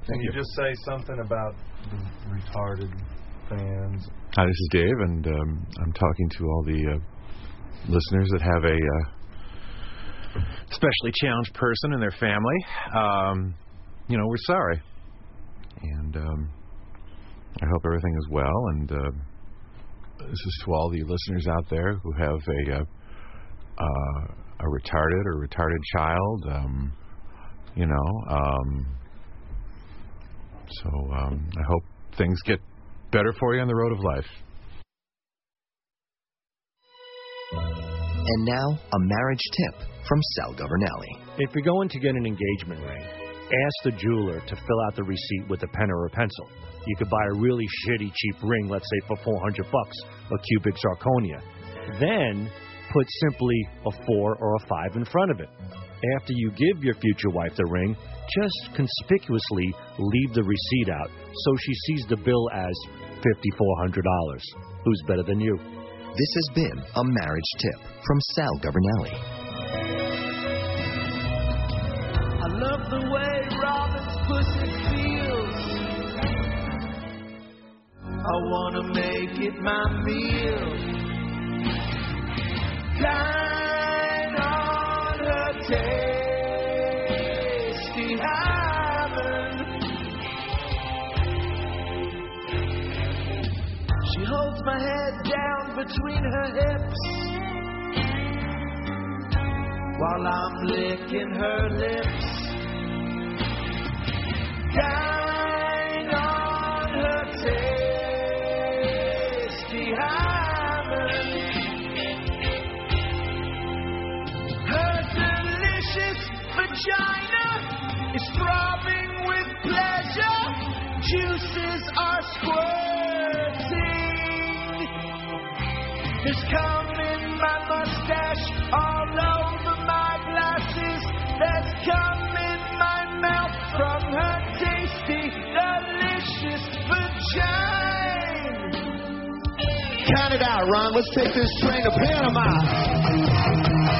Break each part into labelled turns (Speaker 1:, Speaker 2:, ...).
Speaker 1: Can
Speaker 2: Thank
Speaker 1: you
Speaker 2: you.
Speaker 1: just say something about the retarded fans?
Speaker 2: Hi, this is Dave, and um, I'm talking to all the uh, listeners that have a uh, specially challenged person in their family. Um, you know, we're sorry, and um, I hope everything is well. And uh, this is to all the listeners out there who have a uh, uh, a retarded or retarded child. Um, you know, um, so um, I hope things get better for you on the road of life.
Speaker 3: And now, a marriage tip from Sal Governelli.
Speaker 4: If you're going to get an engagement ring, ask the jeweler to fill out the receipt with a pen or a pencil. You could buy a really shitty cheap ring, let's say for 400 bucks, a cubic zirconia. Then put simply a 4 or a 5 in front of it. After you give your future wife the ring, just conspicuously leave the receipt out so she sees the bill as $5,400. Who's better than you?
Speaker 3: This has been a marriage tip from Sal Governelli.
Speaker 5: I love the way Robin's pussy feels. I wanna make it my meal. Dine on her tasty heaven. She holds my head down between her hips while I'm licking her lips. Dine on her tasty hymen. Her delicious vagina is throbbing with pleasure. Juices are squirting. There's cum in my mustache, all over my glasses. There's cum in my mouth from her tasty, delicious vagina. Count it out, Ron. Let's take this train to Panama.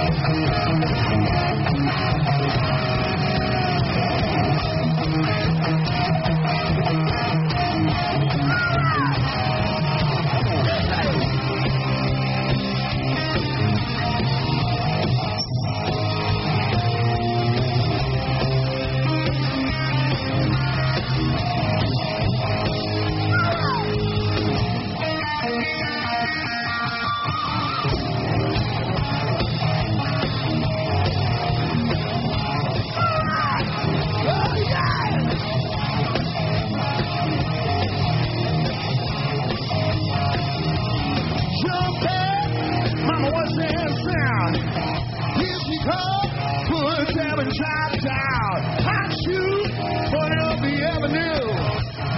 Speaker 5: Jump in, Mama was in sound. Here she comes, put seven chops down. Hot shoes, put up the avenue.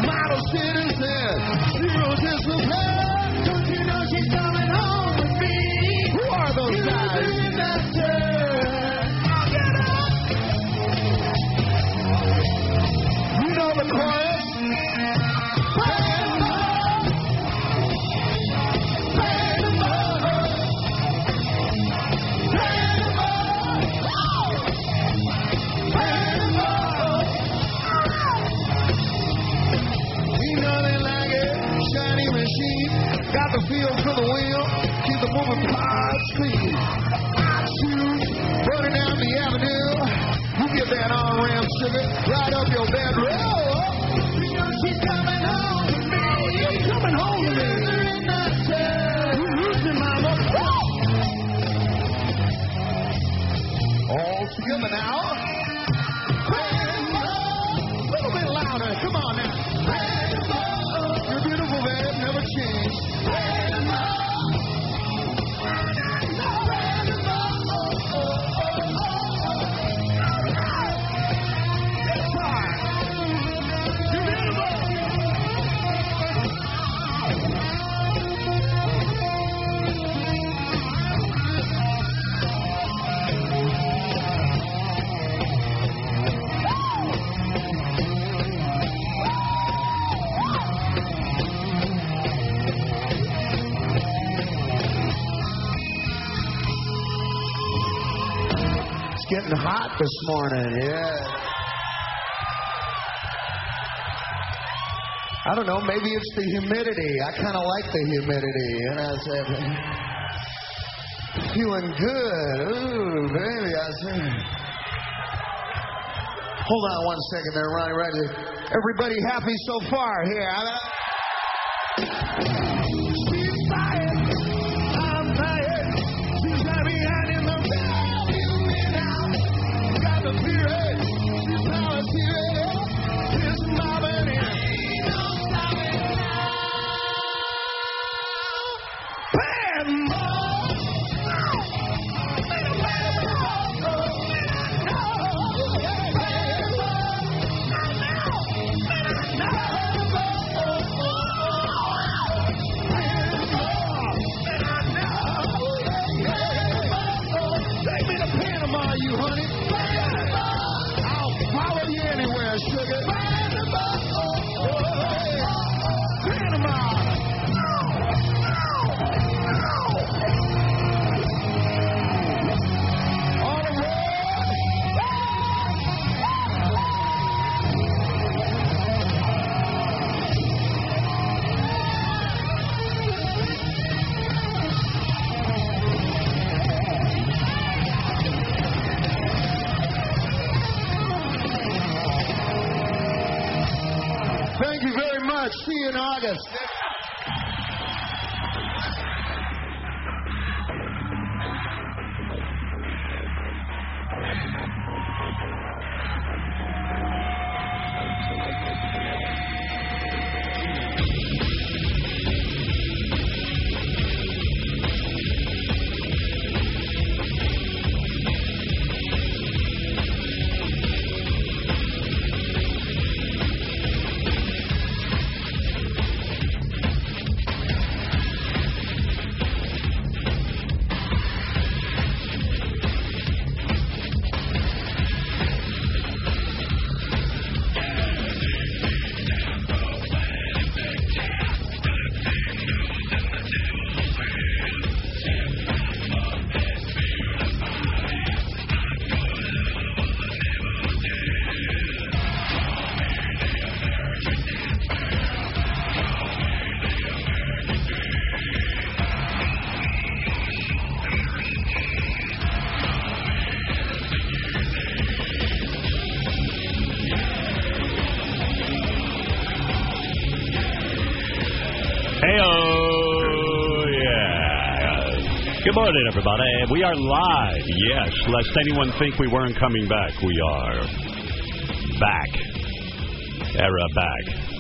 Speaker 5: Model citizen, zero disrepair. Don't you know she's coming home with me? Who are those you guys? You know the chorus. We know they like it. Shiny machine. Got the feel for the wheel. Keep the moving pods clean. Hot shoes. Burning down the avenue. You get that on ram sugar. Right up your bedroom. We know she's coming home to me. She's coming home to me. You losing, mama. All together now. Grandma. Little bit louder. Come on now. You're beautiful, babe. Never change. It's getting hot this morning, yeah.
Speaker 6: I don't know, maybe it's the humidity. I kind of like the humidity. And I said, uh, feeling good. Ooh, baby, I said. Hold on one second there, Ronnie Riley. Everybody happy so far here? I'm She's fine. I'm tired. She's happy and in the value in out. Got the period. She's not a period. It's mobbing in. Ain't no stopping now. Bam! Take me to Panama, you honey. I'll follow you anywhere, sugar. Panama. Panama. All aboard. Thank you very much. See you in August.
Speaker 4: Hey, yeah. Good morning, everybody. We are live. Yes, lest anyone think we weren't coming back, we are back. Era back.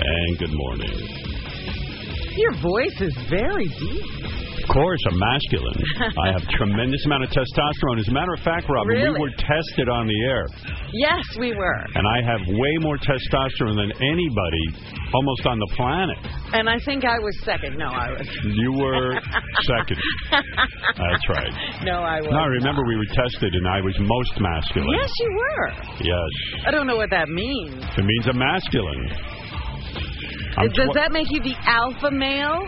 Speaker 4: And good morning.
Speaker 7: Your voice is very deep.
Speaker 4: Of course, I'm masculine. I have tremendous amount of testosterone. As a matter of fact, Robin, we
Speaker 7: Really?
Speaker 4: were tested on the air,
Speaker 7: Yes, we were.
Speaker 4: and I have way more testosterone than anybody almost on the planet.
Speaker 7: And I think I was second. No, I was.
Speaker 4: You were second. That's right.
Speaker 7: No, I was.
Speaker 4: No, I remember we were tested, and I was most masculine.
Speaker 7: Yes, you were.
Speaker 4: Yes.
Speaker 7: I don't know what that means.
Speaker 4: It means I'm masculine. I'm
Speaker 7: Does
Speaker 4: tw-
Speaker 7: that make you the alpha male?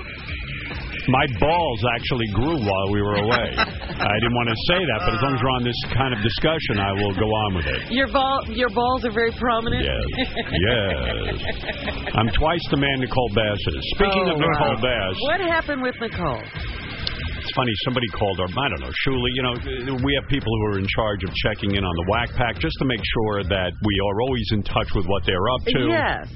Speaker 4: My balls actually grew while we were away. I didn't want to say that, but as long as we're on this kind of discussion, I will go on with it.
Speaker 7: Your ball, your balls are very prominent.
Speaker 4: Yes. Yes. I'm twice the man Nicole Bass is. Speaking
Speaker 7: Oh,
Speaker 4: of
Speaker 7: wow.
Speaker 4: Nicole Bass,
Speaker 7: What happened with Nicole?
Speaker 4: It's funny, somebody called our, I don't know, Shuli, you know, we have people who are in charge of checking in on the Whack Pack just to make sure that we are always in touch with what they're up to.
Speaker 7: Yes.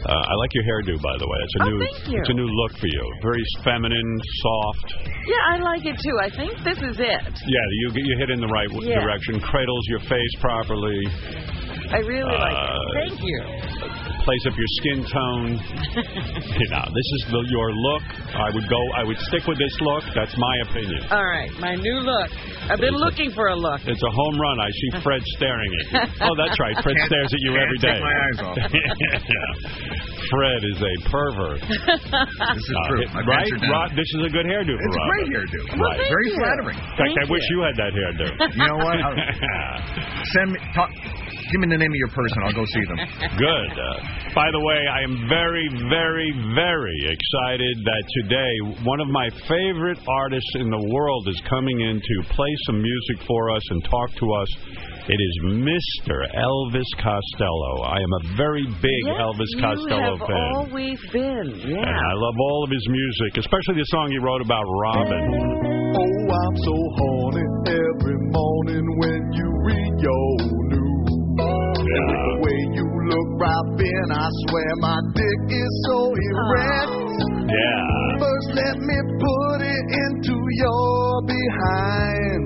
Speaker 4: Uh, I like your hairdo, by the way. It's a
Speaker 7: Oh,
Speaker 4: new,
Speaker 7: thank you.
Speaker 4: It's a new look for you. Very feminine, soft.
Speaker 7: Yeah, I like it too. I think this is it.
Speaker 4: Yeah, you you hit in the right w-
Speaker 7: Yeah.
Speaker 4: direction. Cradles your face properly.
Speaker 7: I really like
Speaker 4: Uh,
Speaker 7: it. Thank you.
Speaker 4: Plays up your skin tone. you know, this is the, your look. I would go. I would stick with this look. That's my opinion.
Speaker 7: All right, my new look. I've been looking for a look.
Speaker 4: It's a home run. I see Fred staring at you. Oh, that's right. Fred stares at you
Speaker 8: can't
Speaker 4: every
Speaker 8: take
Speaker 4: day.
Speaker 8: my eyes off.
Speaker 4: Fred is a pervert.
Speaker 8: This is
Speaker 4: Uh,
Speaker 8: true.
Speaker 4: it-
Speaker 8: I
Speaker 4: right?
Speaker 8: ventured down.
Speaker 4: Rob, this is a good hairdo for
Speaker 8: It's a
Speaker 4: Rob.
Speaker 8: great hairdo.
Speaker 4: Right.
Speaker 7: thank
Speaker 8: Very
Speaker 7: you.
Speaker 8: flattering.
Speaker 4: In fact, I
Speaker 7: Thank
Speaker 4: wish
Speaker 7: you.
Speaker 4: you had that hairdo.
Speaker 8: You know what? I'll send me. Talk, give me the name of your person. I'll go see them.
Speaker 4: Good. Uh, by the way, I am very, very, very excited that today one of my favorite artists in the world is coming in to play some music for us and talk to us It is Mr. Elvis Costello. I am a very big
Speaker 7: yes,
Speaker 4: Elvis
Speaker 7: you
Speaker 4: Costello
Speaker 7: have
Speaker 4: fan.
Speaker 7: always been. Yeah.
Speaker 4: And I love all of his music, especially the song he wrote about Robin.
Speaker 3: Oh, I'm so horny every morning when you read your news. The way you look, Robin, I swear my dick is so erect.
Speaker 4: Yeah.
Speaker 3: First, let me put it into your behind.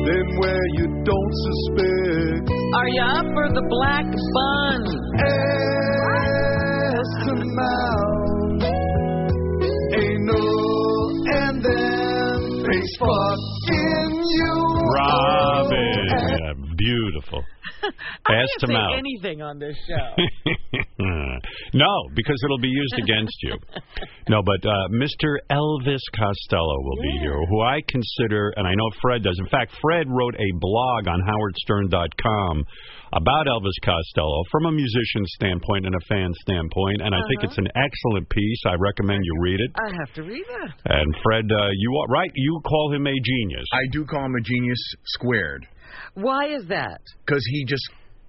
Speaker 3: Then, where you don't suspect,
Speaker 7: Are you up for the black bun?
Speaker 3: ass to mouth, anal, and then face fucking you.
Speaker 4: Robin. Yeah, beautiful.
Speaker 7: I
Speaker 4: Ass
Speaker 7: can't
Speaker 4: to
Speaker 7: say
Speaker 4: mouth.
Speaker 7: anything on this show.
Speaker 4: no, because it'll be used against you. No, but uh, Mr. Elvis Costello will be here, who I consider, and I know Fred does. In fact, Fred wrote a blog on howardstern.com about Elvis Costello from a musician's standpoint and a fan standpoint, and I
Speaker 7: Uh-huh.
Speaker 4: think it's an excellent piece. I recommend you read it.
Speaker 7: I have to read that.
Speaker 4: And Fred, uh, you are right. You call him a genius.
Speaker 8: I do call him a genius squared
Speaker 7: Why is that?
Speaker 8: because he just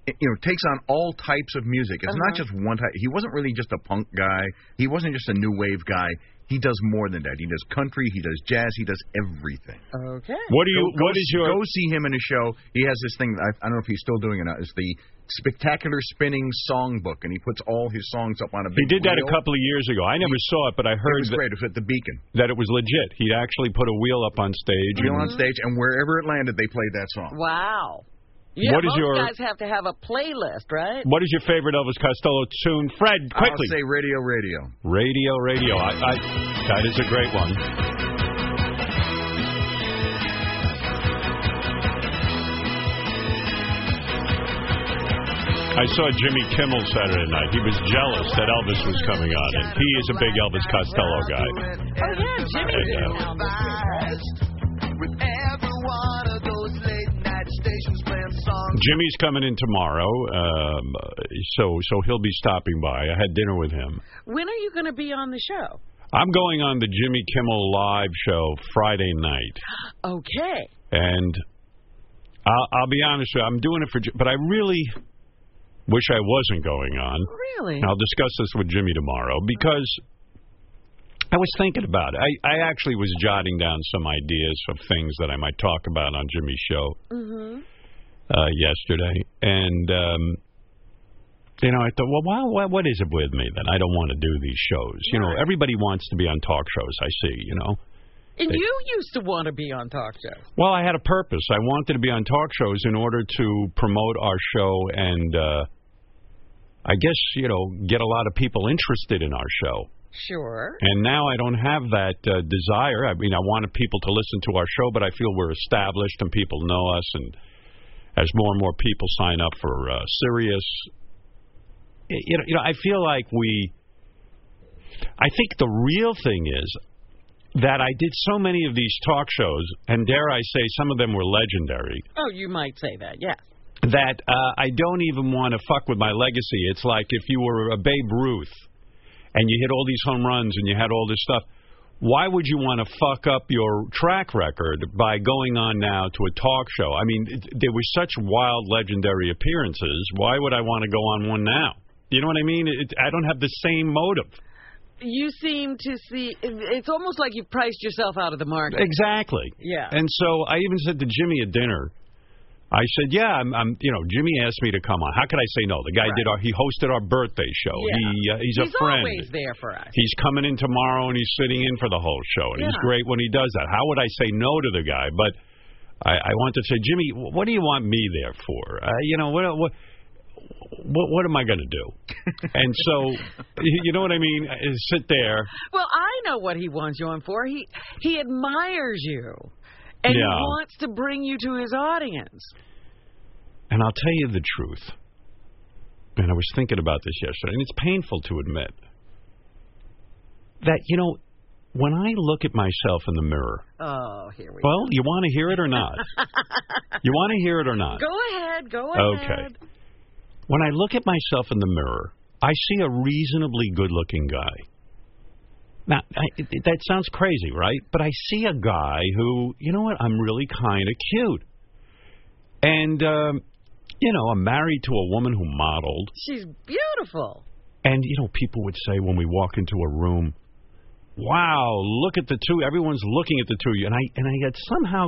Speaker 8: you know takes on all types of music. It's not
Speaker 7: Uh-huh.
Speaker 8: just one type. He wasn't really just a punk guy. He wasn't just a new wave guy. He does more than that. He does country. He does jazz. He does everything.
Speaker 7: Okay.
Speaker 4: What do you?
Speaker 8: go,
Speaker 4: what is
Speaker 8: see-
Speaker 4: your?
Speaker 8: go see him in a show? He has this thing. I, I don't know if he's still doing it. Or not. It's the spectacular spinning songbook, and he puts all his songs up on a. Big
Speaker 4: He did that a
Speaker 8: reel.
Speaker 4: couple of years ago. I never saw it, but I
Speaker 8: It
Speaker 4: heard
Speaker 8: was
Speaker 4: that,
Speaker 8: great. It was at the Beacon.
Speaker 4: that it was legit. He actually put a wheel up on stage.
Speaker 8: Wheel on
Speaker 4: and-
Speaker 8: stage, and wherever it landed, they played that song.
Speaker 7: Wow. Yeah,
Speaker 4: What is
Speaker 7: most
Speaker 4: your-
Speaker 7: guys have to have a playlist, right?
Speaker 4: What is your favorite Elvis Costello tune? Fred, quickly.
Speaker 8: I'll say radio, radio.
Speaker 4: radio, radio. I, I, that is a great one. I saw Jimmy Kimmel Saturday night. He was jealous that Elvis was coming on, and he is a big Elvis Costello guy. uh,
Speaker 7: Oh yeah, Jimmy's
Speaker 4: Yeah.
Speaker 7: in now.
Speaker 3: With every one of those late night stations playing songs.
Speaker 4: Jimmy's coming in tomorrow, um, so so he'll be stopping by. I had dinner with him.
Speaker 7: When are you going to be on the show?
Speaker 4: I'm going on the Jimmy Kimmel live show Friday night.
Speaker 7: Okay.
Speaker 4: And I'll, I'll be honest with you, I'm doing it for, Ji- but I really wish I wasn't going on.
Speaker 7: Really?
Speaker 4: And I'll discuss this with Jimmy tomorrow because I was thinking about it. I, I actually was jotting down some ideas of things that I might talk about on Jimmy's show uh, yesterday, and um, you know, I thought, well, why, why, what is it with me that I don't want to do these shows? You know, everybody wants to be on talk shows. I see, you know.
Speaker 7: And you used to want to be on talk shows.
Speaker 4: Well, I had a purpose. I wanted to be on talk shows in order to promote our show and uh, I guess, you know, get a lot of people interested in our show.
Speaker 7: Sure.
Speaker 4: And now I don't have that uh, desire. I mean, I wanted people to listen to our show, but I feel we're established and people know us. And as more and more people sign up for uh, Sirius, y- you know, you know, I feel like we. I think the real thing is that I did so many of these talk shows, and dare I say, some of them were legendary.
Speaker 7: Oh, you might say that. Yes.
Speaker 4: That uh, I don't even want to fuck with my legacy. It's like if you were a Babe Ruth and you hit all these home runs and you had all this stuff. Why would you want to fuck up your track record by going on now to a talk show? I mean, it, there were such wild, legendary appearances. Why would I want to go on one now? You know what I mean? It, I don't have the same motive.
Speaker 7: You seem to see. It's almost like you priced yourself out of the market.
Speaker 4: Exactly.
Speaker 7: Yeah.
Speaker 4: And so I even said to Jimmy at dinner, I said, "Yeah, I'm, I'm you know, Jimmy asked me to come on. How could I say no? The guy did our he hosted our birthday show.
Speaker 7: Yeah.
Speaker 4: He uh, he's,
Speaker 7: He's
Speaker 4: a friend.
Speaker 7: always there for us.
Speaker 4: He's coming in tomorrow and he's sitting in for the whole show, and he's
Speaker 7: Yeah.
Speaker 4: great when he does that. How would I say no to the guy? But I, I want to say, Jimmy, wh- what do you want me there for? Uh, you know, what what what, what am I going to do? and so, you you know what I mean? I- I sit there.
Speaker 7: Well, I know what he wants you on for. He he admires you, and he
Speaker 4: Yeah.
Speaker 7: wants to bring you to his audience.
Speaker 4: And I'll tell you the truth. And I was thinking about this yesterday, and it's painful to admit that, you know, when I look at myself in the mirror,
Speaker 7: Oh, here we
Speaker 4: well, you want to hear it or not? you want to hear it or not?
Speaker 7: go. Go ahead. Go
Speaker 4: Okay.
Speaker 7: ahead.
Speaker 4: When I look at myself in the mirror, I see a reasonably good looking guy. Now, I, it- it- that sounds crazy, right? But I see a guy who, you know what, I'm really kind of cute. And um, you know, I'm married to a woman who modeled.
Speaker 7: She's beautiful.
Speaker 4: And you know, people would say when we walk into a room, "Wow, look at the two. Everyone's looking at the two of you." And I and I had somehow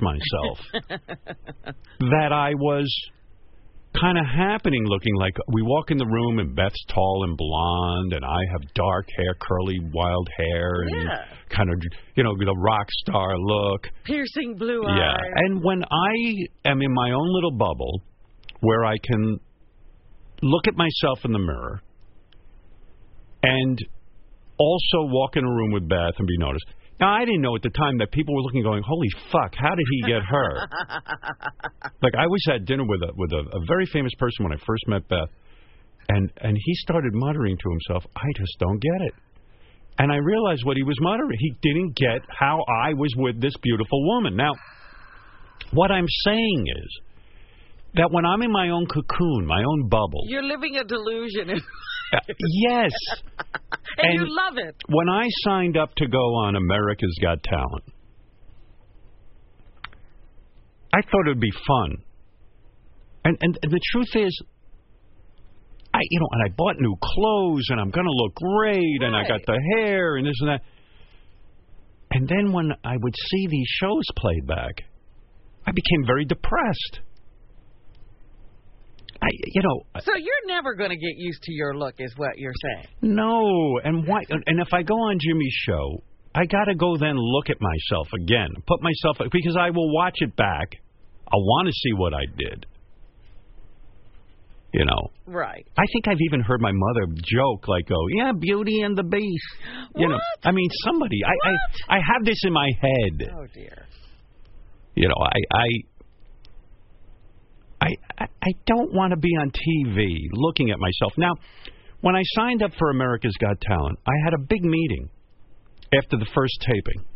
Speaker 4: myself that I was kind of happening, looking like we walk in the room and Beth's tall and blonde, and I have dark hair, curly wild hair, and
Speaker 7: Yeah.
Speaker 4: kind of you know the rock star look.
Speaker 7: Piercing blue
Speaker 4: Yeah.
Speaker 7: eyes.
Speaker 4: And when I am in my own little bubble where I can look at myself in the mirror and also walk in a room with Beth and be noticed. Now, I didn't know at the time that people were looking, going, "Holy fuck! How did he get her?" like I was at dinner with a with a, a very famous person when I first met Beth, and and he started muttering to himself, "I just don't get it." And I realized what he was muttering. He didn't get how I was with this beautiful woman. Now, what I'm saying is that when I'm in my own cocoon, my own bubble,
Speaker 7: You're living a delusion.
Speaker 4: yes.
Speaker 7: and you
Speaker 4: And-
Speaker 7: love it.
Speaker 4: When I signed up to go on America's Got Talent, I thought it would be fun. And, and and the truth is, I you know, and I bought new clothes, and I'm going to look great, and I got the hair, and this and that. And then when I would see these shows played back, I became very depressed. I you know
Speaker 7: So you're never going to get used to your look, is what you're saying.
Speaker 4: no, and why? And if I go on Jimmy's show, I gotta go then look at myself again, put myself because I will watch it back. I want to see what I did. You know,
Speaker 7: Right.
Speaker 4: I think I've even heard my mother joke like, "Oh, yeah, Beauty and the Beast." You know, I mean, somebody. I, I I have this in my head.
Speaker 7: Oh dear.
Speaker 4: You know, I I. I, I I don't want to be on TV looking at myself. Now, when I signed up for America's Got Talent, I had a big meeting after the first taping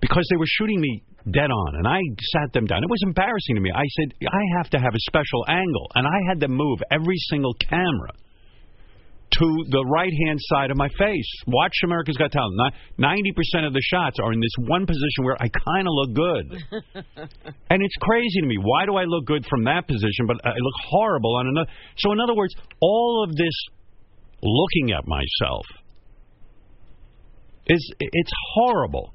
Speaker 4: because they were shooting me dead on, and I sat them down. It was embarrassing to me. I said, I have to have a special angle, and I had them move every single camera to the right hand side of my face. Watch America's Got Talent. Ninety percent of the shots are in this one position where I kind of look good, and it's crazy to me. Why do I look good from that position, but I look horrible on another? So, in other words, all of this looking at myself is it's horrible.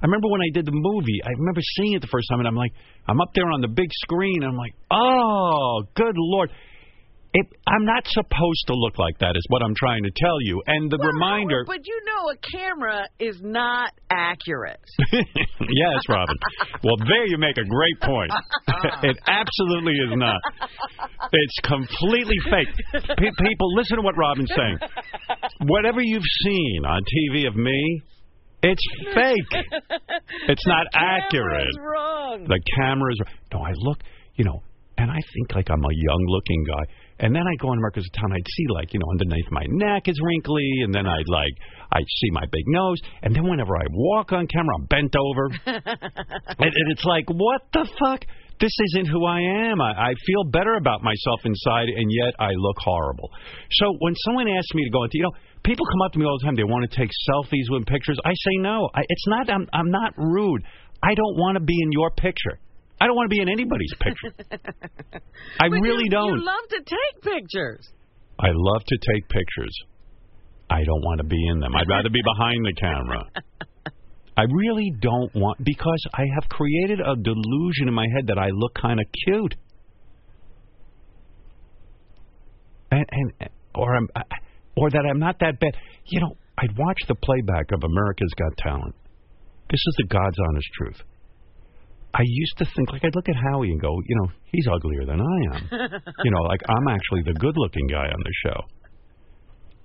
Speaker 4: I remember when I did the movie. I remember seeing it the first time, and I'm like, I'm up there on the big screen, and I'm like, oh, good lord. It, I'm not supposed to look like that, is what I'm trying to tell you. And the reminder,
Speaker 7: But you know, a camera is not accurate.
Speaker 4: yes, Robin. Well, there you make a great point. it absolutely is not. It's completely fake. Pe- people, listen to what Robin's saying. Whatever you've seen on TV of me, it's fake. It's not accurate.
Speaker 7: Camera's wrong.
Speaker 4: The cameras. No, I look, you know, and I think like I'm a young-looking guy. And then I go on America's Town, I'd see like, you know, underneath my neck is wrinkly, and then I'd like, I'd see my big nose, and then whenever I walk on camera, I'm bent over, and, and it's like, what the fuck? This isn't who I am. I, I feel better about myself inside, and yet I look horrible. So when someone asks me to go into, you know, people come up to me all the time. They want to take selfies with pictures. I say no. I, it's not. I'm, I'm not rude. I don't want to be in your picture. I don't want to be in anybody's picture. I
Speaker 7: But you-
Speaker 4: really don't.
Speaker 7: You love to take pictures.
Speaker 4: I love to take pictures. I don't want to be in them. I'd rather be behind the camera. I really don't want because I have created a delusion in my head that I look kind of cute. And, and or I'm or that I'm not that bad. You know, I'd watch the playback of America's Got Talent. This is the God's honest truth. I used to think like I'd look at Howie and go, you know, he's uglier than I am you know, like I'm actually the good looking guy on the show.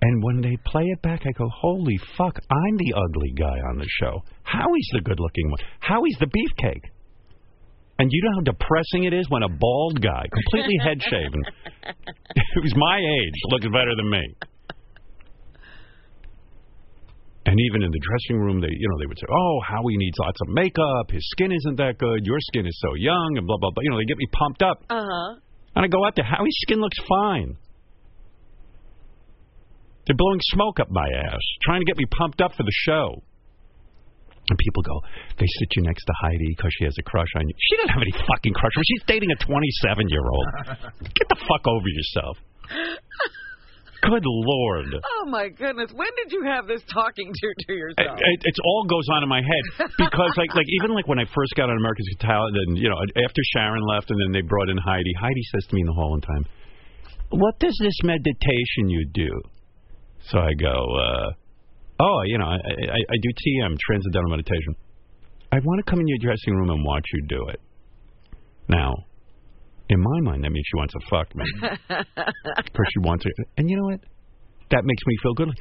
Speaker 4: And when they play it back, I go, holy fuck, I'm the ugly guy on the show. Howie's the good looking one. Howie's the beefcake. And you know how depressing it is when a bald guy, completely head shaven, who's my age, looks better than me. And even in the dressing room, they, you know, they would say, "Oh, Howie needs lots of makeup. His skin isn't that good. Your skin is so young, and blah blah blah." You know, they get me pumped up.
Speaker 7: Uh huh.
Speaker 4: And I go out there, Howie's skin looks fine. They're blowing smoke up my ass, trying to get me pumped up for the show. And people go, they sit you next to Heidi because she has a crush on you. She doesn't have any fucking crush. on you. She's dating a 27 year old. Get the fuck over yourself. Good lord.
Speaker 7: Oh my goodness! When did you have this talking to to
Speaker 4: It,
Speaker 7: yourself?
Speaker 4: it, it's all goes on in my head because like like even like when I first got on America's Got Talent and you know after Sharon left and then they brought in Heidi. Heidi says to me in the hall one time, "What does this meditation you do?" So I go, uh, "Oh, you know, I, I, I do TM Transcendental Meditation. I want to come in your dressing room and watch you do it." Now, in my mind, that means she wants to fuck me. Because she wants it. And you know what? That makes me feel good.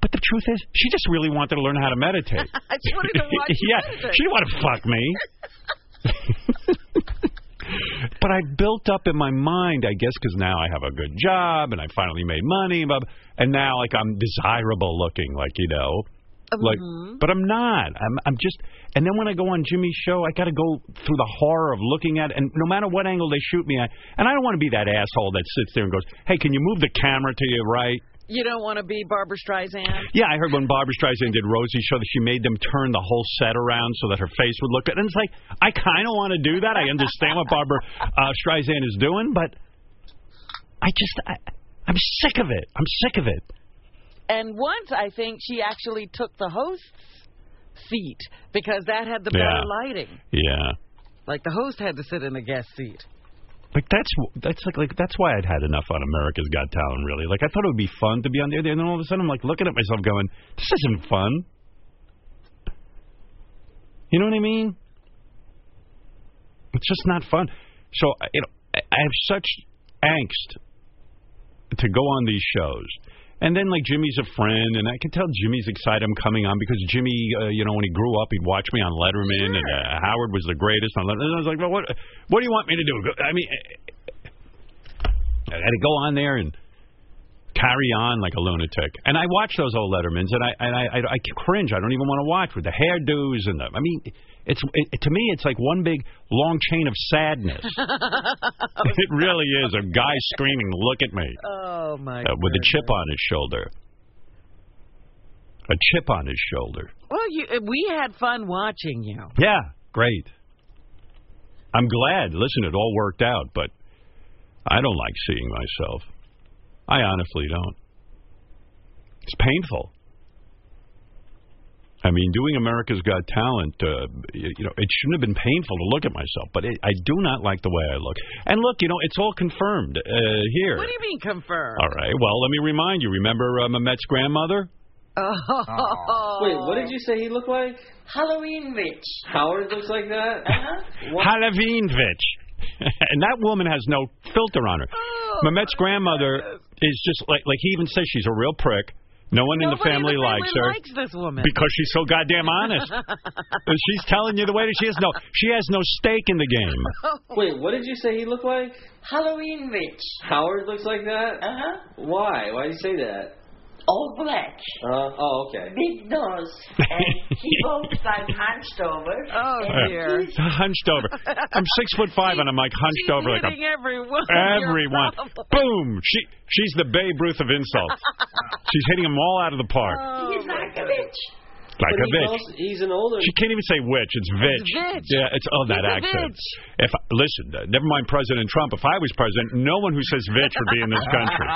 Speaker 4: But the truth is, she just really wanted to learn how to meditate.
Speaker 7: I just wanted to watch. you
Speaker 4: yeah,
Speaker 7: do this.
Speaker 4: she didn't want to fuck me. but I built up in my mind, I guess, because now I have a good job and I finally made money, blah, blah, and now like I'm desirable looking, like you know,
Speaker 7: Uh,
Speaker 4: like.
Speaker 7: mm-hmm.
Speaker 4: But I'm not. I'm I'm just. And then when I go on Jimmy's show, I got to go through the horror of looking at, and no matter what angle they shoot me at, and I don't want to be that asshole that sits there and goes, "Hey, can you move the camera to your right?"
Speaker 7: You don't want to be Barbara Streisand.
Speaker 4: Yeah, I heard when Barbara Streisand did Rosie's show that she made them turn the whole set around so that her face would look good. And it's like, I kind of want to do that. I understand what Barbara uh, Streisand is doing, but I just, I, I'm sick of it. I'm sick of it.
Speaker 7: And once I think she actually took the host's seat because that had the
Speaker 4: Yeah.
Speaker 7: better lighting.
Speaker 4: Yeah.
Speaker 7: Like the host had to sit in the guest seat.
Speaker 4: Like that's that's like like that's why I'd had enough on America's Got Talent really. Like I thought it would be fun to be on the other, and then all of a sudden I'm like looking at myself going, this isn't fun. You know what I mean? It's just not fun. So I- you know, I I have such angst to go on these shows. And then like Jimmy's a friend, and I can tell Jimmy's excited I'm coming on because Jimmy, uh, you know, when he grew up, he'd watch me on Letterman, and uh, Howard was the greatest on Letterman. And I was like, well, what, what do you want me to do? Go- I mean, I got to go on there and carry on like a lunatic. And I watch those old Lettermans, and I and I, I, I cringe. I don't even want to watch with the hairdos and the. I mean, it's it, to me, it's like one big long chain of sadness. it really is. A guy screaming, "Look at me!"
Speaker 7: Oh my.
Speaker 4: Uh, with a chip on his shoulder. A chip on his shoulder.
Speaker 7: Well, you, we had fun watching you.
Speaker 4: Yeah, great. I'm glad. Listen, it all worked out, but I don't like seeing myself. I honestly don't. It's painful. I mean, doing America's Got Talent, uh, you, you know, it shouldn't have been painful to look at myself, but it, I do not like the way I look. And look, you know, it's all confirmed uh, here.
Speaker 7: What do you mean confirmed?
Speaker 4: all right. Well, let me remind you. Remember uh, Mamet's grandmother?
Speaker 7: Oh.
Speaker 9: Uh-huh. Wait, what did you say he looked like?
Speaker 7: Halloween witch.
Speaker 9: Howard looks like that?
Speaker 3: Uh-huh.
Speaker 9: What?
Speaker 4: Halavinovich. and that woman has no filter on her.
Speaker 7: Oh,
Speaker 4: Mamet's grandmother is just like like he even says she's a real prick. No one in the
Speaker 7: Nobody
Speaker 4: family likes her
Speaker 7: Likes this woman.
Speaker 4: because she's so goddamn honest. And she's telling you the way that she has no she has no stake in the game.
Speaker 7: Oh,
Speaker 9: Wait, what did you say he looked like?
Speaker 3: Halloween witch,
Speaker 9: Howard looks like that?
Speaker 3: Uh-huh.
Speaker 9: Why? Why did you say that?
Speaker 3: all black,
Speaker 9: Uh, oh, okay.
Speaker 3: big nose, and he walks like hunched over.
Speaker 7: Oh
Speaker 3: and
Speaker 7: dear.
Speaker 3: he's-
Speaker 4: Uh, hunched over. I'm six foot five and I'm like hunched
Speaker 7: She's
Speaker 4: over like a
Speaker 7: hitting everyone.
Speaker 4: everyone.
Speaker 7: Your problem.
Speaker 4: Boom. She she's the Babe Ruth of insults. she's hitting them all out of the park
Speaker 3: He's like a witch.
Speaker 9: But
Speaker 4: like a
Speaker 9: he's
Speaker 4: bitch.
Speaker 9: also- he's an older.
Speaker 4: She can't even say witch. It's vitch.
Speaker 7: vitch.
Speaker 4: Yeah, it's oh that
Speaker 7: It's a
Speaker 4: accent.
Speaker 7: vitch.
Speaker 4: If listen, uh, never mind President Trump. If I was president, no one who says vitch would be in this country.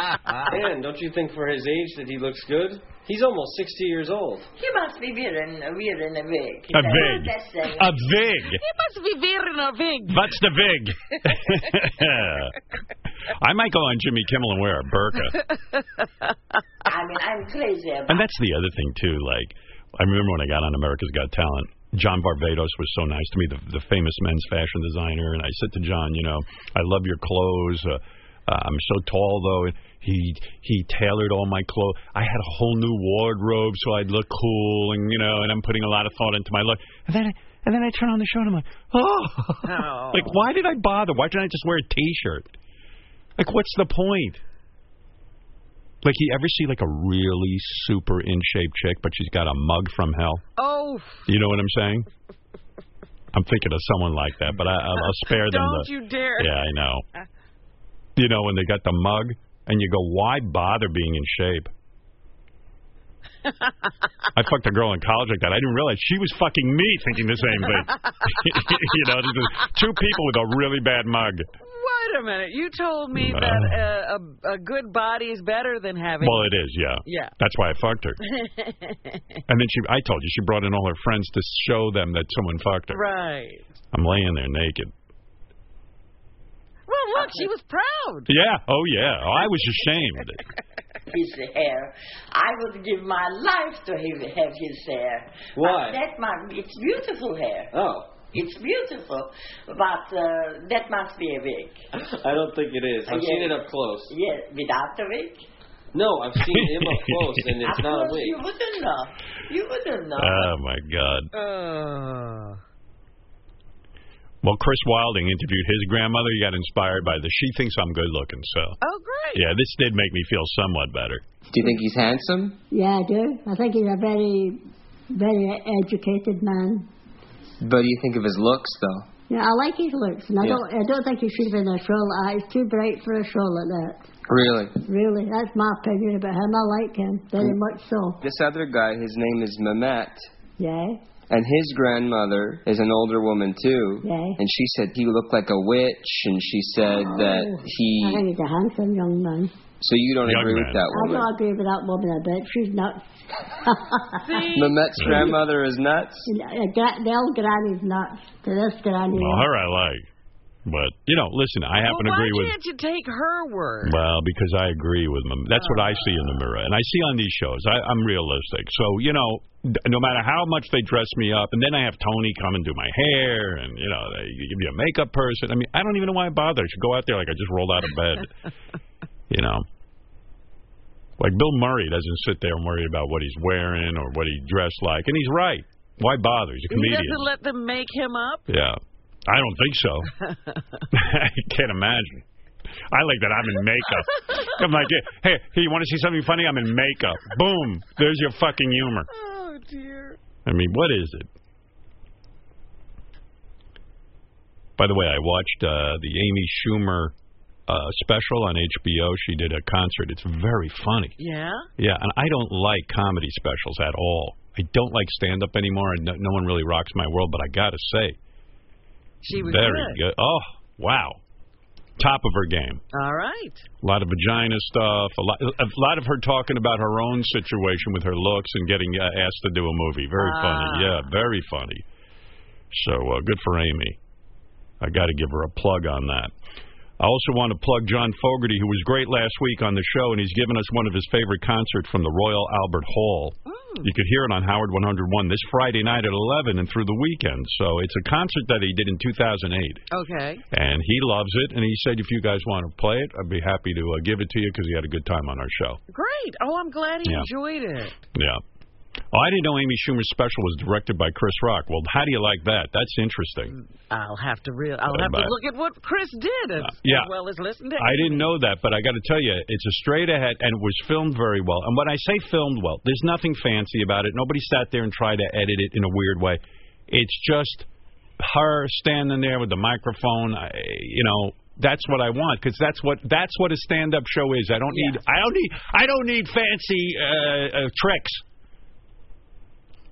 Speaker 9: Man, don't you think for his age that he looks good? He's almost 60 years old.
Speaker 3: He must be wearing, wearing a wig.
Speaker 4: A
Speaker 3: That's
Speaker 4: vig.
Speaker 3: the best thing.
Speaker 4: A vig.
Speaker 7: He must be wearing a big.
Speaker 4: What's the vig? I might go on Jimmy Kimmel and wear a burqa.
Speaker 3: I mean, I'm crazy about
Speaker 4: And that's the other thing too. Like I remember when I got on America's Got Talent, John Varvatos was so nice to me, the, the famous men's fashion designer. And I said to John, you know, I love your clothes. Uh, uh, I'm so tall though. And he he tailored all my clothes. I had a whole new wardrobe so I'd look cool, and you know, and I'm putting a lot of thought into my look. And then. I, and then I turn on the show and I'm like, oh,
Speaker 7: No.
Speaker 4: like why did I bother? Why didn't I just wear a T-shirt? Like, what's the point? Like, you ever see like a really super in shape chick, but she's got a mug from hell?
Speaker 7: Oh,
Speaker 4: You know what I'm saying? I'm thinking of someone like that, but I, I'll, I'll spare them.
Speaker 7: don't
Speaker 4: the,
Speaker 7: you dare.
Speaker 4: Yeah, I know. You know when they got the mug, and you go, "Why bother being in shape?" I fucked a girl in college like that. I didn't realize she was fucking me, thinking the same thing. you know, this is two people with a really bad mug.
Speaker 7: Wait a minute. You told me
Speaker 4: Uh.
Speaker 7: that a, a, a good body is better than having.
Speaker 4: Well, it is, yeah.
Speaker 7: Yeah.
Speaker 4: That's why I fucked her. And then she, I told you, she brought in all her friends to show them that someone fucked her.
Speaker 7: right.
Speaker 4: I'm laying there naked.
Speaker 7: Well, look, she was proud.
Speaker 4: Yeah. Oh, yeah. Oh, I was ashamed.
Speaker 10: his hair. I would give my life to have have his hair.
Speaker 3: Why?
Speaker 10: But that mu- it's beautiful hair.
Speaker 3: Oh,
Speaker 10: It's beautiful, but uh, that must be a wig.
Speaker 3: I don't think it is. I've seen it up close.
Speaker 10: Yes, without the wig.
Speaker 3: No, I've seen him up close, and it's
Speaker 10: Of
Speaker 3: not a
Speaker 10: course, You
Speaker 3: wig.
Speaker 10: wouldn't know. You wouldn't know.
Speaker 4: Oh, my God.
Speaker 7: Uh,
Speaker 4: Well, Chris Wilding interviewed his grandmother. He got inspired by this. She thinks I'm good looking, so.
Speaker 7: oh, great.
Speaker 4: Yeah, this did make me feel somewhat better.
Speaker 9: Do you think he's handsome?
Speaker 11: Yeah, I do. I think he's a very, very educated man.
Speaker 9: What do you think of his looks, though?
Speaker 11: Yeah, I like his looks, and I
Speaker 9: Yeah.
Speaker 11: don't, I don't think he should be in a show like that. He's too bright for a show like that.
Speaker 9: Really?
Speaker 11: Really, that's my opinion about him. I like him very much so.
Speaker 9: This other guy, his name is Mamet,
Speaker 11: Yeah,
Speaker 9: and his grandmother is an older woman, too.
Speaker 11: yeah.
Speaker 9: And she said he looked like a witch, and she said that
Speaker 11: I
Speaker 9: he.
Speaker 11: think he's a handsome young man.
Speaker 9: So you don't
Speaker 4: Young
Speaker 9: agree
Speaker 4: man.
Speaker 9: with that
Speaker 11: I
Speaker 9: woman?
Speaker 11: don't agree with that woman a bit. She's nuts.
Speaker 7: See,
Speaker 9: Mamet's grandmother is nuts?
Speaker 11: The uh, gra- the old granny's nuts. To this granny.
Speaker 4: Well, her I like. But, you know, listen, I happen
Speaker 7: well,
Speaker 4: to agree
Speaker 7: why
Speaker 4: with.
Speaker 7: can't you take her word?
Speaker 4: Well, because I agree with them. That's what I see in the mirror, and I see on these shows. I, I'm realistic, so you know, d- no matter how much they dress me up, and then I have Tony come and do my hair, and you know, they give me a makeup person. I mean, I don't even know why I bother. I should go out there like I just rolled out of bed, you know. Like Bill Murray doesn't sit there and worry about what he's wearing or what he dressed like, and he's right. Why bother? He's
Speaker 7: he
Speaker 4: a comedian.
Speaker 7: doesn't let them make him up.
Speaker 4: Yeah. I don't think so. I can't imagine. I like that I'm in makeup. I'm like, hey, hey, you want to see something funny? I'm in makeup. Boom. There's your fucking humor.
Speaker 7: Oh dear.
Speaker 4: I mean, what is it? By the way, I watched uh, the Amy Schumer uh, special on HBO. She did a concert. It's very funny.
Speaker 7: Yeah.
Speaker 4: Yeah, and I don't like comedy specials at all. I don't like stand up anymore, and no, no one really rocks my world, but I got to say,
Speaker 7: She was
Speaker 4: very
Speaker 7: good.
Speaker 4: good. Oh, wow. Top of her game.
Speaker 7: All right.
Speaker 4: A lot of vagina stuff. A lot, a lot of her talking about her own situation with her looks and getting uh, asked to do a movie. Very
Speaker 7: Ah.
Speaker 4: funny. Yeah, very funny. So uh, good for Amy. I got to give her a plug on that. I also want to plug John Fogerty, who was great last week on the show, and he's given us one of his favorite concerts from the Royal Albert Hall.
Speaker 7: Mm.
Speaker 4: You could hear it on Howard 101 this Friday night at 11 and through the weekend. So it's a concert that he did in 2008
Speaker 7: Okay.
Speaker 4: and he loves it. And he said, if you guys want to play it, I'd be happy to uh, give it to you because he had a good time on our show.
Speaker 7: Great. Oh, I'm glad he
Speaker 4: Yeah.
Speaker 7: enjoyed it.
Speaker 4: Yeah. Oh, I didn't know Amy Schumer's special was directed by Chris Rock. Well, how do you like that? That's interesting.
Speaker 7: I'll have to real. I'll
Speaker 4: Uh,
Speaker 7: have
Speaker 4: but-
Speaker 7: to
Speaker 4: Uh,
Speaker 7: look at what Chris did as,
Speaker 4: yeah.
Speaker 7: as well as listen to.
Speaker 4: I didn't know that, but I got to tell you, it's a straight ahead and it was filmed very well. And when I say filmed well, there's nothing fancy about it. Nobody sat there and tried to edit it in a weird way. It's just her standing there with the microphone. I, you know, that's what I want because that's what that's what a stand-up show is. I don't need I don't need I don't need fancy uh, uh, tricks.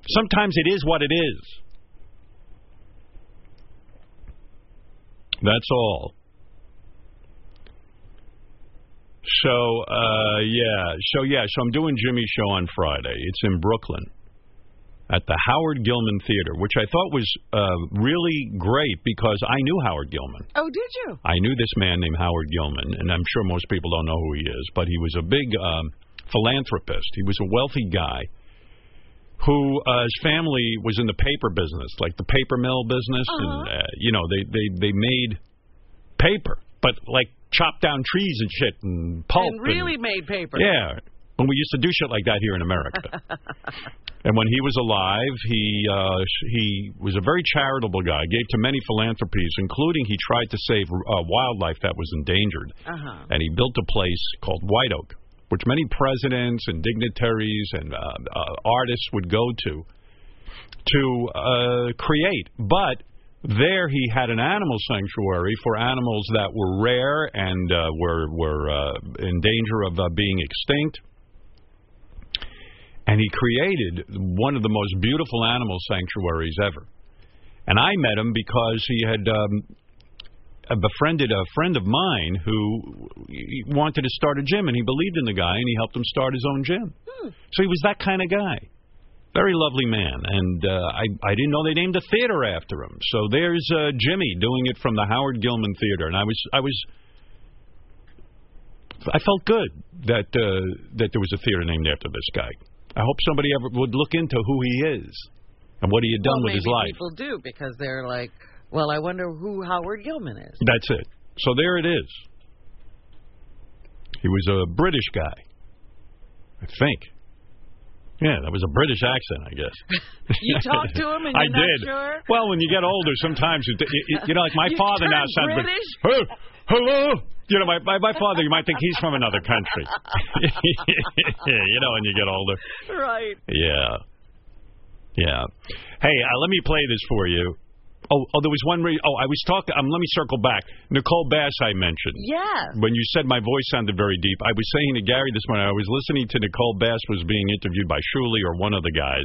Speaker 4: Sometimes it is what it is. That's all. So uh, yeah, so yeah, so I'm doing Jimmy's show on Friday. It's in Brooklyn at the Howard Gilman Theater, which I thought was uh, really great because I knew Howard Gilman.
Speaker 7: Oh, did you?
Speaker 4: I knew this man named Howard Gilman, and I'm sure most people don't know who he is, but he was a big um, philanthropist. He was a wealthy guy who uh, his family was in the paper business, like the paper mill business, and
Speaker 7: Uh-huh.
Speaker 4: uh, you know they they they made paper, but like chopped down trees and shit and pulp.
Speaker 7: and really made paper.
Speaker 4: Yeah. When we used to do shit like that here in America. and when he was alive, he uh, sh- he was a very charitable guy. Gave to many philanthropies, including he tried to save uh, wildlife that was endangered.
Speaker 7: Uh huh.
Speaker 4: And he built a place called White Oak, which many presidents and dignitaries and uh, uh, artists would go to to uh, create. But there he had an animal sanctuary for animals that were rare and uh, were were uh, in danger of uh, being extinct. And he created one of the most beautiful animal sanctuaries ever. And I met him because he had um, uh, befriended a friend of mine who he wanted to start a gym, and he believed in the guy, and he helped him start his own gym.
Speaker 7: Hmm.
Speaker 4: So he was that kind of guy. Very lovely man, and uh, I, I didn't know they named a theater after him. So there's uh, Jimmy doing it from the Howard Gilman Theater, and I was I was I felt good that uh, that there was a theater named after this guy. I hope somebody ever would look into who he is and what he had done
Speaker 7: well,
Speaker 4: with his
Speaker 7: maybe
Speaker 4: life.
Speaker 7: People do because they're like, well, I wonder who Howard Gilman is.
Speaker 4: That's it. So there it is. He was a British guy, I think. Yeah, that was a British accent, I guess.
Speaker 7: You talked to him and
Speaker 4: I
Speaker 7: you're not
Speaker 4: did.
Speaker 7: sure?
Speaker 4: Well, when you get older, sometimes it, it, you know, like my
Speaker 7: You
Speaker 4: father now
Speaker 7: turned
Speaker 4: sounds
Speaker 7: British?
Speaker 4: Hey, hello. You know, my, my my father, you might think he's from another country. you know, when you get older.
Speaker 7: Right.
Speaker 4: Yeah. Yeah. Hey, uh, let me play this for you. Oh, oh, there was one. Re- oh, I was talking. Um, let me circle back. Nicole Bass, I mentioned.
Speaker 7: Yes.
Speaker 4: When you said my voice sounded very deep, I was saying to Gary this morning. I was listening to Nicole Bass was being interviewed by Shuley or one of the guys.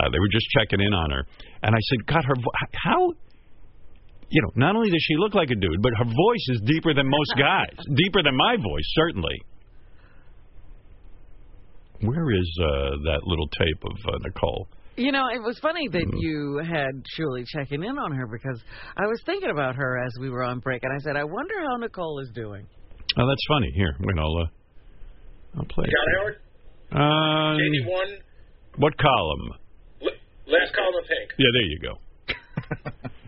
Speaker 4: Uh, they were just checking in on her, and I said, "God, her vo- how." You know, not only does she look like a dude, but her voice is deeper than most guys, deeper than my voice, certainly. Where is uh, that little tape of uh, Nicole?
Speaker 7: You know, it was funny
Speaker 4: Mm-hmm.
Speaker 7: that you had Shirley checking in on her because I was thinking about her as we were on break, and I said, I wonder how Nicole is doing.
Speaker 4: Oh, that's funny. Here, I'm gonna I'll, uh, I'll play. it.
Speaker 12: Howard,
Speaker 4: Um,
Speaker 12: one,
Speaker 4: what column?
Speaker 12: last column of pink.
Speaker 4: Yeah, there you go.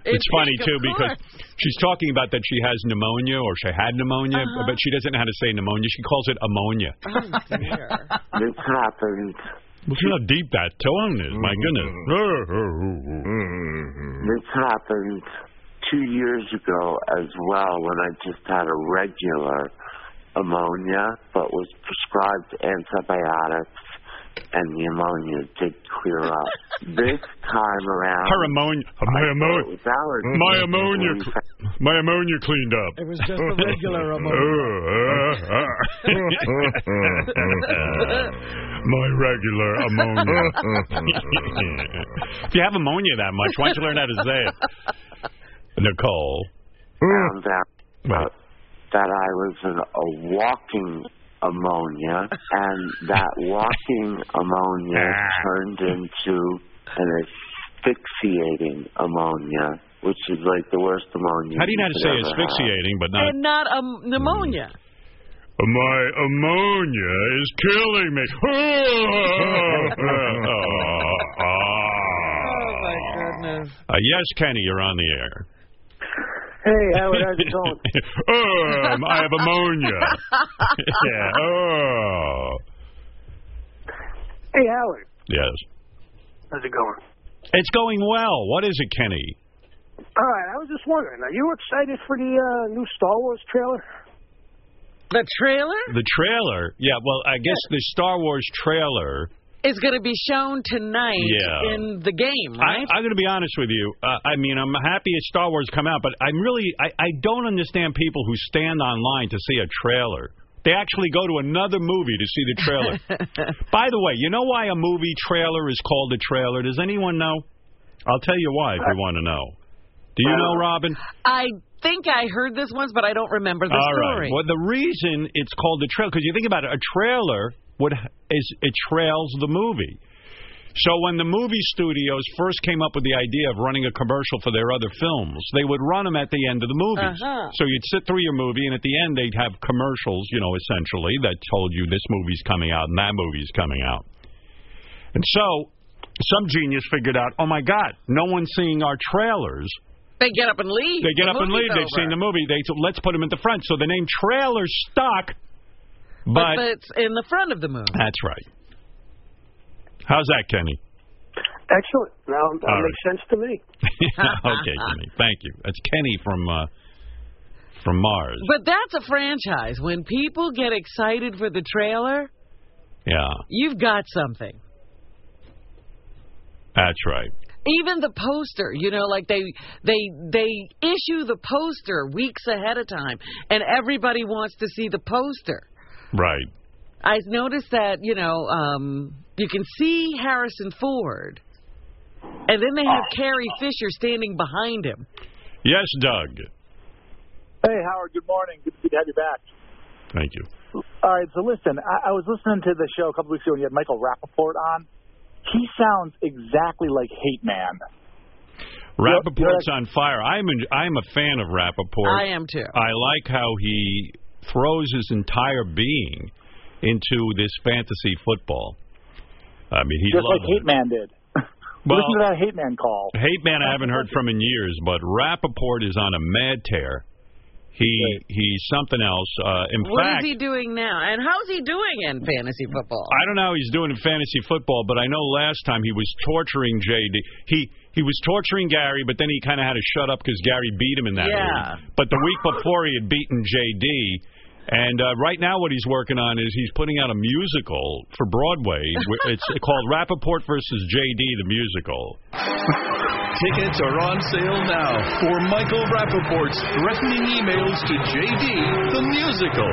Speaker 4: it's,
Speaker 12: It's
Speaker 4: funny
Speaker 12: pink,
Speaker 4: too
Speaker 12: of
Speaker 4: because she's talking about that she has pneumonia or she had pneumonia,
Speaker 12: Uh-huh.
Speaker 4: but she doesn't know how to say pneumonia. She calls it ammonia.
Speaker 12: This happened.
Speaker 4: Look how deep that tone is. My goodness.
Speaker 12: Mm-hmm. This happened two years ago as well when I just had a regular ammonia, but was prescribed antibiotics, and the ammonia did clear up. this time around,
Speaker 4: Her ammonia. My ammonia.
Speaker 12: It's ours.
Speaker 4: My ammonia. cl- My ammonia cleaned up.
Speaker 12: It was just a regular
Speaker 4: ammonia. My regular ammonia. if you have ammonia that much, why don't you learn how to say it? Nicole.
Speaker 12: found out that I was in a walking ammonia, and that walking ammonia turned into an asphyxiating ammonia, which is like the worst ammonia.
Speaker 4: How do you know how to
Speaker 12: could
Speaker 4: say
Speaker 12: ever have.
Speaker 4: asphyxiating, but not Mm-hmm.
Speaker 7: and not um, pneumonia.
Speaker 4: My ammonia is killing me. Ah, oh
Speaker 7: my goodness.
Speaker 4: Uh, yes, Kenny, you're on the air.
Speaker 12: Hey, Howard, how's it going?
Speaker 4: um, I have ammonia. yeah. Oh.
Speaker 12: Hey, Howard,
Speaker 4: Yes.
Speaker 12: how's it going?
Speaker 4: It's going well. What is it, Kenny?
Speaker 12: All right, I was just wondering, are you excited for the uh, new Star Wars trailer?
Speaker 7: The trailer
Speaker 4: The trailer. Yeah. Well, I guess the Star Wars trailer.
Speaker 7: is going to be shown tonight
Speaker 4: Yeah.
Speaker 7: in the game, right?
Speaker 4: I, I'm going to be honest with you. Uh, I mean, I'm happy as Star Wars come out, but I'm really I, I don't understand people who stand online to see a trailer. They actually go to another movie to see the trailer. By the way, you know why a movie trailer is called a trailer? Does anyone know? I'll tell you why if you want to know. Do you know, Robin?
Speaker 7: I, think I heard this once, but I don't remember the
Speaker 4: All
Speaker 7: story.
Speaker 4: right. Well, the reason it's called a trailer because you think about it, a trailer would is it trails the movie. So when the movie studios first came up with the idea of running a commercial for their other films, they would run them at the end of the movies.
Speaker 12: Uh-huh.
Speaker 4: So you'd sit through your movie, and at the end they'd have commercials, you know, essentially that told you this movie's coming out and that movie's coming out. And so some genius figured out, oh my God, no one's seeing our trailers.
Speaker 7: They get up and leave.
Speaker 4: They
Speaker 7: The
Speaker 4: get up and
Speaker 7: movie's
Speaker 4: leave. They've
Speaker 7: over.
Speaker 4: seen the movie. They so let's put them at the front. So the name trailer stuck.
Speaker 7: but,
Speaker 4: But,
Speaker 7: it's in the front of the movie.
Speaker 4: that's right. How's that, Kenny?
Speaker 12: Excellent. Now, that
Speaker 4: All
Speaker 12: makes sense to me.
Speaker 4: okay, Kenny. Thank you. That's Kenny from uh, from Mars.
Speaker 7: But that's a franchise. When people get excited for the trailer,
Speaker 4: Yeah,
Speaker 7: you've got something.
Speaker 4: that's right.
Speaker 7: even the poster you know like they they they issue the poster weeks ahead of time and everybody wants to see the poster
Speaker 4: Right.
Speaker 13: I noticed that you know um, you can see Harrison Ford, and then they have Carrie Fisher standing behind him.
Speaker 4: Yes, Doug.
Speaker 14: Hey, Howard. Good morning. Good to have you back.
Speaker 4: Thank you.
Speaker 14: All right. So listen, I, I was listening to the show a couple weeks ago when you had Michael Rappaport on. He sounds exactly like Hate Man.
Speaker 4: Rappaport's on fire. I'm a, I'm a fan of Rappaport.
Speaker 13: I am too.
Speaker 4: I like how he throws his entire being into this fantasy football. I mean, he
Speaker 14: just
Speaker 4: loves
Speaker 14: like Hate
Speaker 4: it.
Speaker 14: Man did.
Speaker 4: Well-
Speaker 14: listen to that Hate Man call.
Speaker 4: Hate Man, I haven't heard from in years, but Rappaport is on a mad tear. He he's something else. Uh, in
Speaker 13: What
Speaker 4: fact,
Speaker 13: is he doing now? And how's he doing in fantasy football?
Speaker 4: I don't know how he's doing in fantasy football, but I know last time he was torturing JD. He he was torturing Gary, but then he kind of had to shut up because Gary beat him in that
Speaker 13: Yeah.
Speaker 4: week. But the week before, he had beaten JD. And uh, right now, what he's working on is he's putting out a musical for Broadway. Wh- it's called Rappaport versus JD, the musical.
Speaker 8: Tickets are on sale now Uh, for Michael Rappaport's threatening emails to JD, the musical.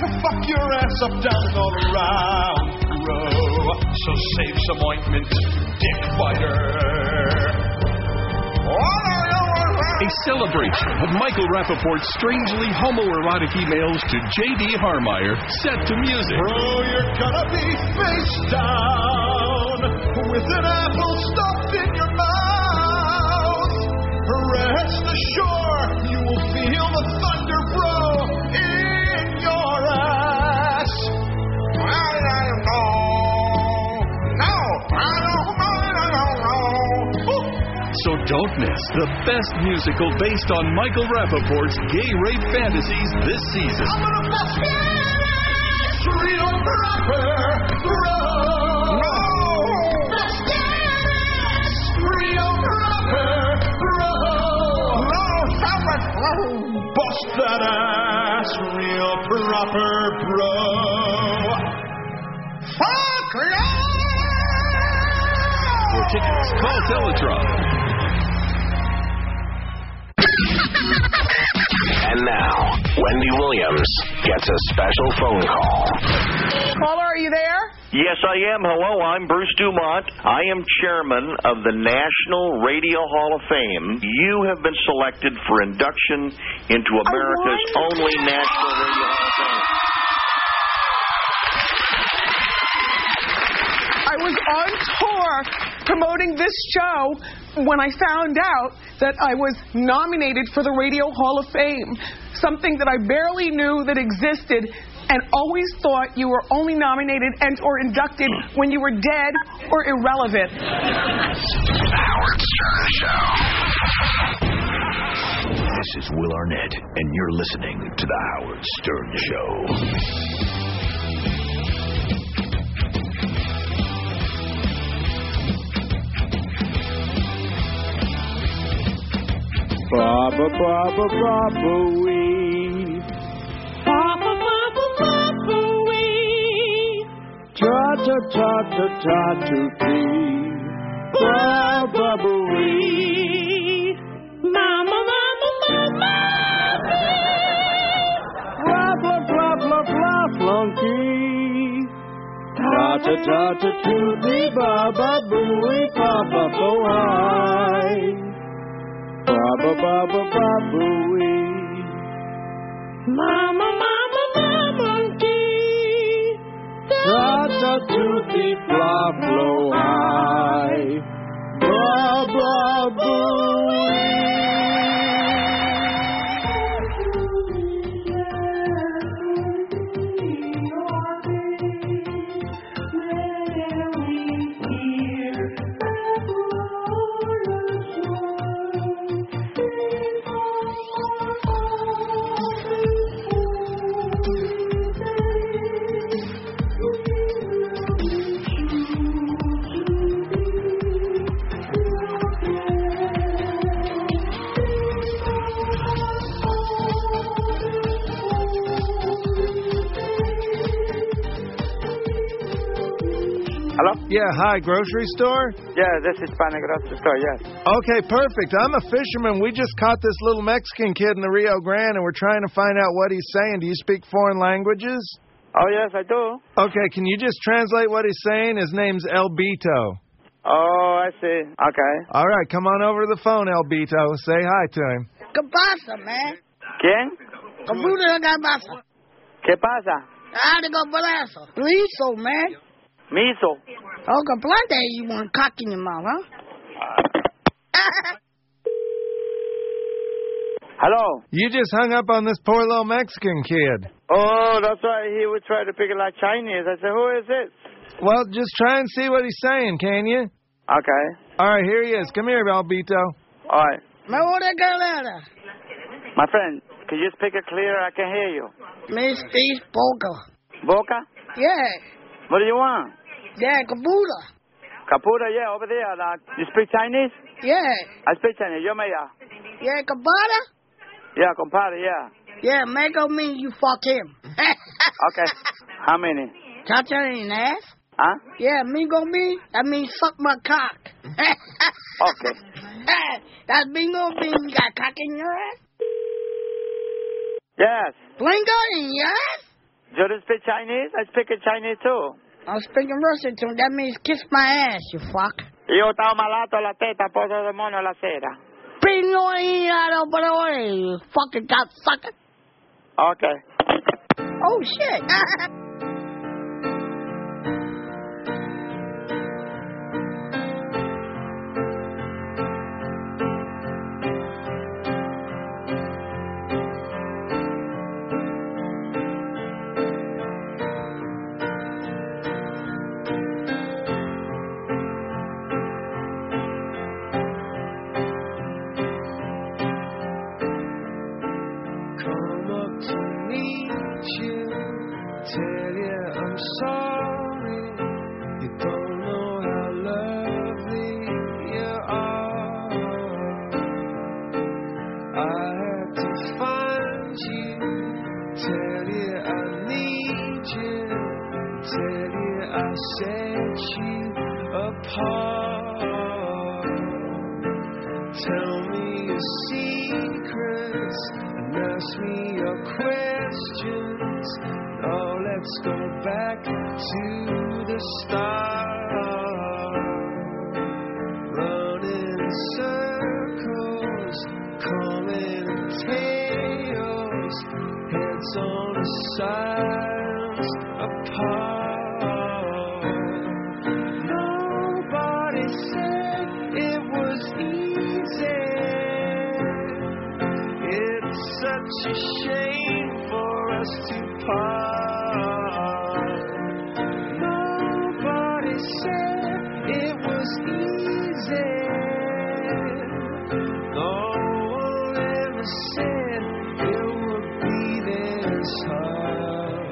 Speaker 5: to fuck your ass up down and all around the row. So save some ointment, dick biter.
Speaker 8: A celebration of Michael Rappaport's strangely homoerotic emails to JD Harmeyer set to music.
Speaker 5: Bro, Oh, you're gonna be face down with an apple stuffed in your mouth. Rest assured, you will feel the thunder, bro, in your ass. I don't know. No, I don't know. I don't know. Ooh.
Speaker 8: So don't miss the best musical based on Michael Rappaport's gay rape fantasies this season.
Speaker 5: Bust that ass real proper, bro. Fuck yeah!
Speaker 8: For tickets, call Teletron.
Speaker 15: And now, Wendy Williams gets a special phone call.
Speaker 7: Caller, are you there?
Speaker 16: Yes, I am. Hello, I'm Bruce Dumont. I am chairman of the National Radio Hall of Fame. You have been selected for induction into America's only national radio hall of fame.
Speaker 7: I was on tour promoting this show when I found out that I was nominated for the Radio Hall of Fame, something that I barely knew that existed and always thought you were only nominated and or inducted when you were dead or irrelevant.
Speaker 17: Howard Stern Show. This is Will Arnett, and you're listening to The Howard Stern Show.
Speaker 3: Baba, Baba, Baba, we. Baba, Baba, Baba, we. Ta, ta, ta, ta, ta, to thee. Baba, Baba, we. Mama, mama, mama, Blah, blah, blah, blah, blah, flunky. Ta, ta, ta, ta, to thee, Baba, booey, Baba, so high. Baba, Baba, Baba, we. Mama, Mama, Mama, monkey. Tata tutti flaplo high. Baba,
Speaker 18: Hello?
Speaker 19: Yeah, hi, grocery store?
Speaker 18: Yeah, this is Pana Grocery Store, yes.
Speaker 19: Okay, perfect. I'm a fisherman. We just caught this little Mexican kid in the Rio Grande and we're trying to find out what he's saying. Do you speak foreign languages?
Speaker 18: Oh, yes, I do.
Speaker 19: Okay, can you just translate what he's saying? His name's El Bito.
Speaker 18: Oh, I see. Okay.
Speaker 19: All right, come on over to the phone, El Bito. Say hi to him.
Speaker 10: ¿Qué pasa, man?
Speaker 18: ¿Quién?
Speaker 10: Computer, ¿qué pasa?
Speaker 18: ¿Qué pasa?
Speaker 10: Ah, they go balazo. Liso, man.
Speaker 18: Miso.
Speaker 10: Oh, complain that you want cock in your mouth, huh?
Speaker 18: Hello?
Speaker 19: You just hung up on this poor little Mexican kid.
Speaker 18: Oh, that's why he would try to pick it like Chinese. I said, who is this?
Speaker 19: Well, just try and see what he's saying, can you?
Speaker 18: Okay.
Speaker 19: All right, here he is. Come here, Albito.
Speaker 18: All right.
Speaker 10: Me voy a galera.
Speaker 18: My friend, can you speak it clear? I can hear you.
Speaker 10: Me speak poco.
Speaker 18: Boca?
Speaker 10: Yeah.
Speaker 18: What do you want?
Speaker 10: Yeah, computer.
Speaker 18: Caputa, yeah, over there. Like, you speak Chinese?
Speaker 10: Yeah.
Speaker 18: I speak Chinese. Yo, maya.
Speaker 10: Yeah, computer.
Speaker 18: Yeah, compadre, yeah.
Speaker 10: Yeah, mango mean you fuck him.
Speaker 18: Okay. How many?
Speaker 10: Touch her in the ass.
Speaker 18: Huh?
Speaker 10: Yeah, mingo me, that means suck my cock.
Speaker 18: okay.
Speaker 10: Eh, that mingo mean you got cock in your ass?
Speaker 18: Yes.
Speaker 10: Lingo in your ass?
Speaker 18: Do you speak Chinese? I speak Chinese too.
Speaker 10: I'm speaking Russian too. That means kiss my ass, you fuck.
Speaker 18: Io t'ho malato la testa, posso demonio la sera.
Speaker 10: Pingo in your ass, you fucking cock sucker.
Speaker 18: Okay.
Speaker 10: Oh, shit.
Speaker 3: Come up to meet you, tell you I'm sorry. You don't know how lovely you are. I had to find you, tell you I need you, tell you I set you apart. Tell me your secrets and ask me your questions. Oh, let's go back to the start. Running in circles, calling in tails, heads on the sides apart. Nobody said it was easy. It's such a shame for us to part. Nobody said it was easy. No one ever said it would be this hard.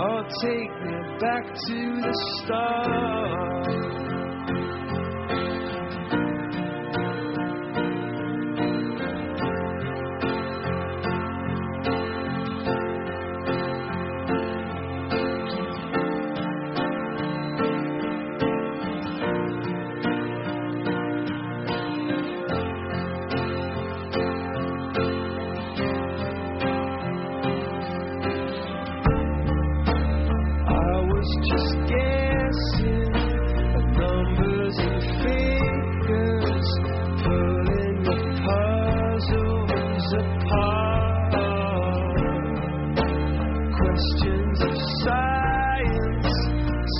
Speaker 3: Oh, take me back to the start. I was just guessing at numbers and figures, pulling the puzzles apart. Questions of science,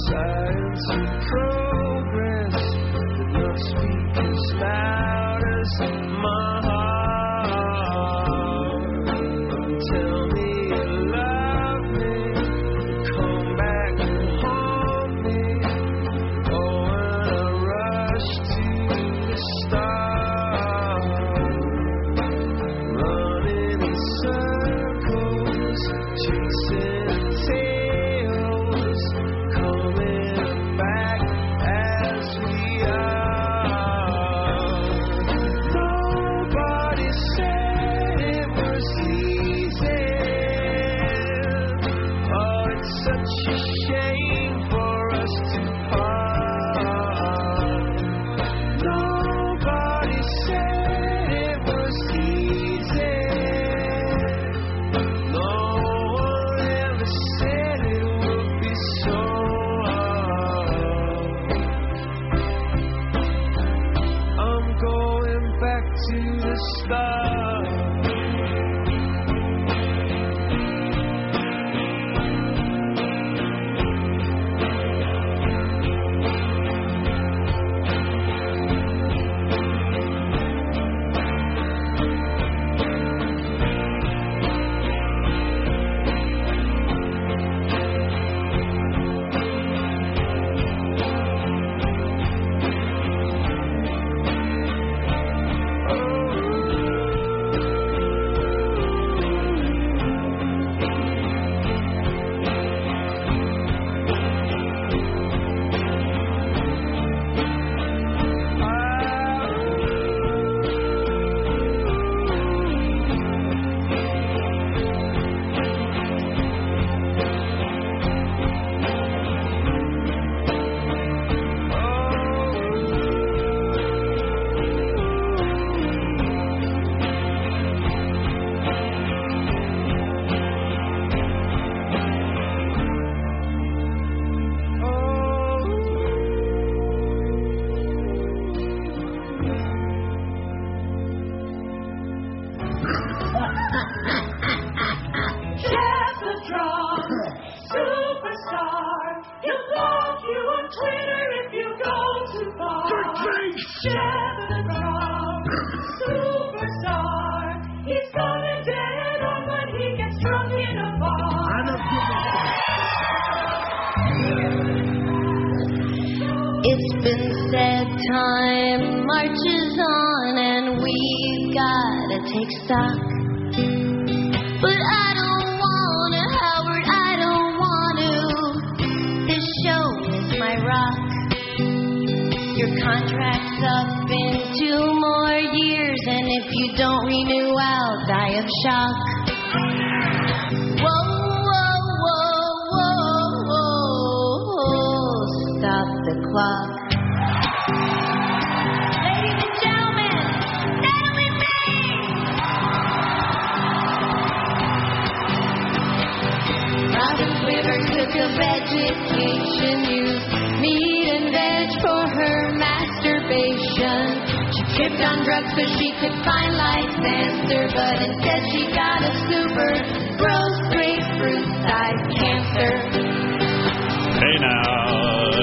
Speaker 3: science and progress, that love speak as loud as my heart. Tell me you love me. Come back and haunt me. Oh, and I rush to the start. Running in Superstar, he'll block you on Twitter if you go too far. Chevron Drum, superstar, he's gonna dead on when he gets drunk in a bar.
Speaker 5: It's been said time marches on and we gotta take stock. But I don't wanna, Howard, I don't want to. This show is my rock. Your contract's up in two more years, and if you don't renew, I'll die of shock. Whoa, whoa, whoa, whoa, whoa, whoa. stop the clock. Ladies and gentlemen, Natalie Mays! Robin Weaver took a vegetation used meat and veg for her masturbation. She tripped on drugs so she could find life's answer, but instead she got a super gross grapefruit sized cancer.
Speaker 4: Hey now,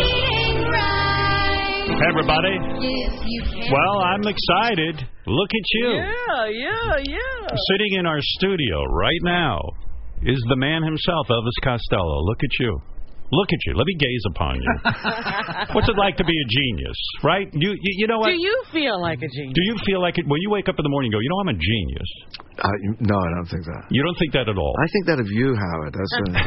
Speaker 5: Eating right.
Speaker 4: Hey, everybody.
Speaker 5: Yes, you can.
Speaker 4: Well, I'm excited. Look at you.
Speaker 7: Yeah, yeah, yeah.
Speaker 4: Sitting in our studio right now is the man himself, Elvis Costello. Look at you. Look at you. Let me gaze upon you. What's it like to be a genius, right? You, you, you know what?
Speaker 7: Do you feel like a genius?
Speaker 4: Do you feel like it when you wake up in the morning? and Go, you know, I'm a genius.
Speaker 19: Uh, no, I don't think that.
Speaker 4: You don't think that at all.
Speaker 19: I think that of you, Howard. That's, a, yeah.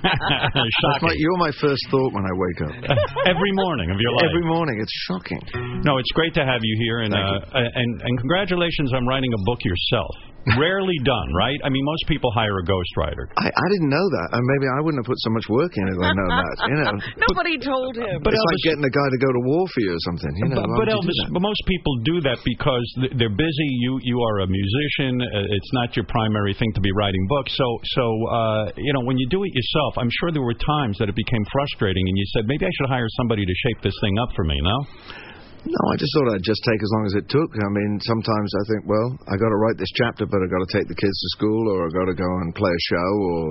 Speaker 19: That's my,
Speaker 4: Shocking.
Speaker 19: you're my first thought when I wake up.
Speaker 4: Every morning of your life.
Speaker 19: Every morning. It's shocking.
Speaker 4: No, it's great to have you here, and uh, and and congratulations on writing a book yourself. Rarely done, right? I mean, most people hire a ghostwriter.
Speaker 19: I, I didn't know that. And maybe I wouldn't have put so much work in it if I'd known that. You know,
Speaker 7: Nobody told him.
Speaker 4: But
Speaker 19: it's
Speaker 4: Elvis-
Speaker 19: like getting a guy to go to war for you or something. You know,
Speaker 4: but,
Speaker 19: why
Speaker 4: but
Speaker 19: would you do
Speaker 4: Elvis, but most people do that because th- they're busy. You you are a musician. Uh, It's not your primary thing to be writing books. So so uh, you know when you do it yourself, I'm sure there were times that it became frustrating, and you said maybe I should hire somebody to shape this thing up for me. No,
Speaker 19: No, I just thought I'd just take as long as it took. I mean, sometimes I think, well, I got to write this chapter, but I got to take the kids to school, or I got to go and play a show, or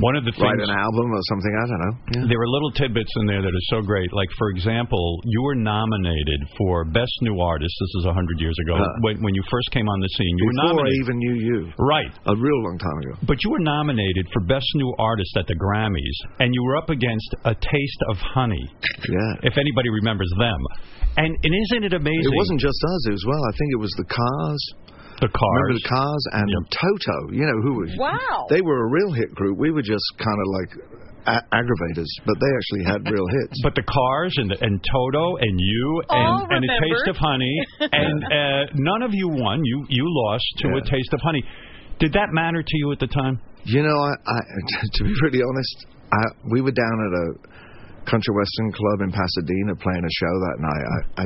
Speaker 4: one of the
Speaker 19: write an
Speaker 4: things-
Speaker 19: album or something. I don't know.
Speaker 4: There were little tidbits in there that are so great. Like, for example, you were nominated for Best New Artist. This is 100 years ago.
Speaker 19: Uh,
Speaker 4: when, when you first came on the scene, you were
Speaker 19: Before I
Speaker 4: nominated.
Speaker 19: even oh, knew you,
Speaker 4: right?
Speaker 19: A real long time ago.
Speaker 4: But you were nominated for Best New Artist at the Grammys, and you were up against A Taste of Honey.
Speaker 19: Yeah.
Speaker 4: If anybody remembers them. And, and isn't it amazing?
Speaker 19: It wasn't just us. It was well. I think it was the Cars.
Speaker 4: The Cars.
Speaker 19: Remember the Cars and Toto. You know who was?
Speaker 7: Wow.
Speaker 19: They were a real hit group. We were just kind of like a- aggravators, but they actually had real hits.
Speaker 4: But the Cars and the, and Toto and you
Speaker 19: All
Speaker 4: and, and a
Speaker 19: remembered.
Speaker 4: taste of honey and uh, none of you won. You you lost to a taste of honey. Did that matter to you at the time?
Speaker 19: You know, I, I to be really honest, I, we were down at a country western club in Pasadena playing a show that night. I, I,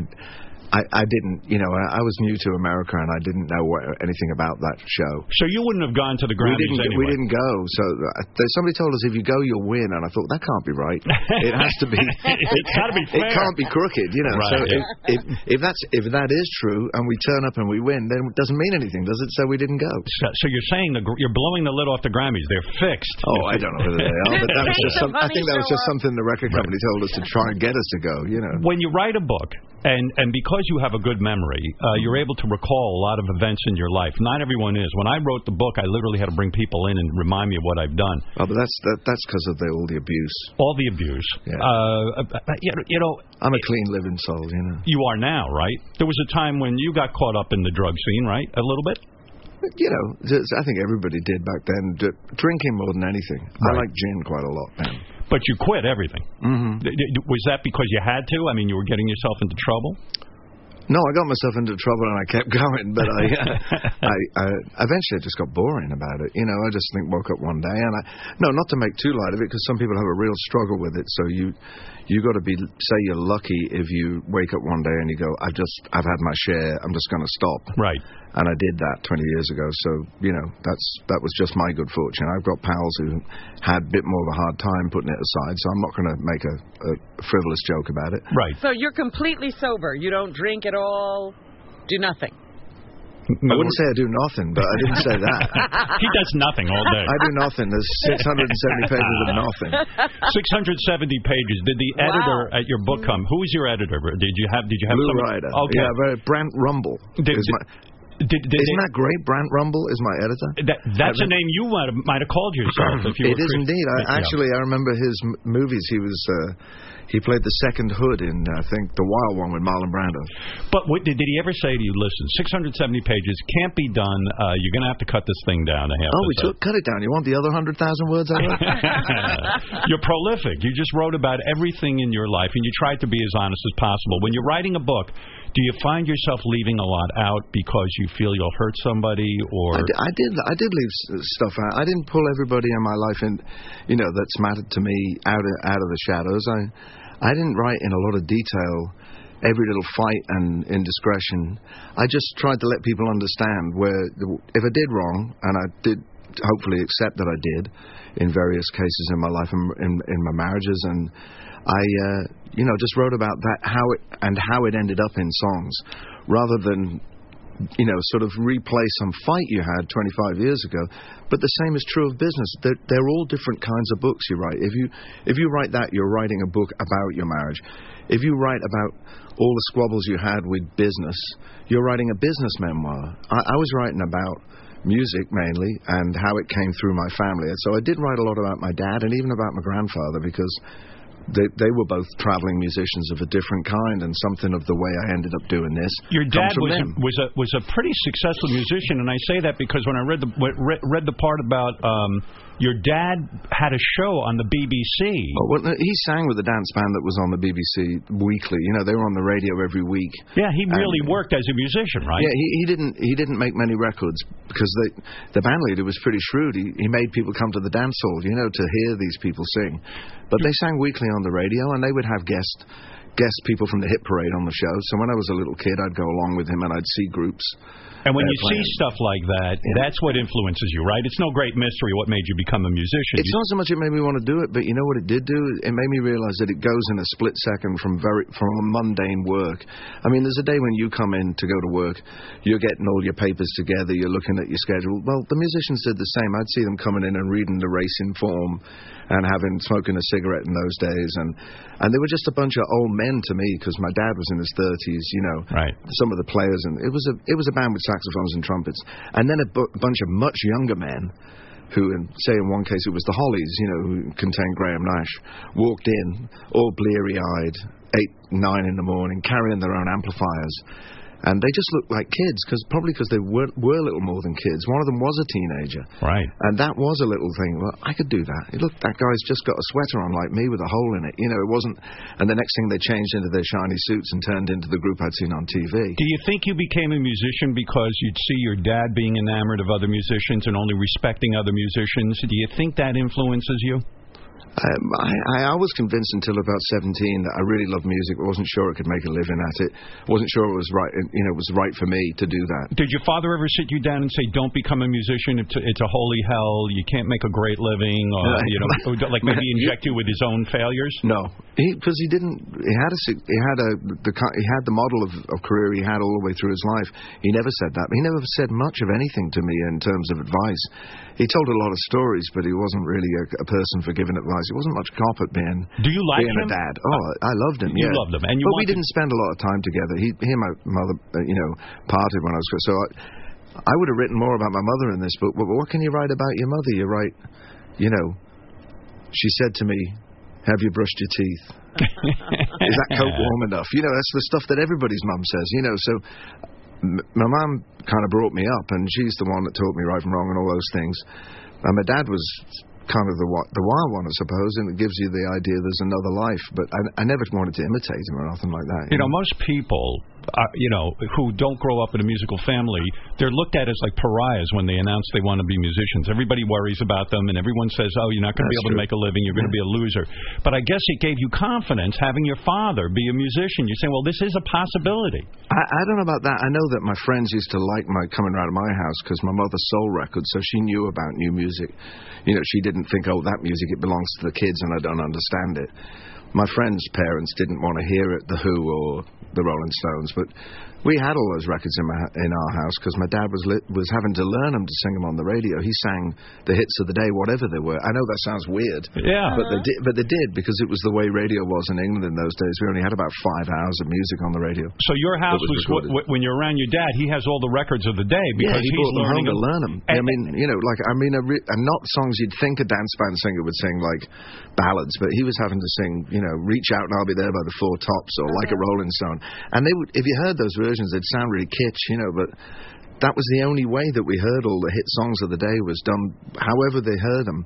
Speaker 19: I, I didn't, you know, I, I was new to America and I didn't know what, anything about that show.
Speaker 4: So you wouldn't have gone to the Grammys
Speaker 19: we didn't,
Speaker 4: anyway.
Speaker 19: we didn't go. So uh, th- somebody told us if you go, you'll win, and I thought that can't be right. It has to be.
Speaker 4: It's gotta be
Speaker 19: It
Speaker 4: fair.
Speaker 19: can't be crooked, you know.
Speaker 4: Right,
Speaker 19: so
Speaker 4: yeah.
Speaker 19: if, if if that's if that is true, and we turn up and we win, then it doesn't mean anything, does it? So we didn't go.
Speaker 4: So, so you're saying the, gr- you're blowing the lid off the Grammys? They're fixed.
Speaker 19: Oh, I don't know whether they are, but that was just some, I think that was just something the record company told us to try and get us to go. You know,
Speaker 4: when you write a book and and because you have a good memory uh, you're able to recall a lot of events in your life not everyone is when i wrote the book i literally had to bring people in and remind me of what i've done
Speaker 19: oh, but that's that, that's because of the, all the abuse.
Speaker 4: all the abuse uh, uh, uh, you know- you know
Speaker 19: I'm a clean living soul. You know,
Speaker 4: you are now right there was a time when you got caught up in the drug scene right a little bit
Speaker 19: but, you know, just- I think everybody did back then. d- Drinking more than anything. I like gin quite a lot. Man.
Speaker 4: but you quit everything
Speaker 19: Mhm.
Speaker 4: D- d- was that because you had to i mean you were getting yourself into trouble
Speaker 19: No, I got myself into trouble and I kept going, but I, uh, I, I eventually I just got boring about it. You know, I just think woke up one day and I, no, not to make too light of it, because some people have a real struggle with it. So you, you got to be say you're lucky if you wake up one day and you go, I've just, I've had my share, I'm just going to stop.
Speaker 4: Right.
Speaker 19: And I did that 20 years ago. So you know, that's that was just my good fortune. I've got pals who had a bit more of a hard time putting it aside, so I'm not going to make a, a frivolous joke about it.
Speaker 4: Right.
Speaker 7: So you're completely sober. You don't drink at all. Do nothing.
Speaker 19: I wouldn't say I do nothing, but I didn't say that.
Speaker 4: he does nothing all day.
Speaker 19: I do nothing. There's 670 pages of nothing.
Speaker 3: Uh.
Speaker 4: 670 pages. Did the editor at your book come? Who was your editor? Did you have? Did you have?
Speaker 19: Lou
Speaker 4: someone-
Speaker 19: Ryder.
Speaker 4: Okay.
Speaker 19: Yeah, very- Brant Rumble.
Speaker 4: Did-
Speaker 19: is
Speaker 4: did-
Speaker 19: my,
Speaker 4: did- did
Speaker 19: isn't that
Speaker 4: they-
Speaker 19: great? Brant Rumble is my editor.
Speaker 4: That,
Speaker 19: I
Speaker 4: that's a name you might have, might have called yourself if you
Speaker 19: it
Speaker 4: were
Speaker 19: is
Speaker 4: Chris-
Speaker 19: indeed. I,
Speaker 4: Yeah.
Speaker 19: Actually, I remember his m- movies. He was uh, he played the second hood in I think the Wild One with Marlon Brando.
Speaker 4: But what, did, did he ever say to you, listen, 670 pages can't be done. Uh, you're going to have to cut this thing down to half
Speaker 19: Oh,
Speaker 4: the
Speaker 19: we
Speaker 4: size."
Speaker 19: took cut it down. You want the other hundred thousand words? I wrote?
Speaker 4: You're prolific. You just wrote about everything in your life, and you tried to be as honest as possible. When you're writing a book, do you find yourself leaving a lot out because you feel you'll hurt somebody, or
Speaker 19: I di- I did. I did leave s- stuff out. I didn't pull everybody in my life, in, you know, that's mattered to me out of out of the shadows. I, I didn't write in a lot of detail every little fight and indiscretion. I just tried to let people understand where the- if I did wrong, and I did hopefully accept that I did in various cases in my life and in, in my marriages and I uh, you know just wrote about that how it and how it ended up in songs rather than you know sort of replay some fight you had 25 years ago but the same is true of business they're, they're all different kinds of books you write if you if you write that you're writing a book about your marriage if you write about all the squabbles you had with business you're writing a business memoir I, I was writing about music mainly and how it came through my family. And so I did write a lot about my dad and even about my grandfather because they, they were both traveling musicians of a different kind and something of the way I ended up doing this.
Speaker 4: Your
Speaker 19: comes
Speaker 4: dad
Speaker 19: from
Speaker 4: was
Speaker 19: them.
Speaker 4: was a was a pretty successful musician, and I say that because when I read the what- re- read the part about um, your dad had a show on the BBC.
Speaker 19: Oh, well, no, he sang with a dance band that was on the BBC weekly. You know, they were on the radio every week.
Speaker 4: Yeah, he
Speaker 19: And-
Speaker 4: really worked as a musician, right?
Speaker 19: Yeah, he, he didn't he didn't make many records because the the band leader was pretty shrewd. He, he made people come to the dance hall, you know, to hear these people sing. But they sang weekly on the radio, and they would have guest guest people from the hit parade on the show. So when I was a little kid, I'd go along with him, and I'd see groups.
Speaker 4: and when
Speaker 19: uh,
Speaker 4: you see
Speaker 19: playing.
Speaker 4: stuff like that, that's what influences you, right? It's no great mystery what made you become a musician.
Speaker 19: It's not so much it made me want to do it, but you know what it did do? It made me realize that it goes in a split second from very from mundane work. I mean, there's a day when you come in to go to work, you're getting all your papers together, you're looking at your schedule. Well, the musicians did the same. I'd see them coming in and reading the racing form, and having smoking a cigarette in those days, and and they were just a bunch of old men to me because my dad was in his 30s, you know.
Speaker 4: Right.
Speaker 19: Some of the players, and it was a it was a band with saxophones and trumpets, and then a bu- bunch of much younger men who, in, say in one case it was the Hollies, you know, who contained Graham Nash, walked in, all bleary eyed, eight, nine in the morning, carrying their own amplifiers. And they just looked like kids, cause, probably because they were, were little more than kids. One of them was a teenager.
Speaker 4: Right.
Speaker 19: And that was a little thing. Well, I could do that. Look, that guy's just got a sweater on like me with a hole in it. You know, it wasn't. And the next thing they changed into their shiny suits and turned into the group I'd seen on TV.
Speaker 4: Do you think you became a musician because you'd see your dad being enamored of other musicians and only respecting other musicians? Do you think that influences you?
Speaker 19: Um, I, I was convinced until about 17 that I really loved music. I wasn't sure I could make a living at it. wasn't sure it was right. You know, it was right for me to do that.
Speaker 4: Did your father ever sit you down and say, "Don't become a musician. It's a, it's a holy hell. You can't make a great living," or
Speaker 19: No.
Speaker 4: you know, like maybe inject you with his own failures?
Speaker 19: No, because he, didn't. He had a. sig- He had a. The, ki- he had the model of, of career he had all the way through his life. He never said that. He never said much of anything to me in terms of advice. He told a lot of stories, but he wasn't really a, a person for giving advice. He wasn't much cop at being.
Speaker 4: Do you like
Speaker 19: being
Speaker 4: him?
Speaker 19: a dad? Oh, I loved him.
Speaker 4: You
Speaker 19: yeah.
Speaker 4: loved him, and you
Speaker 19: but we
Speaker 4: wanted-
Speaker 19: didn't spend a lot of time together. He, he and my mother, uh, you know, parted when I was so. I, I would have written more about my mother in this book, but what can you write about your mother? You write, you know, she said to me, "Have you brushed your teeth? Is that coat warm enough?" You know, that's the stuff that everybody's mum says. You know, so m- my mum kind of brought me up, and she's the one that taught me right from wrong and all those things. And my dad was kind of the wi- the wild one, I suppose, and it gives you the idea there's another life. But I, I never wanted to imitate him or nothing like that.
Speaker 4: You know, most people, are, you know, who don't grow up in a musical family, they're looked at as like pariahs when they announce they want to be musicians. Everybody worries about them, and everyone says, "Oh, you're not going to be
Speaker 3: That's
Speaker 4: able to
Speaker 3: true.
Speaker 4: make a living. You're going to be a loser." But I guess it gave you confidence having your father be a musician. You're saying, "Well, this is a possibility."
Speaker 19: I, I don't know about that. I know that my friends used to like my coming round to my house because my mother sold records, so she knew about new music. You know, she didn't think, oh, that music it belongs to the kids, and I don't understand it. my friend's parents didn't want to hear it, the Who or the Rolling Stones, but we had all those records in, my, in our house because my dad was lit, was having to learn them to sing them on the radio. He sang the hits of the day, whatever they were. I know that sounds weird,
Speaker 4: Yeah.
Speaker 19: but they did, but they did because it was the way radio was in England in those days. We only had about five hours of music on the radio.
Speaker 4: So your house
Speaker 19: was
Speaker 4: was, w- w- when you're around your dad, he has all the records of the day
Speaker 19: yeah,
Speaker 4: because
Speaker 19: he
Speaker 4: he's
Speaker 19: brought them home
Speaker 4: learning
Speaker 19: to learn them. I
Speaker 4: And-
Speaker 19: mean, you know, like I mean, a re- and not songs you'd think a dance band singer would sing, like ballads, but he was having to sing, you know, "Reach Out and I'll Be There" by the Four Tops or "Like a Rolling Stone," and they would, if you heard those versions, they'd sound really kitsch, you know, but. That was the only way that we heard all the hit songs of the day was done however they heard them.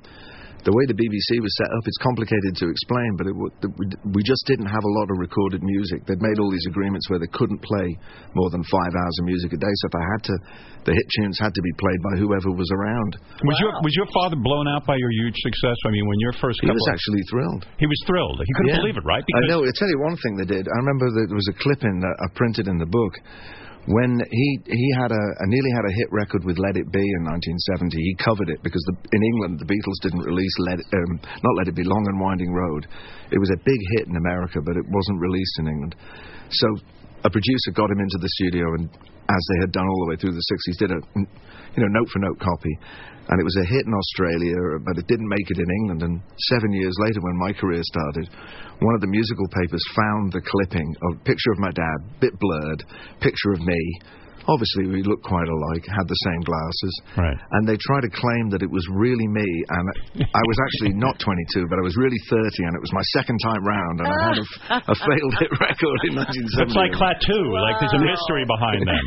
Speaker 19: The way the BBC was set up, it's complicated to explain, but it, wa- th- we d- we just didn't have a lot of recorded music. They'd made all these agreements where they couldn't play more than five hours of music a day, so they had to, the hit tunes had to be played by whoever was around.
Speaker 4: Was your was your father blown out by your huge success? I mean, when your first
Speaker 19: He
Speaker 4: couple
Speaker 19: was actually thrilled.
Speaker 4: he was thrilled. He couldn't
Speaker 19: Yeah.
Speaker 4: believe it, right?
Speaker 19: I know. I tell you one thing they did. I remember that there was a clip in that I printed in the book when he he had a, a nearly had a hit record with Let It Be in 1970. He covered it because the, in England the Beatles didn't release Let It- um, not Let It Be Long and Winding Road. It was a big hit in America, but it wasn't released in England. So a producer got him into the studio and. As they had done all the way through the 60s, did a you know note for note copy, and it was a hit in Australia, but it didn't make it in England. And seven years later, when my career started, one of the musical papers found the clipping of picture of my dad, bit blurred, picture of me. Obviously, we looked quite alike, had the same glasses,
Speaker 4: Right.
Speaker 19: and they tried to claim that it was really me. And I was actually not 22, but I was really 30, and it was my second time round, and I had a, f- a failed hit record in 1970.
Speaker 4: It's like Clatu. Like there's a mystery behind that.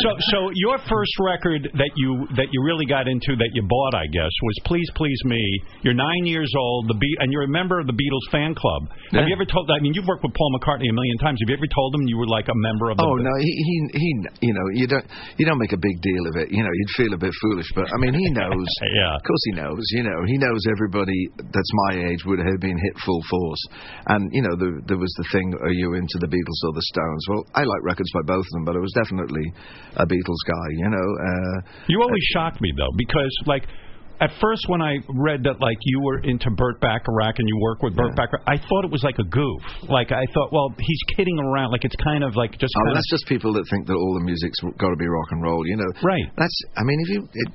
Speaker 4: so, so your first record that you that you really got into that you bought, I guess, was "Please Please Me." You're nine years old, the Be and you're a member of the Beatles fan club. Have you ever told? I mean, you've worked with Paul McCartney a million times. Have you ever told him you were like a member of? The
Speaker 19: Oh no, he, he he you know you don't you don't make a big deal of it. You know you'd feel a bit foolish, but I mean he knows.
Speaker 4: yeah.
Speaker 19: Of course he knows. You know he knows everybody that's my age would have been hit full force, and you know the, there was the thing: are you into the Beatles or the Stones? Well, I like records by both of them, but I was definitely a Beatles guy. You know. Uh,
Speaker 4: You always shocked me though, because like at first when I read that like you were into Burt Bacharach and you work with Burt Bacharach, I thought it was like a goof. Like I thought, well, he's kidding around. Like it's kind of like just.
Speaker 19: Oh,
Speaker 4: kind
Speaker 19: that's just people that think that all the music's got to be rock and roll. You know,
Speaker 4: right?
Speaker 19: That's. I mean, if you. It,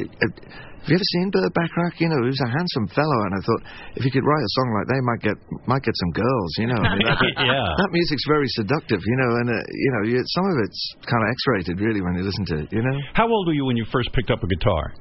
Speaker 19: it, it, have you ever seen Burt Bacharach? You know, he was a handsome fellow, and I thought if he could write a song like that, he might get might get some girls. You know, I mean, that,
Speaker 4: Yeah.
Speaker 19: that music's very seductive. You know, and uh, you know, you, some of it's kind of X-rated, really, when you listen to it. You know,
Speaker 4: How old were you when you first picked up a guitar?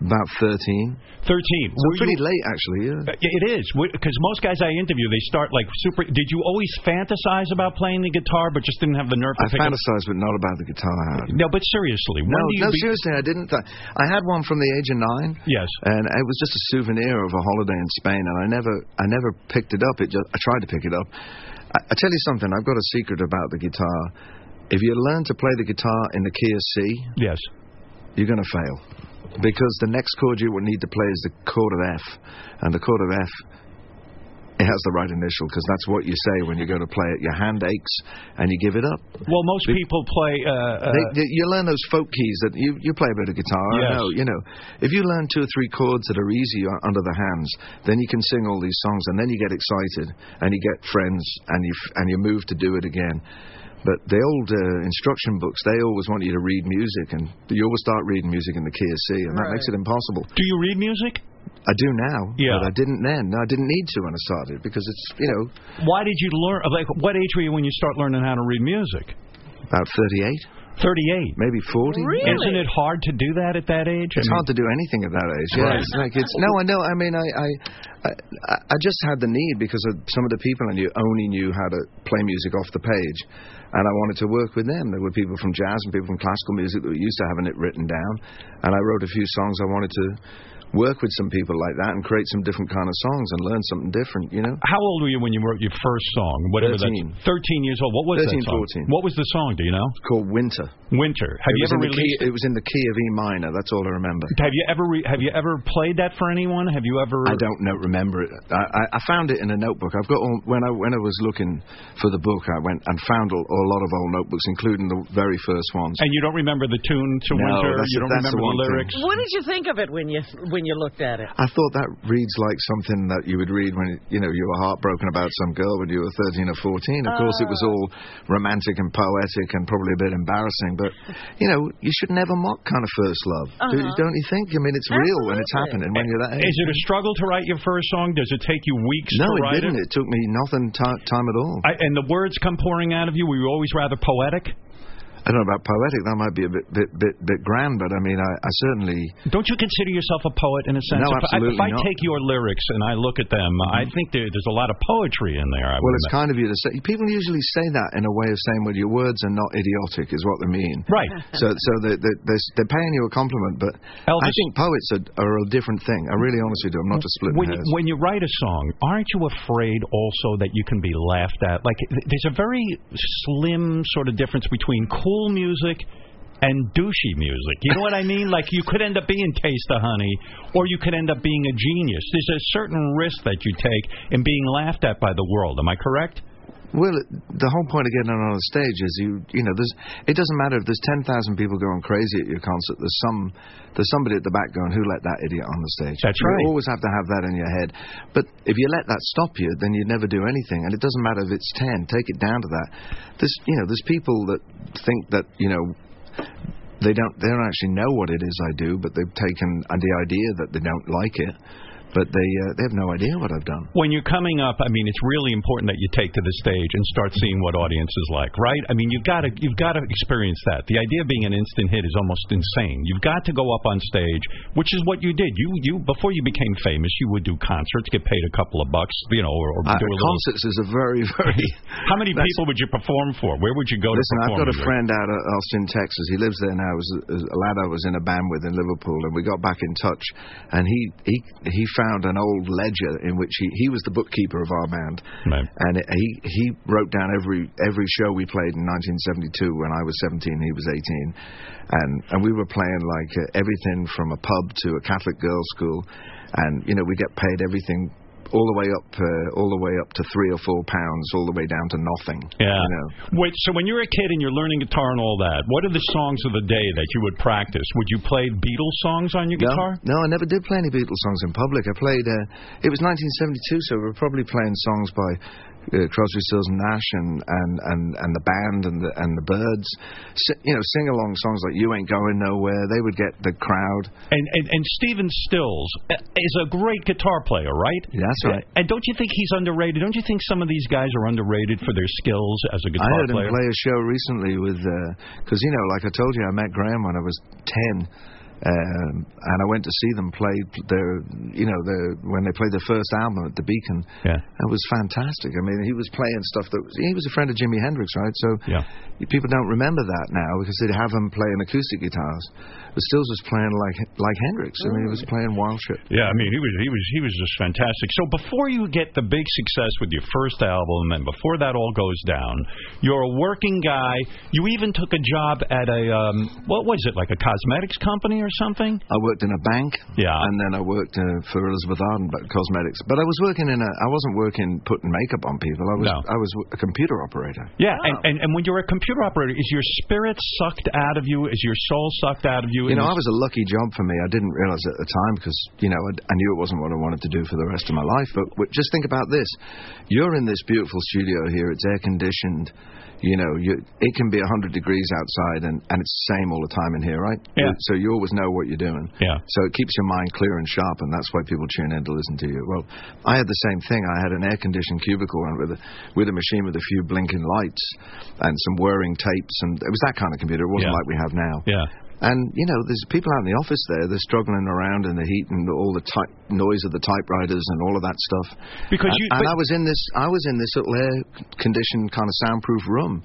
Speaker 19: about thirteen.
Speaker 4: Thirteen.
Speaker 19: So pretty late, actually. Yeah.
Speaker 4: It is because most guys I interview, they start like super. Did you always fantasize about playing the guitar, but just didn't have the nerve to
Speaker 19: I
Speaker 4: pick up?
Speaker 19: fantasize, but not about the guitar. Howard.
Speaker 4: No, but seriously, when
Speaker 19: no,
Speaker 4: do you
Speaker 19: no,
Speaker 4: be-
Speaker 19: seriously, I didn't. Th- I had one from the age of nine.
Speaker 4: Yes.
Speaker 19: And it was just a souvenir of a holiday in Spain, and I never, I never picked it up. It just, I tried to pick it up. I, I tell you something. I've got a secret about the guitar. If you learn to play the guitar in the key of C,
Speaker 4: yes,
Speaker 19: you're going to fail because the next chord you will need to play is the chord of F, and the chord of F. It has the right initial because that's what you say when you go to play it. Your hand aches and you give it up.
Speaker 4: Well, most people play. Uh, uh,
Speaker 19: They, they, you learn those folk keys that you, you play a bit of guitar.
Speaker 4: Yes.
Speaker 19: I know, you know. If you learn two or three chords that are easy u- under the hands, then you can sing all these songs, and then you get excited, and you get friends, and you f- and you move to do it again. But the old uh, instruction books, they always want you to read music, and you always start reading music in the key of C, and that makes it impossible.
Speaker 4: Do you read music?
Speaker 19: I do now, yeah. but I didn't then. No, I didn't need to when I started because it's you know
Speaker 4: Why did you learn? Like, what age were you when you start learning how to read music?
Speaker 19: about thirty-eight.
Speaker 4: Thirty-eight,
Speaker 19: maybe forty.
Speaker 4: Isn't it hard to do that at that age?
Speaker 19: It's hard to do anything at that age. Yeah,
Speaker 4: Right.
Speaker 19: it's like it's no, I know. I mean, I, I, I, I just had the need because of some of the people I knew only knew how to play music off the page, and I wanted to work with them. There were people from jazz and people from classical music that were used to having it written down, and I wrote a few songs. I wanted to work with some people like that and create some different kind of songs and learn something different. You know.
Speaker 4: How old were you when you wrote your first song? Whatever
Speaker 19: Thirteen.
Speaker 4: That's, Thirteen years old. What was
Speaker 19: 13,
Speaker 4: that song?
Speaker 19: 14.
Speaker 4: What was the song? Do you know? It's
Speaker 19: called Winter.
Speaker 4: Winter. Have
Speaker 19: It
Speaker 4: you
Speaker 19: was
Speaker 4: ever
Speaker 19: in the key-
Speaker 4: released?
Speaker 19: It was in the key of E minor. That's all I remember.
Speaker 4: Have you ever re- have you ever played that for anyone? Have you ever?
Speaker 19: I don't know, remember it. I, I, I found it in a notebook. I've got all, when I when I was looking for the book, I went and found a, a lot of old notebooks, including the very first ones.
Speaker 4: And you don't remember the tune to
Speaker 19: No,
Speaker 4: Winter?
Speaker 19: that's-
Speaker 4: You don't
Speaker 19: that's the
Speaker 4: remember the,
Speaker 19: one thing.
Speaker 4: lyrics?
Speaker 7: What did you think of it when you when you looked at it?
Speaker 19: I thought that reads like something that you would read when you know you were heartbroken about some girl when you were 13 or 14. Of course, it was
Speaker 4: Oh.
Speaker 19: all romantic and poetic and probably a bit embarrassing, but you know you should never mock kind of first love, do
Speaker 4: Uh-huh.
Speaker 19: you- don't you think? I mean, it's real when it's happening when you're that age.
Speaker 4: Is it a struggle to write your first song? Does it take you weeks
Speaker 19: no,
Speaker 4: to
Speaker 19: it
Speaker 4: write
Speaker 19: didn't. It took me nothing ti time at all.
Speaker 4: I, and the words come pouring out of you. Were you always rather poetic?
Speaker 19: I don't know about poetic. That might be a bit bit bit, bit grand, but I mean, I, I certainly.
Speaker 4: Don't you consider yourself a poet in a sense?
Speaker 19: No,
Speaker 4: If I-
Speaker 19: absolutely
Speaker 4: if I,
Speaker 19: not. Mm-hmm.
Speaker 4: take your lyrics and I look at them, I think there, there's a lot of poetry in there.
Speaker 19: Well,
Speaker 4: I would
Speaker 19: it's kind of you to say. People usually say that in a way of saying, "Well, your words are not idiotic," is what they mean.
Speaker 4: Right.
Speaker 19: So, so they, they, they're, they're paying you a compliment, but I think poets are, are a different thing. I really, honestly do. I'm not just splitting
Speaker 4: when,
Speaker 19: hairs.
Speaker 4: when you write a song, aren't you afraid also that you can be laughed at? Like, th- there's a very slim sort of difference between cool music and douchey music. You know what I mean? Like, you could end up being Taste of Honey, or you could end up being a genius. There's a certain risk that you take in being laughed at by the world. Am I correct?
Speaker 19: Well, it- the whole point of getting on on stage is you, you know, there's, it doesn't matter if there's 10,000 people going crazy at your concert. There's some, there's somebody at the back going, who let that idiot on the stage?
Speaker 4: That's
Speaker 19: you
Speaker 4: right.
Speaker 19: always have to have that in your head. But if you let that stop you, then you never do anything. And it doesn't matter if it's 10, take it down to that. There's, you know, there's people that think that, you know, they don't, they don't actually know what it is I do, but they've taken uh, the idea that they don't like it. But they, uh, they have no idea what I've done.
Speaker 4: When you're coming up, I mean, it's really important that you take to the stage and start seeing what audience is like, right? I mean, you've got to you've got to experience that. The idea of being an instant hit is almost insane. You've got to go up on stage, which is what you did. You you before you became famous, you would do concerts, get paid a couple of bucks, you know, or, or
Speaker 19: Uh,
Speaker 4: do a little.
Speaker 19: concerts is a very, very.
Speaker 4: How many
Speaker 19: that's-
Speaker 4: people would you perform for? Where would you go
Speaker 19: Listen,
Speaker 4: to
Speaker 19: I've
Speaker 4: perform?
Speaker 19: got a
Speaker 4: with?
Speaker 19: friend out of Austin, Texas. He lives there now. He Was a, a lad I was in a band with in Liverpool, and we got back in touch. And he he he found an old ledger in which he he was the bookkeeper of our band, and it, he he wrote down every every show we played in 1972 when I was 17, he was 18, and and we were playing like uh, everything from a pub to a Catholic girls' school, and you know we get paid everything. All the way up, uh, all the way up to three or four pounds, all the way down to nothing.
Speaker 4: Yeah.
Speaker 19: you know.
Speaker 4: Wait, so when you're a kid and you're learning guitar and all that, what are the songs of the day that you would practice? Would you play Beatles songs on your guitar?
Speaker 19: No, I never did play any Beatles songs in public. I played. Uh, it was 1972, so we were probably playing songs by uh, Crosby, Stills and Nash, and, and and and the band and the and the Birds. S- you know, sing along songs like "You Ain't Going Nowhere." They would get the crowd.
Speaker 4: And, and and Steven Stills uh, is a great guitar player, right?
Speaker 19: That's right.
Speaker 4: And don't you think he's underrated? Don't you think some of these guys are underrated for their skills as a guitar
Speaker 19: I heard
Speaker 4: player?
Speaker 19: him play a show recently with, because you know, like I told you, I met Graham when I was ten, um, and I went to see them play their, you know, their when they played their first album at the Beacon.
Speaker 4: Yeah.
Speaker 19: it was fantastic. I mean, he was playing stuff that was, he was a friend of Jimi Hendrix, right? So
Speaker 4: yeah.
Speaker 19: people don't remember that now because they have him playing acoustic guitars, but Stills was playing like like Hendrix. I mean, he was playing Wild Trip.
Speaker 4: Yeah, I mean he was he was he was just fantastic. So before you get the big success with your first album, and before that all goes down, you're a working guy. You even took a job at a um, what was it like a cosmetics company or something?
Speaker 19: I worked in a bank. Yeah. And then I worked uh, for Elizabeth Arden but cosmetics. But I was working in a. I wasn't working putting makeup on people. I was.
Speaker 4: No.
Speaker 19: I was a computer operator.
Speaker 4: Yeah, and, and and when you're a computer operator, is your spirit sucked out of you? Is your soul sucked out of you?
Speaker 19: You
Speaker 4: in
Speaker 19: know,
Speaker 4: this-
Speaker 19: I was a lucky job for me. I didn't realize it at the time because, you know, I, I knew it wasn't what I wanted to do for the rest of my life. But w- just think about this. You're in this beautiful studio here. It's air conditioned. You know, you, it can be 100 degrees outside and, and it's the same all the time in here, right?
Speaker 4: Yeah.
Speaker 19: So you always know what you're doing.
Speaker 4: Yeah.
Speaker 19: So it keeps your mind clear and sharp, and that's why people tune in to listen to you. Well, I had the same thing. I had an air-conditioned cubicle and with a, with a machine with a few blinking lights and some whirring tapes, and it was that kind of computer. It wasn't
Speaker 4: Yeah.
Speaker 19: like we have now.
Speaker 4: Yeah.
Speaker 19: And you know, there's people out in the office there. They're struggling around in the heat and all the type, noise of the typewriters and all of that stuff.
Speaker 4: Because
Speaker 19: and,
Speaker 4: you-
Speaker 19: and
Speaker 4: but-
Speaker 19: I was in this, I was in this little air-conditioned kind of soundproof room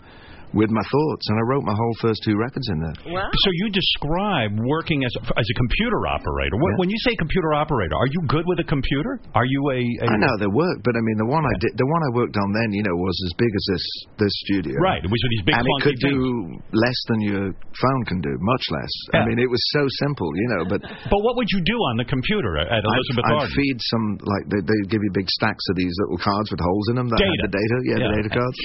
Speaker 19: with my thoughts, and I wrote my whole first two records in there.
Speaker 4: So you describe working as a, as a computer operator. Wh- When you say computer operator, are you good with a computer? Are you a, a
Speaker 19: I know they work, but I mean the one I did, the one I worked on then, you know, was as big as this this studio.
Speaker 4: Right, it was with these big
Speaker 19: and it
Speaker 4: clunky
Speaker 19: could
Speaker 4: things.
Speaker 19: do less than your phone can do, much less. I
Speaker 4: Yeah.
Speaker 19: mean, it was so simple, you know. But
Speaker 4: But what would you do on the computer at at Elizabeth
Speaker 19: I, I
Speaker 4: Arden?
Speaker 19: feed some like they they give you big stacks of these little cards with holes in them that had
Speaker 4: Data.
Speaker 19: the data, yeah, the
Speaker 4: Yeah.
Speaker 19: data cards,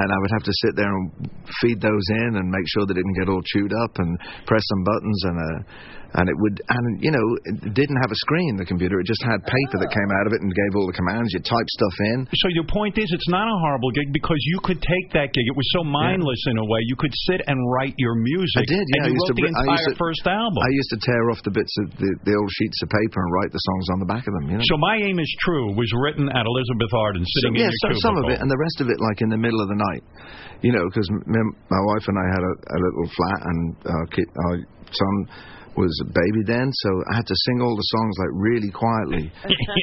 Speaker 19: and I would have to sit there and feed those in and make sure they didn't get all chewed up and press some buttons and uh, and it would and you know it didn't have a screen the computer it just had paper that came out of it and gave all the commands you type stuff in.
Speaker 4: So your point is, it's not a horrible gig because you could take that gig. It was so mindless in a way. You could sit and write your music.
Speaker 19: I did, yeah.
Speaker 4: And
Speaker 19: I used
Speaker 4: you wrote
Speaker 19: to,
Speaker 4: the
Speaker 19: bri- I
Speaker 4: entire
Speaker 19: used to,
Speaker 4: first album.
Speaker 19: I used to tear off the bits of the, the old sheets of paper and write the songs on the back of them. You know.
Speaker 4: So my aim is true was written at Elizabeth Arden,
Speaker 19: So,
Speaker 4: sitting in
Speaker 19: yeah,
Speaker 4: your
Speaker 19: so
Speaker 4: cubicle.
Speaker 19: some of it, and the rest of it, like in the middle of the night, you know, because my wife and I had a, a little flat, and our, kid, our son was a baby then, so I had to sing all the songs like really quietly,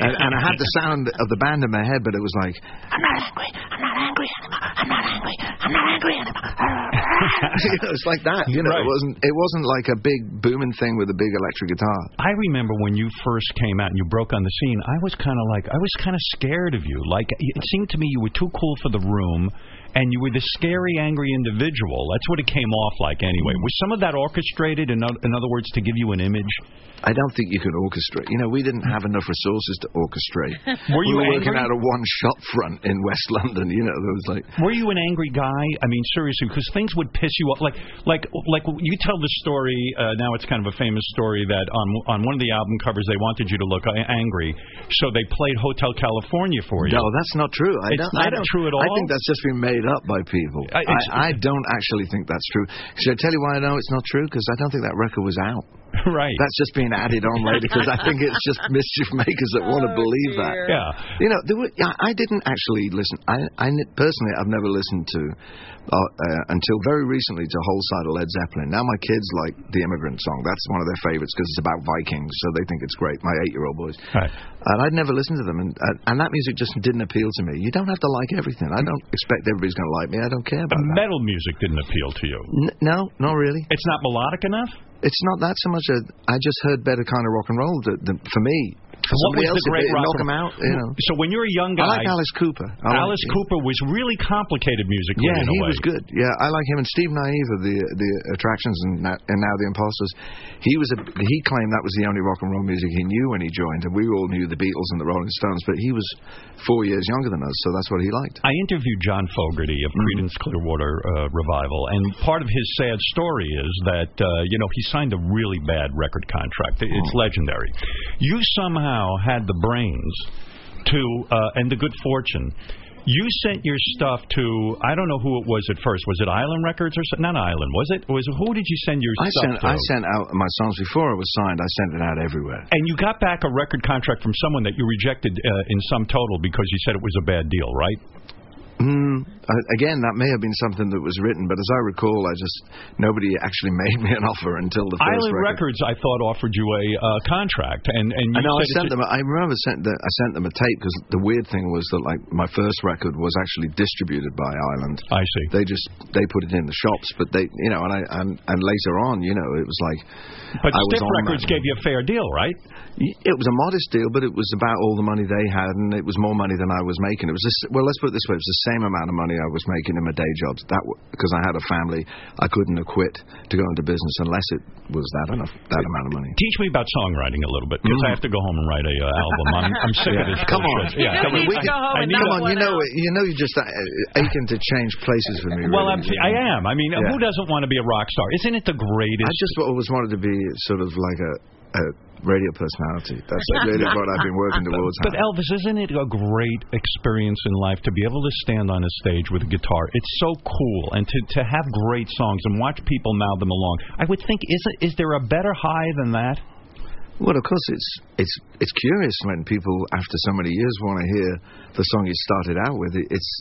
Speaker 19: and, and I had the sound of the band in my head, but it was like I'm not angry. I'm not angry anymore. I'm not angry. I'm not angry anymore. you know, it's like that. You know, it wasn't it wasn't like a big booming thing with a big electric guitar.
Speaker 4: I remember when you first came out and you broke on the scene. I was kind of like, I was kind of scared of you. Like it seemed to me you were too cool for the room, and you were this scary, angry individual. That's what it came off like, anyway.
Speaker 19: Mm-hmm.
Speaker 4: Was some of that orchestrated? In, oth- in other words, to give you an image?
Speaker 19: I don't think you could orchestrate. You know, we didn't have enough resources to orchestrate.
Speaker 4: Were you
Speaker 19: we were working
Speaker 4: angry?
Speaker 19: out a one-shop front in West London. You know, there was like
Speaker 4: Were you an angry guy? I mean, seriously, because things would piss you off. Like, like, like you tell the story. Uh, now it's kind of a famous story that on on one of the album covers they wanted you to look a- angry, so they played Hotel California for you.
Speaker 19: No, that's not true. I
Speaker 4: It's
Speaker 19: don't,
Speaker 4: not
Speaker 19: I don't,
Speaker 4: true at all?
Speaker 19: I think that's just been made up by people.
Speaker 4: I-
Speaker 19: I,
Speaker 4: it's-
Speaker 19: I, don't actually think that's true. Should I tell you why I know it's not true? Because I don't think that record was out.
Speaker 4: Right.
Speaker 19: That's just being added on later because I think it's just mischief makers that want to
Speaker 17: Uh,
Speaker 19: believe that.
Speaker 4: Yeah.
Speaker 19: You know, there were, yeah, I didn't actually listen. I, I n- personally, I've never listened to uh, uh, until very recently to whole side of Led Zeppelin. Now my kids like the Immigrant Song. That's one of their favorites because it's about Vikings, so they think it's great. My eight-year-old boys. And I'd never listened to them, and uh, and that music just didn't appeal to me. You don't have to like everything. I don't expect everybody's going to like me. I don't care about that.
Speaker 4: Metal music didn't appeal to you.
Speaker 19: N- no, not really.
Speaker 4: It's not melodic enough.
Speaker 19: It's not that so much. A, I just heard better kind of rock and roll that, that, for me. For
Speaker 4: What
Speaker 19: somebody
Speaker 4: was
Speaker 19: else,
Speaker 4: the great
Speaker 19: it,
Speaker 4: rock
Speaker 19: knock
Speaker 4: and-
Speaker 19: them out. You know.
Speaker 4: So when you're a young guy,
Speaker 19: I like Alice Cooper. I like-
Speaker 4: Alice Cooper was really complicated musically.
Speaker 19: Yeah,
Speaker 4: in a
Speaker 19: he
Speaker 4: way.
Speaker 19: was good. Yeah, I like him and Steve Naive of the the Attractions and Na- and now the Imposters. He was a he claimed that was the only rock and roll music he knew when he joined, and we all knew the Beatles and the Rolling Stones, but he was four years younger than us, so that's what he liked.
Speaker 4: I interviewed John Fogerty of
Speaker 19: Mm-hmm.
Speaker 4: Creedence Clearwater uh, Revival, and part of his sad story is that uh, you know he signed a really bad record contract. It- It's
Speaker 19: Mm.
Speaker 4: legendary. You somehow had the brains to uh, and the good fortune. You sent your stuff to I don't know who it was at first. Was it Island Records or so- not Island? Was it? Was who did you send your
Speaker 19: I
Speaker 4: stuff
Speaker 19: sent
Speaker 4: to?
Speaker 19: I sent out my songs before I was signed. I sent it out everywhere.
Speaker 4: and you got back a record contract from someone that you rejected uh, in some total because you said it was a bad deal, right?
Speaker 19: Mm, I- again, that may have been something that was written, but as I recall, I just nobody actually made me an offer until the first
Speaker 4: Island
Speaker 19: record.
Speaker 4: Records, I thought, offered you a uh, contract, and and
Speaker 19: I
Speaker 4: you
Speaker 19: know I
Speaker 4: said
Speaker 19: sent
Speaker 4: it-
Speaker 19: them. I remember sent the, I sent them a tape because the weird thing was that like my first record was actually distributed by Island.
Speaker 4: I see.
Speaker 19: They just they put it in the shops, but they you know and I and, and later on you know it was like.
Speaker 4: But
Speaker 19: I was
Speaker 4: Stiff
Speaker 19: on that.
Speaker 4: Records gave you a fair deal, right?
Speaker 19: Y- It was a modest deal, but it was about all the money they had, and it was more money than I was making. It was just, well, let's put it this way: it was the same amount of money I was making in my day jobs. That because I had a family, I couldn't have quit to go into business unless it was that enough that amount of money.
Speaker 4: Teach me about songwriting a little bit, because I have to go home and write a uh, album. I'm, I'm sick
Speaker 19: Mm-hmm. Yeah.
Speaker 4: of this.
Speaker 19: Come on,
Speaker 4: bullshit. Yeah,
Speaker 19: come on, we
Speaker 4: I-
Speaker 19: can-
Speaker 4: I need
Speaker 19: come
Speaker 4: a-
Speaker 19: on. You know, you know, you're just uh, aching to change places with me.
Speaker 4: Well, I'm,
Speaker 19: really.
Speaker 4: I am. I mean,
Speaker 19: Yeah.
Speaker 4: who doesn't want to be a rock star? Isn't it the
Speaker 19: I
Speaker 4: greatest?
Speaker 19: just always wanted to be sort of like a, a radio personality. That's really what I've been working towards.
Speaker 4: But Elvis, isn't it a great experience in life to be able to stand on a stage with a guitar? It's so cool, and to to have great songs and watch people mouth them along. I would think, is it, is there a better high than that?
Speaker 19: Well, of course, it's it's it's curious when people, after so many years, want to hear the song you started out with. It- It's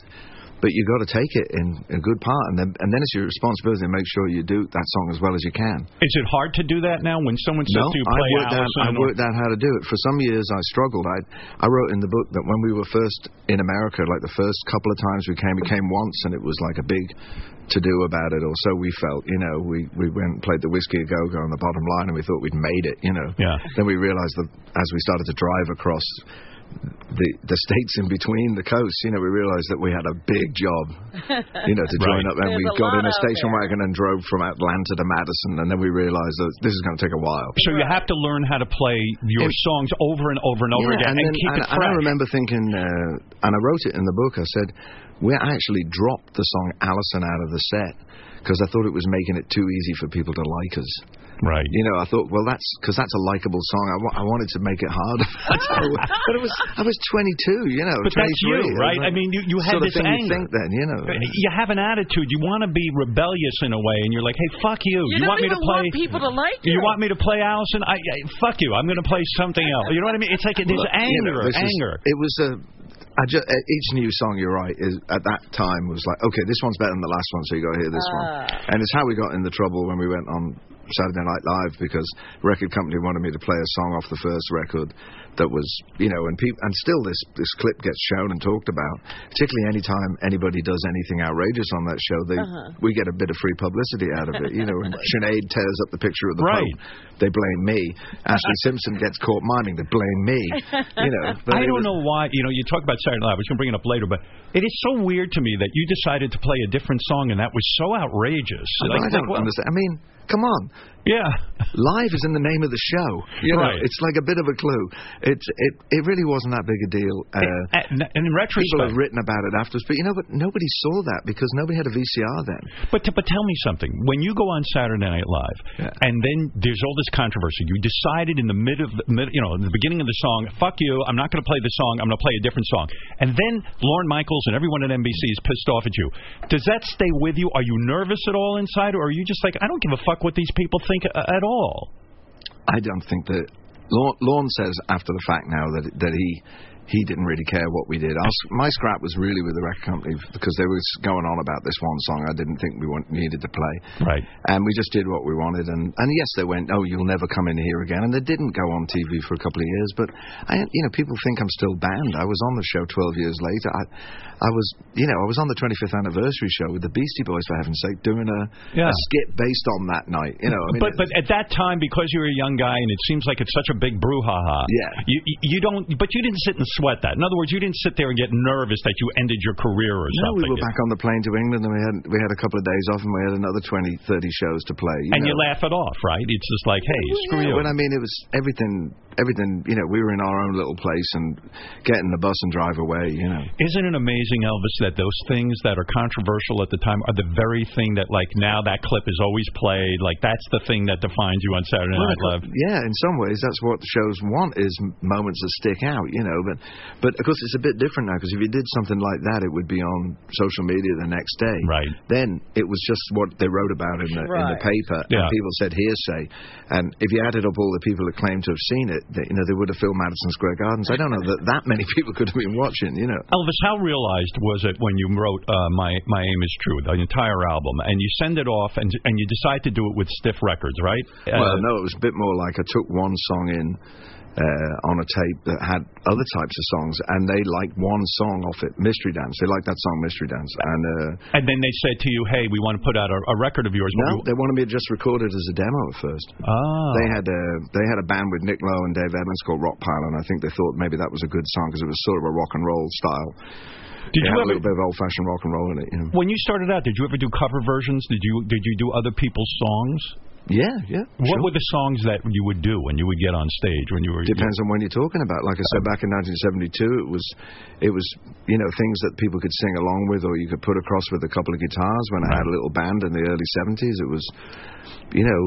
Speaker 19: But you got to take it in a good part, and then and then it's your responsibility to make sure you do that song as well as you can.
Speaker 4: Is it hard to do that now when someone says
Speaker 19: No,
Speaker 4: to you
Speaker 19: I
Speaker 4: play
Speaker 19: worked out.
Speaker 4: Allison?
Speaker 19: I
Speaker 4: or-
Speaker 19: worked out how to do it. For some years, I struggled. I I wrote in the book that when we were first in America, like the first couple of times we came, we came once, and it was like a big to do about it, or so we felt. You know, we we went and played the Whiskey a Go Go on the bottom line, and we thought we'd made it. You know.
Speaker 4: Yeah.
Speaker 19: Then we realized that as we started to drive across. The, the states in between the coasts, you know, we realized that we had a big job you know, to join
Speaker 4: Right.
Speaker 19: up. And we
Speaker 4: There's a
Speaker 19: got in
Speaker 4: lot
Speaker 19: a
Speaker 4: out
Speaker 19: station wagon and drove from Atlanta to Madison, and then we realized that this is going to take a while.
Speaker 4: So you have to learn how to play your songs over and over and over
Speaker 19: Yeah,
Speaker 4: again and,
Speaker 19: then-
Speaker 4: keep
Speaker 19: and,
Speaker 4: it
Speaker 19: and I
Speaker 4: fresh.
Speaker 19: remember thinking, uh, and I wrote it in the book. I said, we actually dropped the song Allison out of the set because I thought it was making it too easy for people to like us.
Speaker 4: Right.
Speaker 19: You know, I thought, well, that's because that's a likable song. I wa- I wanted to make it hard. but it was I was 22, you know.
Speaker 4: But that's you,
Speaker 19: 23.
Speaker 4: right? I mean, you, you had
Speaker 19: sort of
Speaker 4: this
Speaker 19: thing you
Speaker 4: anger.
Speaker 19: think then, you know.
Speaker 4: You have an attitude. You want to be rebellious in a way, and you're like, "Hey, fuck you! You,
Speaker 7: don't
Speaker 4: want me
Speaker 7: even
Speaker 4: to play?
Speaker 7: want people to like you.
Speaker 4: you want me to play Allison? I, I fuck you! I'm going to play something else. You know what I mean? It's like there's
Speaker 19: Look, you know,
Speaker 4: anger,
Speaker 19: this is-
Speaker 4: anger.
Speaker 19: it was a. I ju- uh, each new song, you're right, is at that time was like, okay, this one's better than the last one, so you got to hear this one.
Speaker 6: Ah.
Speaker 19: And it's how we got in the trouble when we went on Saturday Night Live because record company wanted me to play a song off the first record that was, you know, and peop and still this this clip gets shown and talked about. Particularly any time anybody does anything outrageous on that show, they
Speaker 6: Uh-huh.
Speaker 19: we get a bit of free publicity out of it. You know, when Sinead tears up the picture of the
Speaker 4: Right.
Speaker 19: Pope, they blame me. Ashley Simpson gets caught miming, they blame me. You know, but it
Speaker 4: I don't
Speaker 19: was-
Speaker 4: know why. You know, you talk about Saturday Night Live. I was going to bring it up later, but it is so weird to me that you decided to play a different song, and that was so outrageous.
Speaker 19: I don't- I don't understand. I mean, come on.
Speaker 4: Yeah.
Speaker 19: Live is in the name of the show. You know,
Speaker 4: Right.
Speaker 19: it's like a bit of a clue. It's it it really wasn't that big a deal. Uh,
Speaker 4: and, in
Speaker 19: people
Speaker 4: retrospect-
Speaker 19: have written about it afterwards, but you know, but nobody saw that because nobody had a VCR then.
Speaker 4: But t- but tell me something. When you go on Saturday Night Live, and then there's all this controversy. You decided in the mid of the, mid, you know in the beginning of the song, fuck you. I'm not going to play the song. I'm going to play a different song. And then Lorne Michaels and everyone at NBC is pissed off at you. Does that stay with you? Are you nervous at all inside, or are you just like I don't give a fuck what these people think a- at all?
Speaker 19: I don't think that Lorne, Lorne says after the fact now that that he he didn't really care what we did. Our, s- my scrap was really with the record company because they were s- going on about this one song I didn't think we want, needed to play.
Speaker 4: Right.
Speaker 19: And we just did what we wanted. And, and yes, they went, oh, you'll never come in here again. And they didn't go on TV for a couple of years. But, I, you know, people think I'm still banned. I was on the show 12 years later. I, I was, you know, I was on the 25th anniversary show with the Beastie Boys, for heaven's sake, doing a,
Speaker 4: Yeah.
Speaker 19: a skit based on that night. You know, I mean,
Speaker 4: but but at that time, because you were a young guy, and it seems like it's such a big brouhaha. Yeah. You you- you don't, but you didn't sit and sweat that. In other words, you didn't sit there and get nervous that you ended your career
Speaker 19: No,
Speaker 4: or
Speaker 19: we
Speaker 4: something.
Speaker 19: were back on the plane to England, and we had we had a couple of days off, and we had another 20, 30 shows to play. You
Speaker 4: and
Speaker 19: know.
Speaker 4: you laugh it off, right? It's just like, hey, screw
Speaker 19: Yeah,
Speaker 4: you.
Speaker 19: When I mean it was everything, everything. You know, we were in our own little place and getting the bus and drive away. You know,
Speaker 4: Isn't it amazing, Elvis, that those things that are controversial at the time are the very thing that, like, now that clip is always played. Like, that's the thing that defines you on Saturday
Speaker 19: Well,
Speaker 4: Night
Speaker 19: that's-
Speaker 4: Live.
Speaker 19: Yeah, in some ways, that's what the shows want is m- moments that stick out. You know, but but of course it's a bit different now because if you did something like that, it would be on social media the next day. Right. Then it was just what they wrote about in the in the
Speaker 6: Right.
Speaker 19: paper,
Speaker 6: Yeah.
Speaker 19: and people said hearsay. And if you added up all the people that claimed to have seen it, that, you know, they would have filled Madison Square Gardens. I don't know that that many people could have been watching. You know.
Speaker 4: Elvis, how realized was it when you wrote uh, "My My Aim Is True," the entire album, and you send it off, and and you decide to do it with Stiff Records, right?
Speaker 19: Well, no, it was a bit more like I took one song in uh, on a tape that had other types of songs, and they liked one song off it, Mystery Dance. They liked that song, Mystery Dance, and uh,
Speaker 4: And then they said to you, "Hey, we want to put out a, a record of yours." but
Speaker 19: no,
Speaker 4: we-
Speaker 19: they wanted me to just record it as a demo at first.
Speaker 4: Ah.
Speaker 19: They had a they had a band with Nick Lowe and Dave Evans called Rock Pile, and I think they thought maybe that was a good song because it was sort of a rock and roll style.
Speaker 4: Did
Speaker 19: It
Speaker 4: you
Speaker 19: had
Speaker 4: ever-
Speaker 19: a little bit of old fashioned rock and roll in it? You know?
Speaker 4: When you started out, did you ever do cover versions? Did you did you do other people's songs?
Speaker 19: Yeah, yeah.
Speaker 4: What
Speaker 19: sure.
Speaker 4: were the songs that you would do when you would get on stage when you were?
Speaker 19: Depends on when you're talking about. Like I said, back in 1972, it was, it was, you know, things that people could sing along with, or you could put across with a couple of guitars. When I had a little band in the early 70s, it was, you know,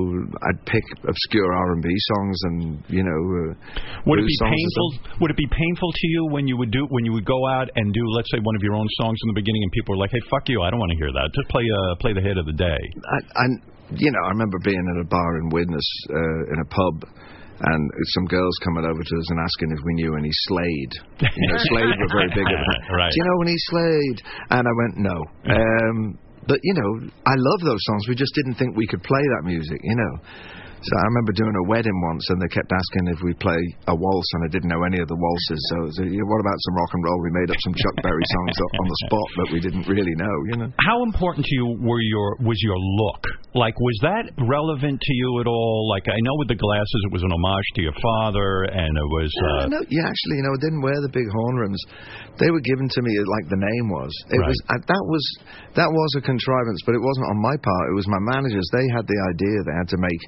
Speaker 19: I'd pick obscure R&B songs and you know, uh,
Speaker 4: Would it
Speaker 19: blues
Speaker 4: be
Speaker 19: songs and
Speaker 4: painful?
Speaker 19: stuff.
Speaker 4: Would it be painful to you when you would do when you would go out and do, let's say, one of your own songs in the beginning, and people were like, "Hey, fuck you! I don't want to hear that. Just play uh, play the hit of the day."
Speaker 19: I, I, you know, I remember being at a bar in Widnes, uh, in a pub, And some girls coming over to us and asking if we knew any Slade. You know, Slade were very big at the time.
Speaker 4: Right.
Speaker 19: Do you know any Slade? And I went, no. Um, but you know, I love those songs. We just didn't think we could play that music. You know. So I remember doing a wedding once, and they kept asking if we play a waltz, and I didn't know any of the waltzes. So, it was, yeah, what about some rock and roll? We made up some Chuck Berry songs on the spot that we didn't really know. You know.
Speaker 4: How important to you were your was your look? Like, was that relevant to you at all? Like, I know with the glasses, it was an homage to your father, and it was. Uh,
Speaker 19: no, yeah, actually, you know, I didn't wear the big horn rims. They were given to me uh, like the name was. It
Speaker 4: Right.
Speaker 19: was uh, that was that was a contrivance, but it wasn't on my part. It was my managers. They had the idea. They had to make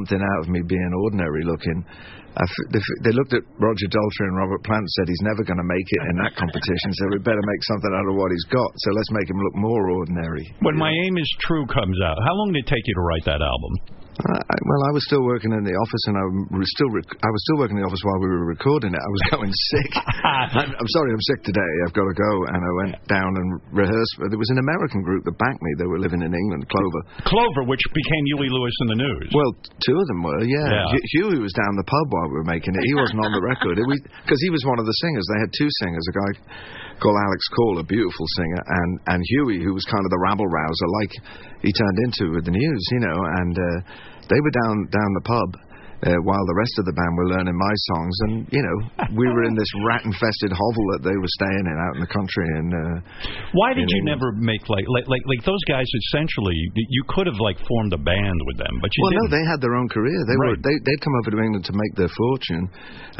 Speaker 19: something out of me being ordinary looking. I f- they, f- they looked at Roger Daltrey and Robert Plant and said he's never going to make it in that competition, so we better make something out of what he's got. So let's make him look more ordinary.
Speaker 4: When my aim is true comes out, how long did it take you to write that album?
Speaker 19: I, Uh, I- well, I was still working in the office, and I was still rec- I was still working in the office while we were recording it. I was going sick. I'm, I'm sorry, I'm sick today. I've got to go. And I went down and rehearsed. There was an American group that backed me. They were living in England, Clover.
Speaker 4: Clover, which became Huey Lewis in the news.
Speaker 19: Well, two of them were. Yeah,
Speaker 4: Yeah.
Speaker 19: Hu- Huey was down the pub while we were making it. He wasn't on the record because he was one of the singers. They had two singers, a guy called Alex Cole, a beautiful singer, and and Huey, who was kind of the rabble rouser, like he turned into with the news, you know. And uh, they were down down the pub. Uh, while the rest of the band were learning my songs, and you know, we were in this rat-infested hovel that they were staying in out in the country, and uh,
Speaker 4: Why did
Speaker 19: in
Speaker 4: you
Speaker 19: England.
Speaker 4: never make like like like, like those guys? Essentially, y- you could have like formed a band with them, but you
Speaker 19: well,
Speaker 4: didn't.
Speaker 19: no, they had their own career. They were they they'd come over to England to make their fortune,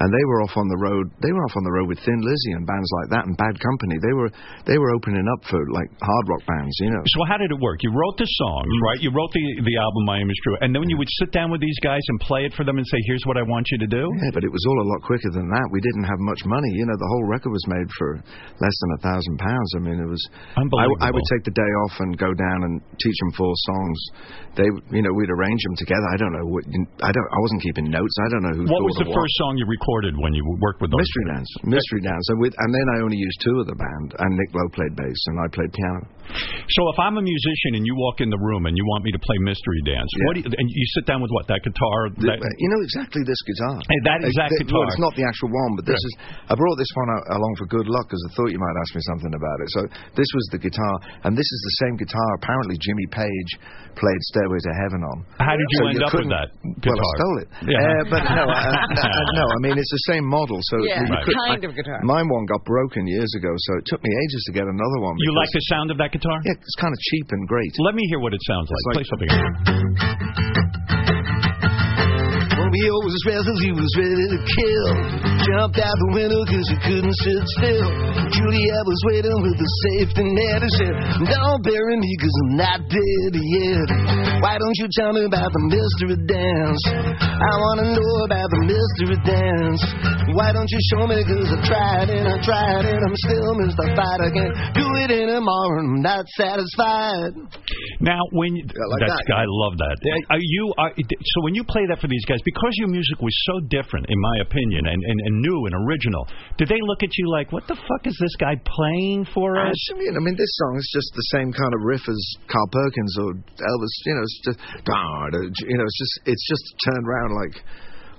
Speaker 19: and they were off on the road. They were off on the road with Thin Lizzy and bands like that and Bad Company. They were they were opening up for like hard rock bands, you know.
Speaker 4: So how did it work? You wrote the songs, right? You wrote the the album "My Aim Is True," and then you would sit down with these guys and play it for them and say, "Here's what I want you to do."
Speaker 19: Yeah, but it was all a lot quicker than that. We didn't have much money. You know, the whole record was made for less than a thousand pounds. I mean, it was.
Speaker 4: Unbelievable.
Speaker 19: I, I would take the day off and go down and teach them four songs. They, you know, we'd arrange them together. I don't know. What, I don't. I wasn't keeping notes. I don't know who.
Speaker 4: What
Speaker 19: thought
Speaker 4: was
Speaker 19: of
Speaker 4: the first song you recorded when you worked with those?
Speaker 19: Mystery Dance. Mystery Dance. And, with, and then I only used two of the band, and Nick Lowe played bass, and I played piano.
Speaker 4: So if I'm a musician and you walk in the room and you want me to play Mystery Dance, what do you, and you sit down with what that guitar?
Speaker 19: The- uh,
Speaker 4: That,
Speaker 19: you know exactly this guitar.
Speaker 4: Hey, that exact
Speaker 19: It's- well,
Speaker 4: guitar.
Speaker 19: it's not the actual one, but this
Speaker 4: Right.
Speaker 19: is. I brought this one out, along for good luck because I thought you might ask me something about it. So this was the guitar, and this is the same guitar. Apparently, Jimmy Page played "Stairway to Heaven" on.
Speaker 4: How did you
Speaker 19: So
Speaker 4: end up with
Speaker 19: couldn't-
Speaker 4: that
Speaker 19: Well, I
Speaker 4: guitar?
Speaker 19: stole it.
Speaker 4: Yeah.
Speaker 19: Uh, but no, I, I, I, no. I mean, it's the same model. So
Speaker 4: Yeah,
Speaker 19: you
Speaker 4: Right.
Speaker 19: couldn't-
Speaker 4: kind of guitar.
Speaker 19: Mine one got broken years ago, so it took me ages to get another one.
Speaker 4: you like
Speaker 19: because-
Speaker 4: the sound of that guitar?
Speaker 19: Yeah, it's kind of cheap and great.
Speaker 4: Let me hear what it sounds like. Play something.
Speaker 12: Well, we always felt that he was ready to kill. Jumped out the window because he couldn't sit still. Juliet was waiting with the safety net and said, Don't bury me because I'm not dead yet. Why don't you tell me about the mystery dance? I want to know about the mystery dance. Why don't you show me because I tried and I tried and I'm still mystified. I can't do it anymore and I'm not satisfied.
Speaker 4: Now, when
Speaker 12: like
Speaker 4: that's
Speaker 12: that.
Speaker 4: I love that. Are you are, so when you play that for these guys because your music was so different, in my opinion, and, and, and new and original? Did they look at you like, what the fuck is this guy playing for us?
Speaker 19: I mean, I mean, this song is just the same kind of riff as Carl Perkins or Elvis. You know, it's just, uh, you know, it's just, it's just turned around like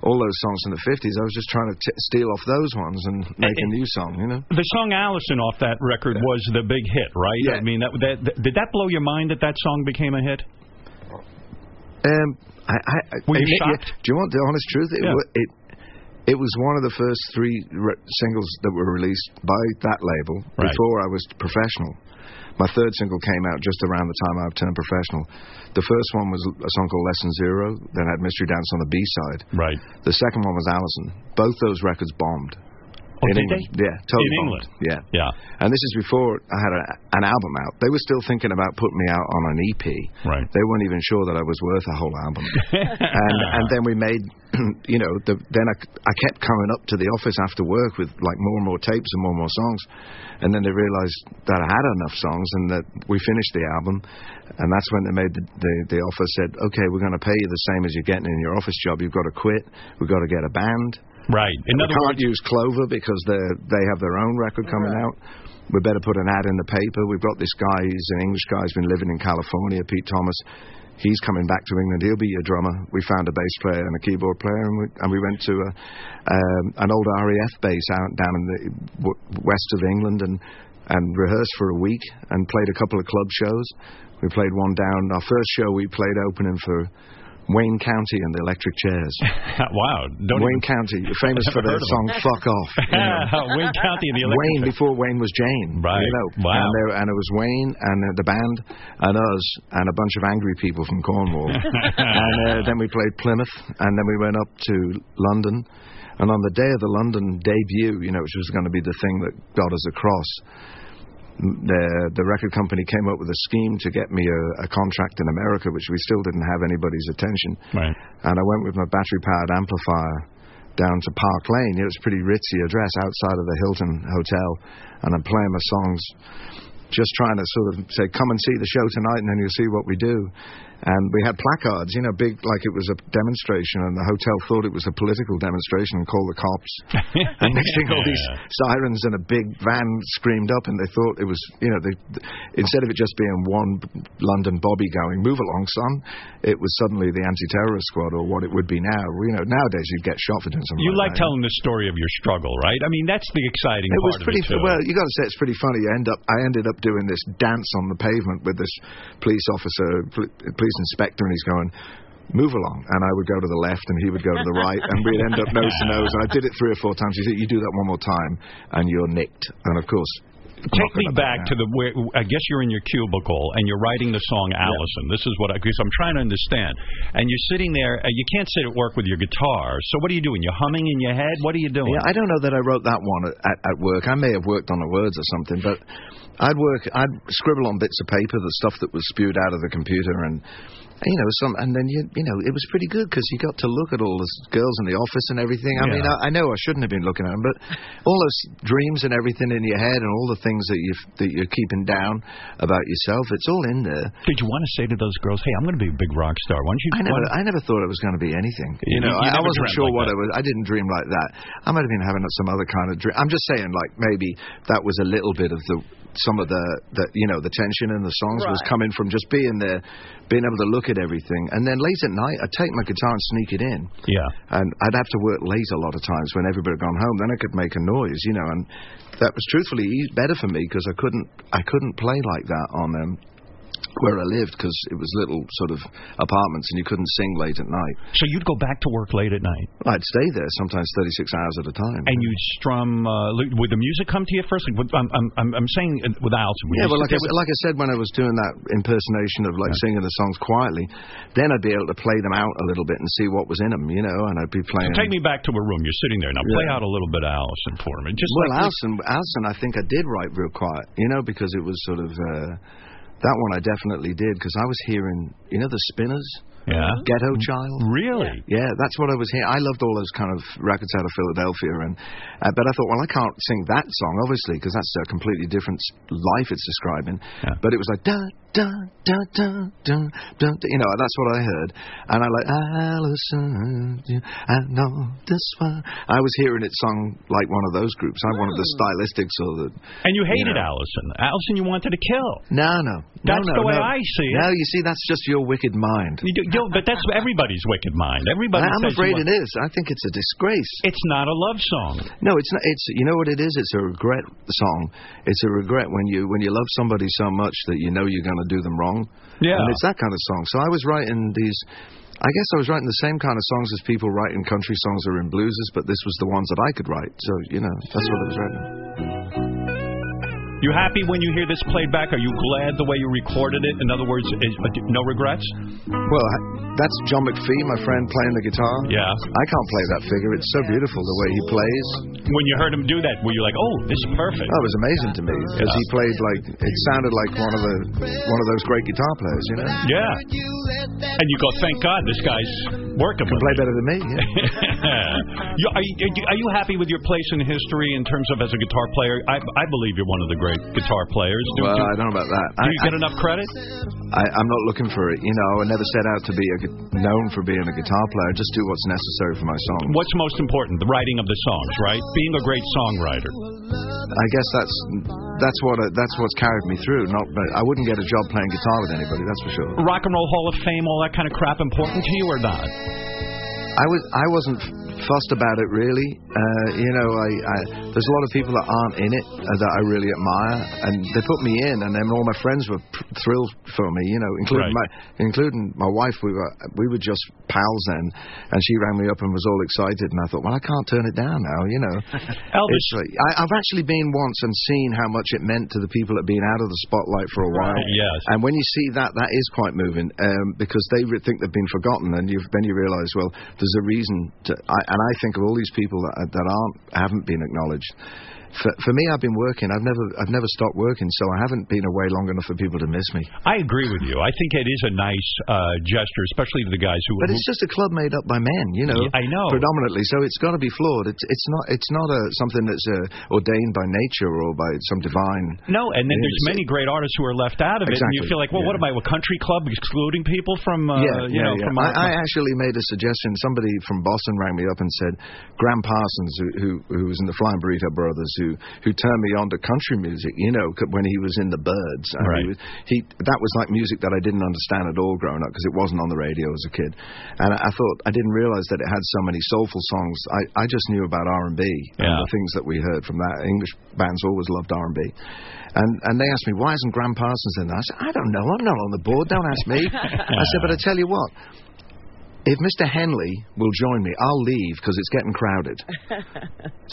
Speaker 19: all those songs in the fifties. I was just trying to t- steal off those ones and make a new song. You know,
Speaker 4: The song Allison off that record was the big hit, right? I mean, that, that, that did that blow your mind that that song became a hit?
Speaker 19: um, I, I, I-
Speaker 4: Were you
Speaker 19: admit- yeah,
Speaker 4: shocked?
Speaker 19: Do you want the honest truth? It,
Speaker 4: Yeah.
Speaker 19: wa- it, it was one of the first three re- singles that were released by that label
Speaker 4: Right.
Speaker 19: before I was professional. My third single came out just around the time I turned professional. The first one was a song called Lesson Zero, then had Mystery Dance on the B side.
Speaker 4: Right.
Speaker 19: The second one was Allison. Both those records bombed.
Speaker 4: Oh,
Speaker 19: in
Speaker 4: did
Speaker 19: England.
Speaker 4: they?
Speaker 19: Yeah, totally
Speaker 4: In
Speaker 19: bombed.
Speaker 4: England?
Speaker 19: Yeah.
Speaker 4: Yeah.
Speaker 19: And this is before I had a, an album out. They were still thinking about putting me out on an EP.
Speaker 4: Right.
Speaker 19: They weren't even sure that I was worth a whole album. and and then we made, you know, the, then I, I kept coming up to the office after work with like more and more tapes and more and more songs. And then they realized that I had enough songs and that we finished the album. And that's when they made the, the, the offer said, okay, we're going to pay you the same as you're getting in your office job. You've got to quit. We've got to get a band.
Speaker 4: Right. In
Speaker 19: we
Speaker 4: other
Speaker 19: can't
Speaker 4: words,
Speaker 19: use Clover because they they have their own record coming out. We better put an ad in the paper. We've got this guy. He's an English guy. He's been living in California. Pete Thomas. he's coming back to England. He'll be your drummer. We found a bass player and a keyboard player, and we, and we went to a, um, an old RAF base out down in the w- west of England and and rehearsed for a week and played a couple of club shows. We played one down. Our first show we played opening for. Wayne County and the Electric Chairs.
Speaker 4: wow! Don't
Speaker 19: Wayne
Speaker 4: even-
Speaker 19: County, famous
Speaker 4: I've
Speaker 19: for their
Speaker 4: never heard of
Speaker 19: song
Speaker 4: them.
Speaker 19: "Fuck Off." you know.
Speaker 4: Wayne County and the Electric
Speaker 19: Wayne
Speaker 4: Chairs.
Speaker 19: before Wayne was Jane.
Speaker 4: Right.
Speaker 19: You know.
Speaker 4: Wow.
Speaker 19: And, there, and it was Wayne and uh, the band and us and a bunch of angry people from Cornwall. and uh, then we played Plymouth and then we went up to London. And on the day of the London debut, you know, which was going to be the thing that got us across, the the record company came up with a scheme to get me a, a contract in America, which we still didn't have anybody's attention.
Speaker 4: Right.
Speaker 19: And I went with my battery powered amplifier down to Park Lane. It was a pretty ritzy address outside of the Hilton Hotel, and I'm playing my songs, just trying to sort of say, "Come and see the show tonight, and then you'll see what we do." And we had placards, you know, big like it was a demonstration, and the hotel thought it was a political demonstration and called the cops. and next thing, all these sirens and a big van screamed up, and they thought it was, you know, they, instead of it just being one London Bobby going, move along, son, it was suddenly the anti terrorist squad or what it would be now. You know, nowadays you'd get shot for doing something
Speaker 4: You
Speaker 19: like
Speaker 4: like
Speaker 19: that.
Speaker 4: telling the story of your struggle, right? I mean, that's the exciting
Speaker 19: It was
Speaker 4: part
Speaker 19: pretty
Speaker 4: of it. too.
Speaker 19: well. You got to say it's pretty funny. You end up, I ended up doing this dance on the pavement with this police officer, pl- police inspector, and he's going, "Move along." And I would go to the left, and he would go to the right, and we'd end up nose to nose. And I did it three or four times. He said, "You do that one more time, and you're nicked." And of course,
Speaker 4: Take me back to the where I guess you're in your cubicle and you're writing the song Allison. This is what I because I'm trying to understand. And you're sitting there. Uh, you can't sit at work with your guitar. So what are you doing? You're humming in your head. What are you doing?
Speaker 19: Yeah, I don't know that I wrote that one at, at work. I may have worked on the words or something, but I'd work, I'd scribble on bits of paper the stuff that was spewed out of the computer, and you know, some, and then you, you know, it was pretty good because you got to look at all the girls in the office and everything. I mean,
Speaker 4: Yeah.
Speaker 19: I, I know I shouldn't have been looking at them, but all those dreams and everything in your head and all the things that you that you're keeping down about yourself, it's all in there.
Speaker 4: Did you want to say to those girls, "Hey, I'm going to be a big rock star"? Why don't you?
Speaker 19: I never,
Speaker 4: why
Speaker 19: I never thought it was going to be anything. You
Speaker 4: You-
Speaker 19: know,
Speaker 4: you
Speaker 19: I, I
Speaker 4: never
Speaker 19: wasn't
Speaker 4: dreamt
Speaker 19: sure
Speaker 4: like
Speaker 19: what
Speaker 4: that.
Speaker 19: it was. I didn't dream like that. I might have been having some other kind of dream. I'm just saying, like maybe that was a little bit of the some of the, the you know the tension in the songs was
Speaker 4: Right.
Speaker 19: coming from just being there, being able to look at everything. And then late at night, I'd take my guitar and sneak it in.
Speaker 4: Yeah.
Speaker 19: And I'd have to work late a lot of times when everybody had gone home. Then I could make a noise, you know. And that was truthfully e- better for me because I couldn't I couldn't play like that on um, where I lived because it was little sort of apartments and you couldn't sing late at night.
Speaker 4: So you'd go back to work late at night.
Speaker 19: I'd stay there sometimes 36 hours at a time.
Speaker 4: And you'd strum. Uh, li- would the music come to you first? Like, would- I'm, I'm, I'm- I'm saying uh, with Allison. would
Speaker 19: Yeah,
Speaker 4: you
Speaker 19: well,
Speaker 4: sit
Speaker 19: like I,
Speaker 4: there
Speaker 19: s-
Speaker 4: with-
Speaker 19: like I said, when I was doing that impersonation of like singing the songs quietly, then I'd be able to play them out a little bit and see what was in them, you know, and I'd be
Speaker 4: So
Speaker 19: playing.
Speaker 4: take me back to a room. You're sitting there now. Play
Speaker 19: Yeah.
Speaker 4: out a little bit of Allison for me. Just
Speaker 19: well,
Speaker 4: like
Speaker 19: Alison, Alison, I think I did write real quiet, you know, because it was sort of uh, that one. I definitely did because I was hearing, you know, the Spinners,
Speaker 4: Yeah.
Speaker 19: Ghetto Child,
Speaker 4: really,
Speaker 19: yeah, that's what I was hearing. I loved all those kind of records out of Philadelphia, and uh, but I thought, well, I can't sing that song obviously because that's a completely different s- life it's describing. But it was like da da da da da da, da, you know, that's what I heard, and I like Allison, you- I know this one. I was hearing it sung like one of those groups. I wanted the stylistics or the
Speaker 4: Oh. and you hated
Speaker 19: know.
Speaker 4: Allison. Allison, you wanted to kill.
Speaker 19: no, no, no,
Speaker 4: That's
Speaker 19: no,
Speaker 4: the way
Speaker 19: no.
Speaker 4: I see it.
Speaker 19: No, you see, that's just your wicked mind.
Speaker 4: You do, you- but that's everybody's wicked mind. Everybody.
Speaker 19: I- I'm
Speaker 4: says you
Speaker 19: afraid
Speaker 4: want-
Speaker 19: it is. I think it's a disgrace.
Speaker 4: It's not a love song.
Speaker 19: No, it's not. It's you know what it is. It's a regret song. It's a regret when you when you love somebody so much that you know you're going to do them wrong.
Speaker 4: Yeah.
Speaker 19: and it's that kind of song. So I was writing these. I guess I was writing the same kind of songs as people write in country songs or in blueses, but this was the ones that I could write. So you know, that's what I was writing.
Speaker 4: You happy when you hear this played back? Are you glad the way you recorded it? In other words, is, uh, d- no regrets?
Speaker 19: Well, I, that's John McPhee, my friend, playing the guitar.
Speaker 4: Yeah.
Speaker 19: I can't play that figure. It's so beautiful the way he plays.
Speaker 4: When you heard him do that, were you like, oh, this is perfect?
Speaker 19: That was amazing to me because he played like it sounded like one of the one of those great guitar players, you know.
Speaker 4: Yeah. And you go, thank God this guy's working
Speaker 19: Can
Speaker 4: with
Speaker 19: play
Speaker 4: me.
Speaker 19: better than me. Yeah.
Speaker 4: You- are, you, are you happy with your place in history in terms of as a guitar player? I, I believe you're one of the great guitar players. Do,
Speaker 19: Well,
Speaker 4: do-
Speaker 19: I don't know about that.
Speaker 4: Do
Speaker 19: I-
Speaker 4: you get
Speaker 19: I-
Speaker 4: enough credit?
Speaker 19: I, I'm not looking for it. You know, I never set out to be a, gu- known for being a guitar player. I just do what's necessary for my song.
Speaker 4: What's most important? The writing of the songs, right? Being a great songwriter.
Speaker 19: I guess that's that's what uh, that's what's carried me through. Not, but I wouldn't get a job playing guitar with anybody. That's for sure.
Speaker 4: Rock and Roll Hall of Fame, all that kind of crap, important to you or not?
Speaker 19: I was I wasn't fussed about it really. Uh, you know, I, I there's a lot of people that aren't in it uh, that I really admire, and they put me in, and then all my friends were pr- thrilled for me. You know, including
Speaker 4: Right.
Speaker 19: my including my wife. We were we were just pals then, and she rang me up and was all excited, and I thought, well, I can't turn it down now. You know,
Speaker 4: Elvis-
Speaker 19: It's like- I, I've actually been once and seen how much it meant to the people that have been out of the spotlight for a while.
Speaker 4: Yes.
Speaker 19: And when you see that, that is quite moving um, because they re- think they've been forgotten, and you've, then you realise, well, there's a reason. To, I, and I think of all these people that, that aren't haven't been acknowledged. For, for me, I've been working. I've never I've never stopped working, so I haven't been away long enough for people to miss me.
Speaker 4: I agree with you. I think it is a nice uh, gesture, especially to the guys who.
Speaker 19: But it's just a club made up by men, you know.
Speaker 4: Yeah, I know.
Speaker 19: Predominantly, so it's got to be flawed. It's it's not it's not a something that's uh, ordained by nature or by some divine.
Speaker 4: no, and
Speaker 19: It
Speaker 4: then there's
Speaker 19: is.
Speaker 4: many great artists who are left out of it, and you
Speaker 19: Exactly,
Speaker 4: feel like, well, what am I, a country club excluding people from? Uh,
Speaker 19: yeah,
Speaker 4: you
Speaker 19: yeah,
Speaker 4: know,
Speaker 19: yeah.
Speaker 4: from our-
Speaker 19: I, I actually made a suggestion. Somebody from Boston rang me up and said, Graham Parsons, who who, who was in the Flying Burrito Brothers, who who turned me on to country music. You know, c- when he was in the Birds, and he,
Speaker 4: Right.
Speaker 19: was, he that was like music that I didn't understand at all growing up because it wasn't on the radio as a kid. And I, I thought I didn't realize that it had so many soulful songs. I I just knew about R and B and the things that we heard from that. English bands always loved R and B. And and they asked me why isn't Graham Parsons in that? I said I don't know. I'm not on the board. Don't ask me. I said, but I tell you what, if Mr. Henley will join me, I'll leave because it's getting crowded.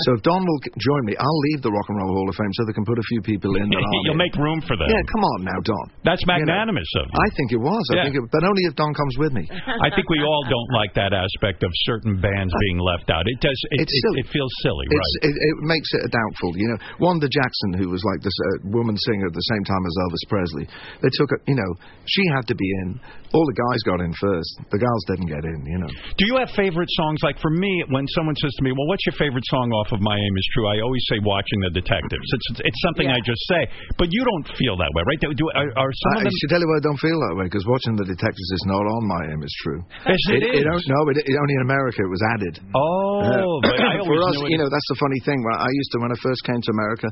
Speaker 19: so if Don will c- join me, I'll leave the Rock and Roll Hall of Fame so they can put a few people in that aren't.
Speaker 4: You'll
Speaker 19: in.
Speaker 4: make room for them.
Speaker 19: Yeah, come on now, Don.
Speaker 4: That's
Speaker 19: You know,
Speaker 4: magnanimous of you.
Speaker 19: I think it was.
Speaker 4: Yeah.
Speaker 19: I think, it, but only if Don comes with me.
Speaker 4: I think we all don't like that aspect of certain bands being left out. It does. It,
Speaker 19: It's
Speaker 4: it-
Speaker 19: silly.
Speaker 4: it feels silly,
Speaker 19: It's,
Speaker 4: right?
Speaker 19: it, it makes it doubtful, you know. Wanda Jackson, who was like this uh, woman singer at the same time as Elvis Presley, they took, a, you know, she had to be in. All the guys got in first. The girls didn't get in, you know.
Speaker 4: Do you have favorite songs? Like for me, when someone says to me, "Well, what's your favorite song off of My Aim Is True?" I always say "Watching the Detectives." It's it's, it's something I just say, but you don't feel that way, right? Do, do- are, are
Speaker 19: I,
Speaker 4: some of them?
Speaker 19: should tell Uh, you why I don't feel that way because watching the detectives is not on my aim. It's true.
Speaker 4: Yes, it is.
Speaker 19: don't- no, it, it- only in America it was added. Uh,
Speaker 4: Oh, but I
Speaker 19: for
Speaker 4: always
Speaker 19: us,
Speaker 4: knew it-
Speaker 19: you know, that's the funny thing. When I used to when I first came to America,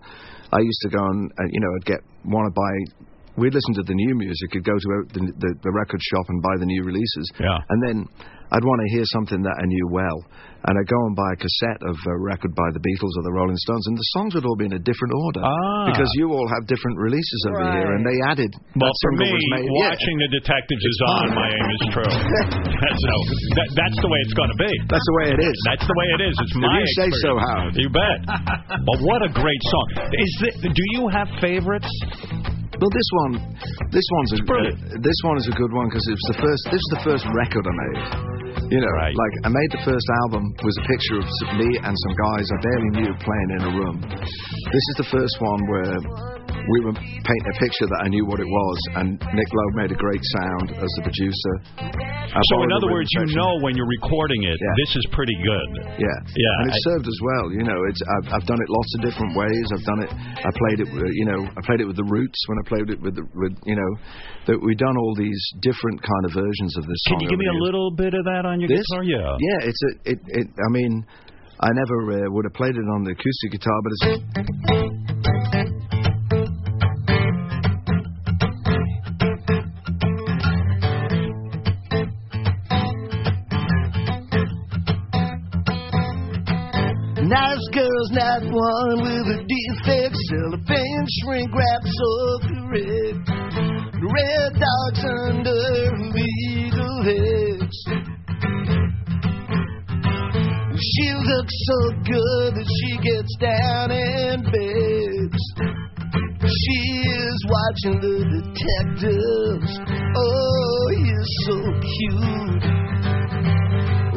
Speaker 19: I used to go and uh, you know, I'd get want to buy. We'd listen to the new music. I'd go to uh, the, the, the record shop and buy the new releases. Yeah. And then I'd want to hear something that I knew well, and I'd go and buy a cassette of a record by the Beatles or the Rolling Stones, and the songs would all be in a different order
Speaker 4: Ah.
Speaker 19: because you all have different releases over here, and they added.
Speaker 4: Well,
Speaker 19: that
Speaker 4: for
Speaker 19: single
Speaker 4: me,
Speaker 19: was made, yeah.
Speaker 4: watching the detectives is on. My aim is true. that's how. That, that's the way it's going to be.
Speaker 19: That's the way it is.
Speaker 4: That's the way it is. It's
Speaker 19: If
Speaker 4: my.
Speaker 19: you say so,
Speaker 4: experience.
Speaker 19: Howard.
Speaker 4: You bet. but what a great song! Is thi- do you have favorites?
Speaker 19: Well, this one, this one's a uh, this one is a good one because it was the first. This is the first record I made. You know, like I made the first album was a picture of s- me and some guys I barely knew playing in a room. This is the first one where we were painting a picture that I knew what it was, and Nick Lowe made a great sound as the producer. I
Speaker 4: so, in
Speaker 19: borrowed a
Speaker 4: other
Speaker 19: rhythm
Speaker 4: words, you
Speaker 19: section.
Speaker 4: know when you're recording it, this is pretty good.
Speaker 19: Yeah,
Speaker 4: Yeah,
Speaker 19: and it
Speaker 4: I-
Speaker 19: served us well. You know, it's I've, I've done it lots of different ways. I've done it. I played it. with- You know, I played it with the Roots when I played it with the, with you know, that we've done all these different kind of versions of this
Speaker 4: Can
Speaker 19: song.
Speaker 4: you give
Speaker 19: over
Speaker 4: me a
Speaker 19: the years.
Speaker 4: little bit of that on your
Speaker 19: This?
Speaker 4: guitar? Yeah.
Speaker 19: Yeah, it's a. It. it I mean, I never uh, would have played it on the acoustic guitar, but it's.
Speaker 6: Nice girls, not one with a defect. Cellophane shrink wrap so correct. The red dogs under legal heads. She looks so good that she gets down and begs. She is watching the detectives. Oh, you're so cute.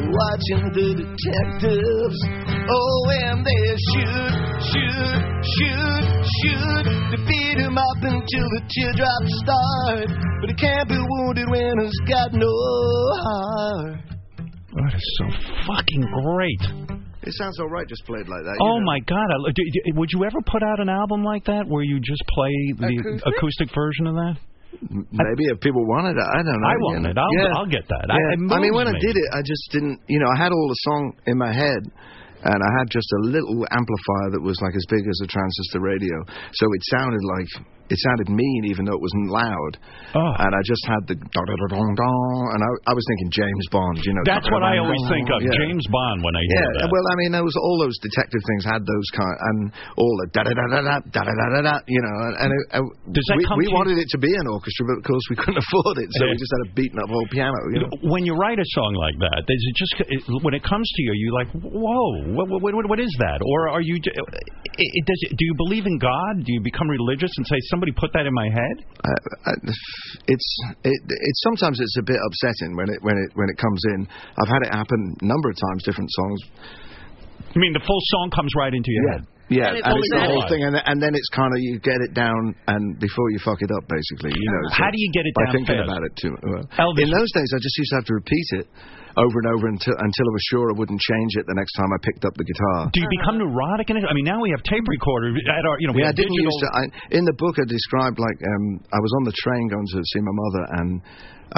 Speaker 6: Watching the detectives. Oh, and they shoot, shoot, shoot, shoot. They beat him up until the teardrops start. But he can't be wounded when he's got no heart.
Speaker 4: That is so fucking great.
Speaker 19: It sounds all right, just played like that. Uh, you
Speaker 4: Oh
Speaker 19: know.
Speaker 4: my god! I, lo- do, do- would you ever put out an album like that where you just play the acoustic,
Speaker 19: Acoustic?
Speaker 4: version of that?
Speaker 19: Maybe if people wanted it, I don't know.
Speaker 4: I
Speaker 19: you
Speaker 4: want
Speaker 19: know.
Speaker 4: it. I'll- I'll get that. I-
Speaker 19: Yeah.
Speaker 4: it
Speaker 19: I mean,
Speaker 4: moves
Speaker 19: when I
Speaker 4: me.
Speaker 19: did it, I just didn't. You know, I had all the song in my head, and I had just a little amplifier that was like as big as a transistor radio, so it sounded like it sounded mean even though it wasn't loud.
Speaker 4: Oh.
Speaker 19: And I just had the da da da dong dong, and I, I was thinking James Bond, you know.
Speaker 4: That's what I
Speaker 19: da-da-dong-dong,
Speaker 4: always think of
Speaker 19: yeah.
Speaker 4: James Bond when I hear
Speaker 19: Yeah,
Speaker 4: that.
Speaker 19: well, I mean, there was all those detective things had those kind, and all the da da da da da da da da da, you know, and, and, it, and
Speaker 4: Does that
Speaker 19: we,
Speaker 4: come
Speaker 19: we
Speaker 4: to you-
Speaker 19: wanted it to be an orchestra, but of course we couldn't afford it, so we
Speaker 4: Yeah.
Speaker 19: just had a beaten up old piano. You know?
Speaker 4: when you write a song like that, is it just it, when it comes to you, you like, whoa, what, what, what- what is that? Or are you? j- It, it, does it, do you believe in God? Do you become religious and say somebody put that in my head?
Speaker 19: I, I, it's it, it's sometimes it's a bit upsetting when it when it when it comes in. I've had it happen a number of times, different songs.
Speaker 4: I mean, the full song comes right into your head.
Speaker 19: Yeah, and, it's the whole thing, and, and then it's kind of you get it down, and before you fuck it up, basically, you know.
Speaker 4: How do you get it
Speaker 19: by
Speaker 4: down
Speaker 19: thinking
Speaker 4: fast?
Speaker 19: about it too. Well, in
Speaker 4: Elvis-
Speaker 19: those days, I just used to have to repeat it over and over until until I was sure I wouldn't change it the next time I picked up the guitar.
Speaker 4: Do you become neurotic in it? I mean, now we have tape recorders at our, you know, we
Speaker 19: Uh-huh. yeah, I
Speaker 4: have
Speaker 19: didn't
Speaker 4: digital.
Speaker 19: used to. I, in the book, I described like um, I was on the train going to see my mother, and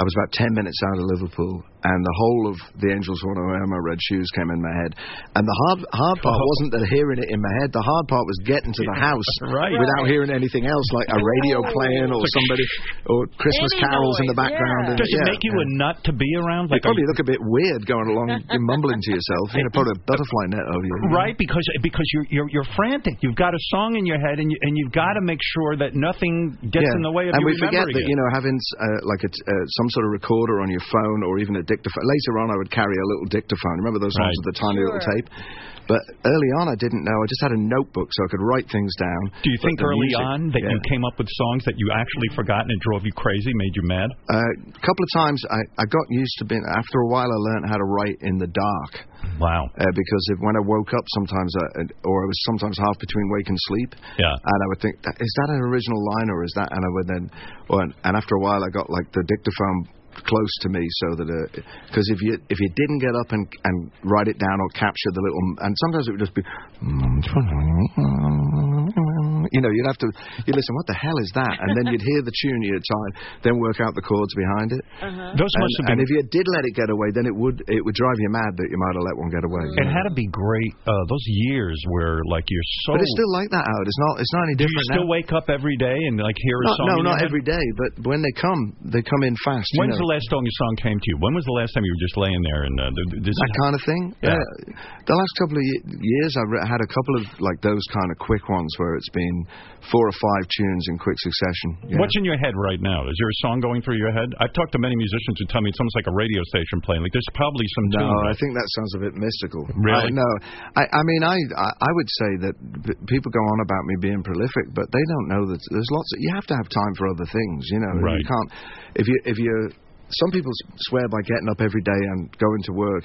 Speaker 19: I was about ten minutes out of Liverpool, and the whole of the Angels Want to Wear My Red Shoes came in my head. And the hard hard part wasn't the hearing it in my head. The hard part was getting to the house
Speaker 4: Right.
Speaker 19: without hearing anything else, like a radio playing or somebody or Christmas
Speaker 4: Oh. Any
Speaker 19: carols in
Speaker 4: noise,
Speaker 19: the background. and-
Speaker 4: Does it
Speaker 19: yeah,
Speaker 4: make you
Speaker 19: yeah.
Speaker 4: a nut to be around?
Speaker 19: You
Speaker 4: Like, are
Speaker 19: probably look a bit weird going along, and mumbling to yourself. You know, put a butterfly net over you.
Speaker 4: Right, because because you're you're you're frantic. You've got a song in your head, and you, and you've got to make sure that nothing gets in the way of
Speaker 19: and
Speaker 4: you
Speaker 19: we forget
Speaker 4: remembering
Speaker 19: that
Speaker 4: it.
Speaker 19: you know having uh, like a t- uh, some sort of recorder on your phone or even a dictaphone. Later on, I would carry a little dictaphone. Remember those ones
Speaker 4: Right.
Speaker 19: with the tiny little
Speaker 4: Sure.
Speaker 19: tape? But early on, I didn't know. I just had a notebook so I could write things down.
Speaker 4: Do you
Speaker 19: But
Speaker 4: think
Speaker 19: the
Speaker 4: early
Speaker 19: music-
Speaker 4: on that you came up with songs that you actually forgotten and drove you crazy, made you mad?
Speaker 19: A couple of times I, I got used to being. After a while, I learned how to write in the dark.
Speaker 4: Wow.
Speaker 19: Uh, because if, when I woke up, sometimes I, or I was sometimes half between wake and sleep.
Speaker 4: Yeah.
Speaker 19: And I would think, is that an original line or is that? And I would then, or, and after a while, I got like the dictaphone close to me so that because if you if you didn't get up and and write it down or capture the little and sometimes it would just be
Speaker 2: 嗯
Speaker 19: you know you'd have to you listen what the hell is that and then you'd hear the tune you had time then work out the chords behind it
Speaker 4: Those
Speaker 19: and,
Speaker 4: must have
Speaker 19: and
Speaker 4: been-
Speaker 19: if you did let it get away then it would it would drive you mad that you might have let one get away
Speaker 4: It had to be great. Uh, those years where like you're so.
Speaker 19: but it's still like that out it's not it's not any
Speaker 4: do you
Speaker 19: different
Speaker 4: still
Speaker 19: now.
Speaker 4: wake up every day and like hear a
Speaker 19: Not-
Speaker 4: song?
Speaker 19: no,
Speaker 4: in your
Speaker 19: not
Speaker 4: head?
Speaker 19: every day, but when they come, they come in fast. you
Speaker 4: When's
Speaker 19: know.
Speaker 4: the last time your song came to you? When was the last time you were just laying there and uh, th- this
Speaker 19: that kind of thing. Uh,
Speaker 4: Yeah.
Speaker 19: the last couple of ye- years, I've re- had a couple of like those kind of quick ones where it's been four or five tunes in quick succession. Yeah.
Speaker 4: What's in your head right now? Is there a song going through your head? I've talked to many musicians who tell me it's almost like a radio station playing. Like there's probably some
Speaker 19: No,
Speaker 4: tune.
Speaker 19: I think that sounds a bit mystical.
Speaker 4: Really?
Speaker 19: I, no, I, I mean, I, I I would say that p- people go on about me being prolific, but they don't know that there's lots. Of, you have to have time for other things, you know.
Speaker 4: Right.
Speaker 19: You can't if you if you. Some people s- swear by getting up every day and going to work.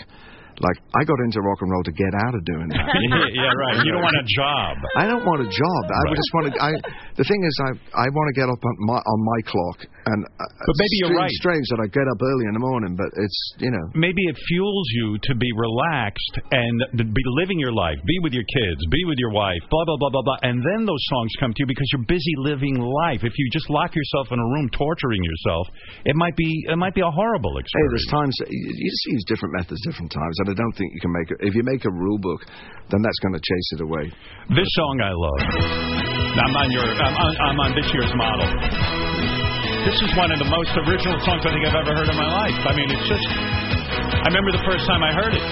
Speaker 19: Like I got into rock and roll to get out of doing that.
Speaker 4: yeah, yeah, right. You don't want a job.
Speaker 19: I don't want a job. I
Speaker 4: Right.
Speaker 19: just want to. I, the thing is, I I want to get up on my on my clock, and uh,
Speaker 4: But maybe
Speaker 19: it's
Speaker 4: you're
Speaker 19: strange,
Speaker 4: right.
Speaker 19: strange that I get up early in the morning, but it's you know.
Speaker 4: Maybe it fuels you to be relaxed and th- be living your life, be with your kids, be with your wife, blah blah blah blah blah. And then those songs come to you because you're busy living life. If you just lock yourself in a room torturing yourself, it might be it might be a horrible
Speaker 19: Hey,
Speaker 4: experience.
Speaker 19: there's times you you just use different methods, different times, and I don't think you can make it. If you make a rule book, then that's going to chase it away.
Speaker 4: This song I love. I'm on your. I'm on, I'm on this year's model. This is one of the most original songs I think I've ever heard in my life. I mean, it's just. I remember the first time I heard it.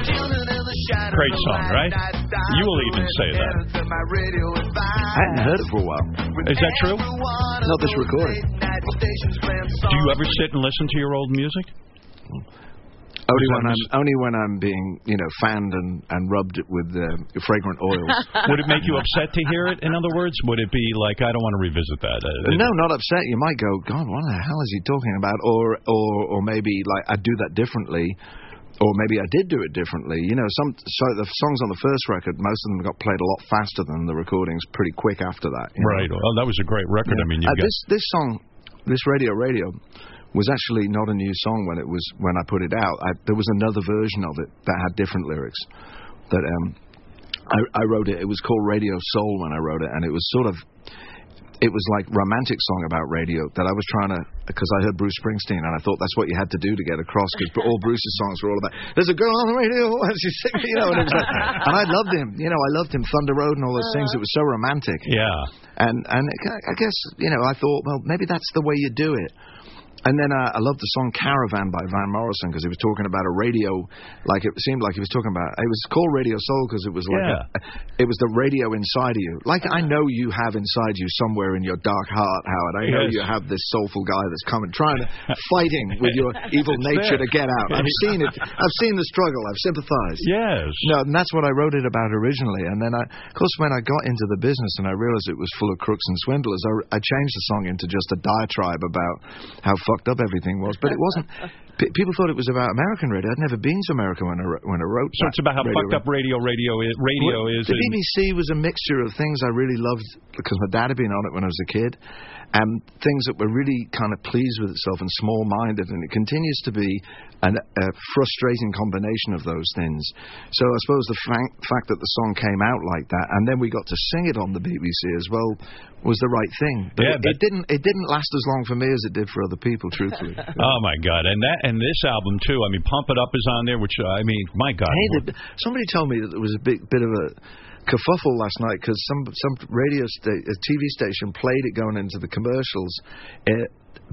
Speaker 4: Great song, right? You will even say that.
Speaker 19: I hadn't heard it for a while.
Speaker 4: Is that true?
Speaker 19: Not this recording.
Speaker 4: Do you ever sit and listen to your old music?
Speaker 19: Only
Speaker 4: that
Speaker 19: when I'm only when I'm being you know fanned and and rubbed with uh, fragrant oils.
Speaker 4: Would it make you upset to hear it? In other words, would it be like I don't want to revisit that? Uh,
Speaker 19: No, not upset. You might go, God, what the hell is he talking about? Or, or, or maybe like I'd do that differently, or maybe I did do it differently. You know, some so the songs on the first record, most of them got played a lot faster than the recordings, pretty quick after that. you know.
Speaker 4: Right. Well, that was a great record. I mean, you
Speaker 19: Uh,
Speaker 4: got
Speaker 19: this this song, this radio radio, was actually not a new song when it was when I put it out. I, there was another version of it that had different lyrics. That um, I, I wrote it. It was called Radio Soul when I wrote it, and it was sort of it was like romantic song about radio that I was trying to because I heard Bruce Springsteen and I thought that's what you had to do to get across because all Bruce's songs were all about there's a girl on the radio and she's singing you know and it was like and I loved him you know I loved him Thunder Road and all those things it was so romantic
Speaker 4: yeah
Speaker 19: and and I guess you know I thought well maybe that's the way you do it and then uh, I loved the song Caravan by Van Morrison because he was talking about a radio, like it seemed like he was talking about. It was called Radio Soul because it was like
Speaker 4: Yeah.
Speaker 19: a, it was the radio inside of you. Like I know you have inside you somewhere in your dark heart, Howard. I know
Speaker 4: Yes.
Speaker 19: you have this soulful guy that's coming, trying to fighting with your evil
Speaker 4: It's
Speaker 19: nature
Speaker 4: there.
Speaker 19: to get out. I've seen it. I've seen the struggle. I've sympathized.
Speaker 4: Yes.
Speaker 19: No, and that's what I wrote it about originally. And then, I, of course, when I got into the business and I realized it was full of crooks and swindlers, I, I changed the song into just a diatribe about how fucked up everything was. But it wasn't. P- people thought it was about American radio. I'd never been to America when I, wr- when I wrote.
Speaker 4: So it's about how fucked up radio radio is. Radio is.
Speaker 19: The
Speaker 4: in-
Speaker 19: BBC was a mixture of things I really loved because my dad had been on it when I was a kid, and things that were really kind of pleased with itself and small-minded, and it continues to be an, a frustrating combination of those things. So I suppose the fa- fact that the song came out like that, and then we got to sing it on the BBC as well, was the right thing. But
Speaker 4: Yeah,
Speaker 19: it, it didn't. It didn't last as long for me as it did for other people. Truthfully.
Speaker 4: Oh my God! And that and this album too. I mean, Pump It Up is on there, which uh, I mean, my God.
Speaker 19: Hey, the, somebody told me that there was a big bit of a kerfuffle last night because some some radio sta- a TV station played it going into the commercials uh,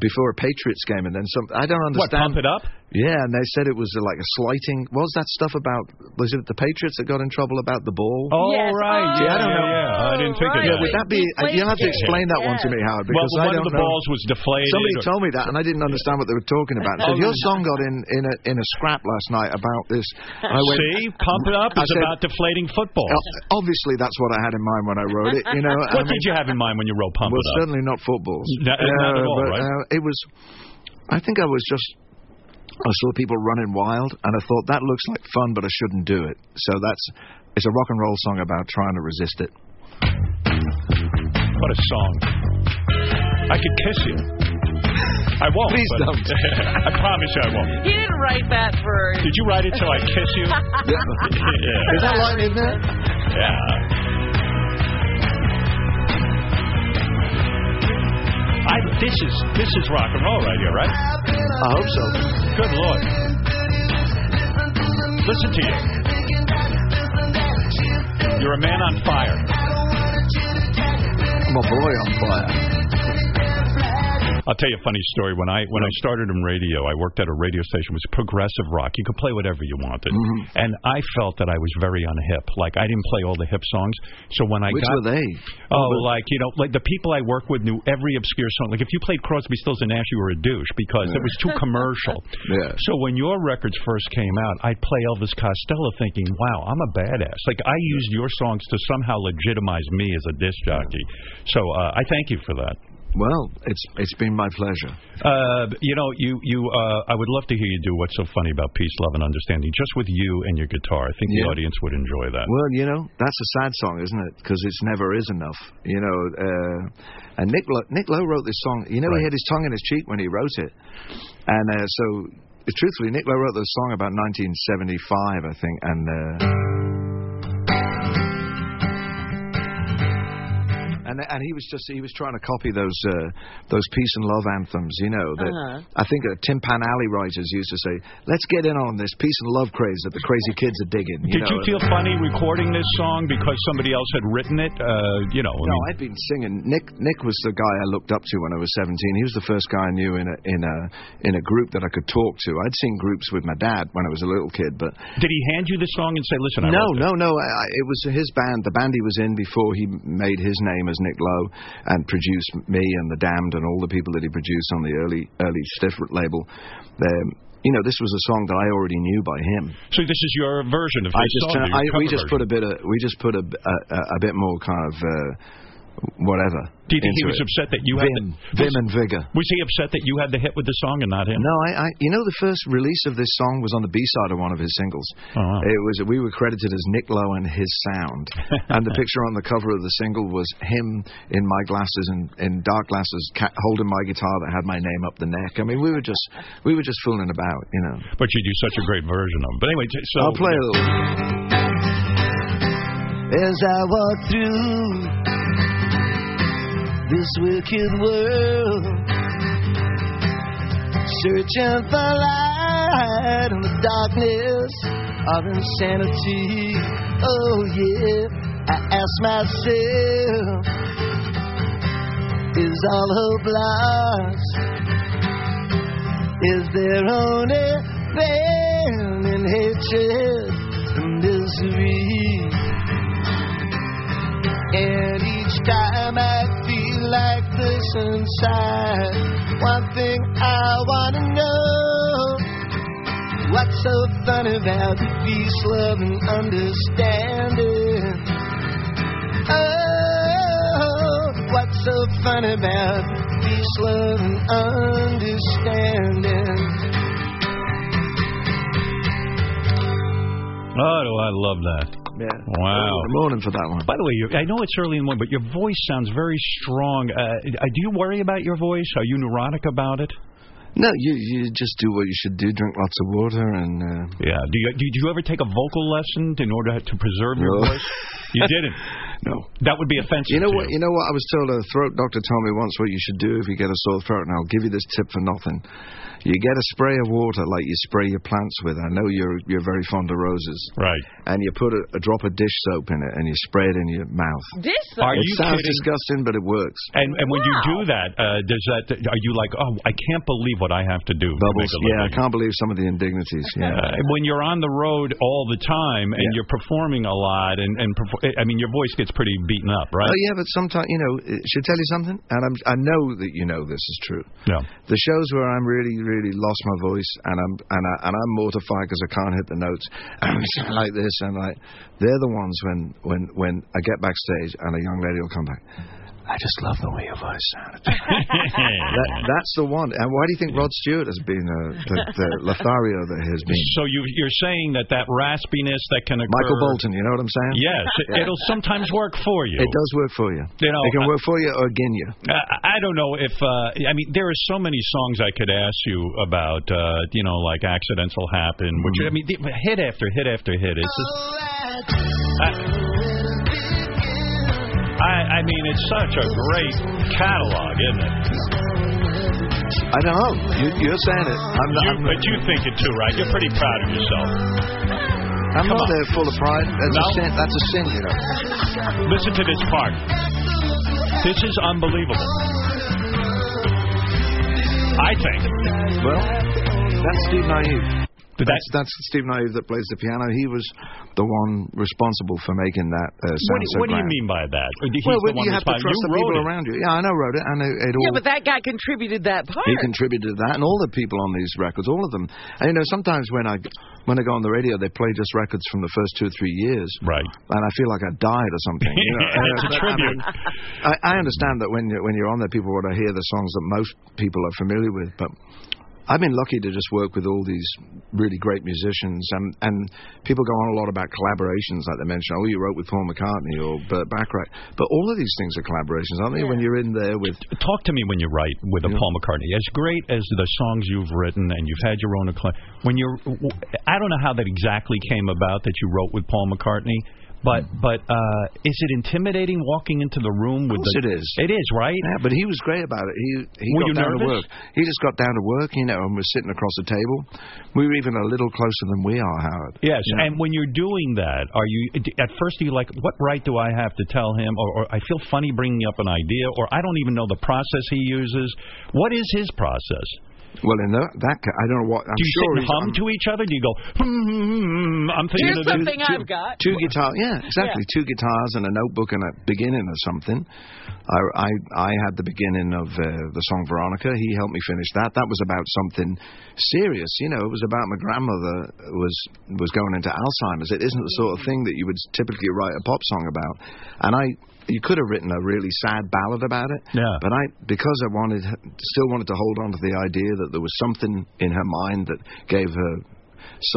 Speaker 19: before a Patriots game, and then some. I don't
Speaker 4: What,
Speaker 19: understand.
Speaker 4: Pump It Up?
Speaker 19: Yeah, and they said it was uh, like a slighting. What was that stuff about? Was it the Patriots that got in trouble about the ball?
Speaker 4: Oh right,
Speaker 19: Yeah, I don't
Speaker 4: yeah,
Speaker 19: know.
Speaker 4: yeah. I didn't think
Speaker 19: Yeah,
Speaker 4: of that.
Speaker 19: would that be? uh, You'll have to explain that one to me, Howard,
Speaker 4: Well,
Speaker 19: because I
Speaker 4: one
Speaker 19: don't
Speaker 4: of the
Speaker 19: know.
Speaker 4: balls was deflated.
Speaker 19: Somebody
Speaker 4: or-
Speaker 19: told me that, and I didn't understand what they were talking about. So
Speaker 4: Oh,
Speaker 19: your
Speaker 4: really?
Speaker 19: song got in in a, in a scrap last night about this. And I went,
Speaker 4: See, Pump It Up
Speaker 19: I
Speaker 4: is
Speaker 19: said,
Speaker 4: about deflating football.
Speaker 19: "Oh, Obviously, that's what I had in mind when I wrote it. You know, I
Speaker 4: what did
Speaker 19: mean,
Speaker 4: you have in mind when you wrote Pump
Speaker 19: well,
Speaker 4: It Up?
Speaker 19: certainly not football.
Speaker 4: No, not at all,
Speaker 19: but,
Speaker 4: right?
Speaker 19: uh, it was. I think I was just. I saw people running wild, and I thought that looks like fun, but I shouldn't do it. So that's. It's a rock and roll song about trying to resist it.
Speaker 4: What a song. I could kiss you. I won't. Please don't. I promise you I won't.
Speaker 7: He didn't write that for.
Speaker 4: Did you write it till I kiss you? yeah.
Speaker 7: Is that
Speaker 19: lightning there?
Speaker 4: Yeah. I, this is this is rock and roll right here, right?
Speaker 19: I hope so.
Speaker 4: Good lord. Listen to you. You're a man on fire.
Speaker 19: I'm a boy on fire.
Speaker 4: I'll tell you a funny story. When I when I started in radio, I worked at a radio station. It was progressive rock. You could play whatever you wanted,
Speaker 19: Mm-hmm.
Speaker 4: and I felt that I was very unhip. Like I didn't play all the hip songs. So when I
Speaker 19: Which
Speaker 4: got
Speaker 19: were they?
Speaker 4: oh, like you know, like the people I worked with knew every obscure song. Like if you played Crosby, Stills and Nash, you were a douche because it was too commercial.
Speaker 19: Yeah.
Speaker 4: So when your records first came out, I'd play Elvis Costello, thinking, "Wow, I'm a badass." Like I used your songs to somehow legitimize me as a disc jockey. So uh, I thank you for that.
Speaker 19: Well, it's it's been my pleasure.
Speaker 4: Uh, you know, you you. Uh, I would love to hear you do what's so funny about peace, love, and understanding, just with you and your guitar. I think the
Speaker 19: Yeah.
Speaker 4: audience would enjoy that.
Speaker 19: Well, you know, that's a sad song, isn't it? Because it's never is enough. You know, uh, and Nick Lo- Nick Lowe wrote this song. You know, he had his tongue in his cheek when he wrote it, and uh, so truthfully, Nick Lowe wrote this song about 1975, I think, and. Uh, And, and he was just he was trying to copy those uh, those peace and love anthems, you know. That I
Speaker 5: Uh-huh.
Speaker 19: think uh, Timpan Alley writers used to say, "Let's get in on this peace and love craze that the crazy kids are digging." You
Speaker 4: Did
Speaker 19: know,
Speaker 4: you feel funny recording this song because somebody else had written it? Uh, you know,
Speaker 19: No,
Speaker 4: I mean,
Speaker 19: I'd been singing. Nick Nick was the guy I looked up to when I was 17. He was the first guy I knew in a in a in a group that I could talk to. I'd seen groups with my dad when I was a little kid, but
Speaker 4: did he hand you the song and say, "Listen, I
Speaker 19: no,
Speaker 4: wrote
Speaker 19: no, no. I, I, it was his band, the band he was in before he made his name as Nick Lowe and produced me and the Damned and all the people that he produced on the early early Stiff label. Um, you know, this was a song that I already knew by him.
Speaker 4: this." So this is your version of
Speaker 19: I
Speaker 4: his
Speaker 19: just
Speaker 4: song.
Speaker 19: turned-
Speaker 4: your
Speaker 19: I,
Speaker 4: cover
Speaker 19: we just
Speaker 4: version.
Speaker 19: put a bit of we just put a a, a bit more kind of uh, whatever.
Speaker 4: Do you think he
Speaker 19: into
Speaker 4: was
Speaker 19: it.
Speaker 4: upset that you
Speaker 19: vim,
Speaker 4: had the,
Speaker 19: vim and vigor?
Speaker 4: Was he upset that you had the hit with the song and not him?
Speaker 19: No, I, I you know the first release of this song was on the B side of one of his singles.
Speaker 4: wow.
Speaker 19: It was we were credited as Nick Lowe and his sound, and the picture on the cover of the single was him in my glasses and in dark glasses ca- holding my guitar that had my name up the neck. I mean, we were just we were just fooling about, you know.
Speaker 4: But you do such a great version of. it. But anyway, t- so
Speaker 19: I'll play a little.
Speaker 12: As I walk through this wicked world. Searching for light in the darkness of insanity. Oh, yeah, I ask myself, is all hope lost? Is there only pain and hatred and misery? And each time I feel like this inside, one thing I wanna know. What's so funny about peace, love, and understanding? Oh, what's so funny about peace, love, and understanding?
Speaker 4: Oh, do I love that.
Speaker 19: Yeah.
Speaker 4: Wow.
Speaker 19: Early in the morning for that one.
Speaker 4: By the way, you, I know it's early in the morning, but your voice sounds very strong. Uh, uh, do you worry about your voice? Are you neurotic about it?
Speaker 19: No, you you just do what you should do. Drink lots of water and. Uh,
Speaker 4: Yeah. Do you, did you ever take a vocal lesson in order to preserve your
Speaker 19: No.
Speaker 4: voice? You didn't.
Speaker 19: No.
Speaker 4: That would be offensive.
Speaker 19: You know
Speaker 4: to
Speaker 19: what? You know what? I was told a throat doctor told me once what you should do if you get a sore throat, and I'll give you this tip for nothing. You get a spray of water like you spray your plants with. I know you're you're very fond of roses,
Speaker 4: right?
Speaker 19: And you put a, a drop of dish soap in it, and you spray it in your mouth.
Speaker 7: Dish soap?
Speaker 4: Are
Speaker 19: it
Speaker 4: you
Speaker 19: sounds
Speaker 4: kidding?
Speaker 19: disgusting, but it works.
Speaker 4: And and when you do that, uh, does that are you like, oh, I can't believe what I have to do? to
Speaker 19: Bubbles.
Speaker 4: make a
Speaker 19: Yeah, I
Speaker 4: living?"
Speaker 19: can't believe some of the indignities. Yeah.
Speaker 4: Uh, when you're on the road all the time and you're performing a lot, and and perfor I mean your voice gets pretty beaten up, right?
Speaker 19: Oh yeah, but sometimes you know. uh, Should I tell you something, and I'm, I know that you know this is true.
Speaker 4: Yeah.
Speaker 19: The shows where I'm really, really lost my voice, and I'm and I and I'm mortified because I can't hit the notes, and I'm just like this, and like they're the ones when when when I get backstage and a young lady will come back. I just love the way your voice sounded. that, that's the one. And why do you think Rod Stewart has been uh, the, the Lothario that he has been?
Speaker 4: So you you're saying that that raspiness that can occur.
Speaker 19: Michael Bolton, you know what I'm saying?
Speaker 4: Yes, it, it'll sometimes work for you.
Speaker 19: It does work for you.
Speaker 4: You know,
Speaker 19: it can
Speaker 4: I-
Speaker 19: work for you or again you.
Speaker 4: I, I don't know if uh, I mean there are so many songs I could ask you about. Uh, you know, like accidents will happen, which I mean, the- hit after hit after hit. It's just, I I mean it's such a great catalog, isn't it?
Speaker 19: I don't know. You, you're saying it. I'm not,
Speaker 4: you, but you think it too, right? You're pretty proud of yourself.
Speaker 19: I'm
Speaker 4: Come
Speaker 19: not
Speaker 4: on.
Speaker 19: there full of pride. That's
Speaker 4: No?
Speaker 19: a sin. That's a sin, you know.
Speaker 4: Listen to this part. This is unbelievable. I think.
Speaker 19: Well, that's Steve Naive.
Speaker 4: But
Speaker 19: that's, that's Steve Naive that plays the piano. He was the one responsible for making that uh, sound
Speaker 4: What do,
Speaker 19: so
Speaker 4: what do you
Speaker 19: grand.
Speaker 4: mean by that? He's
Speaker 19: well,
Speaker 4: the one
Speaker 19: you have to
Speaker 4: responsible.
Speaker 19: trust the
Speaker 4: you wrote
Speaker 19: people
Speaker 4: it.
Speaker 19: around you. Yeah, I know, wrote it. I know it all.
Speaker 7: Yeah, but that guy contributed that part.
Speaker 19: He contributed to that, and all the people on these records, all of them. And you know, sometimes when I when I go on the radio, they play just records from the first two or three years,
Speaker 4: right?
Speaker 19: And I feel like I died or something. You know?
Speaker 4: It's
Speaker 19: But,
Speaker 4: a
Speaker 19: I
Speaker 4: tribute.
Speaker 19: mean, I, I understand that when you're, when you're on there, people want to hear the songs that most people are familiar with, but. I've been lucky to just work with all these really great musicians, and and people go on a lot about collaborations, like they mentioned. Oh, you wrote with Paul McCartney or Burt Bacharach, but all of these things are collaborations, aren't they? When you're in there with
Speaker 4: Talk to me when you write with a Paul McCartney. As great as the songs you've written and you've had your own acclaim, when you're, I don't know how that exactly came about that you wrote with Paul McCartney, but
Speaker 19: Mm-hmm.
Speaker 4: but uh, is it intimidating walking into the room with?
Speaker 19: course
Speaker 4: the,
Speaker 19: it is.
Speaker 4: It is, right?
Speaker 19: Yeah, but he was great about it. He he
Speaker 4: Were
Speaker 19: got
Speaker 4: you
Speaker 19: down to
Speaker 4: nervous?
Speaker 19: work. He just got down to work, you know, and was sitting across the table. We were even a little closer than we are, Howard.
Speaker 4: Yes, and when you're doing that, are you at first? Are you like, what right do I have to tell him? Or, or I feel funny bringing up an idea, or I don't even know the process he uses. What is his process?
Speaker 19: Well, in that, that ca- I don't know what. I'm
Speaker 4: do you
Speaker 19: sure
Speaker 4: sit and
Speaker 19: he's-
Speaker 4: hum
Speaker 19: I'm-
Speaker 4: to each other? Do you go? Hmm, I'm thinking
Speaker 7: Here's
Speaker 4: of this."
Speaker 7: something I've got.
Speaker 19: Two guitars, yeah, exactly. Two guitars and a notebook and a beginning or something. I I, I had the beginning of uh, the song Veronica. He helped me finish that. That was about something serious, you know. It was about my grandmother was was going into Alzheimer's. It isn't the sort of
Speaker 7: Mm-hmm.
Speaker 19: thing that you would typically write a pop song about. And I, you could have written a really sad ballad about it.
Speaker 4: Yeah.
Speaker 19: But I, because I wanted, still wanted to hold on to the idea that there was something in her mind that gave her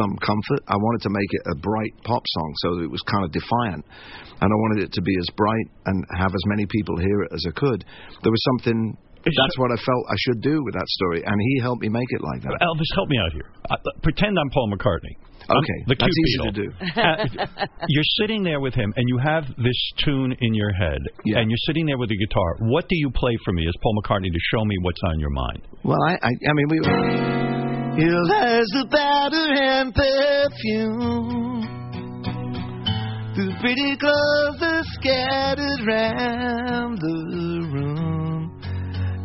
Speaker 19: some comfort. I wanted to make it a bright pop song, so that it was kind of defiant, and I wanted it to be as bright and have as many people hear it as I could. There was something That's what I felt I should do with that story, and he helped me make it like that.
Speaker 4: Elvis, help me out here. Uh, pretend I'm Paul McCartney. I'm
Speaker 19: Okay,
Speaker 4: the
Speaker 19: that's
Speaker 4: cute
Speaker 19: easy
Speaker 4: Beatle.
Speaker 19: to do.
Speaker 4: Uh, you're sitting there with him, and you have this tune in your head, and you're sitting there with the guitar. What do you play for me as Paul McCartney to show me what's on your mind?
Speaker 19: Well, I, I, I mean, we.
Speaker 6: Your eyes the powder and perfume. The pretty clothes are scattered round the room.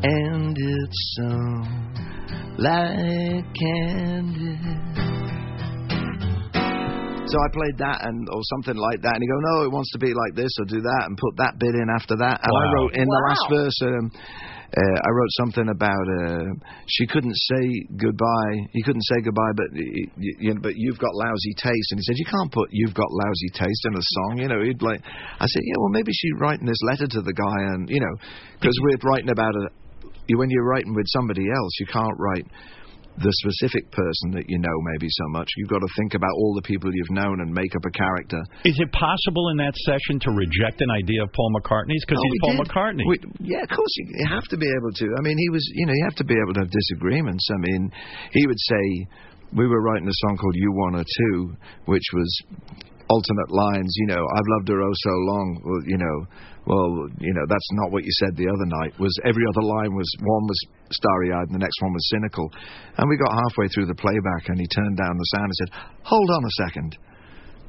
Speaker 6: And it's so like candy.
Speaker 19: So I played that and or something like that, and he go, no, it wants to be like this or do that, and put that bit in after that. And I
Speaker 6: Wow.
Speaker 19: wrote in the
Speaker 6: Wow.
Speaker 19: last verse, um, uh, I wrote something about uh, she couldn't say goodbye. He couldn't say goodbye, but y- y- you know, but you've got lousy taste. And he said, you can't put you've got lousy taste in a song. You know, he'd like. I said, yeah, well, maybe she's writing this letter to the guy, and you know, because we're writing about a. you- When you're writing with somebody else, you can't write the specific person that you know maybe so much. You've got to think about all the people you've known and make up a character.
Speaker 4: Is it possible in that session to reject an idea of Paul McCartney's because
Speaker 19: Oh,
Speaker 4: he's
Speaker 19: we
Speaker 4: Paul
Speaker 19: did.
Speaker 4: McCartney?
Speaker 19: We- yeah, of course you, you have to be able to. I mean, he was, you know, you have to be able to have disagreements. I mean, he would say, we were writing a song called "You One or Two, which was alternate lines. You know, I've loved her oh so long. Well, you know, well, you know, that's not what you said the other night. Was every other line was one was starry eyed and the next one was cynical, and we got halfway through the playback and he turned down the sound and said, hold on a second.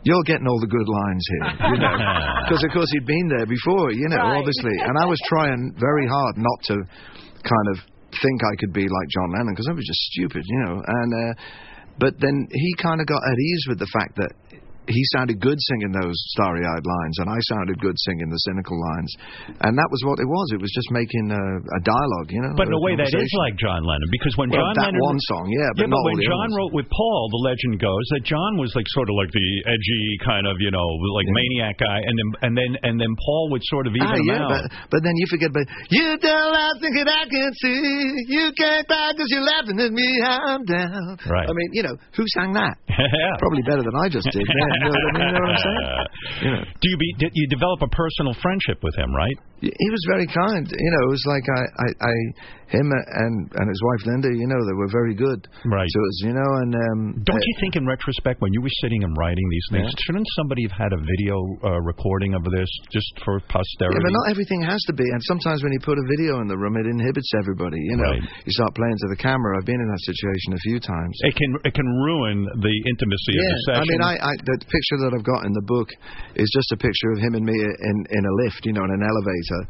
Speaker 19: You're getting all the good lines here, you know, because of course he'd been there before, you know,
Speaker 6: Right.
Speaker 19: obviously. And I was trying very hard not to kind of think I could be like John Lennon because I was just stupid, you know. And uh, but then he kind of got at ease with the fact that he sounded good singing those starry-eyed lines, and I sounded good singing the cynical lines, and that was what it was. It was just making a, a dialogue, you know.
Speaker 4: But in
Speaker 19: a
Speaker 4: a way, that is
Speaker 19: conversation.
Speaker 4: like John Lennon because when
Speaker 19: Well,
Speaker 4: John
Speaker 19: that
Speaker 4: Lennon
Speaker 19: one song, yeah, but not all the
Speaker 4: when John
Speaker 19: others.
Speaker 4: wrote with Paul, the legend goes that John was like sort of like the edgy kind of you know like maniac guy, and then and then and then Paul would sort of even
Speaker 19: Ah,
Speaker 4: him
Speaker 19: yeah,
Speaker 4: out.
Speaker 19: but, but then you forget. But
Speaker 6: You don't like thinking I can see. You can't cry because you're laughing at me. I'm down.
Speaker 19: I mean, you know, who sang that? Probably better than I just did. Then, you, know what I mean? You know what I'm saying?
Speaker 4: Uh, Do you be did you develop a personal friendship with him, right?
Speaker 19: He was very kind. You know, it was like I, I, I him and and his wife Linda. You know, they were very good.
Speaker 4: Right.
Speaker 19: So it was, you know, and um, uh,
Speaker 4: Don't you think, in retrospect, when you were sitting and writing these things,
Speaker 19: Yeah.
Speaker 4: shouldn't somebody have had a video uh, recording of this just for posterity?
Speaker 19: Yeah, but not everything has to be. And sometimes when you put a video in the room, it inhibits everybody. You know, you start playing to the camera. I've been in that situation a few times.
Speaker 4: it can it can ruin the intimacy of the
Speaker 19: I
Speaker 4: session.
Speaker 19: mean, I, I the picture that I've got in the book is just a picture of him and me in in a lift, you know, in an elevator,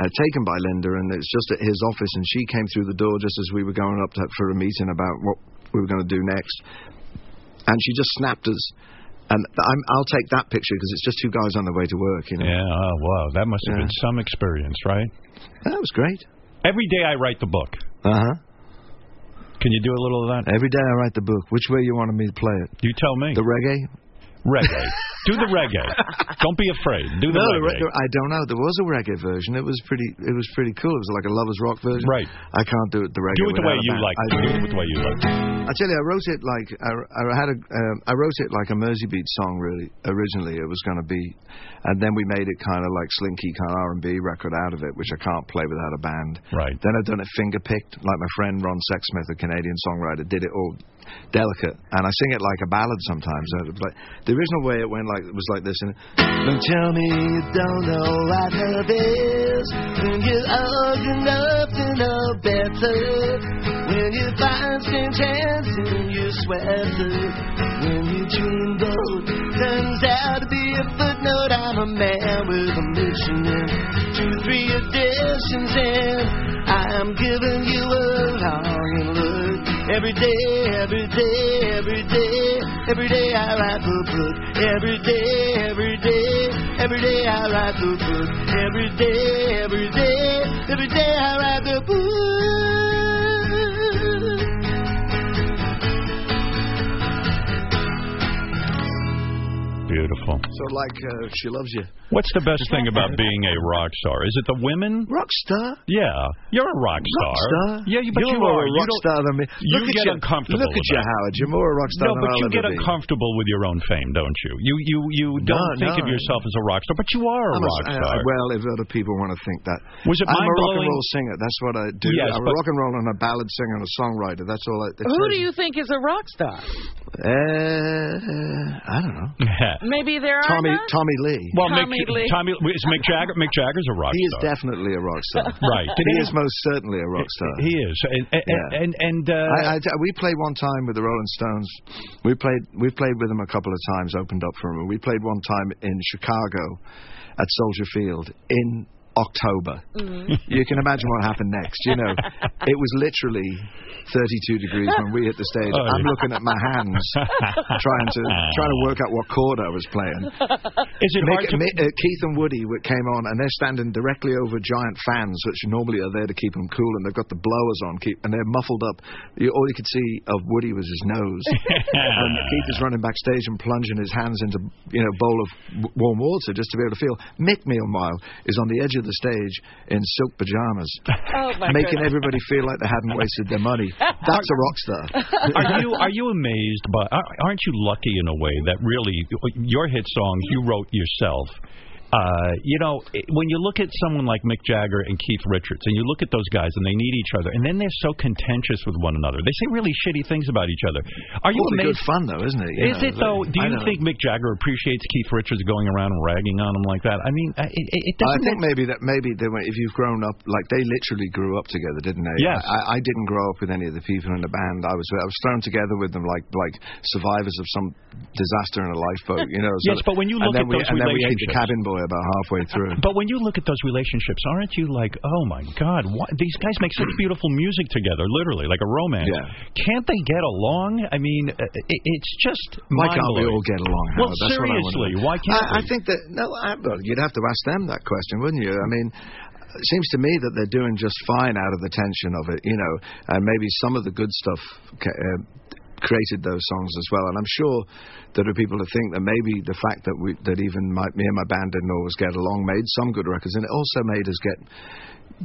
Speaker 19: uh, taken by Linda, and it's just at his office, and she came through the door just as we were going up to, for a meeting about what we were going to do next, and she just snapped us. And I'm, I'll take that picture because it's just two guys on their way to work, you know.
Speaker 4: Yeah, oh, wow, that must have been some experience, right?
Speaker 19: That was great.
Speaker 4: Every day I write the book.
Speaker 19: Uh huh.
Speaker 4: Can you do a little of that?
Speaker 19: Every day I write the book. Which way you wanted me to play it?
Speaker 4: You tell me.
Speaker 19: The reggae.
Speaker 4: Reggae. do the reggae. Don't be afraid. Do the
Speaker 19: no, the
Speaker 4: reggae.
Speaker 19: re- I don't know. There was a reggae version. It was pretty. It was pretty cool. It was like a lovers rock version. Right. I can't do it the reggae.
Speaker 4: do it the way
Speaker 19: without a
Speaker 4: you
Speaker 19: band.
Speaker 4: like.
Speaker 19: I,
Speaker 4: do it the way you like.
Speaker 19: I tell you, I wrote it like I, I had a. Um, I wrote it like a Merseybeat song. Really, originally it was going to be, and then we made it kind of like slinky kind of R and B record out of it, which I can't play without a band.
Speaker 4: Right.
Speaker 19: Then I've done it finger picked, like my friend Ron Sexsmith, a Canadian songwriter, did it all delicate, and I sing it like a ballad sometimes. So it was like the original way it went like it was like this, and
Speaker 6: Don't tell me you don't know what love is when you're old enough to know better. When you find strange hands in your sweater. When you dream gold turns out to be a footnote. I'm a man with a mission and two, three additions in. I'm giving you a long look every day, every day, every day, every day. I write the book every day, every day, every day. I write the book every day, every day, every day. I write the book.
Speaker 4: beautiful.
Speaker 19: So, like, uh, she loves you.
Speaker 4: What's the best thing about being a rock star? Is it the women?
Speaker 19: Rock star?
Speaker 4: Yeah, you're a rock star.
Speaker 19: Rock star?
Speaker 4: Yeah, you, but
Speaker 19: You're
Speaker 4: you
Speaker 19: more
Speaker 4: are.
Speaker 19: a
Speaker 4: You
Speaker 19: rock
Speaker 4: don't-
Speaker 19: star than me.
Speaker 4: You
Speaker 19: Look at
Speaker 4: get
Speaker 19: you.
Speaker 4: uncomfortable.
Speaker 19: Look at
Speaker 4: with
Speaker 19: you,
Speaker 4: that.
Speaker 19: Howard. You're more a rock star
Speaker 4: No,
Speaker 19: than
Speaker 4: but
Speaker 19: I'll
Speaker 4: you
Speaker 19: ever
Speaker 4: get
Speaker 19: be.
Speaker 4: uncomfortable with your own fame, don't you? You you you
Speaker 19: No,
Speaker 4: don't think of
Speaker 19: no.
Speaker 4: yourself as a rock star, but you are a
Speaker 19: I'm a-
Speaker 4: rock
Speaker 19: I- I-
Speaker 4: star.
Speaker 19: well, if other people want to think that.
Speaker 4: Was it
Speaker 19: I'm a rock and
Speaker 4: mind-blowing?
Speaker 19: roll singer. That's what I do.
Speaker 4: Yes,
Speaker 19: I'm a
Speaker 4: but-
Speaker 19: rock and roll and a ballad singer and a songwriter. That's all I. It's
Speaker 7: Who
Speaker 19: a-
Speaker 7: do you think is a rock star?
Speaker 19: Uh, I don't know.
Speaker 7: Maybe there are
Speaker 19: Tommy
Speaker 7: none?
Speaker 19: Tommy Lee.
Speaker 4: Well,
Speaker 7: Tommy
Speaker 4: Mick,
Speaker 7: Lee.
Speaker 4: Tommy is Mick Jagger. Mick Jagger's a rock
Speaker 19: He is
Speaker 4: star.
Speaker 19: definitely a rock star.
Speaker 4: Right. Did
Speaker 19: he
Speaker 4: he-
Speaker 19: is most certainly a rock star.
Speaker 4: He is, and and
Speaker 19: Yeah.
Speaker 4: and, and uh,
Speaker 19: I, I, we played one time with the Rolling Stones. We played we played with them a couple of times. Opened up for them. We played one time in Chicago at Soldier Field in October. You can imagine what happened next. You know, it was literally 32 degrees when we hit the stage.
Speaker 4: Oh,
Speaker 19: I'm
Speaker 4: yeah.
Speaker 19: looking at my hands, trying to trying to work out what chord I was playing.
Speaker 4: Is it hard to-
Speaker 19: uh, Keith and Woody w- came on, and they're standing directly over giant fans, which normally are there to keep them cool, and they've got the blowers on, keep, and they're muffled up. You, all you could see of Woody was his nose, and Keith is running backstage and plunging his hands into you know bowl of w- warm water just to be able to feel. Mick Meanwhile is on the edge of the stage in silk pajamas,
Speaker 7: Oh, my
Speaker 19: uh, making
Speaker 7: goodness.
Speaker 19: everybody feel like they hadn't wasted their money. That's a rock star.
Speaker 4: are you are you amazed by? are- Aren't you lucky in a way that really your hit songs you wrote yourself? Uh, you know, it- when you look at someone like Mick Jagger and Keith Richards, and you look at those guys, and they need each other, and then they're so contentious with one another. They say really shitty things about each other. Are you
Speaker 19: Well, it's
Speaker 4: amazed?
Speaker 19: good fun though, isn't it? You
Speaker 4: Is
Speaker 19: know,
Speaker 4: it though? Do
Speaker 19: I
Speaker 4: you
Speaker 19: know.
Speaker 4: think Mick Jagger appreciates Keith Richards going around and ragging on him like that? I mean, uh, it, it it
Speaker 19: I
Speaker 4: doesn't.
Speaker 19: think maybe that maybe they went, if you've grown up like they literally grew up together, didn't they?
Speaker 4: Yes.
Speaker 19: I, I didn't grow up with any of the people in the band. I was I was thrown together with them like like survivors of some disaster in a lifeboat, you know.
Speaker 4: Yes, but when you
Speaker 19: and
Speaker 4: look
Speaker 19: then
Speaker 4: at
Speaker 19: we,
Speaker 4: those
Speaker 19: and then we ate the
Speaker 4: relationships-
Speaker 19: cabin boy about halfway through.
Speaker 4: But when you look at those relationships, aren't you like, oh my God, what, these guys make such beautiful music together, literally, like a romance. Can't they get along? I mean, uh, it, it's just.
Speaker 19: Why can't we
Speaker 4: mind-blowing.
Speaker 19: all get along?
Speaker 4: Well,
Speaker 19: Howard? That's what I
Speaker 4: seriously,
Speaker 19: wonder.
Speaker 4: why
Speaker 19: I,
Speaker 4: can't
Speaker 19: I
Speaker 4: we?
Speaker 19: think that no, I, well, you'd have to ask them that question, wouldn't you? I mean, it seems to me that they're doing just fine out of the tension of it, you know, and maybe some of the good stuff. ca- Uh, created those songs as well and I'm sure there are people who think that maybe the fact that we that even my, me and my band didn't always get along made some good records and it also made us get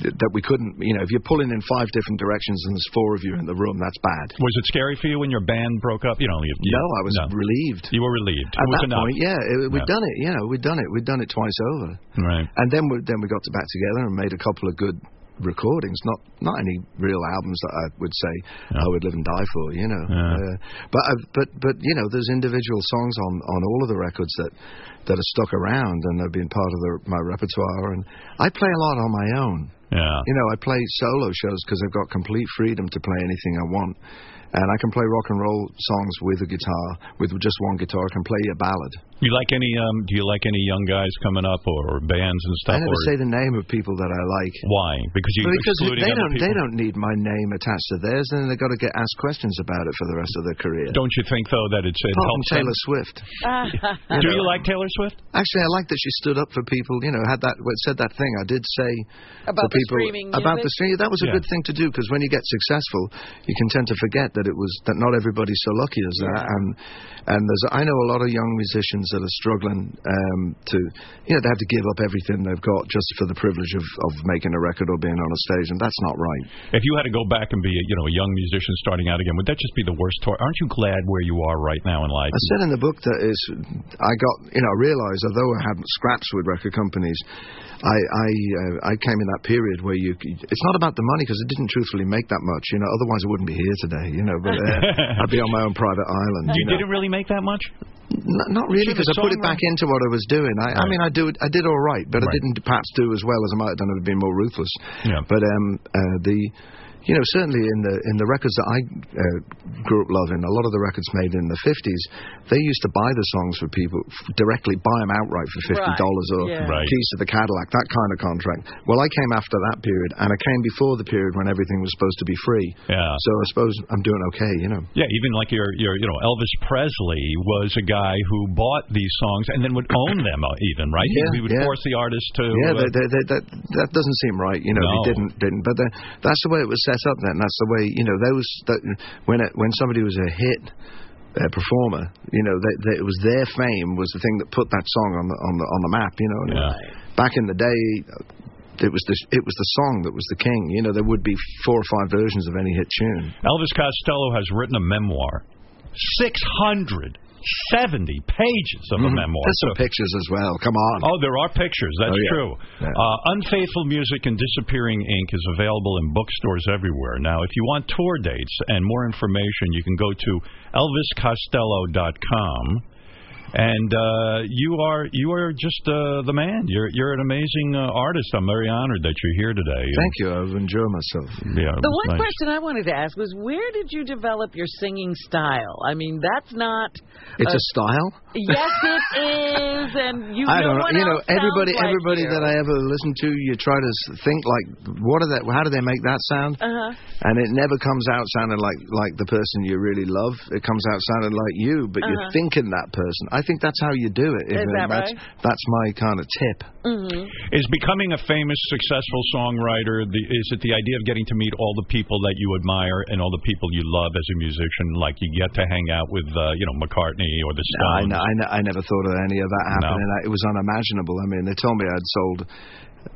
Speaker 19: th- that we couldn't you know if you're pulling in five different directions and there's four of you in the room that's bad
Speaker 4: Was it scary for you when your band broke up? You know, you, you,
Speaker 19: No, I was relieved.
Speaker 4: You were relieved.
Speaker 19: at
Speaker 4: it was
Speaker 19: that
Speaker 4: enough.
Speaker 19: point, yeah, it, we'd
Speaker 4: Yeah.
Speaker 19: done it. You know, we'd done it. We'd done it twice over,
Speaker 4: Right.
Speaker 19: and then we then we got to back together and made a couple of good recordings. Not not any real albums that I would say I would live and die for. You know, uh, but i but but you know, there's individual songs on on all of the records that that are stuck around and have been part of the, my repertoire. And I play a lot on my own.
Speaker 4: Yeah.
Speaker 19: You know, I play solo shows because I've got complete freedom to play anything I want. And I can play rock and roll songs with a guitar, with just one guitar. I can play a ballad.
Speaker 4: You like any? Um, do you like any young guys coming up or, or bands and
Speaker 19: I
Speaker 4: stuff?
Speaker 19: never
Speaker 4: or
Speaker 19: say the name of people that I like.
Speaker 4: why? Because you
Speaker 19: But because
Speaker 4: excluding
Speaker 19: they
Speaker 4: other
Speaker 19: don't, they
Speaker 4: people?
Speaker 19: don't need my name attached to theirs, and they've got to get asked questions about it for the rest of their career.
Speaker 4: Don't you think though that it's it
Speaker 19: Apart from
Speaker 4: helps them?
Speaker 19: Taylor Swift.
Speaker 4: Do
Speaker 19: know.
Speaker 4: you like Taylor Swift?
Speaker 19: Actually, I like that she stood up for people. You know, had that well, said that thing I did say
Speaker 7: About
Speaker 19: for
Speaker 7: the
Speaker 19: people
Speaker 7: streaming
Speaker 19: about the
Speaker 7: music?
Speaker 19: streaming. That was a
Speaker 7: Yeah.
Speaker 19: good thing to do because when you get successful, you can tend to forget that it was that not everybody's so lucky as that. And and there's I know a lot of young musicians that are struggling um, to you know they have to give up everything they've got just for the privilege of of making a record or being on a stage, and that's not right.
Speaker 4: If you had to go back and be, a, you know, a young musician starting out again, would that just be the worst tour? Aren't you glad where you are right now in life?
Speaker 19: I said in the book that is, I got, you know, I realised although I had scraps with record companies, I I, uh, I came in that period where you, it's not about the money because I didn't truthfully make that much, you know. Otherwise, I wouldn't be here today, you know. But uh, I'd be on my own private island.
Speaker 4: You
Speaker 19: You, know?
Speaker 4: didn't really make that much.
Speaker 19: N- not really
Speaker 4: Sure,
Speaker 19: because
Speaker 4: the
Speaker 19: I put it
Speaker 4: songwriting-
Speaker 19: back into what I was doing. I, I mean, I do, I did all right, but I
Speaker 4: Right.
Speaker 19: didn't perhaps do as well as I might have done if I'd been more ruthless.
Speaker 4: Yeah.
Speaker 19: But um, uh, the, you know, certainly in the in the records that I uh, grew up loving, a lot of the records made in the fifties, they used to buy the songs for people f- directly, buy them outright for fifty dollars or
Speaker 4: Right, yeah. Right.
Speaker 19: keys to the Cadillac, that kind of contract. Well, I came after that period, and I came before the period when everything was supposed to be free.
Speaker 4: Yeah.
Speaker 19: So I suppose I'm doing okay, you know.
Speaker 4: Yeah, even like your your you know Elvis Presley was a guy who bought these songs and then would own them uh, even right.
Speaker 19: Yeah,
Speaker 4: he would
Speaker 19: yeah.
Speaker 4: force the artist to.
Speaker 19: Yeah,
Speaker 4: uh,
Speaker 19: they, they, they, that that doesn't seem right. You know,
Speaker 4: No.
Speaker 19: they didn't didn't. But the, that's the way it was set up. Then that's the way you know those that when it, when somebody was a hit, uh, performer. You know, they, they, it was their fame was the thing that put that song on the on the on the map. You know, and back in the day, it was the it was the song that was the king. You know, there would be four or five versions of any hit tune.
Speaker 4: Elvis Costello has written a memoir, 670 pages of a memoir.
Speaker 19: There's Mm-hmm. some pictures as well. Come on.
Speaker 4: Oh, there are pictures. That's
Speaker 19: Oh, yeah.
Speaker 4: true. Uh, Unfaithful Music and Disappearing Ink is available in bookstores everywhere. Now, if you want tour dates and more information, you can go to elviscostello.com. And uh, you are you are just uh, the man. You're you're an amazing uh, artist. I'm very honored that you're here today.
Speaker 19: Thank you. I've enjoyed myself.
Speaker 4: Yeah.
Speaker 7: The
Speaker 4: it was
Speaker 7: one
Speaker 4: nice.
Speaker 7: question I wanted to ask was where did you develop your singing style? I mean, that's not.
Speaker 19: It's
Speaker 7: uh,
Speaker 19: a style.
Speaker 7: Yes, it is, and you.
Speaker 19: I
Speaker 7: no
Speaker 19: don't know.
Speaker 7: one
Speaker 19: You know,
Speaker 7: else sounds
Speaker 19: everybody,
Speaker 7: like
Speaker 19: everybody
Speaker 7: you.
Speaker 19: that I ever listened to, you try to s- think like, what are that? How do they make that sound?
Speaker 7: Uh-huh.
Speaker 19: And it never comes out sounding like like the person you really love. It comes out sounding like you, but you're
Speaker 7: Uh-huh.
Speaker 19: thinking that person. I think that's how you do it.
Speaker 7: Is
Speaker 19: and
Speaker 7: that
Speaker 19: that's,
Speaker 7: right?
Speaker 19: that's my kind of tip.
Speaker 8: Mm-hmm.
Speaker 7: Mhm.
Speaker 4: Is becoming a famous, successful songwriter, the, is it the idea of getting to meet all the people that you admire and all the people you love as a musician? Like you get to hang out with, uh, you know, McCartney or
Speaker 19: No,
Speaker 4: the
Speaker 19: I,
Speaker 4: Stones?
Speaker 19: ne- I, ne- I never thought of any of that happening. I- It was unimaginable. I mean, they told me I'd sold.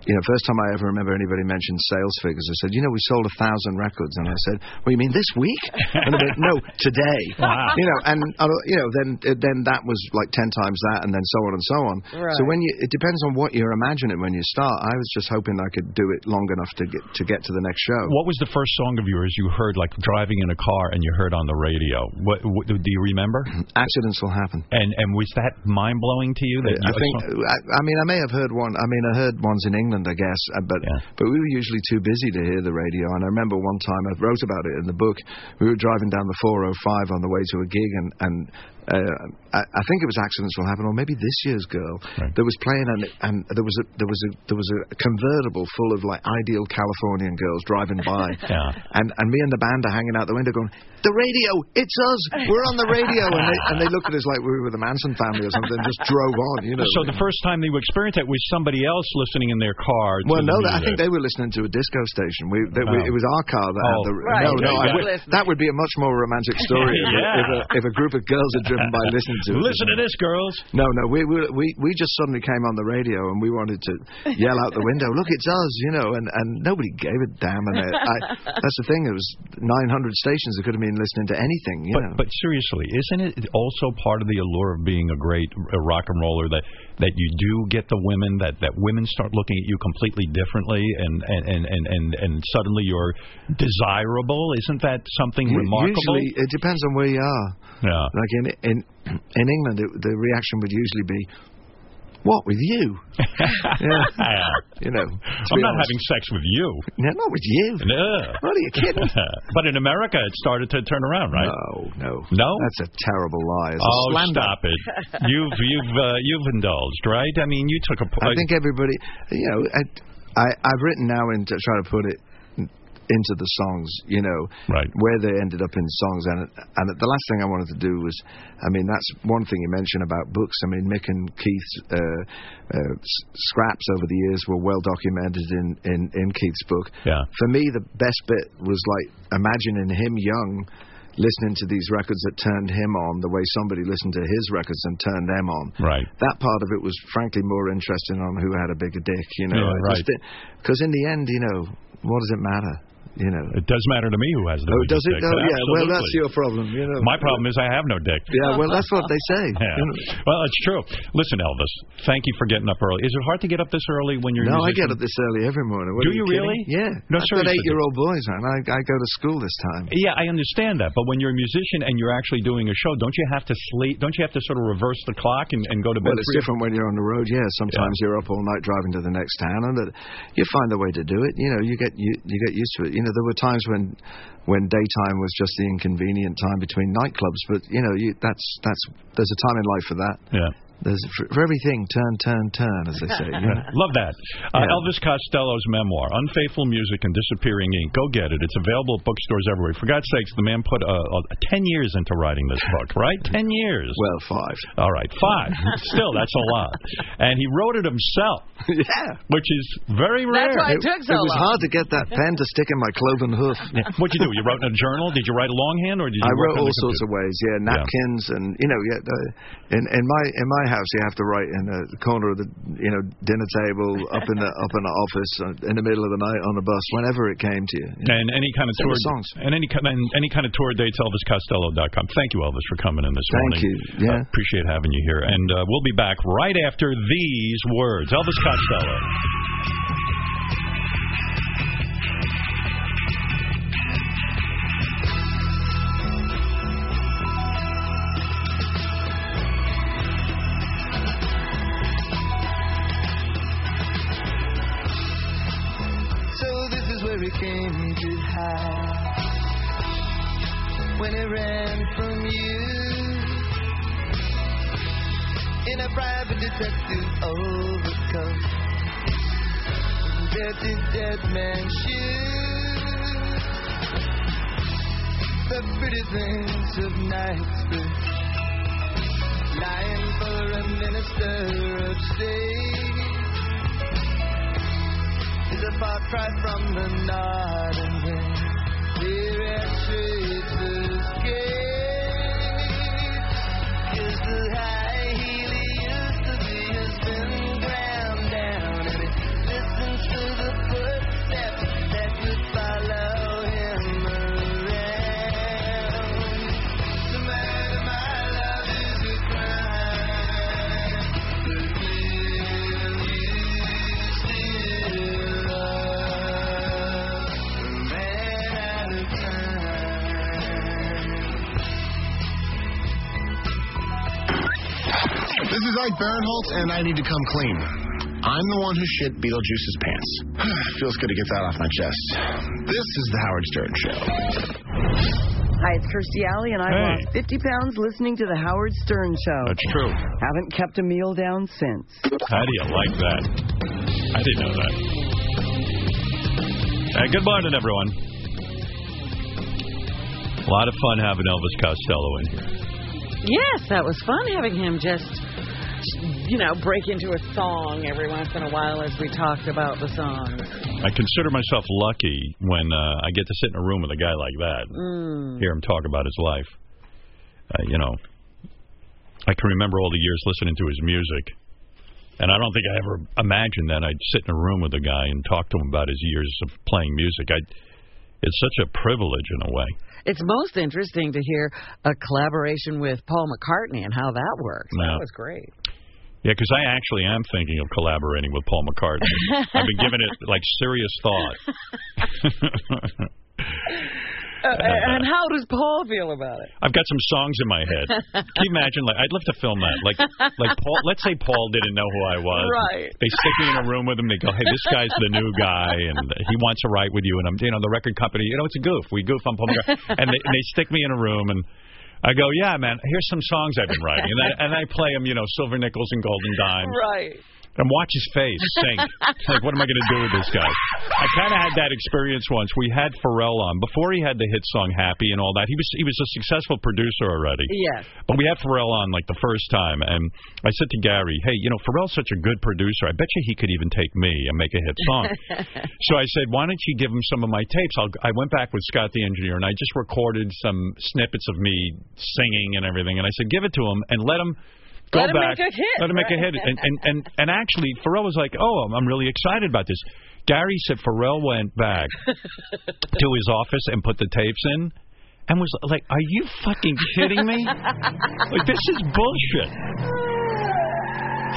Speaker 19: You know, first time I ever remember anybody mentioned sales figures, I said, "You know, we sold a thousand records," and I said, "What do you mean this week?" And they went, "No, today."
Speaker 4: Wow.
Speaker 19: You know, and uh, you know, then then that was like ten times that, and then so on and so on. So
Speaker 4: Right.
Speaker 19: when you, it depends on what you're imagining when you start. I was just hoping I could do it long enough to get to get to the next show.
Speaker 4: What was the first song of yours you heard, like driving in a car and you heard on the radio? What, what do you remember?
Speaker 19: Accidents will happen.
Speaker 4: And and was that mind blowing to you? That
Speaker 19: I
Speaker 4: you-
Speaker 19: think. I, I mean, I may have heard one. I mean, I heard ones in England, I guess, uh, but but we were usually too busy to hear the radio. And I remember one time I wrote about it in the book. We were driving down the 405 on the way to a gig, and and uh, I, I think it was Accidents Will Happen, or maybe this year's Girl that was playing, and and there was a there was a there was a convertible full of like ideal Californian girls driving by,
Speaker 4: Yeah.
Speaker 19: and and me and the band are hanging out the window going. The radio, it's us. We're on the radio, and they, and they looked at us like we were the Manson family or something, and just drove on. You know.
Speaker 4: so the first time that you experienced it was somebody else listening in their car. to
Speaker 19: Well,
Speaker 4: the
Speaker 19: no, that- I
Speaker 4: music.
Speaker 19: think they were listening to a disco station. We, they, we-
Speaker 4: Oh.
Speaker 19: it was our car that had
Speaker 4: Oh.
Speaker 19: the.
Speaker 4: Right,
Speaker 19: No,
Speaker 4: okay,
Speaker 19: no, I
Speaker 4: got
Speaker 19: would-
Speaker 4: it.
Speaker 19: that would be a much more romantic story if, a-
Speaker 4: Yeah.
Speaker 19: if, a, if a group of girls are driven by listening to. it.
Speaker 4: Listen to this, girls.
Speaker 19: No, no, we, we we we just suddenly came on the radio and we wanted to yell out the window, "Look, it's us!" You know, and and nobody gave a damn. And it- I, that's the thing. It was 900 stations that could have been listening to anything. You know.
Speaker 4: But seriously, isn't it also part of the allure of being a great uh, rock and roller that that you do get the women that that women start looking at you completely differently and and and and and, and suddenly you're desirable? Isn't that something
Speaker 19: U-
Speaker 4: remarkable?
Speaker 19: Usually, it depends on where you are.
Speaker 4: Yeah.
Speaker 19: Like in in in England, it, the reaction would usually be, "What with you?" yeah. You know,
Speaker 4: I'm not Oh, having sex with you.
Speaker 19: No, not with you.
Speaker 4: No.
Speaker 19: What are you kidding?
Speaker 4: but in America, it started to turn around, right?
Speaker 19: No, no,
Speaker 4: no.
Speaker 19: That's a terrible lie. It's a
Speaker 4: oh,
Speaker 19: slander.
Speaker 4: stop it! You've you've uh, you've indulged, right? I mean, you took a.
Speaker 19: I think everybody, you know, I, I I've written now and to try to put it into the songs, you know,
Speaker 4: right.
Speaker 19: where they ended up in songs. And and the last thing I wanted to do was, I mean, that's one thing you mentioned about books. I mean, Mick and Keith's uh, uh, s- scraps over the years were well documented in, in, in Keith's book.
Speaker 4: Yeah.
Speaker 19: For me, the best bit was like imagining him young. Listening to these records that turned him on, the way somebody listened to his records and turned them on.
Speaker 4: Right.
Speaker 19: That part of it was frankly more interesting on who had a bigger dick, you know.
Speaker 4: Yeah, right.
Speaker 19: Because in the end, you know, what does it matter? You know.
Speaker 4: It does matter to me who has
Speaker 19: Oh,
Speaker 4: the.
Speaker 19: does
Speaker 4: biggest
Speaker 19: it?
Speaker 4: dick.
Speaker 19: Oh, yeah. Well, that's
Speaker 4: Absolutely.
Speaker 19: your problem. You know.
Speaker 4: My problem is I have no dick.
Speaker 19: Yeah, well, that's what they say.
Speaker 4: Yeah. Well, it's true. Listen, Elvis, thank you for getting up early. Is it hard to get up this early when you're? a
Speaker 19: No, I get
Speaker 4: musician?
Speaker 19: up this early every morning. What
Speaker 4: Do
Speaker 19: are
Speaker 4: you
Speaker 19: kidding?
Speaker 4: really?
Speaker 19: Yeah. I've
Speaker 4: No,
Speaker 19: got
Speaker 4: seriously.
Speaker 19: eight-year-old boys, man. I, I go to school this time.
Speaker 4: Yeah, I understand that, but when you're a musician and you're actually doing a show, don't you have to sleep? Don't you have to sort of reverse the clock and, and go to
Speaker 19: Well,
Speaker 4: bed?
Speaker 19: it's
Speaker 4: three-
Speaker 19: different when you're on the road. Yeah, sometimes you're up all night driving to the next town, and that you find a way to do it. You know, you get you, you get used to it. You know, there were times when when daytime was just the inconvenient time between nightclubs, but you know, you, that's that's there's a time in life for that.
Speaker 4: Yeah.
Speaker 19: There's for, for everything, turn, turn, turn, as they say. you know?
Speaker 4: Love that. Uh, Elvis Costello's memoir, Unfaithful Music and Disappearing Ink. Go get it. It's available at bookstores everywhere. For God's sakes, the man put uh, uh, 10 years into writing this book, right? 10 years.
Speaker 19: Well, five.
Speaker 4: All right, five. Still, that's a lot. And he wrote it himself.
Speaker 19: Yeah.
Speaker 4: Which is very rare.
Speaker 7: That's why it took so
Speaker 19: It was
Speaker 7: long.
Speaker 19: hard to get that pen to stick in my cloven hoof.
Speaker 4: What'd you do? You wrote in a journal? Did you write a longhand, or did you?
Speaker 19: I wrote
Speaker 4: work on
Speaker 19: all
Speaker 4: the
Speaker 19: sorts of ways. Yeah, napkins and you know, yeah. Uh, in in my in my house, you have to write in a corner of the you know dinner table, up in the up in the office, uh, in the middle of the night on a bus, whenever it came to you.
Speaker 4: And any kind of
Speaker 19: Sing
Speaker 4: tour
Speaker 19: the songs.
Speaker 4: and any kind and any kind of tour dates elviscostello.com. Thank you Elvis for coming in this morning.
Speaker 19: Thank you. Yeah.
Speaker 4: Uh, appreciate having you here and uh, we'll be back right after these words. Elvis Costello.
Speaker 5: So this is where it came to hide when it ran from you in a private detective overcoat, dirty dead man shoes. The pretty things of Knightsbridge, lying for a minister of state is a far cry from the nodding wind. Here at Tracer's Gate, is the high heel he used to be has been ground down, and it listens to the footsteps that would follow him around. To murder my love is a crime. But will you still love a man out of time?
Speaker 20: This is Ike Barinholtz, and I need to come clean. I'm the one who shit Beetlejuice's pants. Feels good to get that off my chest. This is the Howard Stern Show.
Speaker 8: Hi, it's Kirstie Alley, and I
Speaker 20: Hey.
Speaker 8: lost 50 pounds listening to The Howard Stern Show.
Speaker 4: That's true.
Speaker 8: Haven't kept a meal down since.
Speaker 4: How do you like that? I didn't know that. Uh, good morning, everyone. A lot of fun having Elvis Costello in here.
Speaker 7: Yes, that was fun having him just, you know, break into a song every once in a while as we talked about the song.
Speaker 4: I consider myself lucky when uh, I get to sit in a room with a guy like that,
Speaker 7: Mm.
Speaker 4: hear him talk about his life. Uh, you know, I can remember all the years listening to his music, and I don't think I ever imagined that I'd sit in a room with a guy and talk to him about his years of playing music. I, it's such a privilege in a way.
Speaker 7: It's most interesting to hear a collaboration with Paul McCartney and how that works.
Speaker 4: Yeah.
Speaker 7: That was great.
Speaker 4: Yeah, because I actually am thinking of collaborating with Paul McCartney. I've been giving it like serious thought.
Speaker 7: Uh, and how does Paul feel about it?
Speaker 4: I've got some songs in my head. Can you imagine? Like, I'd love to film that. Like, like Paul. Let's say Paul didn't know who I was.
Speaker 7: Right.
Speaker 4: They stick me in a room with him. They go, "Hey, this guy's the new guy, and he wants to write with you." And I'm, you know, the record company. You know, it's a goof. We goof on Paul. McCartney. And they, and they stick me in a room, and I go, "Yeah, man. Here's some songs I've been writing." And I, and I play them, you know, Silver Nickels and Golden Dimes.
Speaker 7: Right.
Speaker 4: And watch his face sink. It's like, what am I going to do with this guy? I kind of had that experience once. We had Pharrell on before he had the hit song "Happy" and all that. He was he was a successful producer already.
Speaker 7: Yes.
Speaker 4: But we had Pharrell on like the first time, and I said to Gary, "Hey, you know Pharrell's such a good producer. I bet you he could even take me and make a hit song." so I said, "Why don't you give him some of my tapes?" I'll, I went back with Scott the engineer, and I just recorded some snippets of me singing and everything. And I said, "Give it to him and let him." Go
Speaker 7: Let him
Speaker 4: back,
Speaker 7: make a hit,
Speaker 4: Let him make a
Speaker 7: right.
Speaker 4: hit, and and and and actually, Pharrell was like, "Oh, I'm, I'm really excited about this." Gary said Pharrell went back to his office and put the tapes in, and was like, "Are you fucking kidding me?" Like this is bullshit.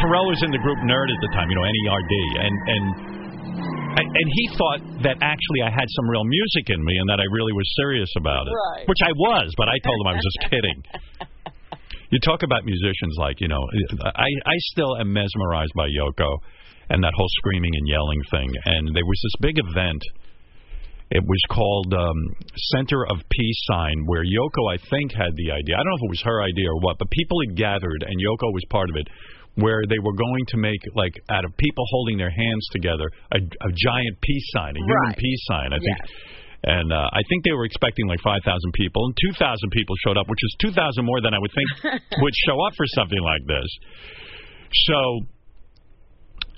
Speaker 4: Pharrell was in the group Nerd at the time, you know, NERD, and and and and he thought that actually I had some real music in me and that I really was serious about it,
Speaker 3: Right.
Speaker 4: which I was, but I told him I was just kidding. You talk about musicians like you know, I I still am mesmerized by Yoko and that whole screaming and yelling thing. And there was this big event It was called um, Center of Peace Sign, where Yoko, I think, had the idea. I don't know if it was her idea or what, but people had gathered, and Yoko was part of it, where they were going to make, like, out of people holding their hands together, a, a giant peace sign, a human
Speaker 7: Right.
Speaker 4: peace sign. I think.
Speaker 7: Yes.
Speaker 4: And uh, I think they were expecting like 5,000 people, and 2,000 people showed up, which is 2,000 more than I would think would show up for something like this. So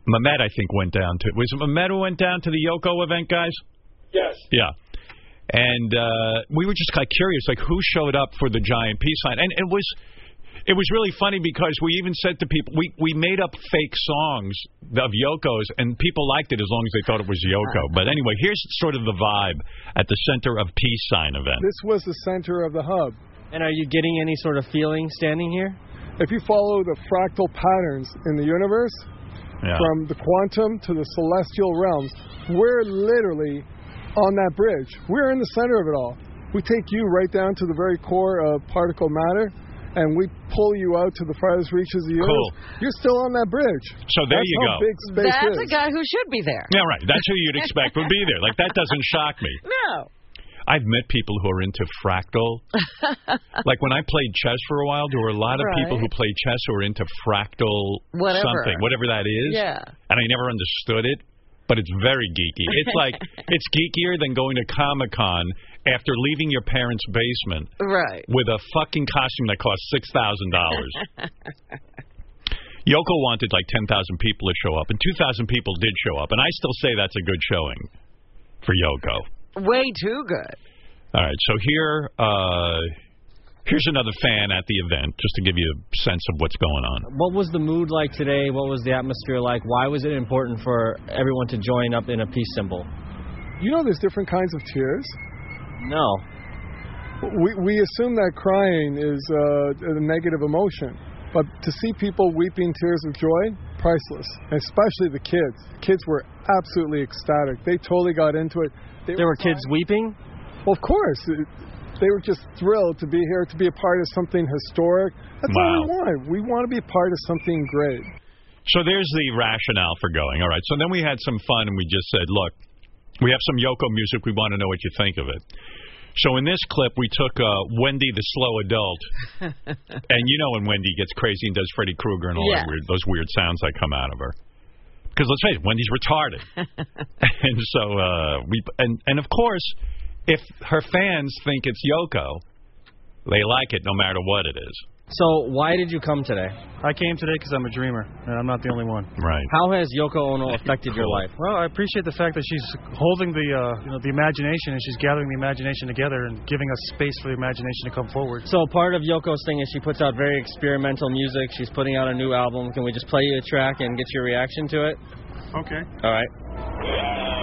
Speaker 4: Mehmet, I think, went down to was it Mehmet who went down to the Yoko event, guys?
Speaker 21: Yes.
Speaker 4: Yeah. And uh, we were just kind of curious, like who showed up for the giant peace sign, and it was it was really funny because we even said to people we we made up fake songs of Yoko's, and people liked it as long as they thought it was Yoko. But anyway, here's sort of the vibe at the Center of Peace Sign event.
Speaker 1: This was the center of the hub. And are you getting any sort of feeling standing here? If you follow the fractal patterns in the universe,
Speaker 4: Yeah.
Speaker 1: from the quantum to the celestial realms, we're literally on that bridge. We're in the center of it all. We take you right down to the very core of particle matter, and we pull you out to the farthest reaches of the universe.
Speaker 4: Cool.
Speaker 1: You're still on that bridge.
Speaker 4: So there
Speaker 1: That's
Speaker 4: you
Speaker 1: how
Speaker 4: go.
Speaker 1: big space
Speaker 7: That's a
Speaker 1: is.
Speaker 7: guy who should be there.
Speaker 4: Yeah, right. That's who you'd expect would be there. Like that doesn't shock me.
Speaker 7: No.
Speaker 4: I've met people who are into fractal. like when I played chess for a while, there were a lot of people who
Speaker 7: Right.
Speaker 4: played chess who were into fractal
Speaker 7: Whatever.
Speaker 4: something, whatever that is.
Speaker 7: Yeah.
Speaker 4: And I never understood it, but it's very geeky. It's like it's geekier than going to Comic Con after leaving your parents' basement
Speaker 7: Right.
Speaker 4: with a fucking costume that costs six thousand dollars. Yoko wanted like ten thousand people to show up, and two thousand people did show up, and I still say that's a good showing for Yoko.
Speaker 7: Way too good.
Speaker 4: All right, so here, uh, here's another fan at the event, just to give you a sense of what's going on.
Speaker 1: What was the mood like today? What was the atmosphere like? Why was it important for everyone to join up in a peace symbol? You know there's different kinds of tears. No. We, we assume that crying is uh, a negative emotion, but to see people weeping tears of joy, priceless. And especially the kids. Kids were absolutely ecstatic. They totally got into it. They there were, kids weeping? Well, of course. It- They were just thrilled to be here, to be a part of something historic. That's all we want. We want to be a part of something great.
Speaker 4: So there's the rationale for going. All right, so then we had some fun and we just said, look, we have some Yoko music. We want to know what you think of it. So in this clip, we took uh, Wendy the Slow Adult, and you know when Wendy gets crazy and does Freddy Krueger and all
Speaker 7: Yes.
Speaker 4: that weird, those weird sounds that come out of her. Because let's face it, Wendy's retarded, and so uh, we and and of course, if her fans think it's Yoko, they like it no matter what it is.
Speaker 1: So, why did you come today? I came today because I'm a dreamer, and I'm not the only one.
Speaker 4: Right.
Speaker 1: How has Yoko Ono affected your life?
Speaker 14: Well, I appreciate the fact that she's holding the uh, you know the imagination and she's gathering the imagination together and giving us space for the imagination to come forward.
Speaker 1: So part of Yoko's thing is she puts out very experimental music. She's putting out a new album. Can we just play you a track and get your reaction to it?
Speaker 14: Okay.
Speaker 1: All right.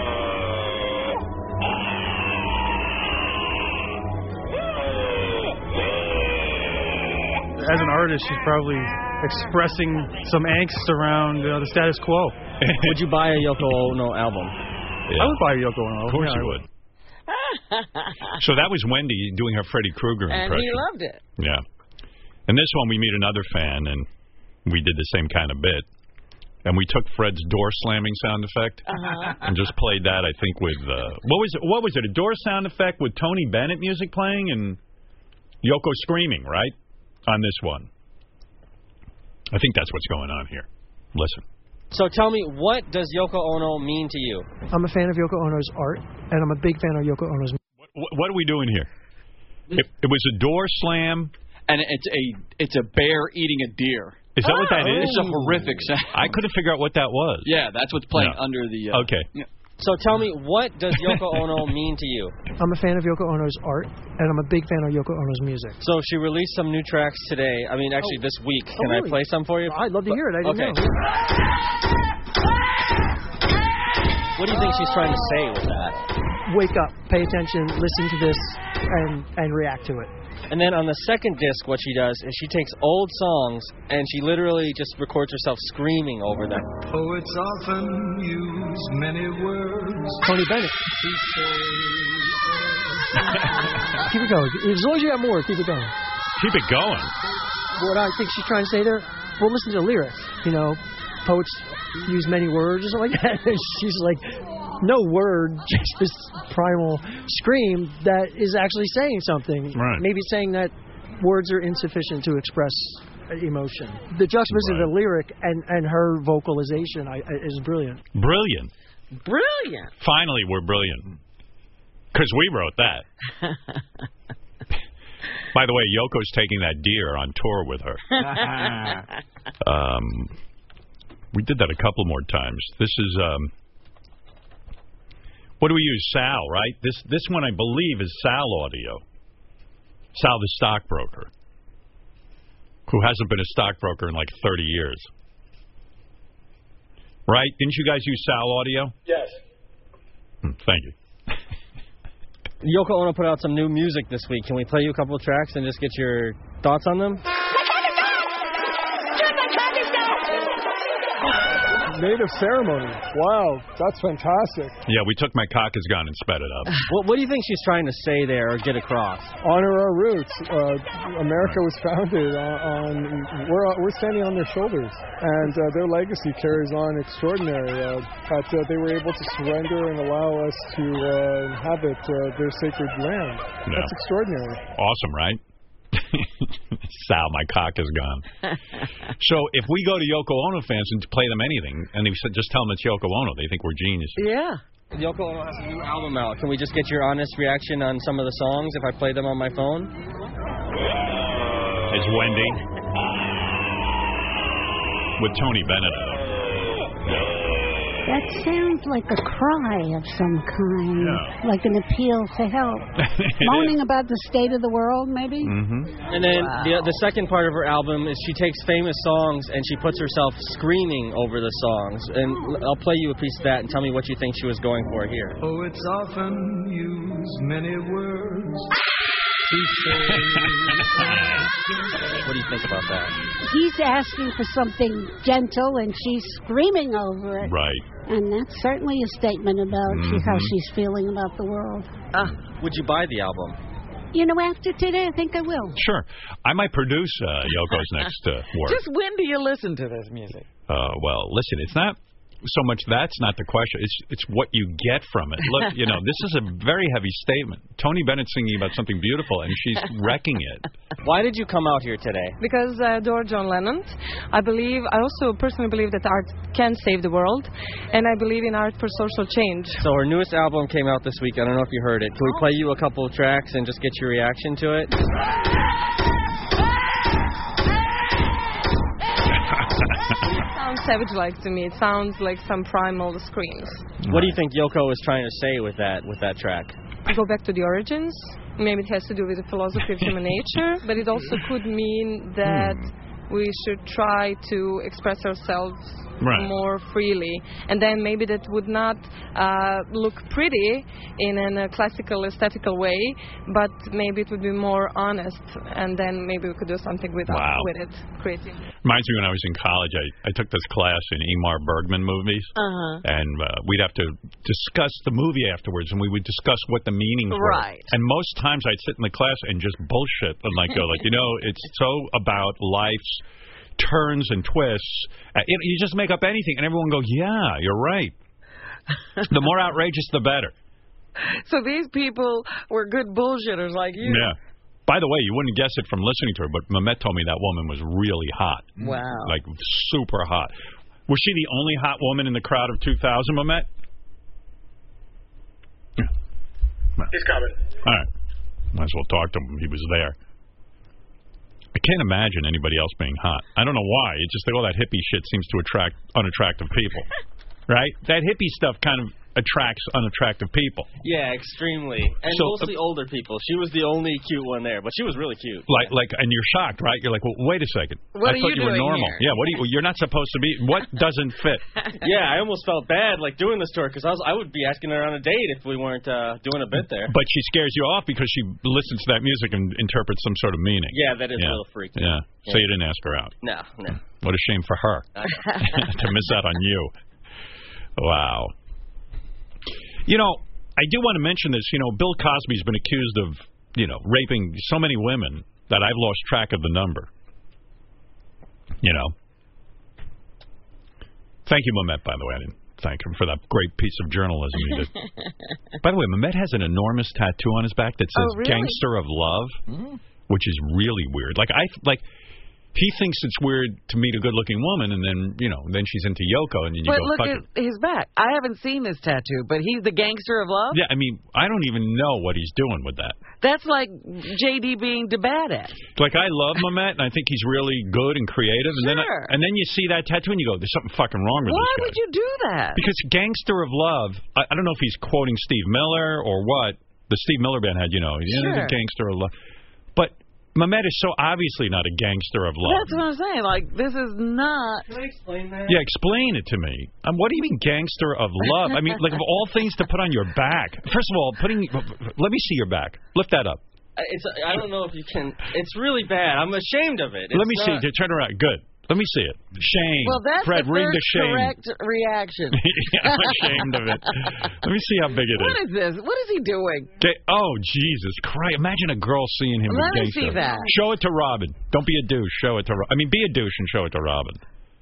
Speaker 14: As an artist, she's probably expressing some angst around you know, the status quo.
Speaker 1: would you buy a Yoko Ono album?
Speaker 14: I would buy a Yoko Ono. album.
Speaker 4: Of course
Speaker 14: Yeah, I
Speaker 4: you would. so that was Wendy doing her Freddy Krueger
Speaker 7: And
Speaker 4: impression.
Speaker 7: he loved it.
Speaker 4: Yeah. And this one, we meet another fan, and we did the same kind of bit. And we took Fred's door slamming sound effect
Speaker 7: Uh-huh.
Speaker 4: and just played that. I think with uh, what was it, what was it? A door sound effect with Tony Bennett music playing and Yoko screaming, right? On this one, I think that's what's going on here. Listen.
Speaker 1: So tell me, what does Yoko Ono mean to you?
Speaker 3: I'm a fan of Yoko Ono's art, and I'm a big fan of Yoko Ono's.
Speaker 4: What, what are we doing here? It, it was a door slam.
Speaker 9: And it's a it's a bear eating a deer.
Speaker 4: Is that what that is?
Speaker 9: It's a horrific sound.
Speaker 4: I couldn't figure out what that was.
Speaker 9: Yeah, that's what's playing
Speaker 4: No.
Speaker 9: under the. Uh,
Speaker 4: Okay.
Speaker 1: So tell me, what does Yoko Ono mean to you?
Speaker 3: I'm a fan of Yoko Ono's art, and I'm a big fan of Yoko Ono's music.
Speaker 1: So she released some new tracks today. I mean, actually this week. Can I
Speaker 3: really?
Speaker 1: play some for you? Oh. I'd love to hear it.
Speaker 3: I didn't
Speaker 1: okay.
Speaker 3: know.
Speaker 1: What do you think she's trying to say with that?
Speaker 3: Wake up, pay attention, listen to this, and and react to it.
Speaker 1: And then on the second disc, what she does is she takes old songs and she literally just records herself screaming over them.
Speaker 22: Poets often use many words.
Speaker 1: Tony Bennett.
Speaker 3: Keep it going. As long as you got more, keep it going.
Speaker 4: Keep it going.
Speaker 3: What I think she's trying to say there, well, listen to the lyrics. You know, poets use many words or something like that. And she's like, no word, just this primal scream that is actually saying something.
Speaker 4: Right.
Speaker 3: Maybe saying that words are insufficient to express emotion. The juxtaposition of the lyric and, and her vocalization I, I- is brilliant.
Speaker 4: Brilliant.
Speaker 7: Brilliant.
Speaker 4: Finally, we're brilliant. Because we wrote that. By the way, Yoko's taking that deer on tour with her. Um, we did that a couple more times. This is um, what do we use? Sal, right? This this one I believe is Sal Audio. Sal the stockbroker, who hasn't been a stockbroker in like 30 years, right? Didn't you guys use Sal Audio?
Speaker 14: Yes.
Speaker 4: Hmm, Thank you.
Speaker 9: Yoko Ono put out some new music this week. Can we play you a couple of tracks and just get your thoughts on them?
Speaker 1: Native ceremony. Wow, that's fantastic.
Speaker 4: Yeah, we took my cock is gone and sped it up.
Speaker 9: What, what do you think she's trying to say there or get across?
Speaker 1: Honor our roots. Uh, America was founded on, on we're we're standing on their shoulders, and uh, their legacy carries on extraordinary. Uh, that uh, they were able to surrender and allow us to uh, inhabit uh, their sacred land.
Speaker 4: Yeah.
Speaker 1: That's extraordinary.
Speaker 4: Awesome, right? Sal, my cock is gone. so if we go to Yoko Ono fans and play them anything, and they said just tell them it's Yoko Ono, they think we're geniuses.
Speaker 9: Yeah. Yoko Ono has a new album out. Can we just get your honest reaction on some of the songs if I play them on my phone?
Speaker 4: It's Wendy with Tony Bennett.
Speaker 11: That sounds like a cry of some kind, like an appeal to help. Moaning about the state of the world, maybe?
Speaker 4: Mm.
Speaker 9: And then the, the second part of her album is she takes famous songs and she puts herself screaming over the songs. And l- I'll play you a piece of that and tell me what you think she was going for here.
Speaker 23: Poets Oh, often use many words to say.
Speaker 9: What do you think about that?
Speaker 11: He's asking for something gentle and she's screaming over it.
Speaker 4: Right. Mm-hmm.
Speaker 11: And that's certainly a statement about she- how
Speaker 9: Mhm.
Speaker 11: she's feeling about the world.
Speaker 9: Ah, would you buy the album?
Speaker 11: You know, after today, I think I will.
Speaker 4: Sure. I might produce uh, Yoko's next uh, work.
Speaker 7: Just when do you listen to this music?
Speaker 4: Uh, well, listen, it's not so much that's not the question. It's it's what you get from it. Look, you know, this is a very heavy statement. Tony Bennett's singing about something beautiful, and she's wrecking it.
Speaker 9: Why did you come out here today?
Speaker 24: because I adore John Lennon. I believe, I also personally believe that art can save the world, and I believe in art for social change.
Speaker 9: So her newest album came out this week. I don't know if you heard it. Can we play you a couple of tracks and just get your reaction to it?
Speaker 24: It sounds savage-like to me. It sounds like some primal screams.
Speaker 9: What do you think Yoko is trying to say with that with that track?
Speaker 24: Go back to the origins. Maybe it has to do with the philosophy of human nature, but it also could mean that we should try to express ourselves
Speaker 25: Right.
Speaker 24: more freely, and then maybe that would not uh, look pretty in a uh, classical aesthetical way, but maybe it would be more honest, and then maybe we could do something with
Speaker 4: Wow.
Speaker 24: with it, creative.
Speaker 4: Reminds me when I was in college, I, I took this class in Ingmar Bergman movies,
Speaker 24: Uh-huh.
Speaker 4: and uh, we'd have to discuss the movie afterwards, and we would discuss what the meaning was.
Speaker 24: Right.
Speaker 4: And most times I'd sit in the class and just bullshit and like go like, you know, it's so about life's turns and twists. Uh, you, you just make up anything, and everyone go, yeah, you're right. the more outrageous, the better.
Speaker 7: So these people were good bullshitters like you.
Speaker 4: Yeah. By the way, you wouldn't guess it from listening to her, but Mehmet told me that woman was really hot.
Speaker 7: Wow.
Speaker 4: Like super hot. Was she the only hot woman in the crowd of 2000, Mehmet?
Speaker 14: He's coming.
Speaker 4: All right. Might as well talk to him. He was there. I can't imagine anybody else being hot. I don't know why. It's just that all that hippie shit seems to attract unattractive people. right? That hippie stuff kind of attracts unattractive people.
Speaker 9: Yeah, extremely. And
Speaker 4: So- uh,
Speaker 9: mostly older people. She was the only cute one there, but she was really cute.
Speaker 4: Like, like, and you're shocked, right? You're like, well, wait a second.
Speaker 9: What are
Speaker 4: I thought
Speaker 9: you
Speaker 4: you, were
Speaker 9: doing
Speaker 4: normal.
Speaker 9: here?
Speaker 4: Yeah. What do you? You're not supposed to be. What doesn't fit?
Speaker 9: yeah, I almost felt bad like doing this to her because I was I would be asking her on a date if we weren't uh, doing a bit there.
Speaker 4: But she scares you off because she listens to that music and interprets some sort of meaning.
Speaker 9: Yeah, that is a
Speaker 4: yeah.
Speaker 9: little freaky.
Speaker 4: Yeah. So
Speaker 9: Yeah.
Speaker 4: you didn't ask her out.
Speaker 9: No, Uh, no.
Speaker 4: What a shame for her to miss out on you. Wow. You know, I do want to mention this. You know, Bill Cosby's been accused of, you know, raping so many women that I've lost track of the number. You know, Thank you, Mamet, by the way. I didn't thank him for that great piece of journalism he did. by the way, Mamet has an enormous tattoo on his back that says
Speaker 3: Oh, really?
Speaker 4: Gangster of Love,
Speaker 3: Mm.
Speaker 4: which is really weird. Like, I, like, he thinks it's weird to meet a good looking woman and then, you know, then she's into Yoko and then you
Speaker 7: But
Speaker 4: go,
Speaker 7: look
Speaker 4: fuck it.
Speaker 7: at his back. I haven't seen this tattoo, but he's the gangster of love.
Speaker 4: Yeah, I mean, I don't even know what he's doing with that.
Speaker 7: That's like JD being the badass.
Speaker 4: Like I love Mamet, and I think he's really good and creative. And then, I,
Speaker 7: Sure.
Speaker 4: and then you see that tattoo, and you go, "There's something fucking wrong with
Speaker 7: Why
Speaker 4: this guy."
Speaker 7: would you do that?
Speaker 4: Because Gangster of Love, I, I don't know if he's quoting Steve Miller or what. The Steve Miller band had, you know, "Yeah, there's a
Speaker 7: Sure.
Speaker 4: Gangster of Love, but Mamet is so obviously not a gangster of love.
Speaker 7: That's what I'm saying. Like this is not. Can I
Speaker 26: explain that?
Speaker 4: yeah, explain it to me. Um, what do you mean, gangster of love? I mean, like of all things to put on your back. First of all, putting. Let me see your back. Lift that up.
Speaker 9: It's, I don't know if you can. It's really bad. I'm ashamed of it. It's
Speaker 4: Let me
Speaker 9: not,
Speaker 4: see. Turn around. Good. Let me see it. Shame.
Speaker 7: Well, that's
Speaker 4: Fred,
Speaker 7: the
Speaker 4: ring
Speaker 7: first
Speaker 4: the shame.
Speaker 7: correct reaction.
Speaker 4: Yeah, I'm ashamed of it. Let me see how big it
Speaker 7: What
Speaker 4: is.
Speaker 7: is this? What is he doing?
Speaker 4: Ga- Oh Jesus Christ! Imagine a girl seeing him.
Speaker 7: Let
Speaker 4: with
Speaker 7: me
Speaker 4: gay
Speaker 7: see
Speaker 4: stuff.
Speaker 7: that.
Speaker 4: Show it to Robin. Don't be a douche. Show it to. Ro- I mean, be a douche and show it to Robin.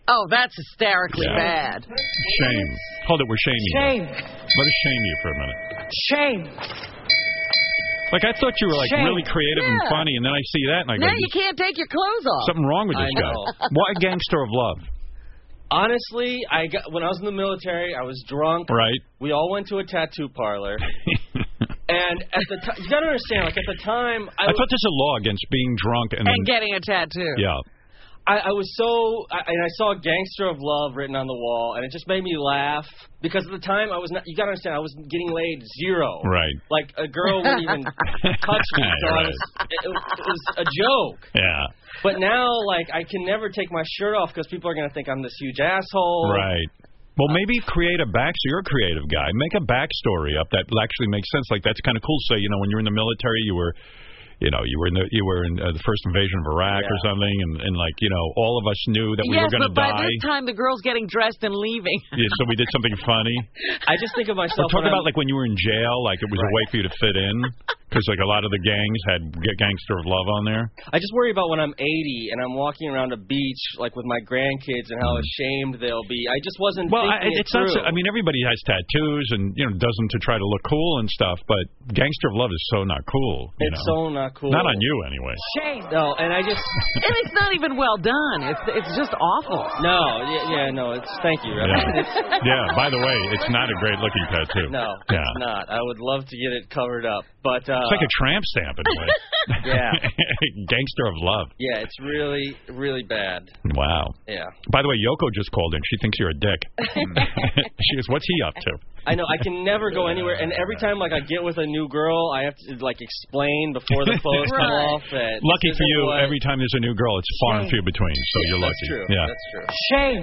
Speaker 7: Oh, that's hysterically
Speaker 4: Yeah.
Speaker 7: bad.
Speaker 4: Shame. Hold it. We're shaming
Speaker 7: Shame.
Speaker 4: you. Let us shame you for a minute.
Speaker 7: Shame.
Speaker 4: Like I thought you were like
Speaker 7: Shame.
Speaker 4: really creative and
Speaker 7: Yeah.
Speaker 4: funny, and then I see that and I go,
Speaker 7: Now you can't take your clothes off.
Speaker 4: something wrong with
Speaker 9: I
Speaker 4: this guy.
Speaker 9: know.
Speaker 4: Why gangster of love?
Speaker 9: Honestly, I got when I was in the military, I was drunk.
Speaker 4: Right.
Speaker 9: We all went to a tattoo parlor. and at the time, you gotta understand, like at the time, I,
Speaker 4: I, thought there's a law against being drunk and, then,
Speaker 7: getting a tattoo.
Speaker 4: yeah.
Speaker 9: I, I was so, I, and I saw "Gangster of Love" written on the wall, and it just made me laugh because at the time I was not. You gotta understand, I was getting laid zero.
Speaker 4: Right.
Speaker 9: Like a girl wouldn't even touch me, so I
Speaker 4: Right.
Speaker 9: was, it, it was a joke.
Speaker 4: Yeah.
Speaker 9: But now, like, I can never take my shirt off because people are gonna think I'm this huge asshole.
Speaker 4: Right.
Speaker 7: Uh,
Speaker 4: Well, maybe create a back. So you're a creative guy. Make a backstory up that actually makes sense. Like that's kind of cool. Say, you know, when you were in the military, you were, you know, you were in the you were in uh, the first invasion of Iraq or something, and and like you know, all of us knew that we
Speaker 7: yes,
Speaker 4: were going
Speaker 7: but
Speaker 4: to
Speaker 7: by
Speaker 4: die.
Speaker 7: this time the girl's getting dressed and leaving.
Speaker 4: Yeah, so we did something funny.
Speaker 9: I just think of
Speaker 4: Or
Speaker 9: myself.
Speaker 4: talk
Speaker 9: when
Speaker 4: about
Speaker 9: I'm-
Speaker 4: like when you were in jail, like it was a way for you to fit in, because like a lot of the gangs had G- Gangster of Love on there.
Speaker 9: I just worry about when I'm 80 and I'm walking around a beach like with my grandkids and how ashamed they'll be. I just wasn't
Speaker 4: Mm. Well, I,
Speaker 9: thinking it
Speaker 4: it's
Speaker 9: through.
Speaker 4: not. So, I mean, everybody has tattoos and you know does them to try to look cool and stuff. But Gangster of Love is so not cool. you
Speaker 9: It's
Speaker 4: know?
Speaker 9: so not cool.
Speaker 4: Not on you anyway.
Speaker 7: Shame.
Speaker 9: No, and I just
Speaker 7: and it's not even well done. It's it's just awful.
Speaker 9: no, yeah, yeah no. It's thank you. Reverend.
Speaker 4: Yeah.
Speaker 9: It's-
Speaker 4: yeah. By the way, it's not a great looking tattoo.
Speaker 9: No,
Speaker 4: Yeah.
Speaker 9: it's not. I would love to get it covered up, but uh,
Speaker 4: It's like a tramp stamp in a way.
Speaker 9: yeah,
Speaker 4: Gangster of Love.
Speaker 9: yeah. It's really, really bad.
Speaker 4: Wow.
Speaker 9: Yeah.
Speaker 4: By the way, Yoko just called in. She thinks you're a dick. she goes, "What's he up to?"
Speaker 9: I know I can never go anywhere, and every time like I get with a new girl, I have to like explain before the clothes come
Speaker 4: Right.
Speaker 9: off that.
Speaker 4: Lucky
Speaker 9: this
Speaker 4: for
Speaker 9: isn't
Speaker 4: you,
Speaker 9: what-
Speaker 4: every time there's a new girl, it's far and few between. So you're lucky.
Speaker 9: That's true.
Speaker 4: Yeah.
Speaker 9: That's true.
Speaker 7: Shame.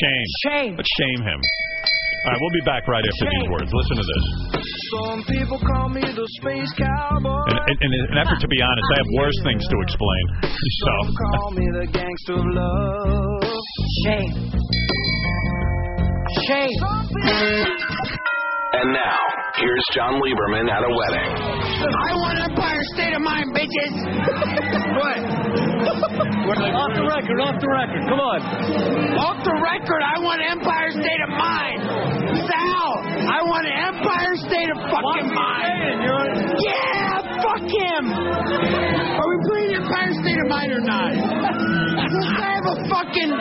Speaker 4: Shame.
Speaker 7: Shame.
Speaker 4: Let's shame him. All right, we'll be back right after these words. Listen to this.
Speaker 27: Some people call me the space cowboy.
Speaker 4: In, in, in an effort to be honest, I have worse things to explain. So,
Speaker 27: Call me the gangster of love. Shame. Shame.
Speaker 28: And now, here's John Lieberman at a wedding.
Speaker 27: I want to buy a state of mind, bitches. what? off the record, off the record. Come on. Off the record, I want Empire State of Mind. Sal, I want an Empire State of fucking Mind. Yeah, fuck him. Are we playing Empire State of Mind or not? Because I have a fucking.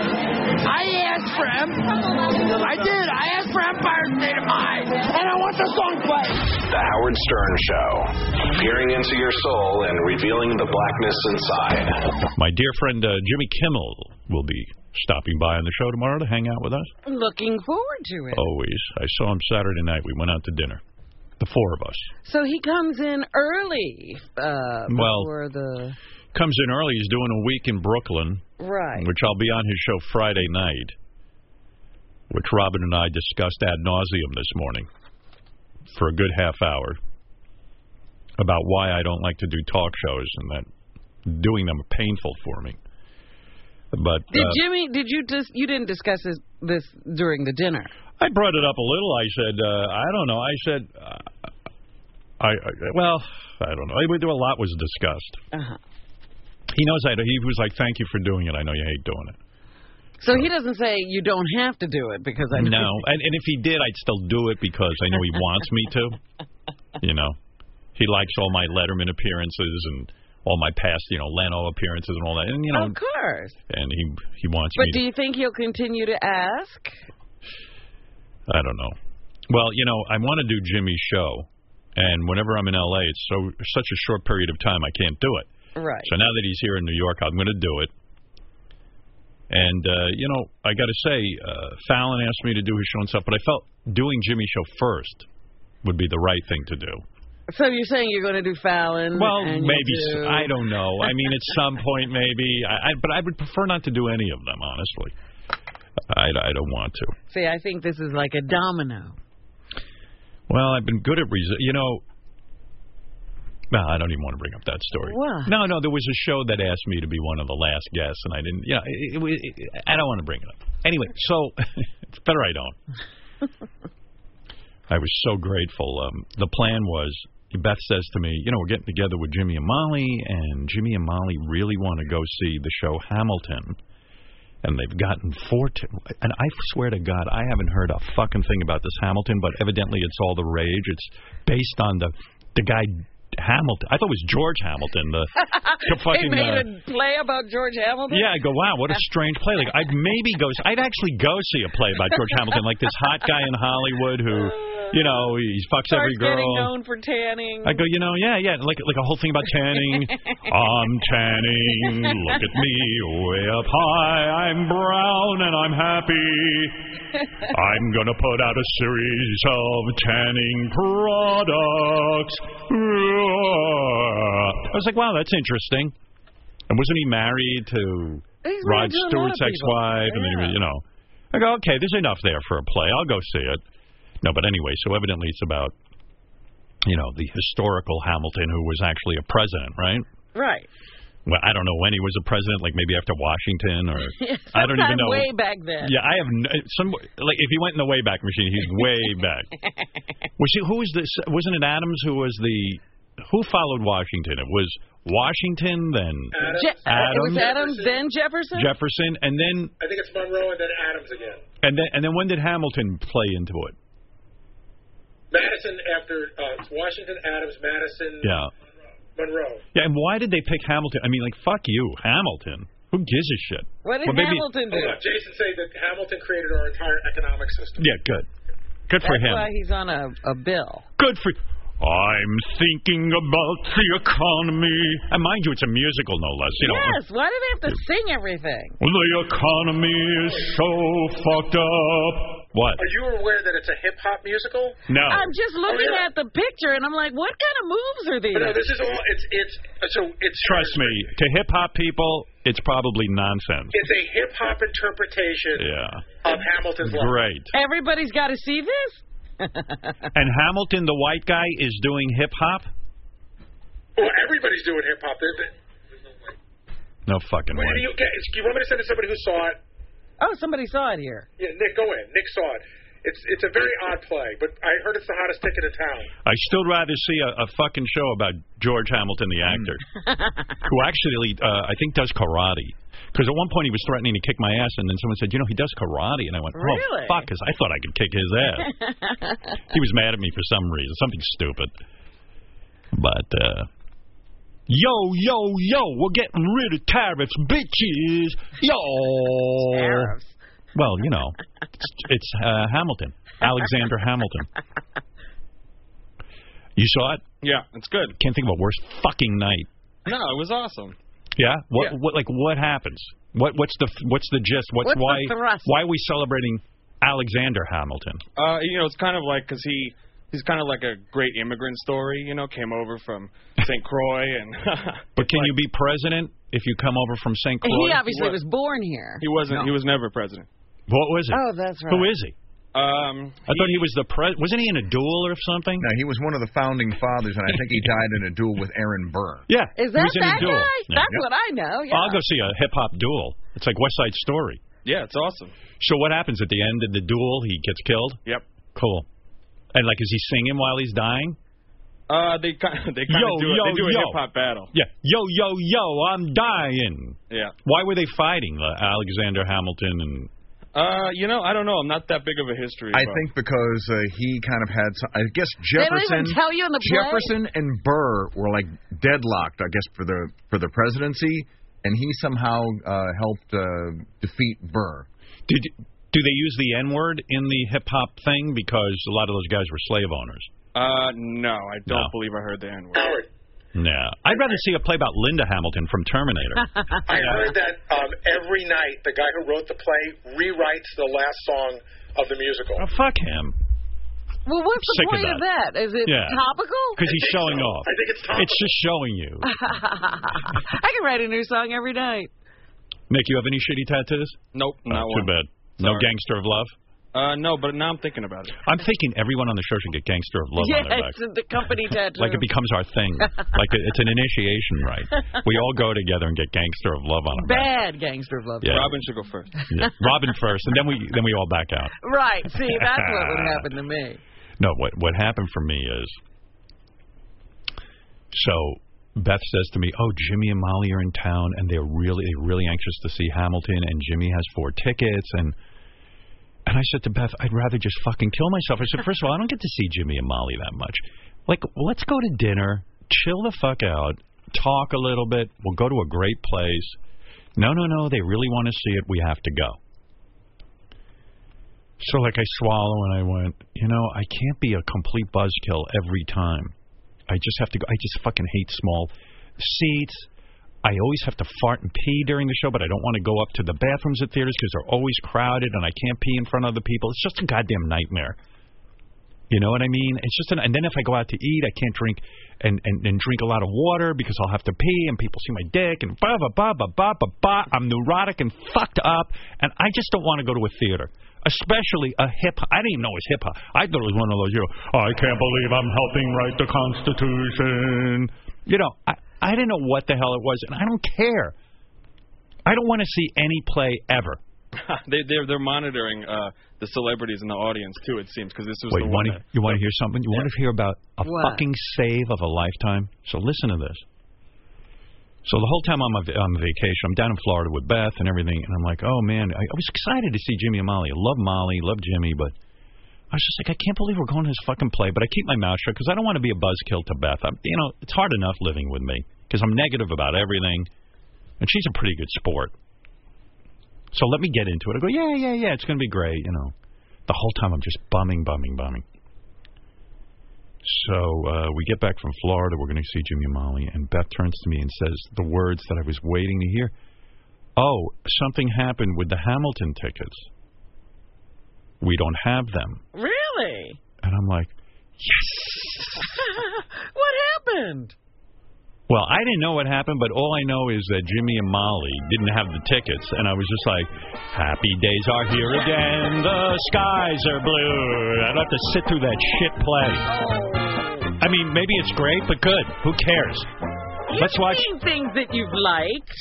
Speaker 27: I asked for Empire. I did. I asked for Empire State of Mind, and I want the song played.
Speaker 28: The Howard Stern Show. Peering into your soul and revealing the blackness inside.
Speaker 4: my dear friend uh, Jimmy Kimmel will be stopping by on the show tomorrow to hang out with us.
Speaker 7: Looking forward to it.
Speaker 4: Always. I saw him Saturday night. We went out to dinner, the four of us.
Speaker 7: So he comes in early. Uh,
Speaker 4: Well-
Speaker 7: before the
Speaker 4: Comes in early. He's doing a week in Brooklyn,
Speaker 7: right.
Speaker 4: which I'll be on his show Friday night, which Robin and I discussed ad nauseum this morning for a good half hour about why I don't like to do talk shows and that doing them are painful for me. But
Speaker 7: Did
Speaker 4: uh,
Speaker 7: Jimmy? Did you just? You didn't discuss this, this during the dinner.
Speaker 4: I brought it up a little. I said, uh, I don't know. I said, uh, I, I well, I don't know. I- A lot was discussed.
Speaker 7: Uh-huh.
Speaker 4: He knows I. He was like, "Thank you for doing it. I know you hate doing it."
Speaker 7: So he doesn't say you don't have to do it because I
Speaker 4: No, and, and if he did, I'd still do it because I know he wants me to. You know, he likes all my Letterman appearances and all my past, you know, Leno appearances and all that. And you know,
Speaker 7: Of course.
Speaker 4: and he he wants
Speaker 7: Oh, But
Speaker 4: me.
Speaker 7: do you think he'll continue to ask?
Speaker 4: to, I don't know. Well, you know, I want to do Jimmy's show, and whenever I'm in L.A., it's so such a short period of time I can't do it.
Speaker 7: Right.
Speaker 4: So now that he's here in New York, I'm going to do it. And uh, you know, I got to say, uh, Fallon asked me to do his show and stuff, but I felt doing Jimmy's show first would be the right thing to do.
Speaker 7: So you're saying you're going to do Fallon?
Speaker 4: Well,
Speaker 7: Mm, and you'll
Speaker 4: maybe
Speaker 7: do-
Speaker 4: s- I don't know. I mean, at some point, maybe. I, I, but I would prefer not to do any of them, honestly. I, I don't want to.
Speaker 7: See, I think this is like a domino.
Speaker 4: Well, I've been good at resi- you know. No, I don't even want to bring up that story.
Speaker 7: Why?
Speaker 4: No, no, there was a show that asked me to be one of the last guests, and I didn't. Yeah, it, it, was- it, I don't want to bring it up. Anyway, so it's better I don't. I was so grateful. Um, the plan was Beth says to me, you know, we're getting together with Jimmy and Molly, and Jimmy and Molly really want to go see the show Hamilton, and they've gotten four. T and I swear to God, I haven't heard a fucking thing about this Hamilton, but evidently it's all the rage. It's based on the the guy Hamilton. I thought it was George Hamilton. The the
Speaker 7: they
Speaker 4: fucking.
Speaker 7: made
Speaker 4: uh,
Speaker 7: a play about George Hamilton.
Speaker 4: yeah, I go, wow, what a strange play. Like, I'd maybe go, I'd actually go see a play about George Hamilton, like this hot guy in Hollywood who, you know, he fucks
Speaker 7: Starts
Speaker 4: every girl.
Speaker 7: getting known for tanning.
Speaker 4: I go, you know, yeah, yeah, like like a whole thing about tanning. I'm tanning. Look at me, way up high. I'm brown and I'm happy. I'm gonna put out a series of tanning products. I was like, wow, that's interesting. And wasn't he married to
Speaker 7: He's
Speaker 4: Rod
Speaker 7: married to a lot
Speaker 4: Stewart's
Speaker 7: of people.
Speaker 4: ex-wife? And then he was, you know, I go, okay, there's enough there for a play. I'll go see it. No, but anyway, so evidently it's about you know, the historical Hamilton who was actually a president, right?
Speaker 7: Right.
Speaker 4: Well, I don't know when he was a president, like maybe after Washington or I don't even
Speaker 7: Sometime
Speaker 4: know.
Speaker 7: Way back then.
Speaker 4: Yeah, I have no, some like if he went in the Wayback Machine, he's way back. Was he, who was this? Wasn't it Adams who was the who followed Washington? It was Washington, then
Speaker 7: Je- It was
Speaker 4: Adams,
Speaker 7: Adams, then Jefferson.
Speaker 4: Jefferson, and then
Speaker 14: I think it's Monroe and then Adams again.
Speaker 4: and then and then when did Hamilton play into it?
Speaker 14: Madison after uh, it's Washington, Adams, Madison,
Speaker 4: Yeah,
Speaker 14: Monroe.
Speaker 4: yeah. And why did they pick Hamilton? I mean, like fuck you, Hamilton. Who gives a shit? Well, maybe-
Speaker 14: Hold on. Jason said that Hamilton created our entire economic system.
Speaker 4: Yeah, good. Good for
Speaker 7: That's
Speaker 4: him.
Speaker 7: why he's on a, a bill.
Speaker 4: Good for. I'm thinking about the economy. And mind you, it's a musical, no less. You know,
Speaker 7: yes. Why do they have to sing everything?
Speaker 4: the economy is so fucked up. What?
Speaker 14: Are you aware that it's a hip hop musical?
Speaker 4: No.
Speaker 7: I'm just looking at the picture and I'm like, what kind of moves are these?
Speaker 14: No, this is all. It's it's so it's
Speaker 4: Trust me, to hip hop people, it's probably nonsense.
Speaker 14: It's a hip hop interpretation
Speaker 4: Yeah.
Speaker 14: of Hamilton's life.
Speaker 4: Great.
Speaker 7: Everybody's got to see this.
Speaker 4: And Hamilton, the white guy, is doing hip hop?
Speaker 14: Well, everybody's doing hip hop. There- there-
Speaker 4: No fucking
Speaker 14: Where do you
Speaker 4: way.
Speaker 14: get? Do you want me to send it to somebody who saw it?
Speaker 7: Oh, somebody saw it here.
Speaker 14: Yeah, Nick, go in. Nick saw it. It's it's a very odd play, but I heard it's the hottest ticket in town.
Speaker 4: I still rather see a, a fucking show about George Hamilton, the actor, who actually, uh, I think, does karate. Because at one point he was threatening to kick my ass, and then someone said, "You know, he does karate," and I went, "Oh
Speaker 7: Really?
Speaker 4: fuck!" Because I thought I could kick his ass. he was mad at me for some reason, something stupid. But uh, yo, yo, yo, we're getting rid of tariffs, bitches. Yo. Tariffs. Well, you know, it's, it's uh, Hamilton, Alexander Hamilton. You saw it?
Speaker 3: Yeah, it's good.
Speaker 4: Can't think of a worse fucking night.
Speaker 3: No, it was awesome.
Speaker 4: Yeah. What? What? Like what happens? What? What's the? What's the gist? What's,
Speaker 3: What's the
Speaker 4: why?
Speaker 3: thrust?
Speaker 4: Why are we celebrating Alexander Hamilton?
Speaker 3: Uh, you know, it's kind of like because he he's kind of like a great immigrant story. You know, came over from St. Croix and
Speaker 4: But can you be president if you come over from St. Croix?
Speaker 7: He obviously was born here.
Speaker 3: he wasn't.
Speaker 4: No.
Speaker 3: He was never president.
Speaker 4: What was it?
Speaker 7: Oh, that's right.
Speaker 4: Who is he?
Speaker 3: Um,
Speaker 4: I thought he was the pres. Wasn't he in a duel or something?
Speaker 2: No, he was one of the founding fathers, and I think he died in a duel with Aaron Burr.
Speaker 4: Yeah.
Speaker 7: Is
Speaker 4: he
Speaker 7: that
Speaker 4: was in a
Speaker 7: that guy?
Speaker 4: duel. Yeah.
Speaker 7: That's what I know. Yeah.
Speaker 4: I'll go see a hip hop duel. It's like West Side Story.
Speaker 3: Yeah, it's awesome.
Speaker 4: So what happens at the end of the duel? He gets killed.
Speaker 3: Yep.
Speaker 4: Cool. And like, is he singing while he's dying?
Speaker 29: Uh, they kind they kind
Speaker 4: Yo,
Speaker 29: of do it.
Speaker 4: yo,
Speaker 29: They do a
Speaker 4: yo.
Speaker 29: hip hop battle.
Speaker 4: Yeah. Yo, yo, yo, I'm dying.
Speaker 29: Yeah.
Speaker 4: Why were they fighting, uh, Alexander Hamilton and.
Speaker 29: Uh, you know, I don't know. I'm not that big of a history.
Speaker 2: I
Speaker 29: buff.
Speaker 2: think because uh, he kind of had, some, I guess
Speaker 29: don't even
Speaker 2: Jefferson.
Speaker 29: tell you in the play.
Speaker 2: Jefferson and Burr were like deadlocked, I guess, for the for the presidency, and he somehow uh, helped uh, defeat Burr.
Speaker 4: Did do they use the N word in the hip hop thing? Because a lot of those guys were slave owners.
Speaker 29: Uh, no, I don't
Speaker 4: No.
Speaker 29: believe I heard the N word.
Speaker 4: Yeah. I'd rather see a play about Linda Hamilton from Terminator.
Speaker 14: I heard that um, every night the guy who wrote the play rewrites the last song of the musical.
Speaker 4: Oh, fuck him.
Speaker 7: Well, what's the
Speaker 4: Sick of
Speaker 7: point of that? Is it
Speaker 4: Yeah.
Speaker 7: topical?
Speaker 4: Because he's showing off.
Speaker 14: Oh. I think it's topical.
Speaker 4: It's just showing you.
Speaker 7: I can write a new song every night.
Speaker 4: Nick, you have any shitty tattoos?
Speaker 29: Nope,
Speaker 4: Oh,
Speaker 29: not one.
Speaker 4: too bad. No
Speaker 29: Sorry.
Speaker 4: gangster of love.
Speaker 29: Uh, no, but now I'm thinking about it.
Speaker 4: I'm thinking everyone on the show should get gangster of love
Speaker 7: yeah,
Speaker 4: on their back.
Speaker 7: it's the company tattoo.
Speaker 4: Like it becomes our thing. like it- it's an initiation right. We all go together and get gangster of love on our back.
Speaker 7: Bad gangster of love.
Speaker 4: Yeah.
Speaker 29: Robin should go first.
Speaker 4: Yeah. Robin first, and then we then we all back out.
Speaker 7: Right. See, that's what would happen to me.
Speaker 4: No, what what happened for me is so Beth says to me, "Oh, Jimmy and Molly are in town, and they're really they're really anxious to see Hamilton, and Jimmy has four tickets." And and I said to Beth, "I'd rather just fucking kill myself." I said, first of all, I don't get to see Jimmy and Molly that much. Like, let's go to dinner, chill the fuck out, talk a little bit. We'll go to a great place." No, no, no. They really want to see it. We have to go. So like I swallow and I went, you know, I can't be a complete buzzkill every time. I just have to go. I just fucking hate small seats. I always have to fart and pee during the show, but I don't want to go up to the bathrooms at theaters because they're always crowded and I can't pee in front of other people. It's just a goddamn nightmare. You know what I mean? It's just an, and then if I go out to eat, I can't drink and, and and drink a lot of water because I'll have to pee and people see my dick and blah blah blah blah blah blah blah. I'm neurotic and fucked up, and I just don't want to go to a theater, especially a hip. I didn't even know it was hip hop. I thought it was one of those you know. I can't believe I'm helping write the Constitution. You know, I I didn't know what the hell it was, and I don't care. I don't want to see any play ever.
Speaker 29: they they're they're monitoring uh the celebrities in the audience too. It seems because this was
Speaker 4: Wait,
Speaker 29: the
Speaker 4: you
Speaker 29: one.
Speaker 4: want to you want to hear something? You want to hear about a fucking save of a lifetime? So listen to this. So the whole time I'm on on vacation, I'm down in Florida with Beth and everything, and I'm like, oh man, I, I was excited to see Jimmy and Molly. I love Molly, love Jimmy, but I was just like, I can't believe we're going to this fucking play. But I keep my mouth shut because I don't want to be a buzzkill to Beth. I'm, you know, it's hard enough living with me because I'm negative about everything, and she's a pretty good sport. So let me get into it. I go, yeah, yeah, yeah, it's going to be great, you know. The whole time I'm just bumming, bumming, bumming. So uh, we get back from Florida. We're going to see Jimmy and Molly, and Beth turns to me and says the words that I was waiting to hear. Oh, something happened with the Hamilton tickets. We don't have them,
Speaker 7: Really?
Speaker 4: and I'm like,
Speaker 7: what happened?
Speaker 4: well, I didn't know what happened, but all I know is that Jimmy and Molly didn't have the tickets, and I was just like, happy days are here again. The skies are blue. I'd have to sit through that shit play. I mean, maybe it's great, but good. Who cares? Let's watch.
Speaker 7: Seen things that you've liked.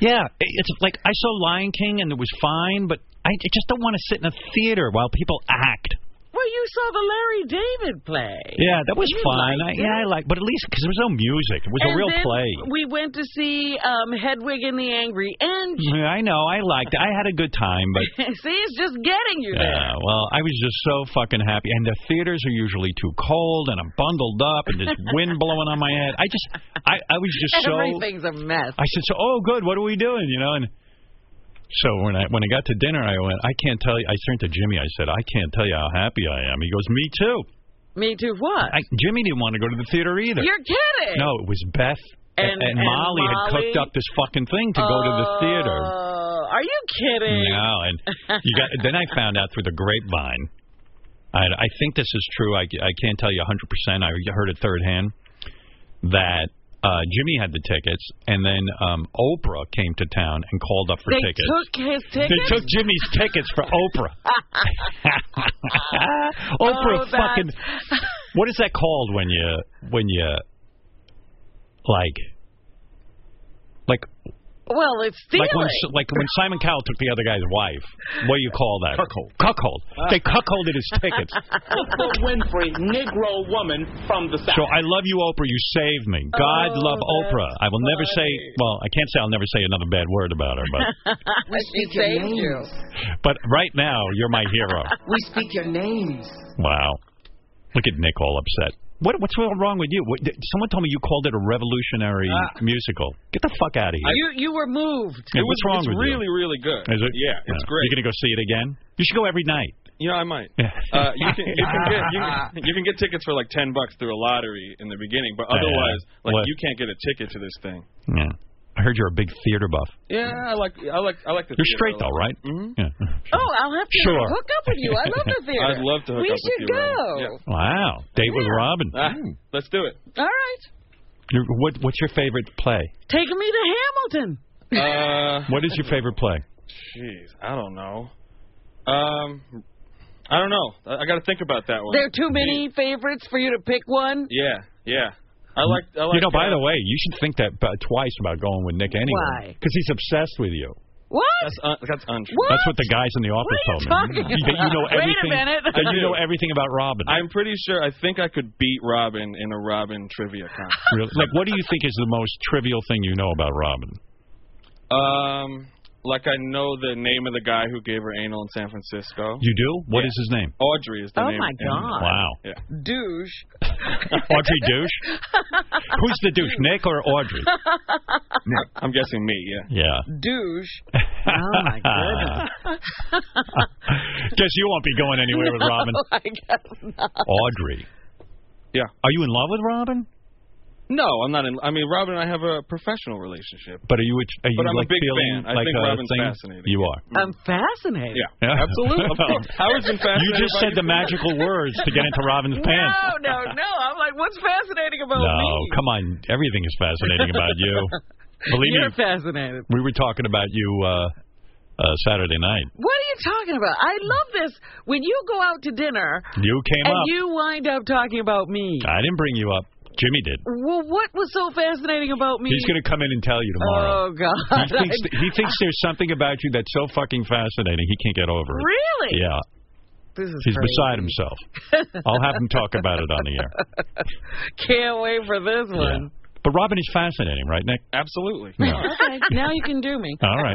Speaker 4: Yeah, i- it's like I saw Lion King and it was fine, but I I just don't want to sit in a theater while people act.
Speaker 7: Well, you saw the Larry David play.
Speaker 4: Yeah, that was
Speaker 7: You
Speaker 4: fine. I,
Speaker 7: liked
Speaker 4: yeah, I
Speaker 7: it.
Speaker 4: like, but at least because there was no music, it was
Speaker 7: And
Speaker 4: a real
Speaker 7: then
Speaker 4: play.
Speaker 7: We went to see um, Hedwig and the Angry Inch.
Speaker 4: Yeah, I know, I liked. it. I had a good time, but
Speaker 7: see, it's just getting you there.
Speaker 4: Yeah, well, I was just so fucking happy. And the theaters are usually too cold, and I'm bundled up, and there's wind blowing on my head. I just, I, I was just so.
Speaker 7: Everything's a mess.
Speaker 4: I said, so oh, good. What are we doing? You know, and so when I when I got to dinner, I went, I can't tell you. I turned to Jimmy. I said, I can't tell you how happy I am. He goes, me too.
Speaker 7: Me too. What?
Speaker 4: I, Jimmy didn't want to go to the theater either.
Speaker 7: You're kidding.
Speaker 4: No, it was Beth
Speaker 7: And- and
Speaker 4: Molly, had cooked
Speaker 7: Molly?
Speaker 4: up this fucking thing to go to the theater.
Speaker 7: Uh, are you kidding?
Speaker 4: No, and you got. then I found out through the grapevine. I, I think this is true. I, I can't tell you 100. percent I heard it third hand that uh, Jimmy had the tickets, and then um, Oprah came to town and called up for
Speaker 7: They
Speaker 4: tickets.
Speaker 7: took his tickets.
Speaker 4: They took Jimmy's tickets for Oprah.
Speaker 29: Ah,
Speaker 4: Oprah
Speaker 7: Oh, that's-
Speaker 4: fucking. What is that called when you when you like like
Speaker 7: Well, it's stealing.
Speaker 4: Hmm. Like when, like when Simon Cowell took the other guy's wife. What do you call that? Cuckold. Cuckold.
Speaker 29: Ah.
Speaker 4: They cuckolded his tickets.
Speaker 12: Oprah Winfrey, Negro woman from the South.
Speaker 4: So I love you, Oprah. You saved me. God love Oprah. I will never say. Well, I can't say I'll never say another bad word about her, but
Speaker 12: we
Speaker 7: speak your saved names. you.
Speaker 4: but right now you're my hero.
Speaker 12: We speak your names.
Speaker 4: Wow. Look at Nick all upset. What, what's all wrong with you? What, did- someone told me you called it a revolutionary
Speaker 16: Ah.
Speaker 4: musical. Get the fuck out of here.
Speaker 7: you you were moved.
Speaker 4: Yeah, what's wrong
Speaker 29: it's
Speaker 4: with you?
Speaker 29: really, really good.
Speaker 4: Is it?
Speaker 29: Yeah, it's great.
Speaker 4: You're gonna go see it again? You should go every night.
Speaker 29: You know, I might. Uh, you can you can get you can, you can get tickets for like ten bucks through a lottery in the beginning, but
Speaker 4: Yeah.
Speaker 29: otherwise, like
Speaker 4: What?
Speaker 29: you can't get a ticket to this thing.
Speaker 4: Yeah. I heard you're a big theater buff.
Speaker 29: Yeah, Uh, I like I like I like the.
Speaker 4: You're straight though, right? Mm-hmm. Yeah.
Speaker 7: Oh, I'll have to
Speaker 4: Sure.
Speaker 7: hook up with you. I love the theater.
Speaker 29: I'd love to hook
Speaker 7: we
Speaker 29: up with
Speaker 7: should
Speaker 29: you,
Speaker 7: go.
Speaker 29: Robin.
Speaker 4: Wow. Date with Robin.
Speaker 29: Ah, let's do it.
Speaker 7: All right.
Speaker 4: Your- What, what's your favorite play?
Speaker 7: Take me to Hamilton.
Speaker 29: Uh,
Speaker 4: What is your favorite play?
Speaker 29: Jeez, I don't know. Um, I don't know. I, I got to think about that one.
Speaker 7: There are too many favorites for you to pick one.
Speaker 29: Yeah, yeah. I like. I like
Speaker 4: you know, by
Speaker 29: uh,
Speaker 4: the way, you should think that uh, twice about going with Nick anyway.
Speaker 7: Why?
Speaker 4: Because he's obsessed with you.
Speaker 7: What?
Speaker 29: That's, un- that's untrue.
Speaker 4: That's what the guys in the office
Speaker 29: What are you
Speaker 4: told me.
Speaker 29: talking
Speaker 4: That you know
Speaker 29: about? Wait a
Speaker 4: everything.
Speaker 29: minute.
Speaker 4: that you know everything about Robin.
Speaker 29: I'm pretty sure. I think I could beat Robin in a Robin trivia contest.
Speaker 4: Really? Like, what do you think is the most trivial thing you know about Robin?
Speaker 29: Um, like I know the name of the guy who gave her anal in San Francisco.
Speaker 4: You do? What is his name?
Speaker 29: Audrey is the
Speaker 4: Oh
Speaker 29: name.
Speaker 4: my God. Wow.
Speaker 29: Yeah.
Speaker 7: Douche.
Speaker 4: Audrey douche. Who's the douche, Nick or Audrey?
Speaker 29: I'm guessing me.
Speaker 4: Yeah.
Speaker 7: Douche. Oh my goodness.
Speaker 29: Ah.
Speaker 4: Guess you won't be going anywhere with
Speaker 7: No,
Speaker 4: Robin.
Speaker 7: I guess not.
Speaker 4: Audrey.
Speaker 29: Yeah.
Speaker 4: Are you in love with Robin?
Speaker 29: No, I'm not in. I mean, Robin and I have a professional relationship.
Speaker 4: But are you? Are you
Speaker 29: But I'm a
Speaker 4: like
Speaker 29: big
Speaker 4: feeling
Speaker 29: fan. I
Speaker 4: like
Speaker 29: think
Speaker 4: a
Speaker 29: Robin's
Speaker 4: thing?
Speaker 29: fascinating.
Speaker 4: You are.
Speaker 7: I'm fascinated.
Speaker 29: Yeah. Absolutely. Of course. Howard's been
Speaker 4: You
Speaker 29: fascinated
Speaker 4: just
Speaker 29: by
Speaker 4: said
Speaker 29: you
Speaker 4: the
Speaker 29: for
Speaker 4: magical words to get into Robin's pants.
Speaker 7: No, no, no. I'm like, what's fascinating about
Speaker 4: No,
Speaker 7: me?
Speaker 4: come on. Everything is fascinating about you. Believe
Speaker 7: You're
Speaker 4: me,
Speaker 7: fascinated.
Speaker 4: we were talking about you uh, uh, Saturday night.
Speaker 7: What are you talking about? I love this. When you go out to dinner
Speaker 4: You came
Speaker 7: and
Speaker 4: up.
Speaker 7: you wind up talking about me.
Speaker 4: I didn't bring you up. Jimmy did.
Speaker 7: Well, what was so fascinating about me?
Speaker 4: He's going to come in and tell you
Speaker 7: Oh
Speaker 4: tomorrow.
Speaker 7: God!
Speaker 4: He thinks, he thinks there's something about you that's so fucking fascinating he can't get over it.
Speaker 7: Really?
Speaker 4: Yeah.
Speaker 7: This is
Speaker 4: He's
Speaker 7: crazy.
Speaker 4: beside himself. I'll have him talk about it on the air.
Speaker 7: Can't wait for this
Speaker 4: Yeah.
Speaker 7: one.
Speaker 4: But Robin is fascinating, right, Nick?
Speaker 29: Absolutely.
Speaker 7: okay, now you can do me.
Speaker 4: All right.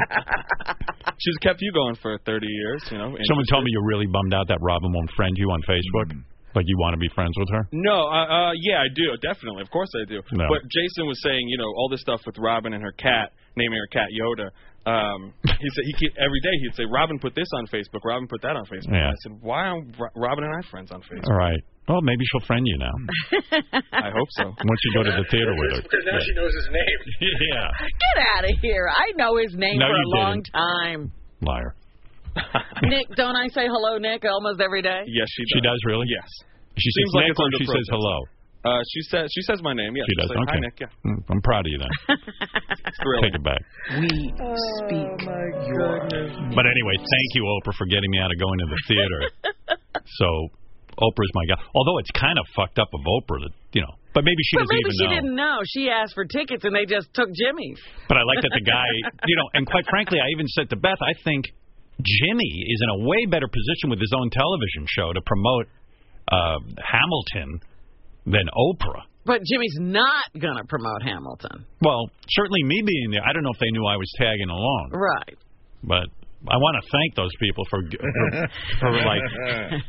Speaker 29: She's kept you going for 30 years, you know. and-
Speaker 4: Someone told me you're really bummed out that Robin won't friend you on Facebook. Like you want to be friends with her?
Speaker 29: No, uh, uh, yeah, I do definitely. Of course, I do.
Speaker 4: No.
Speaker 29: But Jason was saying, you know, all this stuff with Robin and her cat, naming her cat Yoda. Um, he said he keep, every day he'd say, "Robin put this on Facebook. Robin put that on Facebook."
Speaker 4: Yeah.
Speaker 29: I said, "Why aren't Ro- Robin and I friends on Facebook?"
Speaker 4: All right. Well, maybe she'll friend you now.
Speaker 29: I hope so.
Speaker 4: Once you go to the theater with her.
Speaker 14: Because now she knows his name.
Speaker 4: yeah.
Speaker 7: Get out of here! I know his name
Speaker 4: No,
Speaker 7: for a
Speaker 4: you
Speaker 7: long
Speaker 4: didn't.
Speaker 7: time.
Speaker 4: Liar.
Speaker 7: Nick, don't I say hello, Nick, almost every day?
Speaker 29: Yes, she does.
Speaker 4: She does really?
Speaker 29: Yes.
Speaker 4: She says
Speaker 29: Seems like
Speaker 4: Nick
Speaker 29: it's
Speaker 4: or
Speaker 29: under
Speaker 4: she says
Speaker 29: protest.
Speaker 4: hello.
Speaker 29: Uh, she says she says my name. Yeah.
Speaker 4: She does.
Speaker 29: says,
Speaker 4: okay.
Speaker 29: Hi, Nick. Yeah.
Speaker 4: Mm, I'm proud of you then.
Speaker 29: It's thrilling.
Speaker 4: Take it back.
Speaker 27: We speak
Speaker 7: Oh,
Speaker 27: your names.
Speaker 4: But anyway, thank you, Oprah, for getting me out of going to the theater. so Oprah's my guy. Although it's kind of fucked up of Oprah that you know, but maybe she
Speaker 7: but
Speaker 4: doesn't
Speaker 7: maybe
Speaker 4: even
Speaker 7: she
Speaker 4: know.
Speaker 7: didn't know. She asked for tickets and they just took Jimmy's.
Speaker 4: But I like that the guy, you know, and quite frankly, I even said to Beth, I think Jimmy is in a way better position with his own television show to promote uh, Hamilton than Oprah.
Speaker 7: But Jimmy's not gonna promote Hamilton.
Speaker 4: Well, certainly me being there, I don't know if they knew I was tagging along.
Speaker 7: Right.
Speaker 4: But I want to thank those people for, for, for like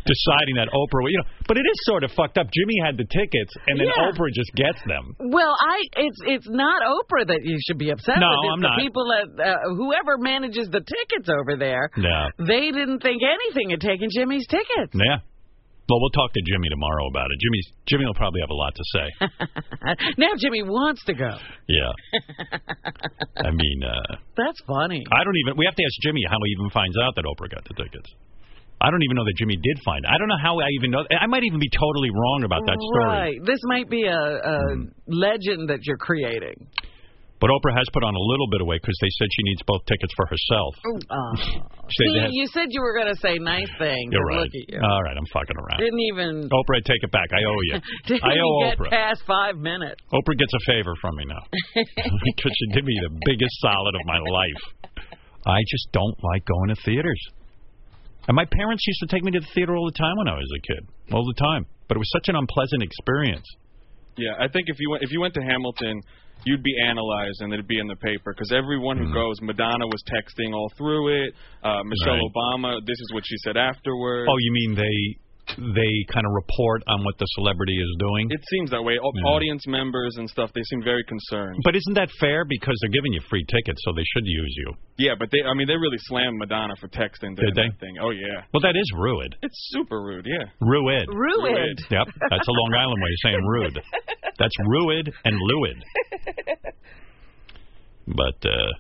Speaker 4: deciding that Oprah. You know, but it is sort of fucked up. Jimmy had the tickets, and then
Speaker 7: Yeah.
Speaker 4: Oprah just gets them.
Speaker 7: Well, I it's it's not Oprah that you should be upset
Speaker 4: No,
Speaker 7: with. It's
Speaker 4: I'm
Speaker 7: the
Speaker 4: not.
Speaker 7: people that uh, whoever manages the tickets over there,
Speaker 4: Yeah,
Speaker 7: they didn't think anything of taking Jimmy's tickets.
Speaker 4: yeah. Well, we'll talk to Jimmy tomorrow about it. Jimmy's Jimmy will probably have a lot to say.
Speaker 7: now Jimmy wants to go.
Speaker 4: Yeah. I mean, uh,
Speaker 7: That's funny.
Speaker 4: I don't even. We have to ask Jimmy how he even finds out that Oprah got the tickets. I don't even know that Jimmy did find. I don't know how I even know. I might even be totally wrong about that story. Hmm.
Speaker 7: Right. This might be a, a legend that you're creating.
Speaker 4: But Oprah has put on a little bit of weight because they said she needs both tickets for herself.
Speaker 7: Ooh, aw.
Speaker 4: She
Speaker 7: Oh, See,
Speaker 4: had-
Speaker 7: you said you were going to say nice things.
Speaker 4: You're
Speaker 7: and
Speaker 4: right.
Speaker 7: Look at you.
Speaker 4: All right, I'm fucking around.
Speaker 7: Didn't even.
Speaker 4: Oprah, I take it back. I owe you.
Speaker 7: Didn't
Speaker 4: I owe
Speaker 7: even get
Speaker 4: Oprah.
Speaker 7: past five minutes.
Speaker 4: Oprah gets a favor from me now because she did me the biggest solid of my life. I just don't like going to theaters. And my parents used to take me to the theater all the time when I was a kid, all the time. But it was such an unpleasant experience.
Speaker 29: Yeah, I think if you went if you went to Hamilton, you'd be analyzed and it'd be in the paper because everyone
Speaker 4: Mm-hmm.
Speaker 29: who goes, Madonna was texting all through it. Uh, Michelle
Speaker 4: Right.
Speaker 29: Obama, this is what she said afterwards.
Speaker 4: Oh, you mean they they kind of report on what the celebrity is doing?
Speaker 29: It seems that way. Au-
Speaker 4: Yeah.
Speaker 29: Audience members and stuff, they seem very concerned.
Speaker 4: But isn't that fair? Because they're giving you free tickets, so they should use you.
Speaker 29: Yeah, but they, I mean, they really slammed Madonna for texting during
Speaker 4: Did they?
Speaker 29: that thing. Oh yeah,
Speaker 4: Well, that is rude.
Speaker 29: it's super rude. Yeah.
Speaker 4: Ruid.
Speaker 29: Ruid.
Speaker 4: Yep, that's a Long Island way of saying rude. That's ruid and luid. But uh,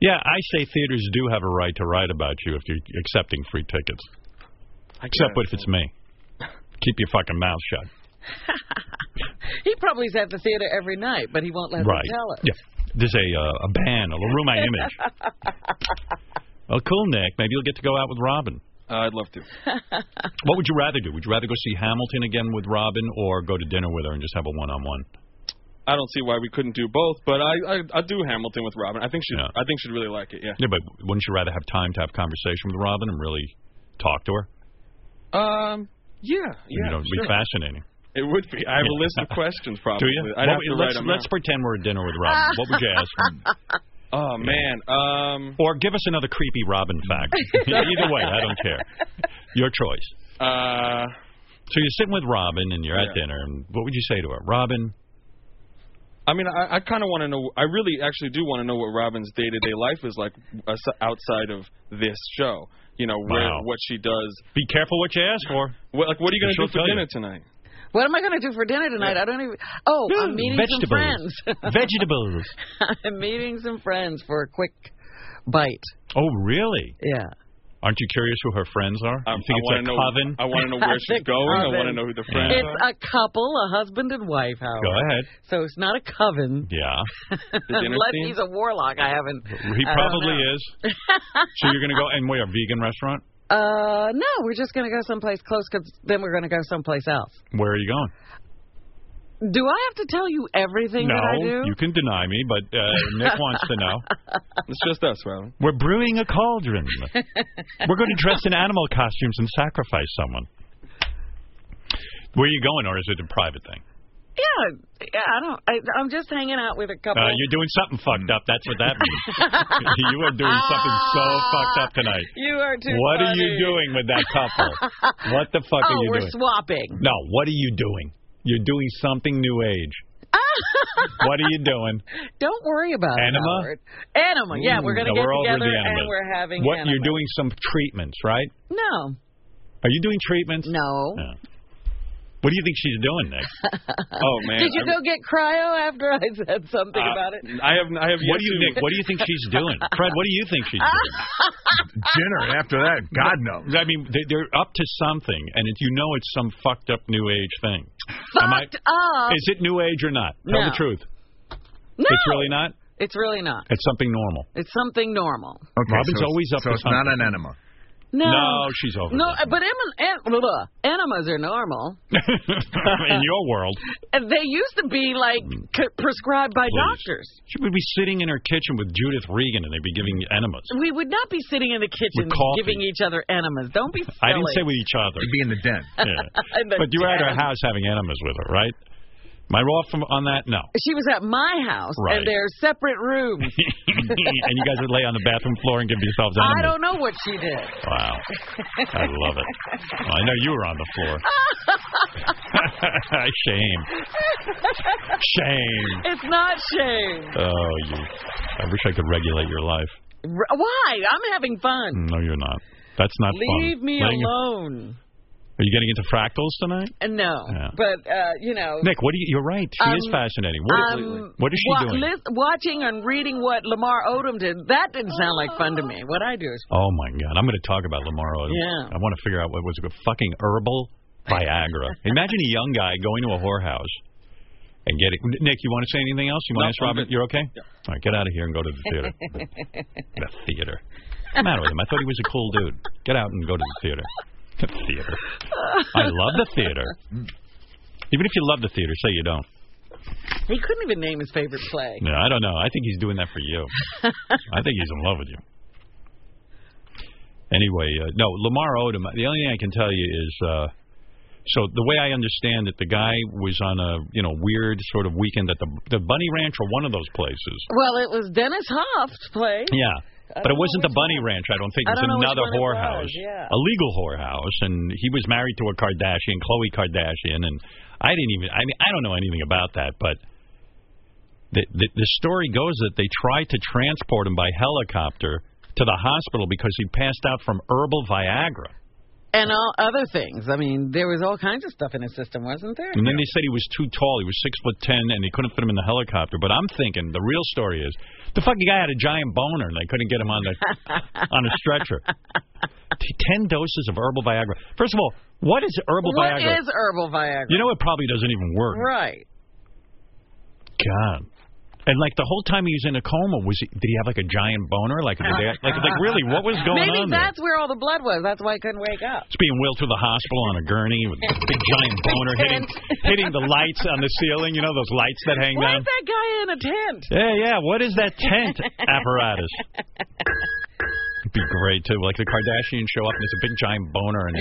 Speaker 4: yeah, I say theaters do have a right to write about you if you're accepting free tickets. Except if it's me. Keep your fucking mouth shut.
Speaker 7: He probably's at the theater every night, but he won't let
Speaker 4: right.
Speaker 7: me tell us.
Speaker 4: Yeah. There's a uh, a ban. It'll ruin my image. well, cool, Nick. Maybe you'll get to go out with Robin.
Speaker 29: Uh, I'd love to.
Speaker 4: What would you rather do? Would you rather go see Hamilton again with Robin, or go to dinner with her and just have a one-on-one?
Speaker 29: I don't see why we couldn't do both, but I I, I do Hamilton with Robin. I think she I think she'd really like it. Yeah.
Speaker 4: Yeah, but wouldn't you rather have time to have conversation with Robin and really talk to her?
Speaker 29: Um. Yeah. Yeah.
Speaker 4: you know, it'd
Speaker 29: sure.
Speaker 4: be fascinating.
Speaker 29: It would be. I have a
Speaker 4: Yeah.
Speaker 29: list of questions. Probably.
Speaker 4: Do you?
Speaker 29: I'd have
Speaker 4: What would-
Speaker 29: to
Speaker 4: let's
Speaker 29: write 'em
Speaker 4: let's
Speaker 29: out.
Speaker 4: pretend we're at dinner with Robin. what would you ask?
Speaker 29: Oh man. Um.
Speaker 4: Or give us another creepy Robin fact. Either way, I don't care. Your choice.
Speaker 29: Uh.
Speaker 4: So you're sitting with Robin and you're at
Speaker 29: Yeah.
Speaker 4: dinner, and what would you say to her? Robin,
Speaker 29: I mean, I, I kind of want to know. I really, actually, do want to know what Robin's day-to-day life is like as- outside of this show. You know, where
Speaker 4: Wow.
Speaker 29: what she does.
Speaker 4: Be careful what you ask for.
Speaker 29: What, like, what are you
Speaker 4: And
Speaker 29: going to
Speaker 4: she'll
Speaker 29: do for
Speaker 4: tell you.
Speaker 29: dinner tonight?
Speaker 7: What am I going to do for dinner tonight? I don't even. Oh, I'm meeting some
Speaker 4: Hmm, vegetables.
Speaker 7: friends.
Speaker 4: vegetables.
Speaker 7: I'm meeting some friends for a quick bite.
Speaker 4: Oh, really?
Speaker 7: Yeah.
Speaker 4: Aren't you curious who her friends are? you think
Speaker 29: I wanna
Speaker 4: it's a
Speaker 29: know-
Speaker 4: coven?
Speaker 29: I wanna know where she's going. I wanna know who the friends
Speaker 7: It's a couple, a husband and wife, Howard.
Speaker 4: Go ahead.
Speaker 7: So it's not a coven.
Speaker 4: Yeah.
Speaker 7: Unless he's a warlock, I haven't.
Speaker 4: He probably is. So you're going to go and wait, a vegan restaurant?
Speaker 7: Uh, no, we're just gonna go someplace close 'cause then we're gonna go someplace else.
Speaker 4: Where are you going?
Speaker 7: Do I have to tell you everything
Speaker 4: no,
Speaker 7: that I do?
Speaker 4: you can deny me, but uh, Nick wants to know.
Speaker 29: It's just us, Robin.
Speaker 4: We're brewing a cauldron. We're going to dress in animal costumes and sacrifice someone. Where are you going, or is it a private thing?
Speaker 7: Yeah, yeah. I don't. I, I'm just hanging out with a couple.
Speaker 4: Uh, you're doing something
Speaker 29: Hmm.
Speaker 4: fucked up. That's what that means. you are doing something so fucked up tonight.
Speaker 7: You are too.
Speaker 4: What are you
Speaker 7: funny.
Speaker 4: doing with that couple? What the fuck
Speaker 7: oh,
Speaker 4: are you
Speaker 7: we're
Speaker 4: doing?
Speaker 7: swapping.
Speaker 4: No, what are you doing? You're doing something new age. what are you doing?
Speaker 7: Don't worry about
Speaker 4: Enema?
Speaker 7: it. Enema. Enema. Oh, Yeah, we're gonna
Speaker 4: No,
Speaker 7: get
Speaker 4: we're over
Speaker 7: together
Speaker 4: Mm, the enemas.
Speaker 7: and we're having
Speaker 4: What
Speaker 7: enema.
Speaker 4: you're doing some treatments, right?
Speaker 7: No.
Speaker 4: Are you doing treatments?
Speaker 7: No.
Speaker 4: What do you think she's doing, Nick?
Speaker 29: oh man.
Speaker 7: Did you
Speaker 29: I'm-
Speaker 7: go get cryo after I said something
Speaker 29: Uh,
Speaker 4: Ah,
Speaker 7: about it?
Speaker 29: I have. I have. yet
Speaker 4: What do you,
Speaker 29: to-
Speaker 4: Nick? What do you think she's doing, Fred? What do you think she's doing? Dinner after that, God knows. I mean, they, they're up to something, and it, you know it's some fucked up new age thing. Am I-
Speaker 7: Fucked up.
Speaker 4: Is it new age or not?
Speaker 7: No.
Speaker 4: Tell the truth.
Speaker 7: No.
Speaker 4: It's really not.
Speaker 7: It's really not.
Speaker 4: It's something normal.
Speaker 7: It's something normal.
Speaker 4: Okay, Robin's
Speaker 2: so it's-
Speaker 4: always up
Speaker 2: so
Speaker 4: to
Speaker 2: it's not an
Speaker 4: something.
Speaker 2: enema.
Speaker 7: No.
Speaker 4: No, she's over.
Speaker 7: No, but em- en- blah, blah. enemas are normal.
Speaker 4: In your world,
Speaker 7: And They used to be like c- prescribed by
Speaker 4: Mm. Please.
Speaker 7: doctors.
Speaker 4: she would be sitting in her kitchen with Judith Regan, and they'd be giving you enemas.
Speaker 7: We would not be sitting in the kitchen
Speaker 4: With coffee.
Speaker 7: giving each other enemas. Don't be silly.
Speaker 4: I didn't say with each other. You'd be in the den. Yeah.
Speaker 7: In the
Speaker 4: but you were at her
Speaker 7: den.
Speaker 4: house having enemas with her, right? Am I off from, on that? No.
Speaker 7: She was at my house, and
Speaker 4: Right.
Speaker 7: they're separate rooms.
Speaker 4: and you guys would lay on the bathroom floor and give yourselves enemas.
Speaker 7: I don't know what she did.
Speaker 4: Wow. I love it. Well, I know you were on the floor. shame. Shame.
Speaker 7: It's not shame.
Speaker 4: Oh, you. I wish I could regulate your life.
Speaker 7: R- Why? I'm having fun.
Speaker 4: No, you're not. That's not fun.
Speaker 7: Leave me
Speaker 4: Laying-
Speaker 7: alone.
Speaker 4: Are you getting into fractals tonight?
Speaker 7: Uh, No,
Speaker 4: Yeah.
Speaker 7: but uh, you know,
Speaker 4: Nick, what do you? You're right. She
Speaker 7: Um,
Speaker 4: is fascinating. What,
Speaker 7: um,
Speaker 4: what is she
Speaker 7: wa-
Speaker 4: doing?
Speaker 7: lis- watching and reading what Lamar Odom did. That didn't sound like fun to me. What I do is
Speaker 4: Oh my God! I'm going to talk about Lamar Odom.
Speaker 7: Yeah.
Speaker 4: I want to figure out what was a fucking herbal Viagra. Imagine a young guy going to a whorehouse and get it. Nick, you want to say anything else? You
Speaker 3: No,
Speaker 4: mind,
Speaker 3: I'm
Speaker 4: Robert? You're okay. All right, get out of here and go to the theater. the theater. What's the matter with him? I thought he was a cool dude. Get out and go to the theater. The theater. I love the theater. Even if you love the theater, say you don't.
Speaker 7: He couldn't even name his favorite play.
Speaker 4: No, I don't know. I think he's doing that for you. I think he's in love with you. Anyway, uh, no, Lamar Odom. The only thing I can tell you is, uh, so the way I understand it, the guy was on a you know weird sort of weekend at the the Bunny Ranch or one of those places.
Speaker 7: Well, it was Dennis Hoff's play.
Speaker 4: Yeah.
Speaker 7: I don't
Speaker 4: But it
Speaker 7: know
Speaker 4: wasn't the Bunny Ranch. I don't
Speaker 7: I
Speaker 4: think it was
Speaker 7: don't know which
Speaker 4: another
Speaker 7: one it was,
Speaker 4: whorehouse,
Speaker 7: yeah.
Speaker 4: a legal whorehouse, and he was married to a Kardashian, Khloe Kardashian, and I didn't even. I mean, I don't know anything about that, but the the, the story goes that they tried to transport him by helicopter to the hospital because he passed out from herbal Viagra,
Speaker 7: And all other things. I mean, there was all kinds of stuff in his system, wasn't there?
Speaker 4: and then they said he was too tall. He was six foot ten, and they couldn't fit him in the helicopter. But I'm thinking the real story is the fucking guy had a giant boner, and they couldn't get him on the on a stretcher. T- Ten doses of herbal Viagra. First of all, what is herbal
Speaker 7: What
Speaker 4: Viagra?
Speaker 7: is herbal Viagra?
Speaker 4: you know, it probably doesn't even work.
Speaker 7: Right.
Speaker 4: God. And like the whole time he was in a coma, was he, did he have like a giant boner? Like, did they, like, like really, what was going
Speaker 7: Maybe
Speaker 4: on? there?
Speaker 7: that's where all the blood was. That's why he couldn't wake up.
Speaker 4: It's being wheeled through the hospital on a gurney with a big giant boner hitting hitting the lights on the ceiling. You know those lights that hang
Speaker 7: Why
Speaker 4: down.
Speaker 7: is that guy in a tent?
Speaker 4: Yeah, yeah. What is that tent apparatus? It'd be great too. Like the Kardashians show up and it's a big giant boner, and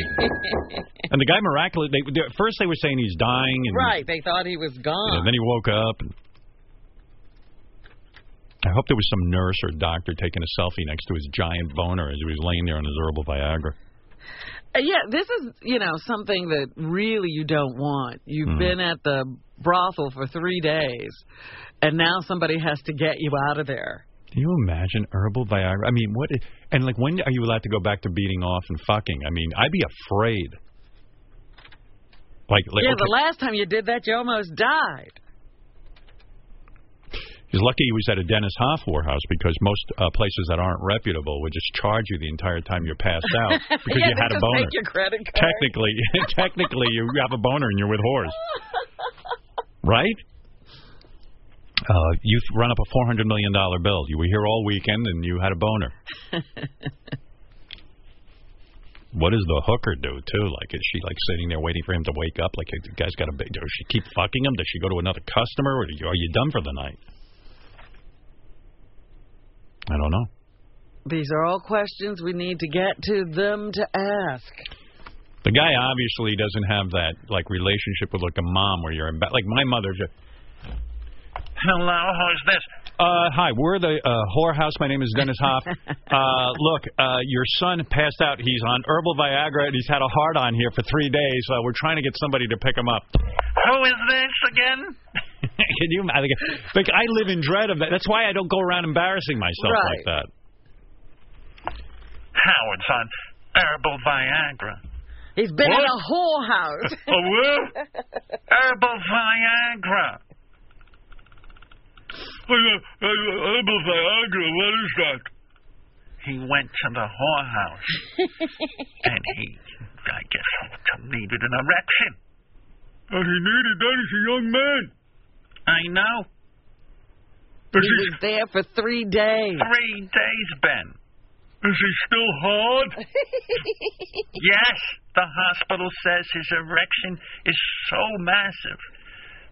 Speaker 4: and the guy miraculously. They, they, first they were saying he's dying, and,
Speaker 7: Right. Uh. They thought he was
Speaker 4: you know,
Speaker 7: gone.
Speaker 4: then he woke up. And I hope there was some nurse or doctor taking a selfie next to his giant boner as he was laying there on his herbal Viagra.
Speaker 7: Uh, Yeah, this is, you know, something that really you don't want.
Speaker 4: Mm-hmm.
Speaker 7: You've been at the brothel for three days, and now somebody has to get you out of there.
Speaker 4: Can you imagine herbal Viagra? I mean, what? i- And like, when are you allowed to go back to beating off and fucking? I mean, I'd be afraid. Like, like
Speaker 7: yeah,
Speaker 4: okay.
Speaker 7: the last time you did that, you almost died.
Speaker 4: He's lucky he was at a Dennis Hoff warehouse because most uh, places that aren't reputable would just charge you the entire time you're passed out because
Speaker 7: yeah,
Speaker 4: you
Speaker 7: they
Speaker 4: had a
Speaker 7: just
Speaker 4: boner.
Speaker 7: Take your credit card.
Speaker 4: Technically, technically, you have a boner and you're with whores, right? Uh, you run up a four hundred million dollar bill. You were here all weekend and you had a boner. what does the hooker do too? Like, is she like sitting there waiting for him to wake up? Like, the guy's got a big. Does she keep fucking him? Does she go to another customer? Or are you done for the night? I don't know.
Speaker 7: These are all questions we need to get to them to ask.
Speaker 4: The guy obviously doesn't have that like relationship with like a mom where you're in like my mother. Just, Hello, who's this? uh, hi, we're the uh, whorehouse. My name is Dennis Hoff. uh, look, uh, your son passed out. He's on herbal Viagra and he's had a hard on here for three days. Uh, we're trying to get somebody to pick him up.
Speaker 16: Who is this again?
Speaker 4: Can you? I think, like I live in dread of that. That's why I don't go around embarrassing myself like that.
Speaker 16: Howard's on herbal Viagra.
Speaker 7: He's been
Speaker 16: What?
Speaker 7: in a whorehouse.
Speaker 16: A what? Herbal Viagra. Herbal Viagra, what is that? He went to the whorehouse and he, I guess, needed an erection. And he needed that as a young man. I know.
Speaker 7: he was there for three days.
Speaker 16: Three days, Ben. Is he still hard? yes, the hospital says his erection is so massive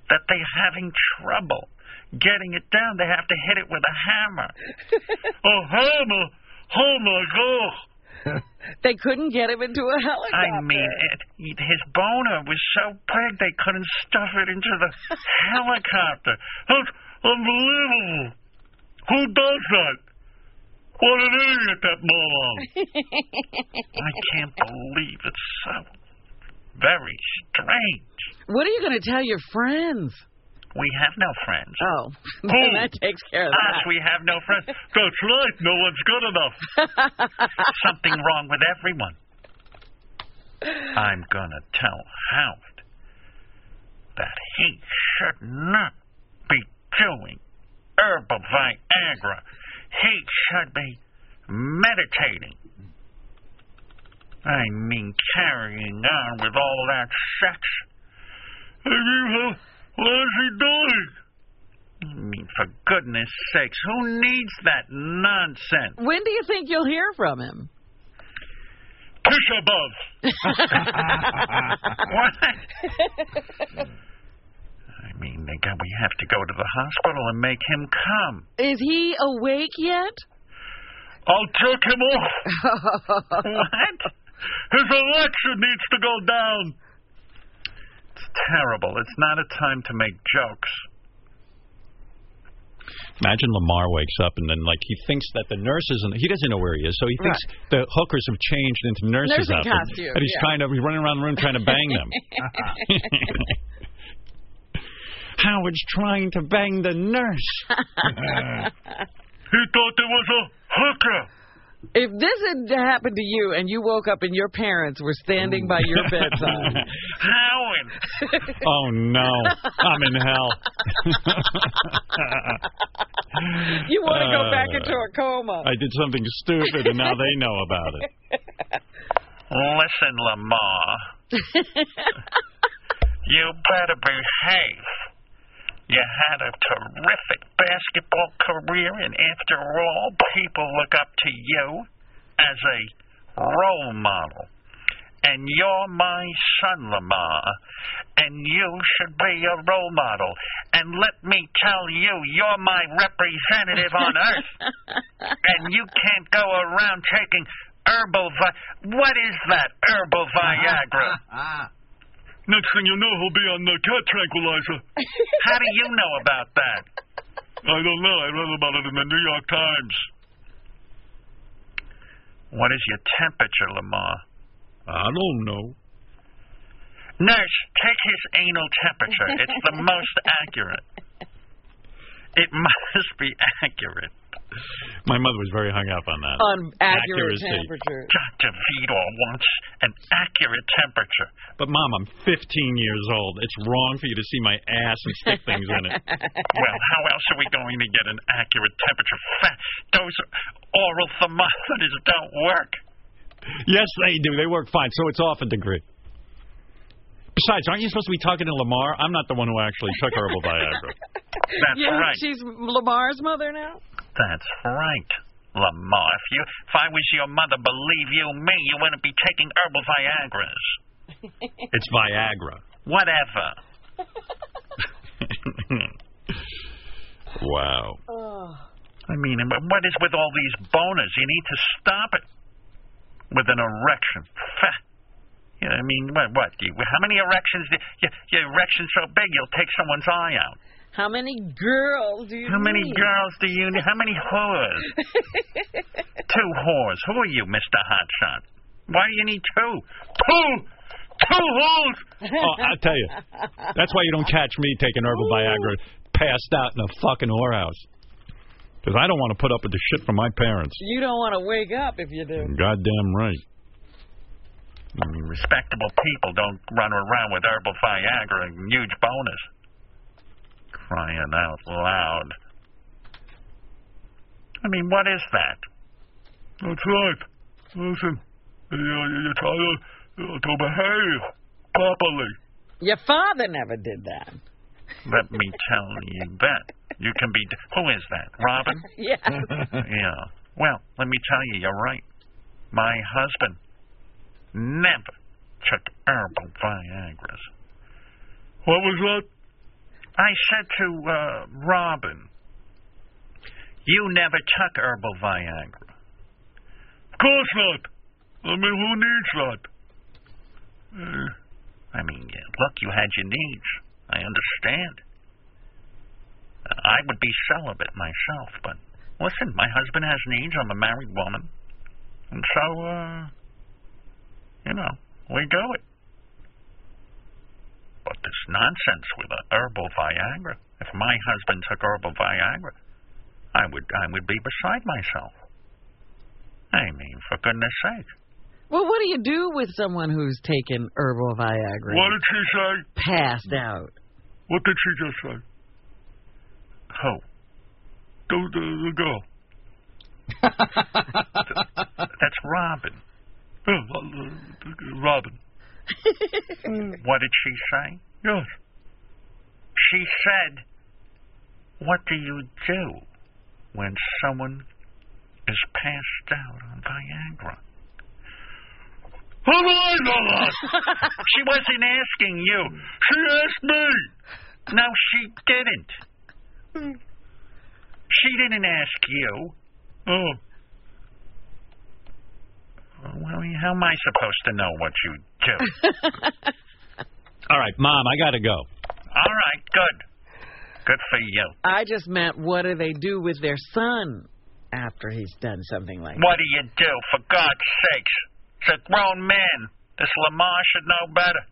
Speaker 16: that they're having trouble getting it down. They have to hit it with a hammer. a hammer? Oh my god!
Speaker 7: They couldn't get him into a helicopter.
Speaker 16: I mean, it, his boner was so big they couldn't stuff it into the helicopter. That's unbelievable. Who does that? What an idiot that moron! I can't believe it's so very strange.
Speaker 7: What are you going to tell your friends?
Speaker 16: We have no friends.
Speaker 7: Oh, then
Speaker 16: Who?
Speaker 7: that takes care of
Speaker 16: Us, we have no friends. That's right. No one's good enough. Something wrong with everyone. I'm gonna tell Howard that he should not be doing herbal Viagra. He should be meditating. I mean, carrying on with all that sex. Have you,
Speaker 6: What is he doing?
Speaker 16: For goodness sakes, who needs that nonsense?
Speaker 7: When do you think you'll hear from him?
Speaker 6: Push above.
Speaker 16: what? I mean, they got, we have to go to the hospital and make him come.
Speaker 7: Is he awake yet?
Speaker 6: I'll jerk him off. what? His election needs to go down.
Speaker 16: It's terrible. It's not a time to make jokes.
Speaker 4: Imagine Lamar wakes up and then like he thinks that the nurses and he doesn't know where he is, so he thinks the hookers have changed into nurses
Speaker 3: Nursing
Speaker 4: outfits,
Speaker 3: costume,
Speaker 4: and he's
Speaker 3: yeah.
Speaker 4: trying to he's running around the room trying to bang them. Howard's trying to bang the nurse.
Speaker 6: he thought there was a hooker.
Speaker 7: If this had happened to you and you woke up and your parents were standing by your bedside,
Speaker 16: Howard.
Speaker 4: oh no, I'm in hell.
Speaker 7: you want to go
Speaker 4: Uh,
Speaker 7: back into a coma.
Speaker 4: I did something stupid, and now they know about it.
Speaker 16: Listen, Lamar. you better behave. You had a terrific basketball career, and after all, people look up to you as a role model. And you're my son, Lamar, and you should be a role model. And let me tell you, you're my representative on earth. and you can't go around taking herbal vi- what is that herbal viagra
Speaker 6: Next thing you know, he'll be on the cat tranquilizer.
Speaker 16: how do you know about that
Speaker 6: I don't know. I read about it in the New York Times.
Speaker 16: what is your temperature lamar
Speaker 4: i don't know
Speaker 16: nurse take his anal temperature it's the most accurate it must be accurate
Speaker 4: My mother was very hung up on that.
Speaker 7: temperature.
Speaker 16: Dr. Vidor wants an accurate temperature.
Speaker 4: But mom, I'm 15 years old. It's wrong for you to see my ass and stick things in it.
Speaker 16: well, how else are we going to get an accurate temperature? Fa- Those oral thermometers don't work.
Speaker 4: Yes, they do. They work fine, so it's off a degree. Besides, aren't you supposed to be talking to Lamar? I'm not the one who actually took herbal Viagra.
Speaker 16: That's
Speaker 7: You-
Speaker 16: right.
Speaker 7: She's Lamar's mother now?
Speaker 16: That's right. Lamar, if, you, if I was your mother, believe you me, you wouldn't be taking herbal Viagras.
Speaker 4: It's Viagra.
Speaker 16: Whatever.
Speaker 4: Wow.
Speaker 16: I mean, and what is with all these boners? You need to stop it with an erection. Fa- Yeah, I mean, what? what do you, how many erections? Do you, your erection's so big, you'll take someone's eye out.
Speaker 7: How many girls do you
Speaker 16: How many
Speaker 7: need?
Speaker 16: girls do you need? How many whores? two whores. Who are you, Mr. Hotshot? Why do you need two? Two! Two whores!
Speaker 4: Oh, I tell you, that's why you don't catch me taking herbal Viagra passed out in a fucking whorehouse. Because I don't want to put up with the shit from my parents.
Speaker 7: You don't want to wake up if you do.
Speaker 4: Goddamn right.
Speaker 16: I mean, respectable people don't run around with herbal Viagra and huge bonus. Crying out loud. I mean, what is that?
Speaker 6: That's right. Listen, you, you, you try to, to behave properly.
Speaker 7: Your father never did that.
Speaker 16: Let me tell you that. You can be. Who is that? Robin?
Speaker 7: Yeah.
Speaker 16: yeah. Well, let me tell you, you're right. My husband never took herbal Viagra's. What was that? I said to uh, Robin, you never took herbal Viagra.
Speaker 6: Of course not. I mean, who needs that?
Speaker 16: Uh, I mean, yeah, look, you had your needs. I understand. I would be celibate myself, but listen, my husband has needs. I'm a married woman. And so, uh, you know, we do it. But this nonsense with a herbal Viagra. If my husband took herbal Viagra, I would I would be beside myself. I mean, for goodness sake.
Speaker 7: Well, what do you do with someone who's taken herbal Viagra?
Speaker 6: What did she say?
Speaker 7: Passed out.
Speaker 6: What did she just say?
Speaker 16: Who?
Speaker 6: The, the, the girl.
Speaker 16: That's Robin. Oh,
Speaker 6: Yeah, uh, uh, Robin.
Speaker 16: What did she say?
Speaker 6: Yes.
Speaker 16: she said, What do you do when someone is passed out on Viagra? Who do I know that? she wasn't asking you. She asked me. No, she didn't. She didn't ask you. Oh. Well, how am I supposed to know what you do?
Speaker 4: All right, Mom, Um, I got to go.
Speaker 16: All right, good. Good for you.
Speaker 7: I just meant what do they do with their son after he's done something like
Speaker 16: What do you do? For God's sakes. It's a grown man. This Lamar should know better.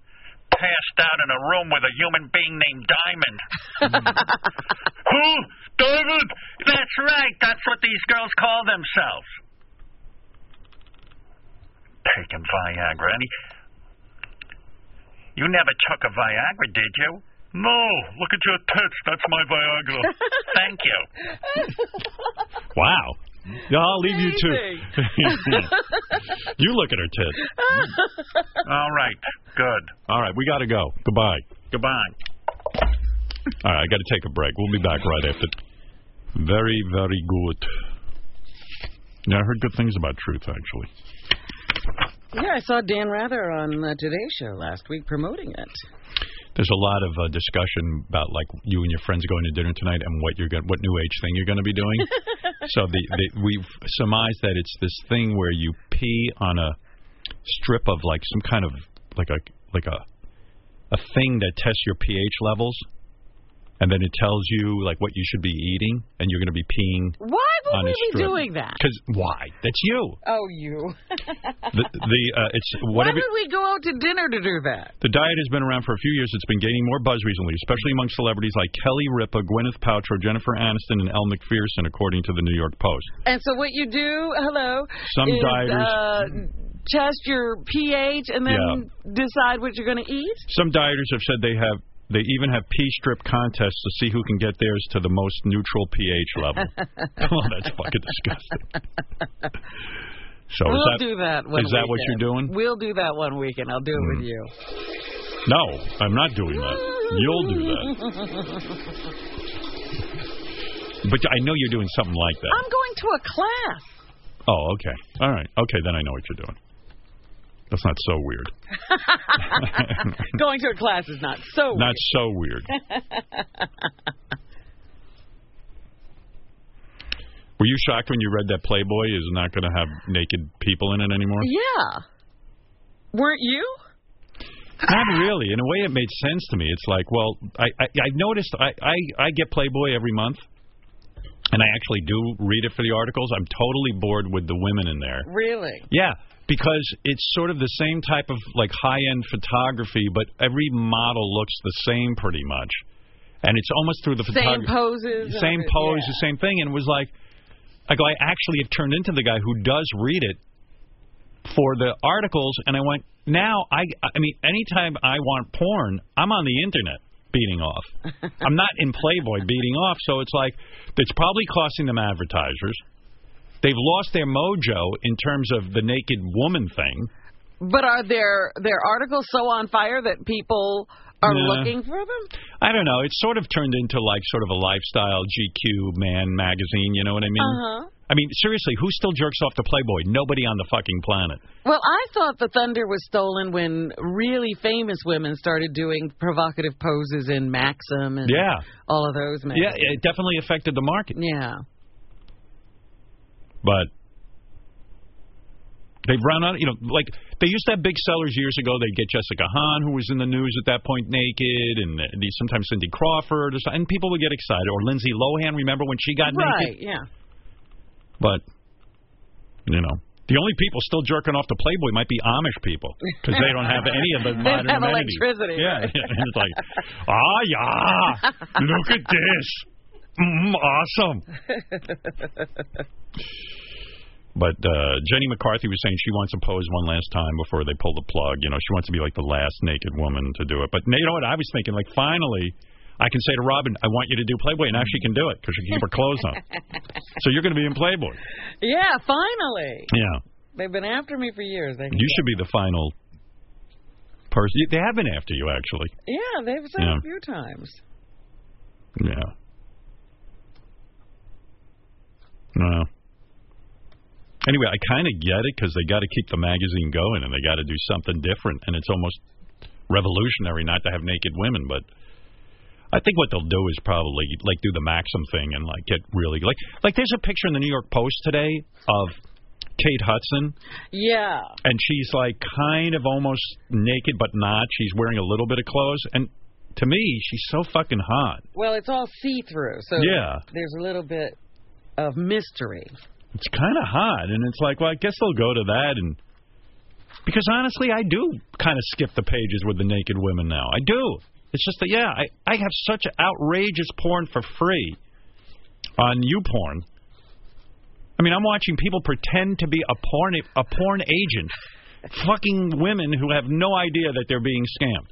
Speaker 16: Passed out in a room with a human being named Diamond. Who? David? That's right. That's what these girls call themselves. Taking Viagra. And he, you never took a Viagra, did you? No. Look at your tits. That's my Viagra. Thank you.
Speaker 4: Wow. I'll leave you two. you look at her tits.
Speaker 16: All right. Good.
Speaker 4: All right, we got to go. Goodbye.
Speaker 16: Goodbye.
Speaker 4: All right, I got to take a break. We'll be back right after. Very, very good. Yeah, I heard good things about Truth, actually.
Speaker 7: Yeah, I saw Dan Rather on the Today Show last week promoting it.
Speaker 4: There's a lot of uh, discussion about like you and your friends going to dinner tonight and what you're going, what new age thing you're going to be doing. so the, the we've surmised that it's this thing where you pee on a strip of like some kind of like a like a a thing that tests your pH levels, and then it tells you like what you should be eating, and you're going to be peeing
Speaker 7: Why would
Speaker 4: on
Speaker 7: we
Speaker 4: a
Speaker 7: be
Speaker 4: strip.
Speaker 7: doing that?
Speaker 4: Because why? That's you.
Speaker 7: Oh, you.
Speaker 4: The, the uh, it's
Speaker 7: Why
Speaker 4: whatever.
Speaker 7: would we go out to dinner to do that?
Speaker 4: The diet has been around for a few years. It's been gaining more buzz recently, especially among celebrities like Kelly Ripa, Gwyneth Paltrow, Jennifer Aniston, and Elle McPherson, according to the New York Post.
Speaker 7: And so what you do, hello,
Speaker 4: Some
Speaker 7: is,
Speaker 4: dieters-
Speaker 7: uh, test your pH and then decide what you're going to eat.
Speaker 4: Some dieters have said they have they even have pee strip contests to see who can get theirs to the most neutral pH level. oh, that's fucking disgusting. So
Speaker 7: we'll
Speaker 4: is that,
Speaker 7: do that. One
Speaker 4: is that what you're
Speaker 7: weekend.
Speaker 4: doing? Mm.
Speaker 7: We'll do that one weekend. I'll do it with you.
Speaker 4: No, I'm not doing that. You'll do that. But I know you're doing something like that.
Speaker 7: I'm going to a class.
Speaker 4: Oh, okay. All right. Okay, then I know what you're doing. That's not so weird.
Speaker 7: going to a class is not so.
Speaker 4: Not so weird. Were you shocked when you read that Playboy is not going to have naked people in it anymore?
Speaker 7: yeah. Weren't you?
Speaker 4: Not really. In a way, it made sense to me. It's like, well, I I, I noticed I, I I get Playboy every month, and I actually do read it for the articles. I'm totally bored with the women in there.
Speaker 7: Really?
Speaker 4: Yeah, because it's sort of the same type of like high end photography, but every model looks the same pretty much, and it's almost through the
Speaker 7: Same
Speaker 4: photography
Speaker 7: poses. and
Speaker 4: same
Speaker 7: every-
Speaker 4: pose,
Speaker 7: yeah.
Speaker 4: the same thing, and it was like, like I actually have turned into the guy who does read it for the articles, and I went now. I I mean, anytime I want porn, I'm on the internet beating off. I'm not in Playboy beating off, so it's like it's probably costing them advertisers. They've lost their mojo in terms of the naked woman thing.
Speaker 7: But are their their articles so on fire that people are
Speaker 4: Yeah.
Speaker 7: looking for them?
Speaker 4: I don't know. It's sort of turned into like sort of a lifestyle GQ man magazine. You know what I mean?
Speaker 7: Uh-huh.
Speaker 4: I mean, seriously, who still jerks off to Playboy? Nobody on the fucking planet.
Speaker 7: Well, I thought the thunder was stolen when really famous women started doing provocative poses in Maxim and
Speaker 4: Yeah.
Speaker 7: all of those.
Speaker 4: Yeah,
Speaker 7: Magazines.
Speaker 4: it definitely affected the market,
Speaker 7: Yeah.
Speaker 4: but they've run out. You know, like they used to have big sellers years ago. They'd get Jessica Hahn, who was in the news at that point, naked, and uh, the- sometimes Cindy Crawford, or so- and people would get excited. Or Lindsay Lohan, remember when she got
Speaker 7: Right.
Speaker 4: naked?
Speaker 7: Yeah.
Speaker 4: But you know, the only people still jerking off to Playboy might be Amish people because they don't have any of the
Speaker 7: They
Speaker 4: modern
Speaker 7: don't have
Speaker 4: amenities.
Speaker 7: electricity,
Speaker 4: Yeah,
Speaker 7: right.
Speaker 4: it's like ah yeah, look at this, mm, awesome. But uh, Jenny McCarthy was saying she wants to pose one last time before they pull the plug. You know, she wants to be like the last naked woman to do it. But you know what? I was thinking, like, finally, I can say to Robin, I want you to do Playboy. And now she can do it because she can keep her clothes on. so you're going to be in Playboy.
Speaker 7: yeah. Finally,
Speaker 4: Yeah.
Speaker 7: they've been after me for years. They
Speaker 4: You should be the final person. They have been after you, actually.
Speaker 7: Yeah, they've said
Speaker 4: Yeah.
Speaker 7: a few times.
Speaker 4: Yeah. No. Anyway, I kind of get it because they got to keep the magazine going and they got to do something different, and it's almost revolutionary not to have naked women. But I think what they'll do is probably like do the Maxim thing and like get really like like there's a picture in the New York Post today of Kate Hudson
Speaker 7: Yeah.
Speaker 4: and she's like kind of almost naked but not. She's wearing a little bit of clothes, and to me, she's so fucking hot.
Speaker 7: Well, it's all see through, so
Speaker 4: Yeah.
Speaker 7: there's a little bit of mystery.
Speaker 4: It's kind of hot, and it's like, well, I guess they'll go to that, and because honestly, I do kind of skip the pages with the naked women now. I do. It's just that, yeah, I I have such outrageous porn for free on YouPorn. I mean, I'm watching people pretend to be a porn a porn agent, fucking women who have no idea that they're being scammed.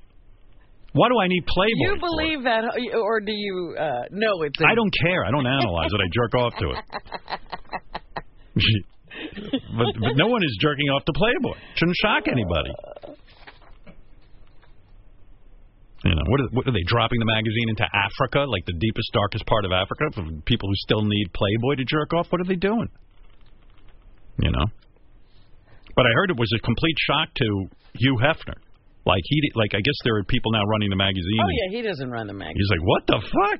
Speaker 4: Why do I need Playboy?
Speaker 7: you believe that, or do you uh, know it's?
Speaker 4: I don't care. I don't analyze it. I jerk off to it. but, but no one is jerking off to Playboy. Shouldn't shock anybody. You know, what are, what are they dropping the magazine into Africa, like the deepest, darkest part of Africa, for people who still need Playboy to jerk off? What are they doing? You know. But I heard it was a complete shock to Hugh Hefner. Like he, di- like I guess there are people now running the magazine.
Speaker 7: Oh
Speaker 4: and-
Speaker 7: yeah, he doesn't run the magazine.
Speaker 4: He's like, what the fuck?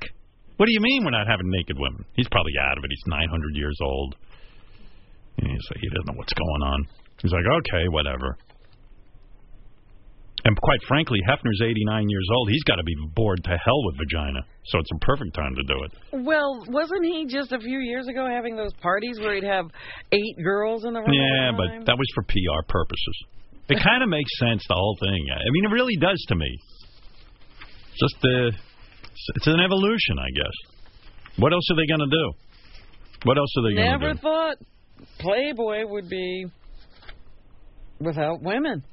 Speaker 4: What do you mean we're not having naked women? He's probably out of it. He's 900 years old. And he's like, he doesn't know what's going on. He's like, okay, whatever. And quite frankly, Hefner's 89 years old. He's got to be bored to hell with vagina. So it's a perfect time to do it.
Speaker 7: Well, wasn't he just a few years ago having those parties where he'd have eight girls in the room? at
Speaker 4: Yeah,
Speaker 7: a time?
Speaker 4: but that was for PR purposes. It kind of makes sense, the whole thing. I mean, it really does to me. Just the, it's an evolution, I guess. What else are they going to do? What else are they going to do?
Speaker 7: never thought Playboy would be without women.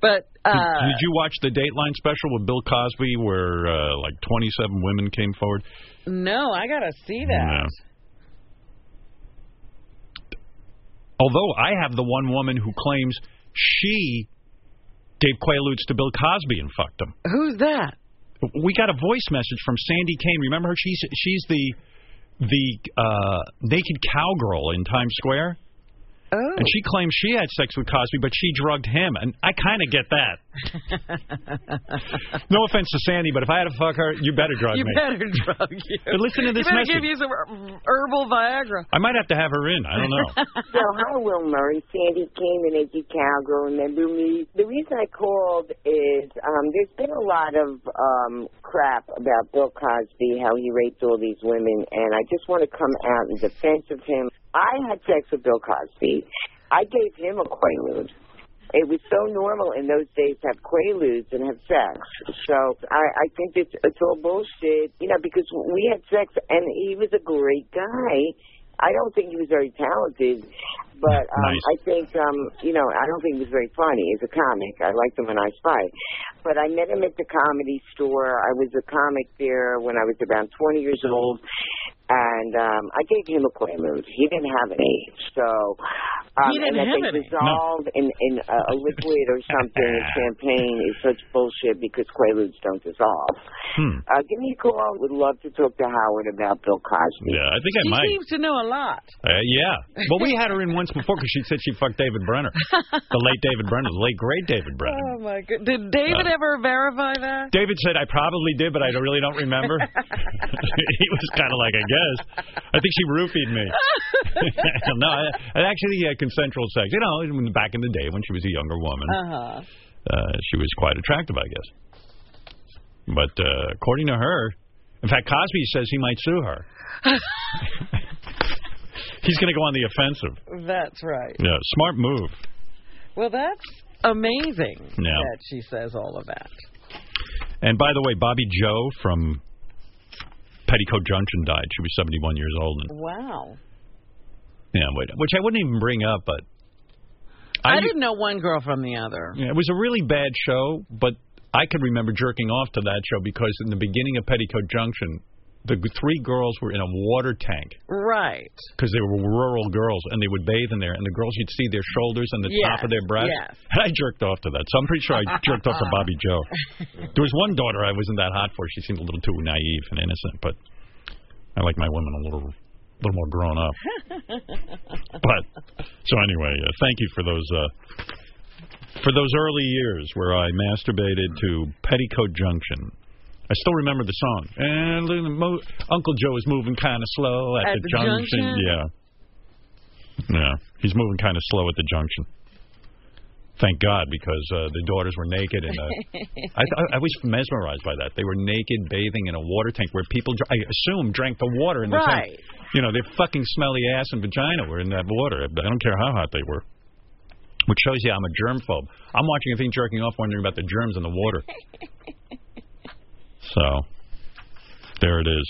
Speaker 7: But uh,
Speaker 4: Did you watch the Dateline special with Bill Cosby, where uh, like 27 women came forward?
Speaker 7: no, I gotta see that.
Speaker 4: No. Although I have the one woman who claims she gave quaaludes to Bill Cosby and fucked him.
Speaker 7: Who's that?
Speaker 4: We got a voice message from Sandy Kane. Remember her? She's she's the the uh, naked cowgirl in Times Square.
Speaker 7: Oh.
Speaker 4: And she claims she had sex with Cosby, but she drugged him, and I kind of get that. no offense to Sandy, but if I had to fuck her, you better drug
Speaker 7: You
Speaker 4: me.
Speaker 7: better drug you.
Speaker 4: But listen
Speaker 7: You
Speaker 4: to this
Speaker 7: better
Speaker 4: message.
Speaker 7: give you some her- herbal Viagra.
Speaker 4: I might have to have her in. I don't know.
Speaker 30: so hi, Will Murray, Sandy King, the Naked Cowgirl, remember me? The reason I called is um, there's been a lot of um, crap about Bill Cosby, how he raped all these women, and I just want to come out in defense of him. I had sex with Bill Cosby. I gave him a quaalude. It was so normal in those days to have quaaludes and have sex. So I, I think it's it's all bullshit, you know, because we had sex and he was a great guy. I don't think he was very talented, but um,
Speaker 31: Nice.
Speaker 30: I think um, you know I don't think he was very funny as a comic. I liked him when I Spy, but I met him at the comedy store. I was a comic there when I was around 20 years old, and um, I gave him a quaalude. He didn't have any, so um,
Speaker 31: He didn't
Speaker 30: and that
Speaker 31: have
Speaker 30: they
Speaker 31: any.
Speaker 30: dissolve in in a, a liquid or something in champagne is such bullshit because quaaludes don't dissolve.
Speaker 4: Hmm.
Speaker 30: Uh, give me a call. Would love to talk to Howard about Bill Cosby.
Speaker 4: Yeah, I think I
Speaker 30: She
Speaker 4: might.
Speaker 7: Seems to know a lot.
Speaker 4: Uh, yeah. Well, we had her in once before because she said she fucked David Brenner, the late David Brenner, the late great David Brenner.
Speaker 7: Oh my god! Did David
Speaker 4: Uh,
Speaker 7: ever verify that?
Speaker 4: David said, "I probably did, but I don't- really don't remember." he was kind of like, "I guess." I think she roofied me. no, I, I actually had consensual sex. You know, when- back in the day when she was a younger woman,
Speaker 7: Uh huh.
Speaker 4: uh, she was quite attractive, I guess. But uh, according to her, in fact, Cosby says he might sue her. He's going to go on the offensive.
Speaker 7: That's right.
Speaker 4: Yeah, smart move.
Speaker 7: Well, that's amazing
Speaker 4: Yeah.
Speaker 7: that she says all of that.
Speaker 4: And by the way, Bobby Joe from Petticoat Junction died. She was 71 years old. And,
Speaker 7: Wow.
Speaker 4: yeah, wait, which I wouldn't even bring up, but
Speaker 7: I,
Speaker 4: I-
Speaker 7: didn't know one girl from the other.
Speaker 4: yeah, it was a really bad show. But I could remember jerking off to that show because in the beginning of Petticoat Junction, the g- three girls were in a water tank
Speaker 7: Right.
Speaker 4: because they were rural girls and they would bathe in there. And the girls, you'd see their shoulders and the top of
Speaker 7: Yes,
Speaker 4: their breasts.
Speaker 7: yes.
Speaker 4: And I jerked off to that. So I'm pretty sure I jerked off
Speaker 7: Uh-huh.
Speaker 4: to Bobby Joe. There was one daughter I wasn't that hot for. She seemed a little too naive and innocent, but I like my women a little, little more grown up. But so anyway, uh, thank you for those uh, for those early years where I masturbated to Petticoat Junction. I still remember the song. And look at the mo Uncle Joe is moving kind of slow at,
Speaker 16: At the junction?
Speaker 4: Yeah, yeah, he's moving kind of slow at the junction. Thank God, because uh, the daughters were naked, and uh, I, I, I was mesmerized by that. They were naked, bathing in a water tank where people, dr- I assume, drank the water in the tank.
Speaker 7: Right.
Speaker 4: You know, their fucking smelly ass and vagina were in that water. I don't care how hot they were. Which shows you I'm a germphobe. I'm watching a thing jerking off, wondering about the germs in the water. so, there it is.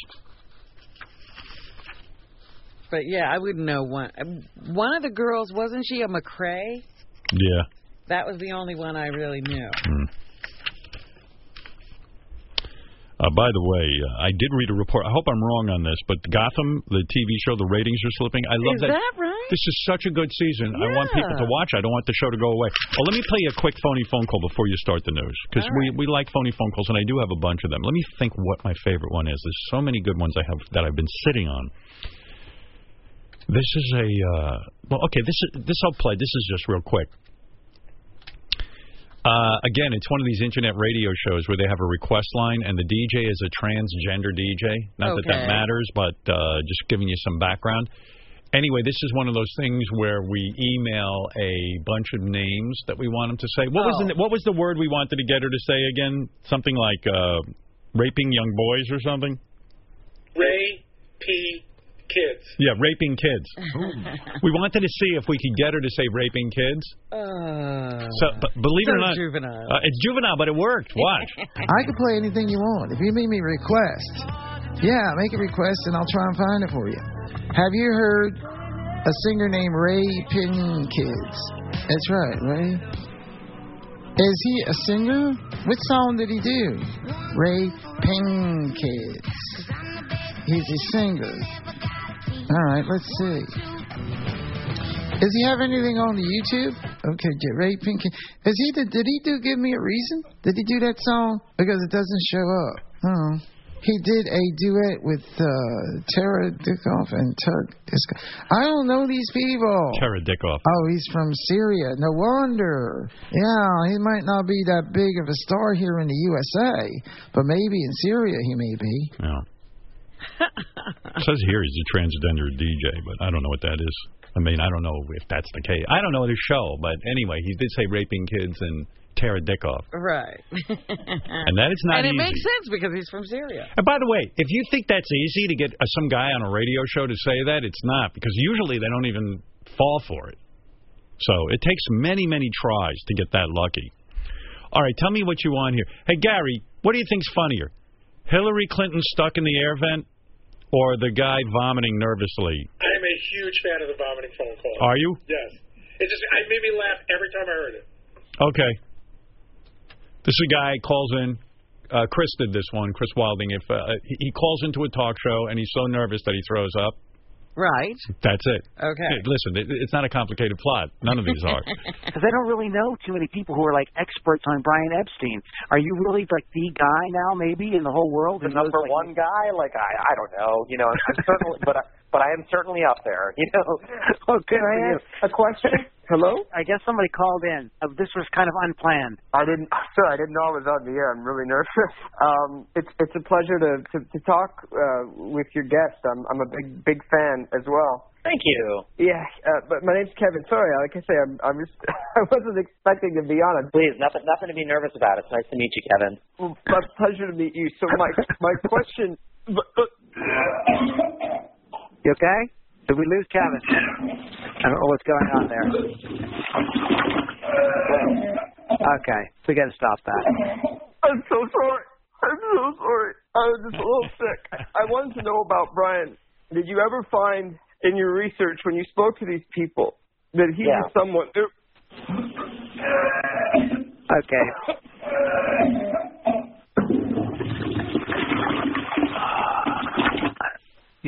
Speaker 7: But yeah, I wouldn't know one. Um, One of the girls wasn't she a McCrae?
Speaker 4: Yeah.
Speaker 7: That was the only one I really knew.
Speaker 4: Uh, by the way, uh, I did read a report. I hope I'm wrong on this, but Gotham, the TV show, the ratings are slipping. I love
Speaker 16: Is
Speaker 4: that.
Speaker 16: that right?
Speaker 4: This is such a good season. I want people
Speaker 16: Yeah.
Speaker 4: to watch. I don't want the show to go away. Well, let me play you a quick phony phone call before you start the news because we we like phony phone calls, and I do have a bunch of them. Let me think what my favorite one is. There's so many good ones I have that I've been sitting on. This is a uh, well, okay. This is this I'll play. This is just real quick. Uh, again, it's one of these internet radio shows where they have a request line, and the DJ is a transgender DJ. Not that that
Speaker 16: Okay.
Speaker 4: matters, but uh, just giving you some background. Anyway, this is one of those things where we email a bunch of names that we want them to say. What
Speaker 16: Oh.
Speaker 4: was the, what was the word we wanted to get her to say again? Something like uh, raping young boys or something.
Speaker 14: Ray P. Kids.
Speaker 4: Yeah, raping kids. we wanted to see if we could get her to say raping kids. So, but believe
Speaker 16: Uh, so
Speaker 4: it or not,
Speaker 16: juvenile.
Speaker 4: Uh, it's juvenile, but it worked. Watch.
Speaker 20: I can play anything you want. If you make me request, yeah, make a request and I'll try and find it for you. Have you heard a singer named Ray Pin Kids? That's right, Ray. Is he a singer? What song did he do? Ray Pin Kids. He's a singer. All right, let's see. Does he have anything on the YouTube? Okay, get Ray Pink. Is he? The, did he do Give Me a Reason? Did he do that song? Because it doesn't show up. Oh. He did a duet with uh, Tara Dickoff and Tug. Disco. I don't know these people.
Speaker 4: Tara Dickoff.
Speaker 20: Oh, he's from Syria. No wonder. Yeah, he might not be that big of a star here in the USA, but maybe in Syria he may be.
Speaker 4: Yeah. It says here he's a transgender DJ, but I don't know what that is. I mean, I don't know if that's the case. I don't know the show, but anyway, he did say raping kids and Tara Dickoff.
Speaker 7: Right.
Speaker 4: And
Speaker 7: and
Speaker 4: that is not
Speaker 7: And it
Speaker 4: easy.
Speaker 7: makes sense because he's from Syria.
Speaker 4: And by the way, if you think that's easy to get uh, some guy on a radio show to say that, it's not because usually they don't even fall for it. So it takes many, many tries to get that lucky. All right, tell me what you want here. Hey, Gary, what do you think's funnier? Hillary Clinton stuck in the air vent or the guy vomiting nervously?
Speaker 14: I'm a huge fan of the vomiting phone call.
Speaker 4: Are you?
Speaker 14: Yes. It just it made me laugh every time I heard it.
Speaker 4: Okay. This is a guy calls in. Uh, Chris did this one. Chris Wilding. If uh, he he calls into a talk show and he's so nervous that he throws up,
Speaker 7: Right.
Speaker 4: that's it.
Speaker 7: Okay.
Speaker 4: Hey, listen, it, it's not a complicated plot. None of these are.
Speaker 30: Because I don't really know too many people who are like experts on Brian Epstein. Are you really like the guy now, maybe in the whole world?
Speaker 3: the number one guy? Like I, I don't know. You know, I'm certainly, but I, but I am certainly up there. You know.
Speaker 30: Oh, can I ask a question? Hello. I guess somebody called in. Uh, This was kind of unplanned.
Speaker 3: I didn't, sorry, I didn't know I was on the air. I'm really nervous. Um, it's it's a pleasure to to, to talk uh, with your guest. I'm I'm a big big fan as well.
Speaker 30: Thank you.
Speaker 3: Yeah, uh, but my name's Kevin. Sorry, like I say, I'm I'm just I wasn't expecting to be on.
Speaker 30: Please, nothing, nothing to be nervous about. It's nice to meet you, Kevin.
Speaker 3: Well, my pleasure to meet you. So my my question.
Speaker 30: You okay? Did we lose Kevin? I don't know what's going on there. Okay, we got to stop that.
Speaker 3: I'm so sorry. I'm so sorry. I was just a little sick. I wanted to know about Brian. Did you ever find in your research when you spoke to these people that he
Speaker 30: Yeah.
Speaker 3: was someone?
Speaker 30: Okay.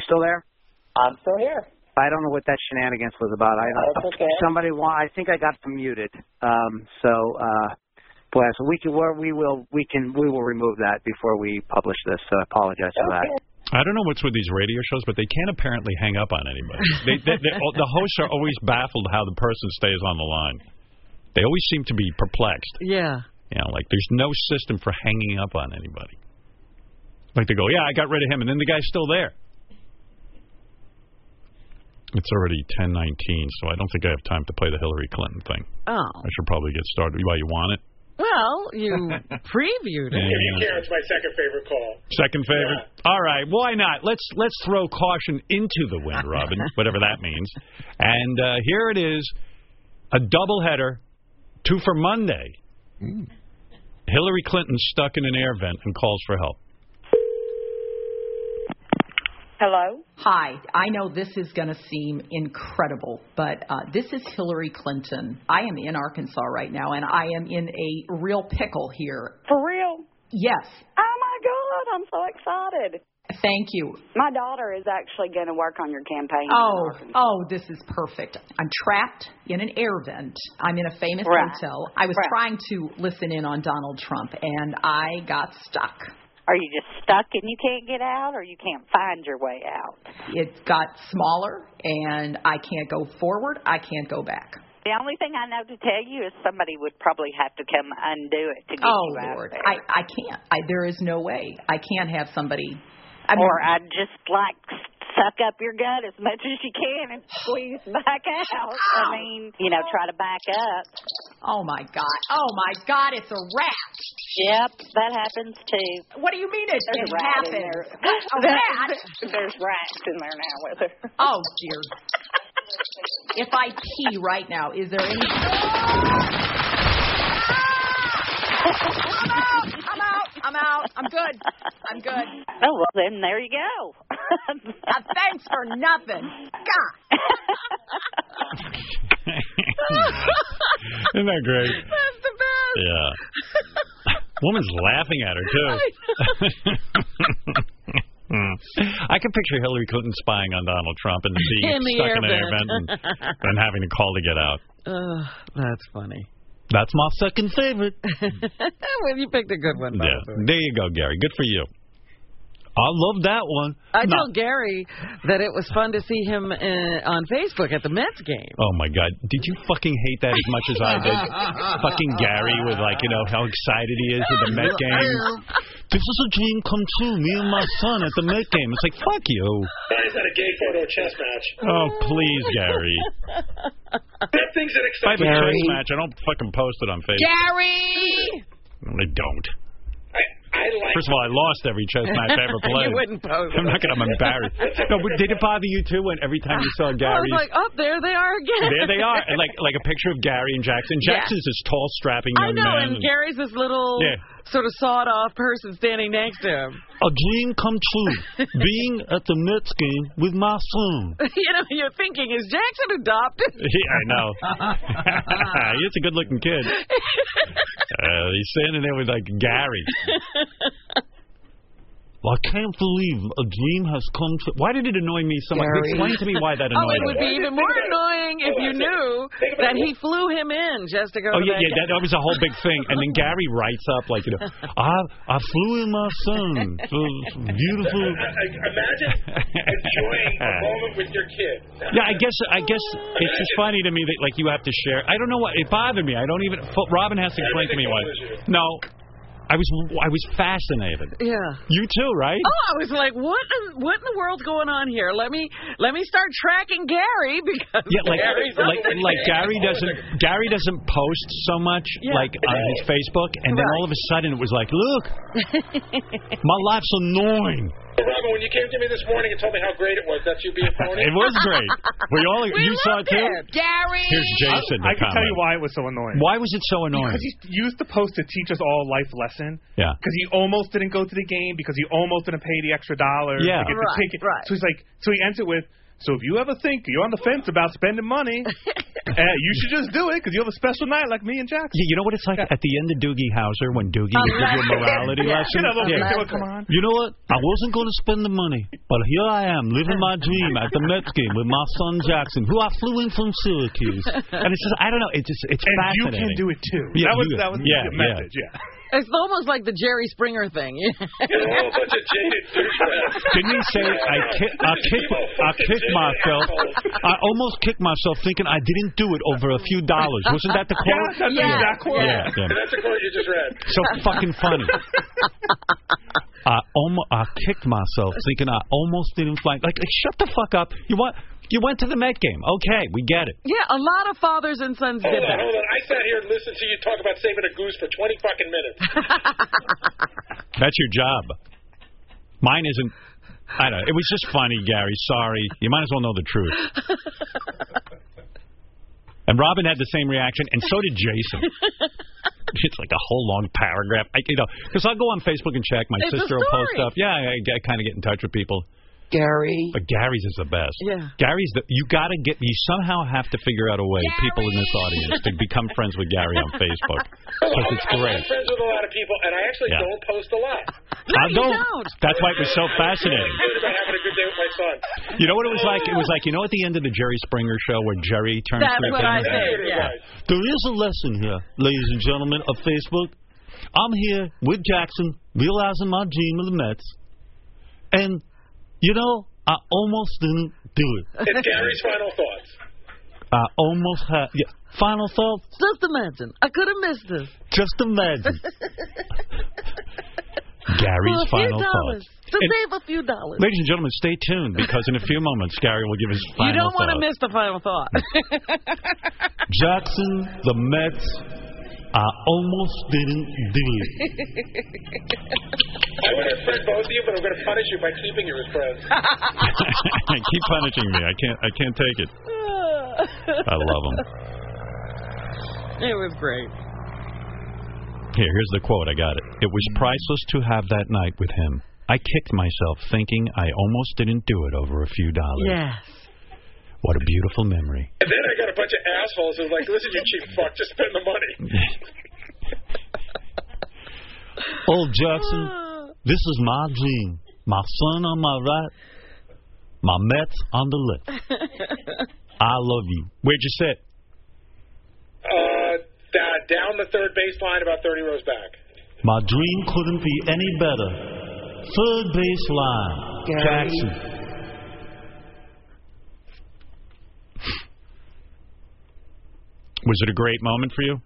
Speaker 8: still there?
Speaker 11: I'm still here.
Speaker 8: I don't know what that shenanigans was about. I uh,
Speaker 11: That's okay.
Speaker 8: somebody wa- I think I got them muted. Um, so uh, boy, so we can we're- we will we can we will remove that before we publish this. So I apologize for that.
Speaker 4: I don't know what's with these radio shows, but they can't apparently hang up on anybody. They, they, they, all- the hosts are always baffled how the person stays on the line. They always seem to be perplexed.
Speaker 7: Yeah.
Speaker 4: You know, like there's no system for hanging up on anybody. Like they go, yeah, I got rid of him, and then the guy's still there. It's already 10:19, so I don't think I have time to play the Hillary Clinton thing.
Speaker 7: Oh.
Speaker 4: I should probably get started. Why you want it?
Speaker 7: Well, you previewed
Speaker 4: Yeah,
Speaker 7: it.
Speaker 4: yeah.
Speaker 14: Karen's my second favorite call.
Speaker 4: Second favorite. All right, why not? Let's let's throw caution into the wind, Robin, whatever that means. And uh, here it is, a doubleheader, two for Monday. Hillary Clinton stuck in an air vent and calls for help.
Speaker 32: Hello? Hi. I know this is going to seem incredible, but uh, this is Hillary Clinton. I am in Arkansas right now, and I am in a real pickle here.
Speaker 11: For real?
Speaker 32: Yes.
Speaker 11: Oh my God, I'm so excited.
Speaker 32: Thank you.
Speaker 11: My daughter is actually going to work on your campaign.
Speaker 32: Oh, oh, this is perfect. I'm trapped in an air vent. I'm in a famous
Speaker 11: Right.
Speaker 32: hotel. I was trying to listen in on Donald Trump, and I got stuck.
Speaker 11: Are you just stuck and you can't get out, or you can't find your way out?
Speaker 32: It got smaller, and I can't go forward. I can't go back.
Speaker 11: The only thing I know to tell you is somebody would probably have to come undo it to get
Speaker 32: Oh
Speaker 11: you out.
Speaker 32: Lord, I I can't. I there is no way. I can't have somebody. I mean,
Speaker 11: or I'd just like suck up your gut as much as you can and squeeze back out. I mean, you know, try to back up.
Speaker 32: oh my God, oh my God, it's a rat.
Speaker 11: Yep, that happens too.
Speaker 32: What do you mean it,
Speaker 11: There's
Speaker 32: it
Speaker 11: a rat in
Speaker 32: happens?
Speaker 11: there.
Speaker 32: A rat?
Speaker 11: There's rats in there now with her.
Speaker 32: Oh dear. If I pee right now, is there any? I'm out. I'm out. I'm out. I'm good. I'm good.
Speaker 11: Oh well, then there you go.
Speaker 32: Uh, thanks for nothing. God.
Speaker 4: Isn't that great?
Speaker 32: That's the best.
Speaker 4: Yeah. Woman's laughing at her too. Hmm. I can picture Hillary Clinton spying on Donald Trump and being
Speaker 7: In the
Speaker 4: stuck
Speaker 7: air
Speaker 4: in an air
Speaker 7: vent.
Speaker 4: vent and, and having to call to get out.
Speaker 7: Ugh, that's funny.
Speaker 4: That's my second favorite.
Speaker 7: well, you picked a good one. by the way.
Speaker 4: Yeah. There you go, Gary. Good for you. I love that one.
Speaker 7: I told
Speaker 4: No.
Speaker 7: Gary that it was fun to see him uh, on Facebook at the Mets game.
Speaker 4: Oh my God! Did you fucking hate that as much as I did? fucking Gary with like you know how excited he is with the Met game. This is a dream come true. Me and my son at the Met game. It's like fuck you.
Speaker 14: Why is that a gay photo chess match?
Speaker 4: Oh please, Gary.
Speaker 14: That thing's an
Speaker 4: If I have
Speaker 14: exciting
Speaker 4: a chess match, I don't fucking post it on Facebook.
Speaker 32: Gary.
Speaker 4: I don't.
Speaker 14: I like.
Speaker 4: First of all, I lost every chess match I ever
Speaker 7: You
Speaker 4: played.
Speaker 7: wouldn't post
Speaker 4: I'm not
Speaker 7: it.
Speaker 4: gonna. I'm embarrassed. No, but did it bother you too when every time you saw
Speaker 7: I
Speaker 4: Gary?
Speaker 7: was like, oh, there they are again.
Speaker 4: there they are, and like like a picture of Gary and Jackson.
Speaker 7: Yeah.
Speaker 4: Jackson's this tall, strapping
Speaker 7: I
Speaker 4: young
Speaker 7: know,
Speaker 4: man.
Speaker 7: and Gary's this little
Speaker 4: Yeah.
Speaker 7: sort of sawed-off person standing next to him.
Speaker 4: A dream come true. Being at the Mets game with my son.
Speaker 7: you know, you're thinking, is Jackson adopted?
Speaker 4: Yeah, I know. He's a good looking kid. Uh, he's standing there with like Gary. Well, I can't believe a dream has come true. Why did it annoy me so much?
Speaker 7: Gary.
Speaker 4: Explain to me why that
Speaker 7: Oh, it
Speaker 4: annoyed
Speaker 7: would be
Speaker 4: me.
Speaker 7: even more annoying if you knew that he flew him in just to go to
Speaker 4: Oh yeah,
Speaker 7: that
Speaker 4: yeah,
Speaker 7: game.
Speaker 4: that, that was a whole big thing. And then Gary writes up like, you know, I I flew in my son, the beautiful.
Speaker 14: Imagine enjoying a moment with your kid.
Speaker 4: Yeah, I guess I guess it's just funny to me that like you have to share. I don't know what it bothered me. I don't even. F- Robin has to explain to me why. No, I was I was fascinated.
Speaker 7: Yeah.
Speaker 4: You too, right?
Speaker 7: Oh, I was like, what? In, what in the world's going on here? Let me let me start tracking Gary because
Speaker 4: Yeah, like
Speaker 7: Gary's
Speaker 4: like, like Gary doesn't Gary doesn't post so much
Speaker 7: Yeah.
Speaker 4: like on his Facebook, and then all of a sudden it was like, look, my life's annoying.
Speaker 14: Hey, Robin, when you came to me this morning and told me how great it was, that's you being phony.
Speaker 4: It was great. We all you saw it too.
Speaker 32: Gary.
Speaker 4: Here's Jason.
Speaker 18: I, I
Speaker 4: the
Speaker 18: can tell
Speaker 4: comment.
Speaker 18: you why it was so annoying.
Speaker 4: Why was it so annoying?
Speaker 18: Because he used the post to teach us all a life lesson.
Speaker 4: Yeah.
Speaker 18: Because he almost didn't go to the game because he almost didn't pay the extra dollar
Speaker 4: Yeah.
Speaker 18: to get the
Speaker 4: Right,
Speaker 18: ticket. Right. So he's like, so he ends it with, So if you ever think you're on the fence about spending money, uh, you should just do it because you have a special night like me and Jackson.
Speaker 4: You know what it's like at the end of Doogie Howser when Doogie
Speaker 18: A
Speaker 4: would give you a
Speaker 18: lesson.
Speaker 4: morality
Speaker 18: Um, Yeah.
Speaker 4: lesson?
Speaker 18: You know, look, you know, come on.
Speaker 4: You know what? I wasn't going to spend the money, but here I am living my dream at the Mets game with my son Jackson, who I flew in from Syracuse. And it's just, I don't know, it's just, it's
Speaker 18: And you
Speaker 4: fascinating.
Speaker 18: can do it too.
Speaker 4: Yeah,
Speaker 18: that was
Speaker 4: you-
Speaker 18: that was
Speaker 4: yeah,
Speaker 18: the
Speaker 4: yeah.
Speaker 18: message. Yeah.
Speaker 7: It's almost like the Jerry Springer thing.
Speaker 14: bunch of jaded douchebags.
Speaker 4: Didn't he say I ki- I kick I kick myself? I almost kicked myself thinking I didn't do it over a few dollars. Wasn't that the quote?
Speaker 14: Yeah, that's the exact quote.
Speaker 4: Yeah, yeah.
Speaker 14: That's the quote you just read.
Speaker 4: So fucking funny. I almost I kicked myself thinking I almost didn't fly. Like, like shut the fuck up. You want you went to the Met game. Okay, we get it.
Speaker 7: Yeah, a lot of fathers and sons
Speaker 14: Hold
Speaker 7: did
Speaker 14: on,
Speaker 7: that.
Speaker 14: hold on. I sat here and listened to you talk about saving a goose for 20 fucking minutes.
Speaker 4: That's your job. Mine isn't. I don't. It was just funny, Gary. Sorry. You might as well know the truth. and Robin had the same reaction, and so did Jason. it's like a whole long paragraph. I, you know, because I'll go on Facebook and check. My
Speaker 5: It's a
Speaker 4: sister will post
Speaker 5: story.
Speaker 4: stuff. Yeah, I, I kind of get in touch with people.
Speaker 20: Gary.
Speaker 4: But Gary's is the best.
Speaker 5: Yeah.
Speaker 4: Gary's the. You gotta get. You somehow have to figure out a way, people in this audience, to become friends with Gary on Facebook. Because it's
Speaker 14: I'm
Speaker 4: great.
Speaker 14: friends with a lot of people, and I actually
Speaker 4: Yeah.
Speaker 14: don't post a lot.
Speaker 4: I don't- That's why it was so fascinating.
Speaker 14: I'm good about having a good day with my son.
Speaker 4: You know what it was like? It was like you know at the end of the Jerry Springer show where Jerry turns
Speaker 14: That's
Speaker 4: to the
Speaker 14: what I
Speaker 4: camera?
Speaker 14: said, yeah.
Speaker 4: There is a lesson here, ladies and gentlemen of Facebook. I'm here with Jackson, realizing my dream of the Mets, and you know I almost didn't do it.
Speaker 14: It's Gary's final thoughts.
Speaker 4: I almost had. Yeah. Final thoughts.
Speaker 7: Just imagine. I could have missed this.
Speaker 4: Just imagine
Speaker 7: For
Speaker 4: Gary's
Speaker 7: a few
Speaker 4: final
Speaker 7: dollars.
Speaker 4: thoughts.
Speaker 7: To
Speaker 4: And-
Speaker 7: save a few dollars.
Speaker 4: Ladies and gentlemen, stay tuned because in a few moments Gary will give his final
Speaker 7: you don't want
Speaker 4: thoughts.
Speaker 7: to miss the final thought.
Speaker 4: Jackson, the Mets, I almost didn't do it.
Speaker 14: I would have friend both of you, but I'm going to punish you by keeping you as friends.
Speaker 4: Keep punishing me. I can't. I can't take it. I love him.
Speaker 7: It was great.
Speaker 4: Here, here's the quote. I got it. It was priceless to have that night with him. I kicked myself thinking I almost didn't do it over a few dollars.
Speaker 7: Yes.
Speaker 4: What a beautiful memory.
Speaker 14: And then I got a bunch of assholes who were like, listen, you cheap fuck, just spend the money.
Speaker 4: Old Jackson, this is my dream. My son on my right, my Mets on the left. I love you. Where'd you sit?
Speaker 14: Uh, da- down the third baseline, about 30 rows back.
Speaker 4: My dream couldn't be any better. Third base line, Jackson. Was it a great moment for you?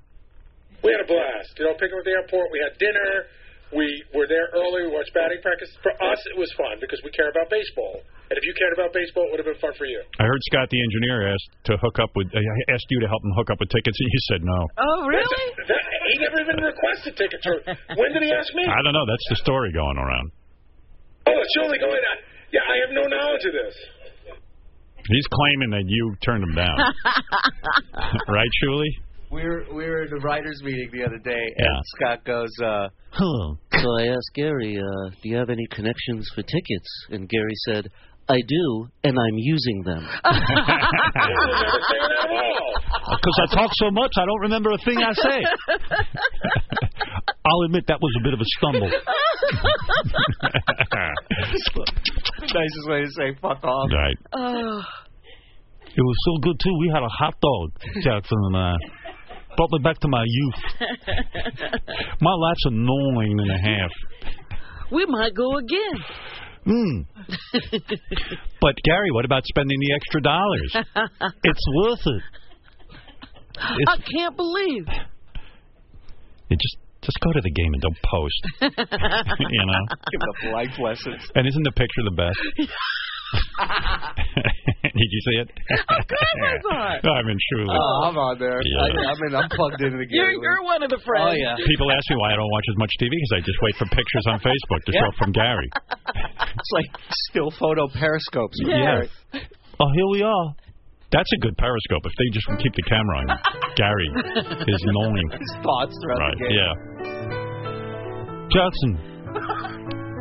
Speaker 14: We had a blast. You know, picking up at the airport, we had dinner. We were there early. We watched batting practice. For us, it was fun because we care about baseball. And if you cared about baseball, it would have been fun for you.
Speaker 4: I heard Scott the engineer asked to hook up with uh, asked you to help him hook up with tickets, and you said no.
Speaker 7: Oh, really?
Speaker 14: that, he never even requested tickets. Or, when did he ask me?
Speaker 4: I don't know. That's the story going around.
Speaker 14: Oh, it's surely going. I, yeah, I have no knowledge of this.
Speaker 4: He's claiming that you turned him down, right, Shuli?
Speaker 1: We were we were at the writers' meeting the other day,
Speaker 4: Yeah.
Speaker 1: and Scott goes, uh,
Speaker 4: "Huh."
Speaker 1: So I asked Gary, uh, "Do you have any connections for tickets?" And Gary said, "I do, and I'm using them."
Speaker 4: Because I talk so much, I don't remember a thing I say. I'll admit that was a bit of a stumble.
Speaker 1: Nicest way to say fuck off.
Speaker 4: right.
Speaker 7: Oh.
Speaker 4: It was so good too. We had a hot dog, Jackson and I. Brought me back to my youth. My life's a nine and a half.
Speaker 7: we might go again.
Speaker 4: Mm. But Gary, what about spending the extra dollars? It's worth it.
Speaker 7: I can't believe.
Speaker 4: You just just go to the game and don't post. you know.
Speaker 1: Give up life lessons.
Speaker 4: And isn't the picture the best? Did you see it?
Speaker 1: I
Speaker 4: No, I'm in
Speaker 1: Oh,
Speaker 4: truly.
Speaker 1: I'm on there. I,
Speaker 4: Yeah.
Speaker 1: I mean, I'm plugged into the game.
Speaker 7: You're, you're one of the friends.
Speaker 1: Oh, yeah.
Speaker 4: People ask me why I don't watch as much TV because I just wait for pictures on Facebook to show from Gary.
Speaker 1: It's like still photo periscopes.
Speaker 4: Yes. Oh, here we are. That's a good periscope if they just would keep the camera on Gary is knowing.
Speaker 1: His thoughts throughout
Speaker 4: Right,
Speaker 1: the game.
Speaker 4: yeah. Jackson,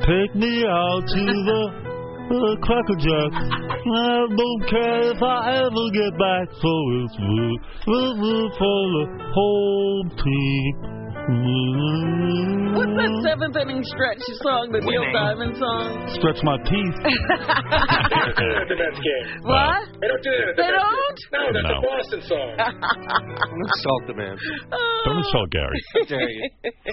Speaker 4: take me out to the
Speaker 24: uh, Cracker Jack. I don't care if I ever get back, so it's woo, woo, woo for the whole team.
Speaker 7: What's that seventh inning stretch song, the Neil
Speaker 24: Winning.
Speaker 7: Diamond song?
Speaker 24: Stretch my teeth.
Speaker 14: at the Mets game.
Speaker 7: What?
Speaker 14: They don't do that at the
Speaker 7: They
Speaker 14: Mets
Speaker 7: don't?
Speaker 14: game. No, that's
Speaker 4: No.
Speaker 14: a Boston song.
Speaker 4: Insult the man. Don't insult Gary. Hmm.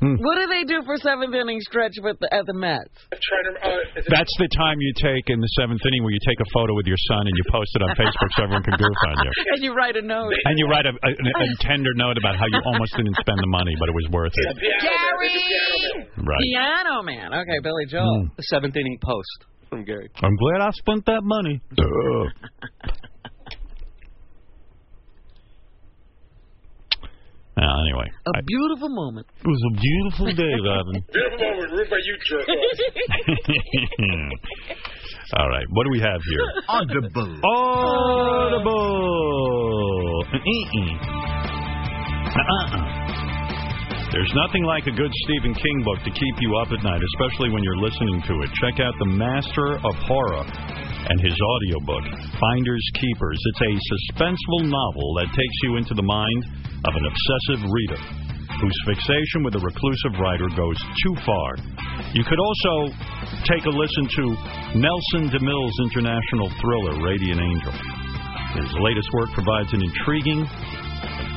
Speaker 7: What do they do for seventh inning stretch with the, at the Mets?
Speaker 4: That's the time you take in the seventh inning where you take a photo with your son and you post it on Facebook so everyone can goof on you.
Speaker 7: and you write a note.
Speaker 4: And you write a, a, a tender note about how you almost didn't spend the money, but it was worth it.
Speaker 7: Gary.
Speaker 4: Right.
Speaker 7: Piano man. Okay, Billy Joel.
Speaker 4: Mm.
Speaker 7: The seventh inning post.
Speaker 4: From Gary. I'm glad I spent that money. Uh, anyway,
Speaker 7: A beautiful moment.
Speaker 24: It was a beautiful day, Robin.
Speaker 14: Beautiful moment ruined by you jerk
Speaker 4: All right, what do we have here?
Speaker 2: Audible.
Speaker 4: Audible. Mm-mm. Uh-uh. There's nothing like a good Stephen King book to keep you up at night, especially when you're listening to it. Check out The Master of Horror and his audiobook, Finders Keepers. It's a suspenseful novel that takes you into the mind of an obsessive reader whose fixation with a reclusive writer goes too far. You could also take a listen to Nelson DeMille's international thriller, Radiant Angel. His latest work provides an intriguing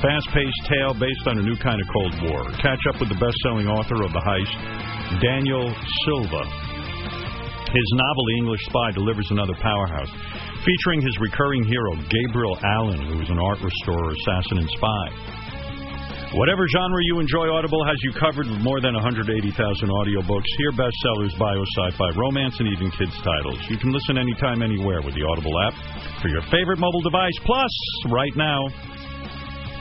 Speaker 4: Fast-paced tale based on a new kind of Cold War. Catch up with the best-selling author of The Heist, Daniel Silva. His novel, The English Spy, delivers another powerhouse, featuring his recurring hero, Gabriel Allen, who is an art restorer, assassin, and spy. Whatever genre you enjoy, Audible has you covered with more than 180,000 audiobooks, here bestsellers, bio, sci-fi, romance, and even kids' titles. You can listen anytime, anywhere with the Audible app for your favorite mobile device. Plus, right now,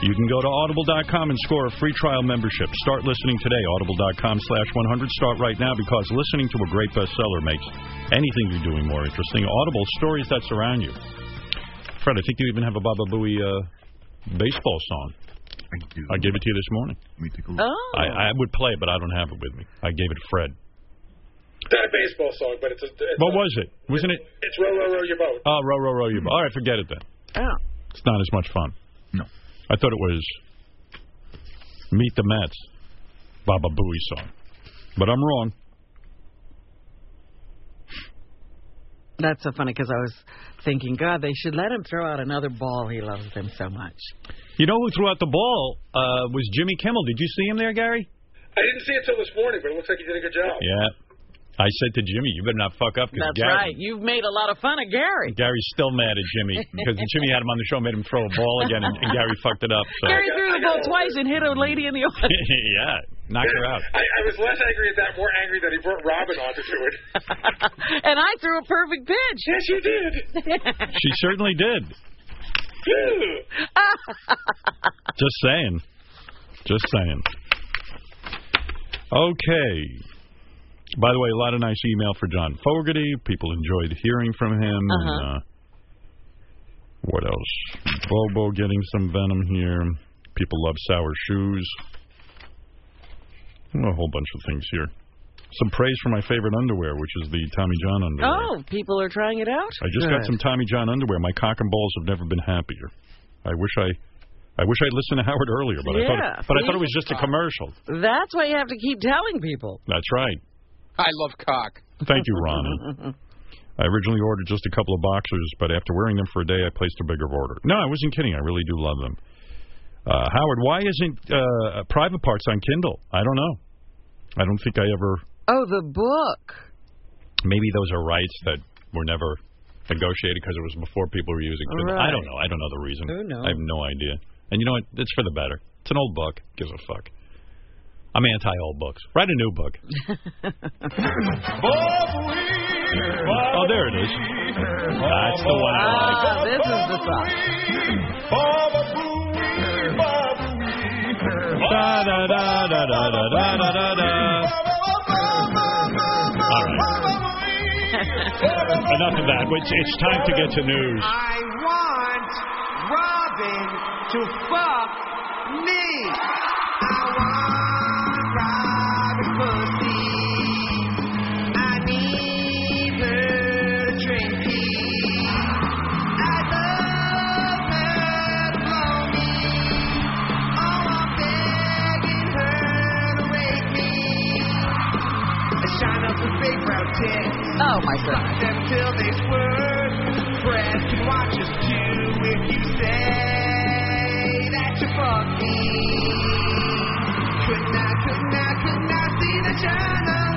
Speaker 4: you can go to audible.com and score a free trial membership. Start listening today. Audible.com slash 100. Start right now because listening to a great bestseller makes anything you're doing more interesting. Audible, stories that surround you. Fred, I think you even have a Baba Booey uh, baseball song. I do. I gave it to you this morning.
Speaker 7: Oh.
Speaker 4: I, I would play it, but I don't have it with me. I gave it to Fred.
Speaker 14: That baseball song, but it's a, it's,
Speaker 4: What was it? Wasn't it?
Speaker 14: it's row row row your boat.
Speaker 4: Oh, row, row, row. You. All right, forget it then.
Speaker 7: Oh.
Speaker 4: It's not as much fun. No. I thought it was Meet the Mets, Baba Booey song. But I'm wrong.
Speaker 7: That's so funny because I was thinking, God, they should let him throw out another ball. He loves them so much.
Speaker 4: You know who threw out the ball uh, was Jimmy Kimmel. Did you see him there, Gary?
Speaker 14: I didn't see it till this morning, but it looks like you did a good job.
Speaker 4: Yeah. I said to Jimmy, you better not fuck up because
Speaker 7: That's
Speaker 4: Gary,
Speaker 7: right. You've made a lot of fun of Gary.
Speaker 4: Gary's still mad at Jimmy because Jimmy had him on the show, made him throw a ball again, and, and Gary fucked it up. So.
Speaker 7: Gary threw the ball twice and hit a lady in the audience.
Speaker 4: yeah, knocked her out.
Speaker 14: I, I was less angry at that, more angry that he brought Robin on to do it.
Speaker 7: And I threw a perfect pitch.
Speaker 14: Yes, you did.
Speaker 4: She certainly did. Just saying. Just saying. Okay. By the way, a lot of nice email for John Fogerty. People enjoyed hearing from him. and,
Speaker 7: Uh-huh.
Speaker 4: uh, what else? Bobo getting some venom here. People love sour shoes. A whole bunch of things here. Some praise for my favorite underwear, which is the Tommy John underwear.
Speaker 7: oh, people are trying it out.
Speaker 4: I just got some Tommy John underwear. My cock and balls have never been happier. I wish I, I wish I'd listened to Howard earlier, but I thought,
Speaker 7: Yeah,
Speaker 4: but I thought it was
Speaker 7: please.
Speaker 4: just a commercial.
Speaker 7: That's why you have to keep telling people.
Speaker 4: That's right.
Speaker 27: I love cock.
Speaker 4: Thank you, Ron. I originally ordered just a couple of boxers, but after wearing them for a day, I placed a bigger order. No, I wasn't kidding. I really do love them. Uh, Howard, why isn't uh, Private Parts on Kindle? I don't know. I don't think I ever.
Speaker 7: Oh, the book.
Speaker 4: Maybe those are rights that were never negotiated because it was before people were using Kindle. I don't
Speaker 7: Right.
Speaker 4: know. I don't know the reason.
Speaker 7: Who knows?
Speaker 4: I have no idea. And you know what? It's for the better. It's an old book. Gives a fuck. I'm anti old books. Write a new book. Oh, there it is. That's the one. I like.
Speaker 7: Ah, this is the song.
Speaker 4: Da, da, da, da, da, da, da, da, da, da. All right. Enough of that. It's, it's time to get to news.
Speaker 27: I want Robin to fuck me. I want Robin pussy. I need her Big Route 10.
Speaker 32: Oh, my God.
Speaker 27: Stop them till they swerve. Press can watch us too if you say that you fucked me. Could not, could not, could not see the channel.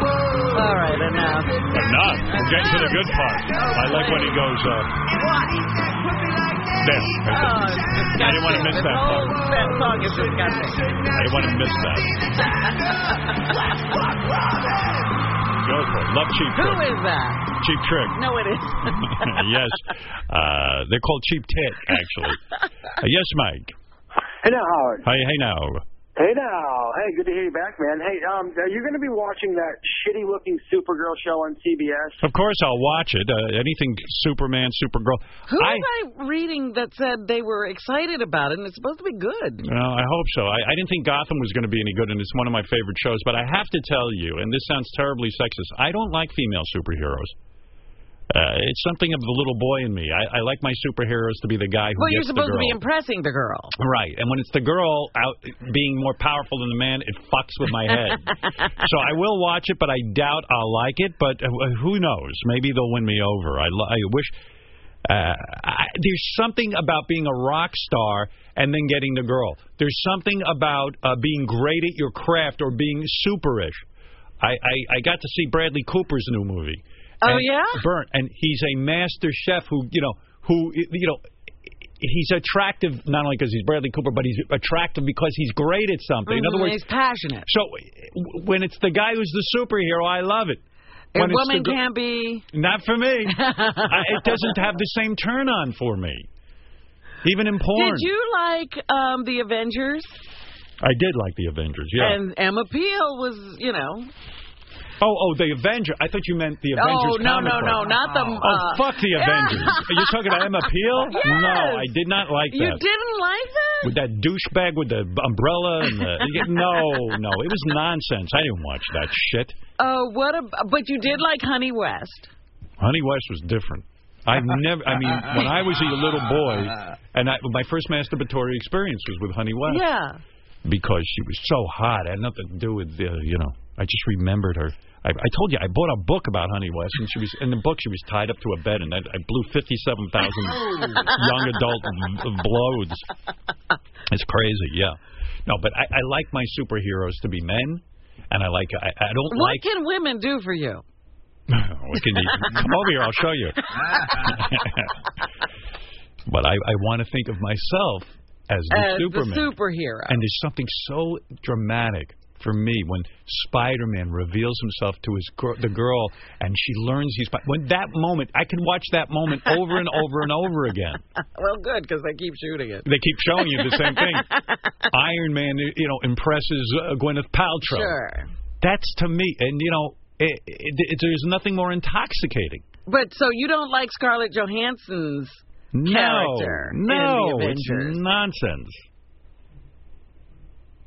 Speaker 27: Whoa.
Speaker 7: All right, enough.
Speaker 4: Enough. We're getting to the good part. I like when he goes, uh,
Speaker 7: Oh,
Speaker 4: there. I didn't want to miss that part.
Speaker 7: That song is disgusting.
Speaker 4: I didn't want to miss that. Go for it. Love Cheap
Speaker 7: Who
Speaker 4: Trick.
Speaker 7: is that?
Speaker 4: Cheap Trick.
Speaker 7: No, it isn't.
Speaker 4: yes. Uh, they're called Cheap Tit, actually. Uh, yes, Mike.
Speaker 9: Hey now, Howard.
Speaker 4: Hey, hey now.
Speaker 9: Hey now. Hey, good to hear you back, man. Hey, um, are you going to be watching that shitty-looking Supergirl show on CBS?
Speaker 4: Of course, I'll watch it. Uh, anything Superman, Supergirl.
Speaker 7: Who was I reading that said they were excited about it and it's supposed to be good?
Speaker 4: Well, I hope so. I, I didn't think Gotham was going to be any good, and it's one of my favorite shows. But I have to tell you, and this sounds terribly sexist, I don't like female superheroes. Uh, it's something of the little boy in me. I, I like my superheroes to be the guy who
Speaker 7: Well, you're
Speaker 4: gets
Speaker 7: supposed to
Speaker 4: the girl.
Speaker 7: be impressing the girl.
Speaker 4: Right, and when it's the girl out being more powerful than the man, it fucks with my head. so I will watch it, but I doubt I'll like it. But uh, who knows? Maybe they'll win me over. I, lo- I wish. Uh, I, there's something about being a rock star and then getting the girl. There's something about uh, being great at your craft or being superish. I, I, I got to see Bradley Cooper's new movie.
Speaker 7: Oh,
Speaker 4: and
Speaker 7: yeah?
Speaker 4: Burnt, and he's a master chef who you know who you know he's attractive not only because he's Bradley Cooper, but he's attractive because he's great at something. In other
Speaker 7: Mhm,
Speaker 4: words,
Speaker 7: he's passionate.
Speaker 4: So w- when it's the guy who's the superhero, I love it.
Speaker 7: A
Speaker 4: When it's the
Speaker 7: woman
Speaker 4: gir-
Speaker 7: can't be.
Speaker 4: Not for me. I, it doesn't have the same turn on for me. Even in porn,
Speaker 7: Did you like um the Avengers?
Speaker 4: I did like the Avengers. Yeah.
Speaker 7: And Emma Peel was, you know.
Speaker 4: oh, oh, the Avenger. I thought you meant the Avengers.
Speaker 7: oh no
Speaker 4: comic
Speaker 7: no
Speaker 4: book.
Speaker 7: no, not the.
Speaker 4: Oh,
Speaker 7: uh,
Speaker 4: fuck the
Speaker 7: yeah.
Speaker 4: Avengers. Are you talking about Emma Peel? No, I did not like
Speaker 7: You
Speaker 4: that.
Speaker 7: didn't like that?
Speaker 4: With that douchebag with the umbrella and the. no, no. It was nonsense. I didn't watch that shit.
Speaker 7: Oh, what a! But you did like Honey West.
Speaker 4: Honey West was different. I've never. I mean, when I was a little boy, and I, my first masturbatory experience was with Honey West
Speaker 7: Yeah.
Speaker 4: because she was so hot. It had nothing to do with uh, you know. I just remembered her. I, I told you I bought a book about Honey West, and she was in the book. She was tied up to a bed, and I, I blew fifty-seven thousand young adult v- blows. It's crazy, yeah. No, but I, I like my superheroes to be men, and I like. I, I don't
Speaker 7: What
Speaker 4: like.
Speaker 7: can women do for you?
Speaker 4: What can you, come over here, I'll show you. but I, I want to think of myself as the
Speaker 7: As
Speaker 4: Superman.
Speaker 7: the superhero.
Speaker 4: and there's something so dramatic for me when Spider-Man reveals himself to his gir the girl, and she learns he's. Spi- When that moment, I can watch that moment over and over and over again.
Speaker 7: well, good because they keep shooting it.
Speaker 4: They keep showing you the same thing. Iron Man, you know, impresses uh, Gwyneth Paltrow.
Speaker 7: Sure.
Speaker 4: That's to me, and you know, it, it, it, there's nothing more intoxicating.
Speaker 7: But so you don't like Scarlett Johansson's
Speaker 4: No,
Speaker 7: character
Speaker 4: no,
Speaker 7: in the
Speaker 4: it's
Speaker 7: Avengers?
Speaker 4: nonsense.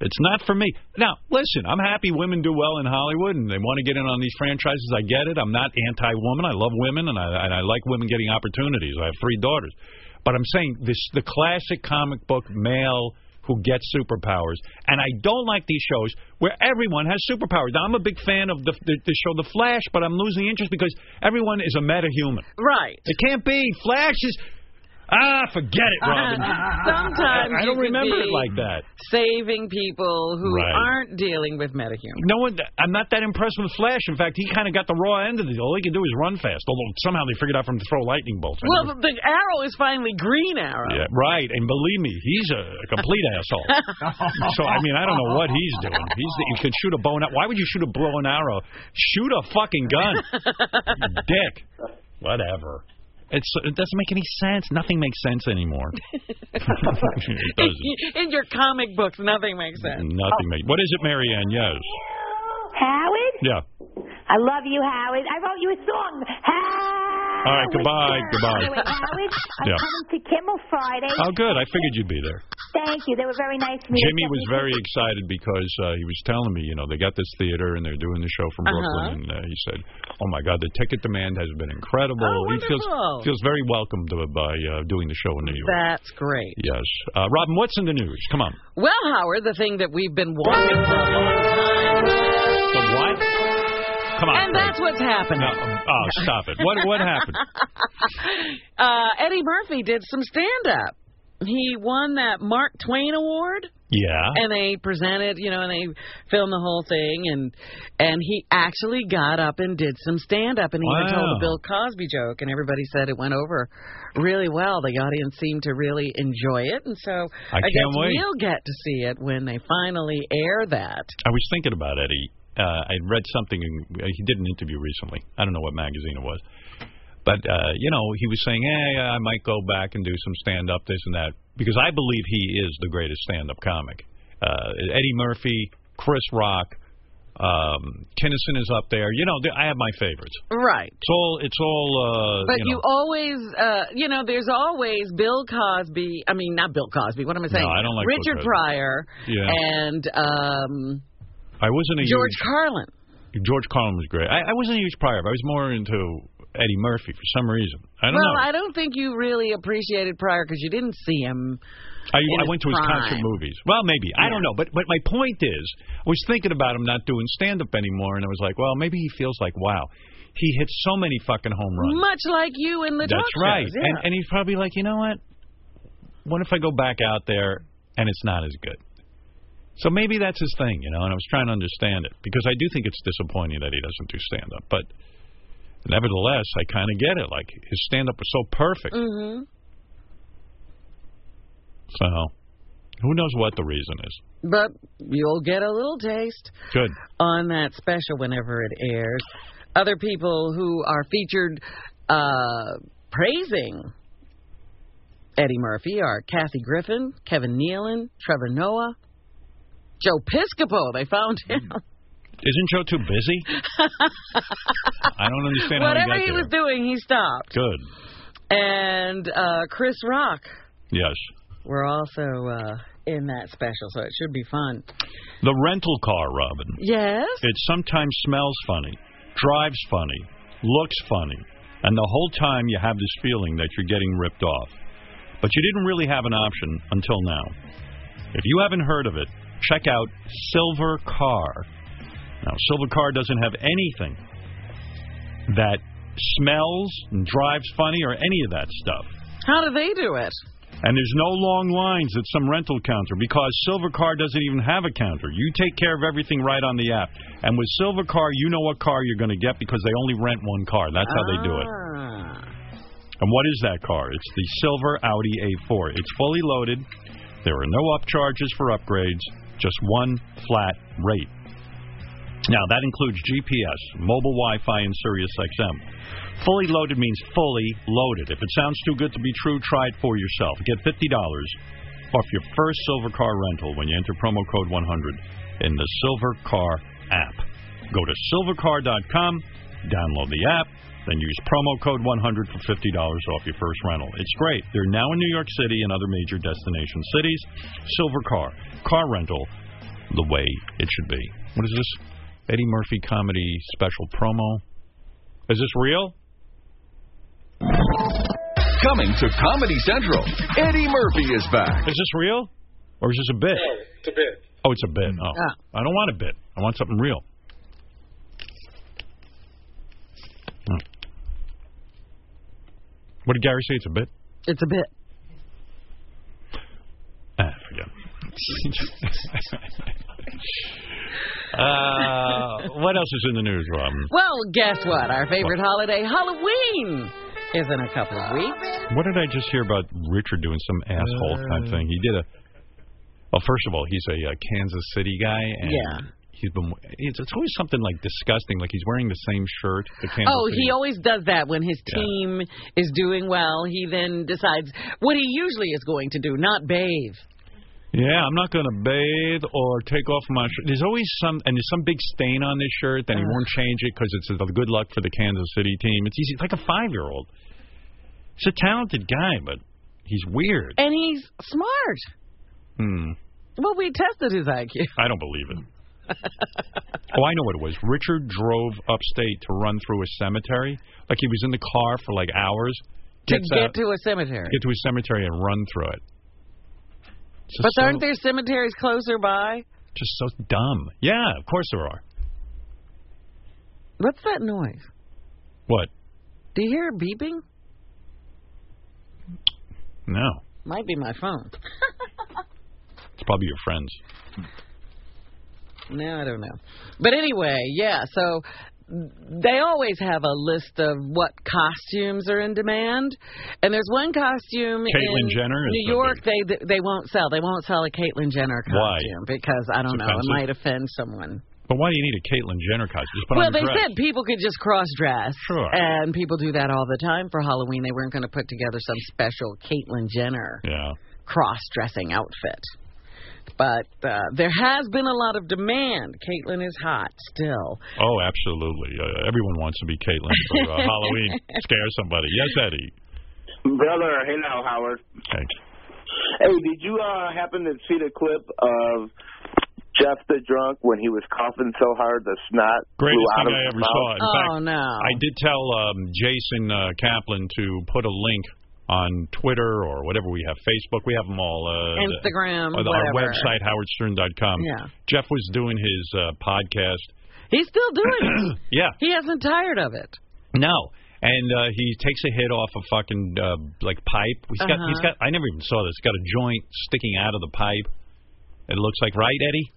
Speaker 4: It's not for me. Now, listen, I'm happy women do well in Hollywood and they want to get in on these franchises. I get it. I'm not anti-woman. I love women and I, and I like women getting opportunities. I have three daughters, but I'm saying this: the classic comic book male who gets superpowers. And I don't like these shows where everyone has superpowers. Now, I'm a big fan of the the, the show The Flash, but I'm losing interest because everyone is a meta-human.
Speaker 7: Right.
Speaker 4: It can't be. Flash is. Ah, forget it, Robin.
Speaker 7: Sometimes
Speaker 4: I, I don't
Speaker 7: you could
Speaker 4: remember
Speaker 7: be
Speaker 4: it like that.
Speaker 7: Saving people who
Speaker 4: Right.
Speaker 7: aren't dealing with metahumans.
Speaker 4: No one. I'm not that impressed with Flash. In fact, he kind of got the raw end of the deal. All he could do is run fast. Although somehow they figured out for him to throw lightning bolts. I
Speaker 7: Well,
Speaker 4: never-
Speaker 7: the, the arrow is finally green arrow.
Speaker 4: yeah, right. And believe me, he's a, a complete asshole. So I mean, I don't know what he's doing. He's the, he can shoot a bow and why would you shoot a bow and arrow? Shoot a fucking gun, You dick. Whatever. It's it doesn't make any sense. Nothing makes sense anymore. it doesn't.
Speaker 7: In your comic books, nothing makes sense.
Speaker 4: Nothing. Mate. What is it, Marianne? Yes.
Speaker 11: Howard?
Speaker 4: Yeah.
Speaker 11: I love you, Howard. I wrote you a song. Howard.
Speaker 4: All right. Goodbye. Goodbye.
Speaker 11: Anyway, Howard, I'm
Speaker 4: Yeah.
Speaker 11: coming to Kimmel Friday.
Speaker 4: Oh, good. I figured you'd be there.
Speaker 11: Thank you. They were very nice to me. They
Speaker 4: Jimmy
Speaker 11: sent
Speaker 4: was
Speaker 11: me-
Speaker 4: very excited because uh, he was telling me, you know, they got this theater and they're doing the show from
Speaker 11: Uh-huh.
Speaker 4: Brooklyn, and uh, he said, "Oh my God, the ticket demand has been incredible."
Speaker 7: Oh,
Speaker 4: he feels
Speaker 7: wonderful.
Speaker 4: feels very welcomed uh, by uh, doing the show in New York.
Speaker 7: That's great.
Speaker 4: Yes, uh, Robin, what's in the news? Come on.
Speaker 7: Well, Howard, the thing that we've been wanting for a long time.
Speaker 4: The what? Come on.
Speaker 7: And
Speaker 4: Fred.
Speaker 7: that's what's happening.
Speaker 4: No, oh, stop it. What what happened?
Speaker 7: Uh, Eddie Murphy did some stand up. He won that Mark Twain Award.
Speaker 4: Yeah.
Speaker 7: And they presented, you know, and they filmed the whole thing, and and he actually got up and did some stand up, and he even told
Speaker 12: Wow.
Speaker 7: a Bill Cosby joke, and everybody said it went over really well. The audience seemed to really enjoy it, and so
Speaker 4: I can't
Speaker 7: guess
Speaker 4: wait.
Speaker 7: we'll get to see it when they finally air that.
Speaker 4: I was thinking about Eddie. Uh, I read something. In, uh, he did an interview recently. I don't know what magazine it was, but uh, you know, he was saying, "Hey, I might go back and do some stand-up, this and that," because I believe he is the greatest stand-up comic. Uh, Eddie Murphy, Chris Rock, um, Kinnison is up there. You know, th- I have my favorites.
Speaker 7: Right.
Speaker 4: It's all. It's all. Uh,
Speaker 7: But
Speaker 4: you
Speaker 7: you,
Speaker 4: know,
Speaker 7: always, uh, you know, there's always Bill Cosby. I mean, not Bill Cosby. What am I saying?
Speaker 4: I don't like Bill
Speaker 7: Richard
Speaker 4: Cosby.
Speaker 7: Pryor
Speaker 4: Yeah.
Speaker 7: and um,
Speaker 4: I wasn't a
Speaker 7: George
Speaker 4: huge,
Speaker 7: Carlin.
Speaker 4: George Carlin was great. I, I wasn't a huge Pryor. But I was more into Eddie Murphy for some reason. I don't
Speaker 7: well,
Speaker 4: know.
Speaker 7: I don't think you really appreciated Pryor because you didn't see him.
Speaker 4: I,
Speaker 7: in
Speaker 4: I went to his
Speaker 7: prime.
Speaker 4: concert movies. Well, maybe I don't know, but but my point is, I was thinking about him not doing stand up anymore, and I was like, well, maybe he feels like, wow, he hit so many fucking home runs.
Speaker 7: Much like you in the
Speaker 4: That's
Speaker 7: talk shows,
Speaker 4: right,
Speaker 7: yeah.
Speaker 4: and and he's probably like, you know what? What if I go back out there and it's not as good? So maybe that's his thing, you know. And I was trying to understand it because I do think it's disappointing that he doesn't do stand up, but nevertheless, I kind of get it. Like his stand up was so perfect.
Speaker 7: hmm
Speaker 4: So who knows what the reason is?
Speaker 7: But you'll get a little taste
Speaker 4: Good.
Speaker 7: on that special whenever it airs. Other people who are featured uh, praising Eddie Murphy are Kathy Griffin, Kevin Nealon, Trevor Noah, Joe Piscopo. They found
Speaker 4: Hmm.
Speaker 7: him.
Speaker 4: Isn't Joe too busy? I don't understand
Speaker 7: Whatever
Speaker 4: how he
Speaker 7: he
Speaker 4: got
Speaker 7: was doing, he stopped.
Speaker 4: there. Good.
Speaker 7: And uh, Chris Rock
Speaker 4: Yes.
Speaker 7: were also uh, in that special, so it should be fun.
Speaker 4: The rental car, Robin.
Speaker 7: Yes.
Speaker 4: It sometimes smells funny, drives funny, looks funny, and the whole time you have this feeling that you're getting ripped off. But you didn't really have an option until now. If you haven't heard of it, check out Silver Car. Now, Silver Car doesn't have anything that smells and drives funny or any of that stuff.
Speaker 7: How do they do it?
Speaker 4: And there's no long lines at some rental counter because Silver Car doesn't even have a counter. You take care of everything right on the app. And with Silver Car, you know what car you're going to get because they only rent one car. That's how they do it.
Speaker 7: Ah.
Speaker 4: And what is that car? It's the Silver Audi A4. It's fully loaded. There are no upcharges for upgrades, just one flat rate. Now, that includes GPS, mobile Wi Fi, and Sirius XM. Fully loaded means fully loaded. If it sounds too good to be true, try it for yourself. Get $50 off your first Silver Car rental when you enter promo code 100 in the Silver Car app. Go to silvercar.com, download the app, then use promo code 100 for $50 off your first rental. It's great. They're now in New York City and other major destination cities. Silver Car, car rental, the way it should be. What is this? Eddie Murphy comedy special promo. Is this real?
Speaker 2: Coming to Comedy Central, Eddie Murphy is back.
Speaker 4: Is this real? Or is this a bit?
Speaker 14: It's a bit.
Speaker 4: Oh, it's a bit. Oh. I don't want a bit. I want something real. Hmm. What did Gary say? It's a bit?
Speaker 7: It's a bit.
Speaker 4: Ah, I forget. uh, what else is in the news, Robin?
Speaker 7: Well, guess what? Our favorite holiday, Halloween, is in a couple of weeks. Uh.
Speaker 4: What did I just hear about Richard doing some asshole type thing? He did a. Well, first of all, he's a uh, Kansas City guy, and
Speaker 7: Yeah.
Speaker 4: he's been. It's, it's always something like disgusting. Like he's wearing the same shirt. The Kansas
Speaker 7: oh,
Speaker 4: City.
Speaker 7: he always does that when his team is doing well. He then decides what he usually is going to do, not bathe.
Speaker 4: Yeah, I'm not going to bathe or take off my shirt. There's always some, and there's some big stain on this shirt,
Speaker 7: Uh.
Speaker 4: and he won't change it because it's the good luck for the Kansas City team. It's easy. It's like a five year old. He's a talented guy, but he's weird.
Speaker 7: And he's smart.
Speaker 4: Hmm.
Speaker 7: Well, we tested his IQ.
Speaker 4: I don't believe it. oh, I know what it was. Richard drove upstate to run through a cemetery. Like he was in the car for like hours.
Speaker 7: To
Speaker 4: Gets
Speaker 7: get
Speaker 4: out-
Speaker 7: to a cemetery.
Speaker 4: get to a cemetery and run through it. It's
Speaker 7: But
Speaker 4: just so-
Speaker 7: aren't there cemeteries closer by?
Speaker 4: Just so dumb. Yeah, of course there are.
Speaker 7: What's that noise?
Speaker 4: What?
Speaker 7: Do you hear a beeping?
Speaker 4: No,
Speaker 7: Might be my phone.
Speaker 4: it's probably your friends.
Speaker 7: No, I don't know. But anyway, yeah, so they always have a list of what costumes are in demand. And there's one costume
Speaker 4: Caitlyn
Speaker 7: in
Speaker 4: Jenner is
Speaker 7: New
Speaker 4: the
Speaker 7: York they they won't sell. They won't sell a Caitlyn Jenner costume
Speaker 4: Why?
Speaker 7: because I don't
Speaker 4: It's
Speaker 7: know,
Speaker 4: offensive.
Speaker 7: it might offend someone.
Speaker 4: But why do you need a Caitlyn Jenner costume? Just put
Speaker 7: well,
Speaker 4: on a
Speaker 7: they
Speaker 4: dress.
Speaker 7: said people could just cross dress, and people do that all the time for Halloween. They weren't going to put together some special Caitlyn Jenner cross dressing outfit. But uh, there has been a lot of demand. Caitlyn is hot still.
Speaker 4: Oh, absolutely. Uh, everyone wants to be Caitlyn for uh, Halloween. Scare somebody. Yes, Eddie.
Speaker 12: Brother, hello, Howard.
Speaker 4: Thanks.
Speaker 12: Hey, did you uh, happen to see the clip of Jeff the drunk when he was coughing so hard the snot
Speaker 4: Greatest
Speaker 12: flew out
Speaker 4: thing
Speaker 12: of
Speaker 4: I
Speaker 12: his
Speaker 4: ever
Speaker 12: mouth?
Speaker 4: saw. In
Speaker 7: Oh,
Speaker 4: fact, I did tell um, Jason uh, Kaplan to put a link on Twitter or whatever we have, Facebook. We have them all. Uh,
Speaker 7: Instagram,
Speaker 4: or the- our
Speaker 7: whatever.
Speaker 4: website, howardstern.com.
Speaker 7: Yeah.
Speaker 4: Jeff was doing his uh, podcast.
Speaker 7: He's still doing it.
Speaker 4: Yeah.
Speaker 7: He hasn't tired of it.
Speaker 4: No. And uh, he takes a hit off a fucking uh, like pipe. He's got he's
Speaker 7: Uh-huh.
Speaker 4: got I never even saw this. He's got a joint sticking out of the pipe. It looks like right, Eddie?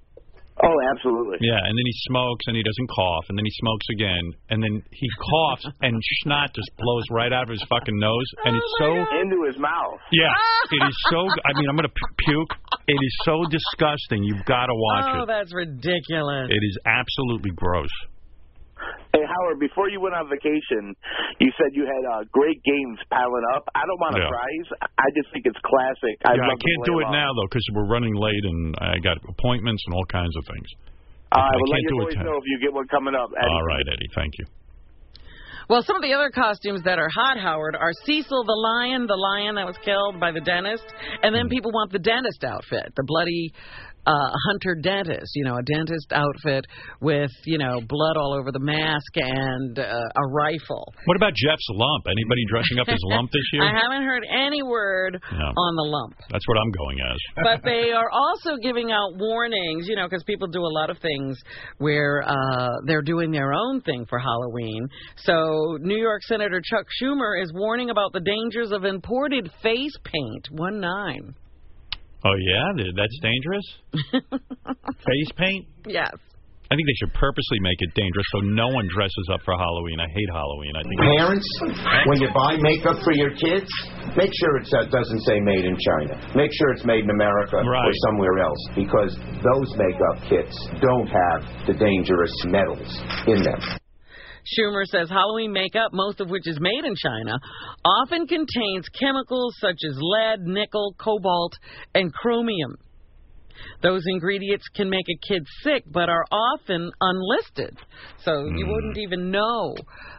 Speaker 12: Oh, absolutely.
Speaker 4: Yeah, and then he smokes and he doesn't cough, and then he smokes again, and then he coughs and snot just blows right out of his fucking nose, and it's
Speaker 7: Oh
Speaker 4: so
Speaker 12: into his mouth.
Speaker 4: yeah, it is so. I mean, I'm gonna pu- puke. It is so disgusting. You've got to watch
Speaker 12: Oh,
Speaker 4: it.
Speaker 7: that's ridiculous.
Speaker 4: It is absolutely gross.
Speaker 12: Hey, Howard, before you went on vacation, you said you had uh, great games piling up. I don't want to
Speaker 4: Yeah.
Speaker 12: prize. I just think it's classic. I'd
Speaker 4: yeah, I
Speaker 12: love to
Speaker 4: can't
Speaker 12: play
Speaker 4: do it
Speaker 12: along.
Speaker 4: now though because we're running late and I got appointments and all kinds of things.
Speaker 12: All right, Uh,
Speaker 4: I
Speaker 12: well, let
Speaker 4: can't
Speaker 12: your
Speaker 4: do it.
Speaker 12: boys
Speaker 4: now.
Speaker 12: know if you get one coming up. Eddie.
Speaker 4: All right, Eddie. Thank you.
Speaker 7: Well, some of the other costumes that are hot, Howard, are Cecil the lion, the lion that was killed by the dentist, and
Speaker 4: Mm.
Speaker 7: then people want the dentist outfit, the bloody uh, hunter dentist, you know, a dentist outfit with you know blood all over the mask and uh, a rifle.
Speaker 4: What about Jeff's lump? Anybody dressing up as lump this year?
Speaker 7: I haven't heard any word
Speaker 4: No.
Speaker 7: on the lump.
Speaker 4: That's what I'm going as.
Speaker 7: but they are also giving out warnings, you know, because people do a lot of things where uh, they're doing their own thing for Halloween. So New York Senator Chuck Schumer is warning about the dangers of imported face paint. One nine.
Speaker 4: Oh yeah, Th- that's dangerous. Face paint.
Speaker 7: Yes.
Speaker 4: I think they should purposely make it dangerous so no one dresses up for Halloween. I hate Halloween. I think
Speaker 28: Parents, when you buy makeup for your kids, make sure it sa- doesn't say made in China. Make sure it's made in America or somewhere else because those makeup kits don't have the dangerous metals in them.
Speaker 7: Schumer says Halloween makeup, most of which is made in China, often contains chemicals such as lead, nickel, cobalt, and chromium. Those ingredients can make a kid sick but are often unlisted. So
Speaker 4: Hmm.
Speaker 7: you wouldn't even know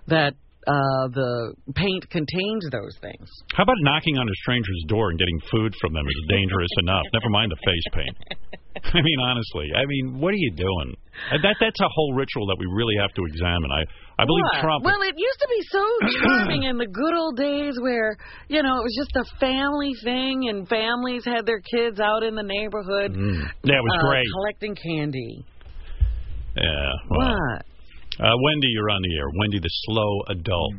Speaker 7: that uh, the paint contains those things.
Speaker 4: How about knocking on a stranger's door and getting food from them is dangerous enough. Never mind the face paint. I mean, honestly, I mean, what are you doing? Uh, That that's a whole ritual that we really have to examine. I I believe
Speaker 7: What?
Speaker 4: Trump.
Speaker 7: Well, it used to be so charming in the good old days where, you know, it was just a family thing and families had their kids out in the neighborhood.
Speaker 4: Mm. That was
Speaker 7: uh,
Speaker 4: great.
Speaker 7: Collecting candy.
Speaker 4: Yeah. Well.
Speaker 7: What?
Speaker 4: Uh, Wendy, you're on the air. Wendy, the slow adult,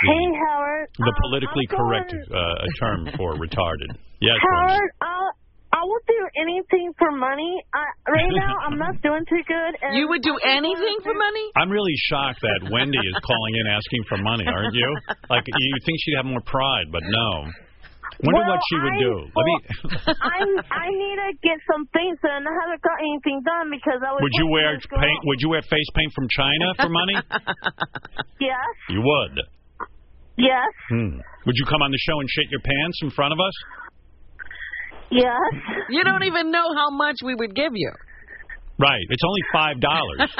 Speaker 31: Hey, Howard.
Speaker 4: the
Speaker 7: Oh,
Speaker 4: politically correct uh, term for retarded. Yes. Wendy.
Speaker 31: Howard, I'll, I will do anything for money. I, right now, I'm not doing too good. And
Speaker 7: You would do anything for money?
Speaker 4: I'm really shocked that Wendy is calling in asking for money, aren't you? Like you think she'd have more pride, but no.
Speaker 31: Well,
Speaker 4: Wonder what she would
Speaker 31: I-
Speaker 4: do. Let me.
Speaker 31: I I need to get some things done. I haven't got anything done because I was. uh,
Speaker 4: Would you wear paint? Would you wear face paint from China for money?
Speaker 31: Yes.
Speaker 4: You would.
Speaker 31: Yes.
Speaker 4: Hmm. Would you come on the show and shit your pants in front of us?
Speaker 31: Yes.
Speaker 7: You don't even know how much we would give you.
Speaker 4: Right. It's only five dollars.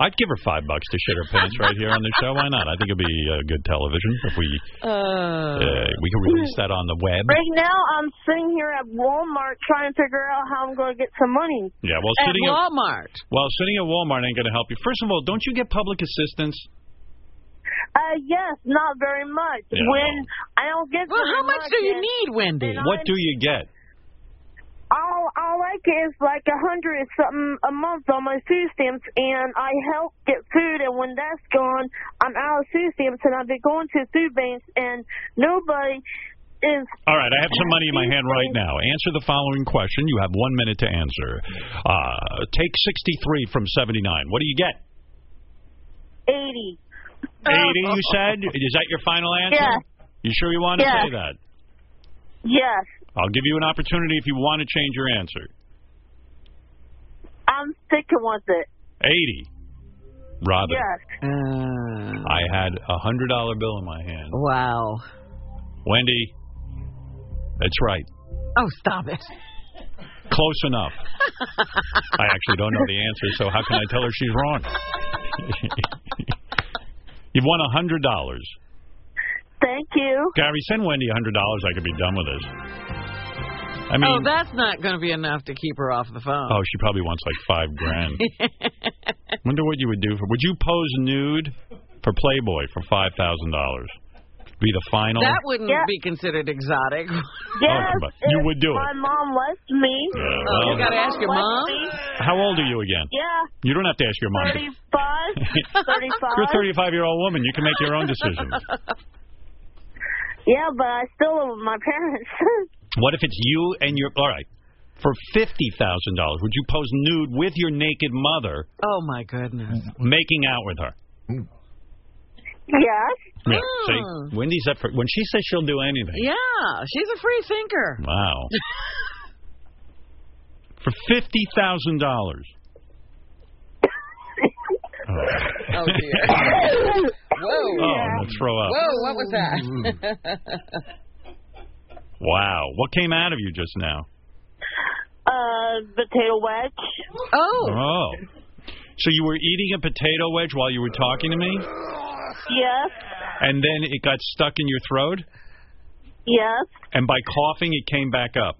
Speaker 4: I'd give her five bucks to shit her pants right here on the show. Why not? I think it'd be uh, good television if we uh, we could release that on the web.
Speaker 31: Right now, I'm sitting here at Walmart trying to figure out how I'm going to get some money.
Speaker 4: Yeah. Well,
Speaker 31: At
Speaker 4: sitting
Speaker 7: Walmart.
Speaker 4: well, sitting at Walmart ain't gonna help you. First of all, don't you get public assistance?
Speaker 31: Uh, yes, not very much.
Speaker 4: Yeah.
Speaker 31: When I don't get.
Speaker 7: Well,
Speaker 31: very
Speaker 7: how much do
Speaker 31: and-
Speaker 7: you need, Wendy?
Speaker 31: and I'm-
Speaker 4: What do you get?
Speaker 31: All all I get is like a hundred something a month on my food stamps, and I help get food. And when that's gone, I'm out of food stamps, and I've been going to food banks, and nobody is
Speaker 4: All right, I have some money in my hand right now. Answer the following question. You have one minute to answer. Uh, take 63 from 79. What do you get?
Speaker 31: eighty. Oh.
Speaker 4: 80, you said? Is that your final answer?
Speaker 31: Yeah.
Speaker 4: You sure you want to
Speaker 31: Yeah.
Speaker 4: say that?
Speaker 31: Yes,
Speaker 4: I'll give you an opportunity if you want to change your answer.
Speaker 31: I'm sticking with it.
Speaker 4: 80. Robin.
Speaker 31: Yes.
Speaker 7: Ah.
Speaker 4: I had a hundred dollar bill in my hand.
Speaker 7: Wow.
Speaker 4: Wendy. That's right.
Speaker 7: Oh, stop it.
Speaker 4: Close enough. I actually don't know the answer, so how can I tell her she's wrong? You've won a hundred dollars.
Speaker 31: Thank you.
Speaker 4: Gary, send Wendy a hundred dollars. I could be done with this. I mean,
Speaker 7: oh, that's not going to be enough to keep her off the phone.
Speaker 4: oh, she probably wants like five grand. Wonder what you would do for. Would you pose nude for Playboy for five thousand dollars? Be the final.
Speaker 7: That wouldn't be considered exotic.
Speaker 4: Yes, but you would do it.
Speaker 31: My mom left me.
Speaker 4: Yeah, Oh, well- you gotta ask your
Speaker 31: Left
Speaker 4: mom?
Speaker 31: me.
Speaker 4: How old are you again?
Speaker 31: Yeah,
Speaker 4: You don't have to ask your mom.
Speaker 31: 35. 35.
Speaker 4: You're a 35 year old woman. You can make your own decisions.
Speaker 31: Yeah, but I still live with my parents.
Speaker 4: What if it's you and your. All right. For $50,000, would you pose nude with your naked mother?
Speaker 7: Oh, my goodness.
Speaker 4: Making out with her.
Speaker 31: yes.
Speaker 4: Yeah,
Speaker 7: Mm.
Speaker 4: see? Wendy's up for. When she says she'll do anything.
Speaker 7: Yeah, she's a free thinker.
Speaker 4: Wow. For fifty thousand dollars.
Speaker 7: Oh dear. Whoa.
Speaker 4: Oh, let's throw up. Mm.
Speaker 7: Whoa, what was that?
Speaker 4: Wow. What came out of you just now?
Speaker 31: Uh, potato wedge.
Speaker 4: Oh. So you were eating a potato wedge while you were talking to me,
Speaker 31: Yes.
Speaker 4: and then it got stuck in your throat,
Speaker 31: Yes.
Speaker 4: and by coughing it came back up.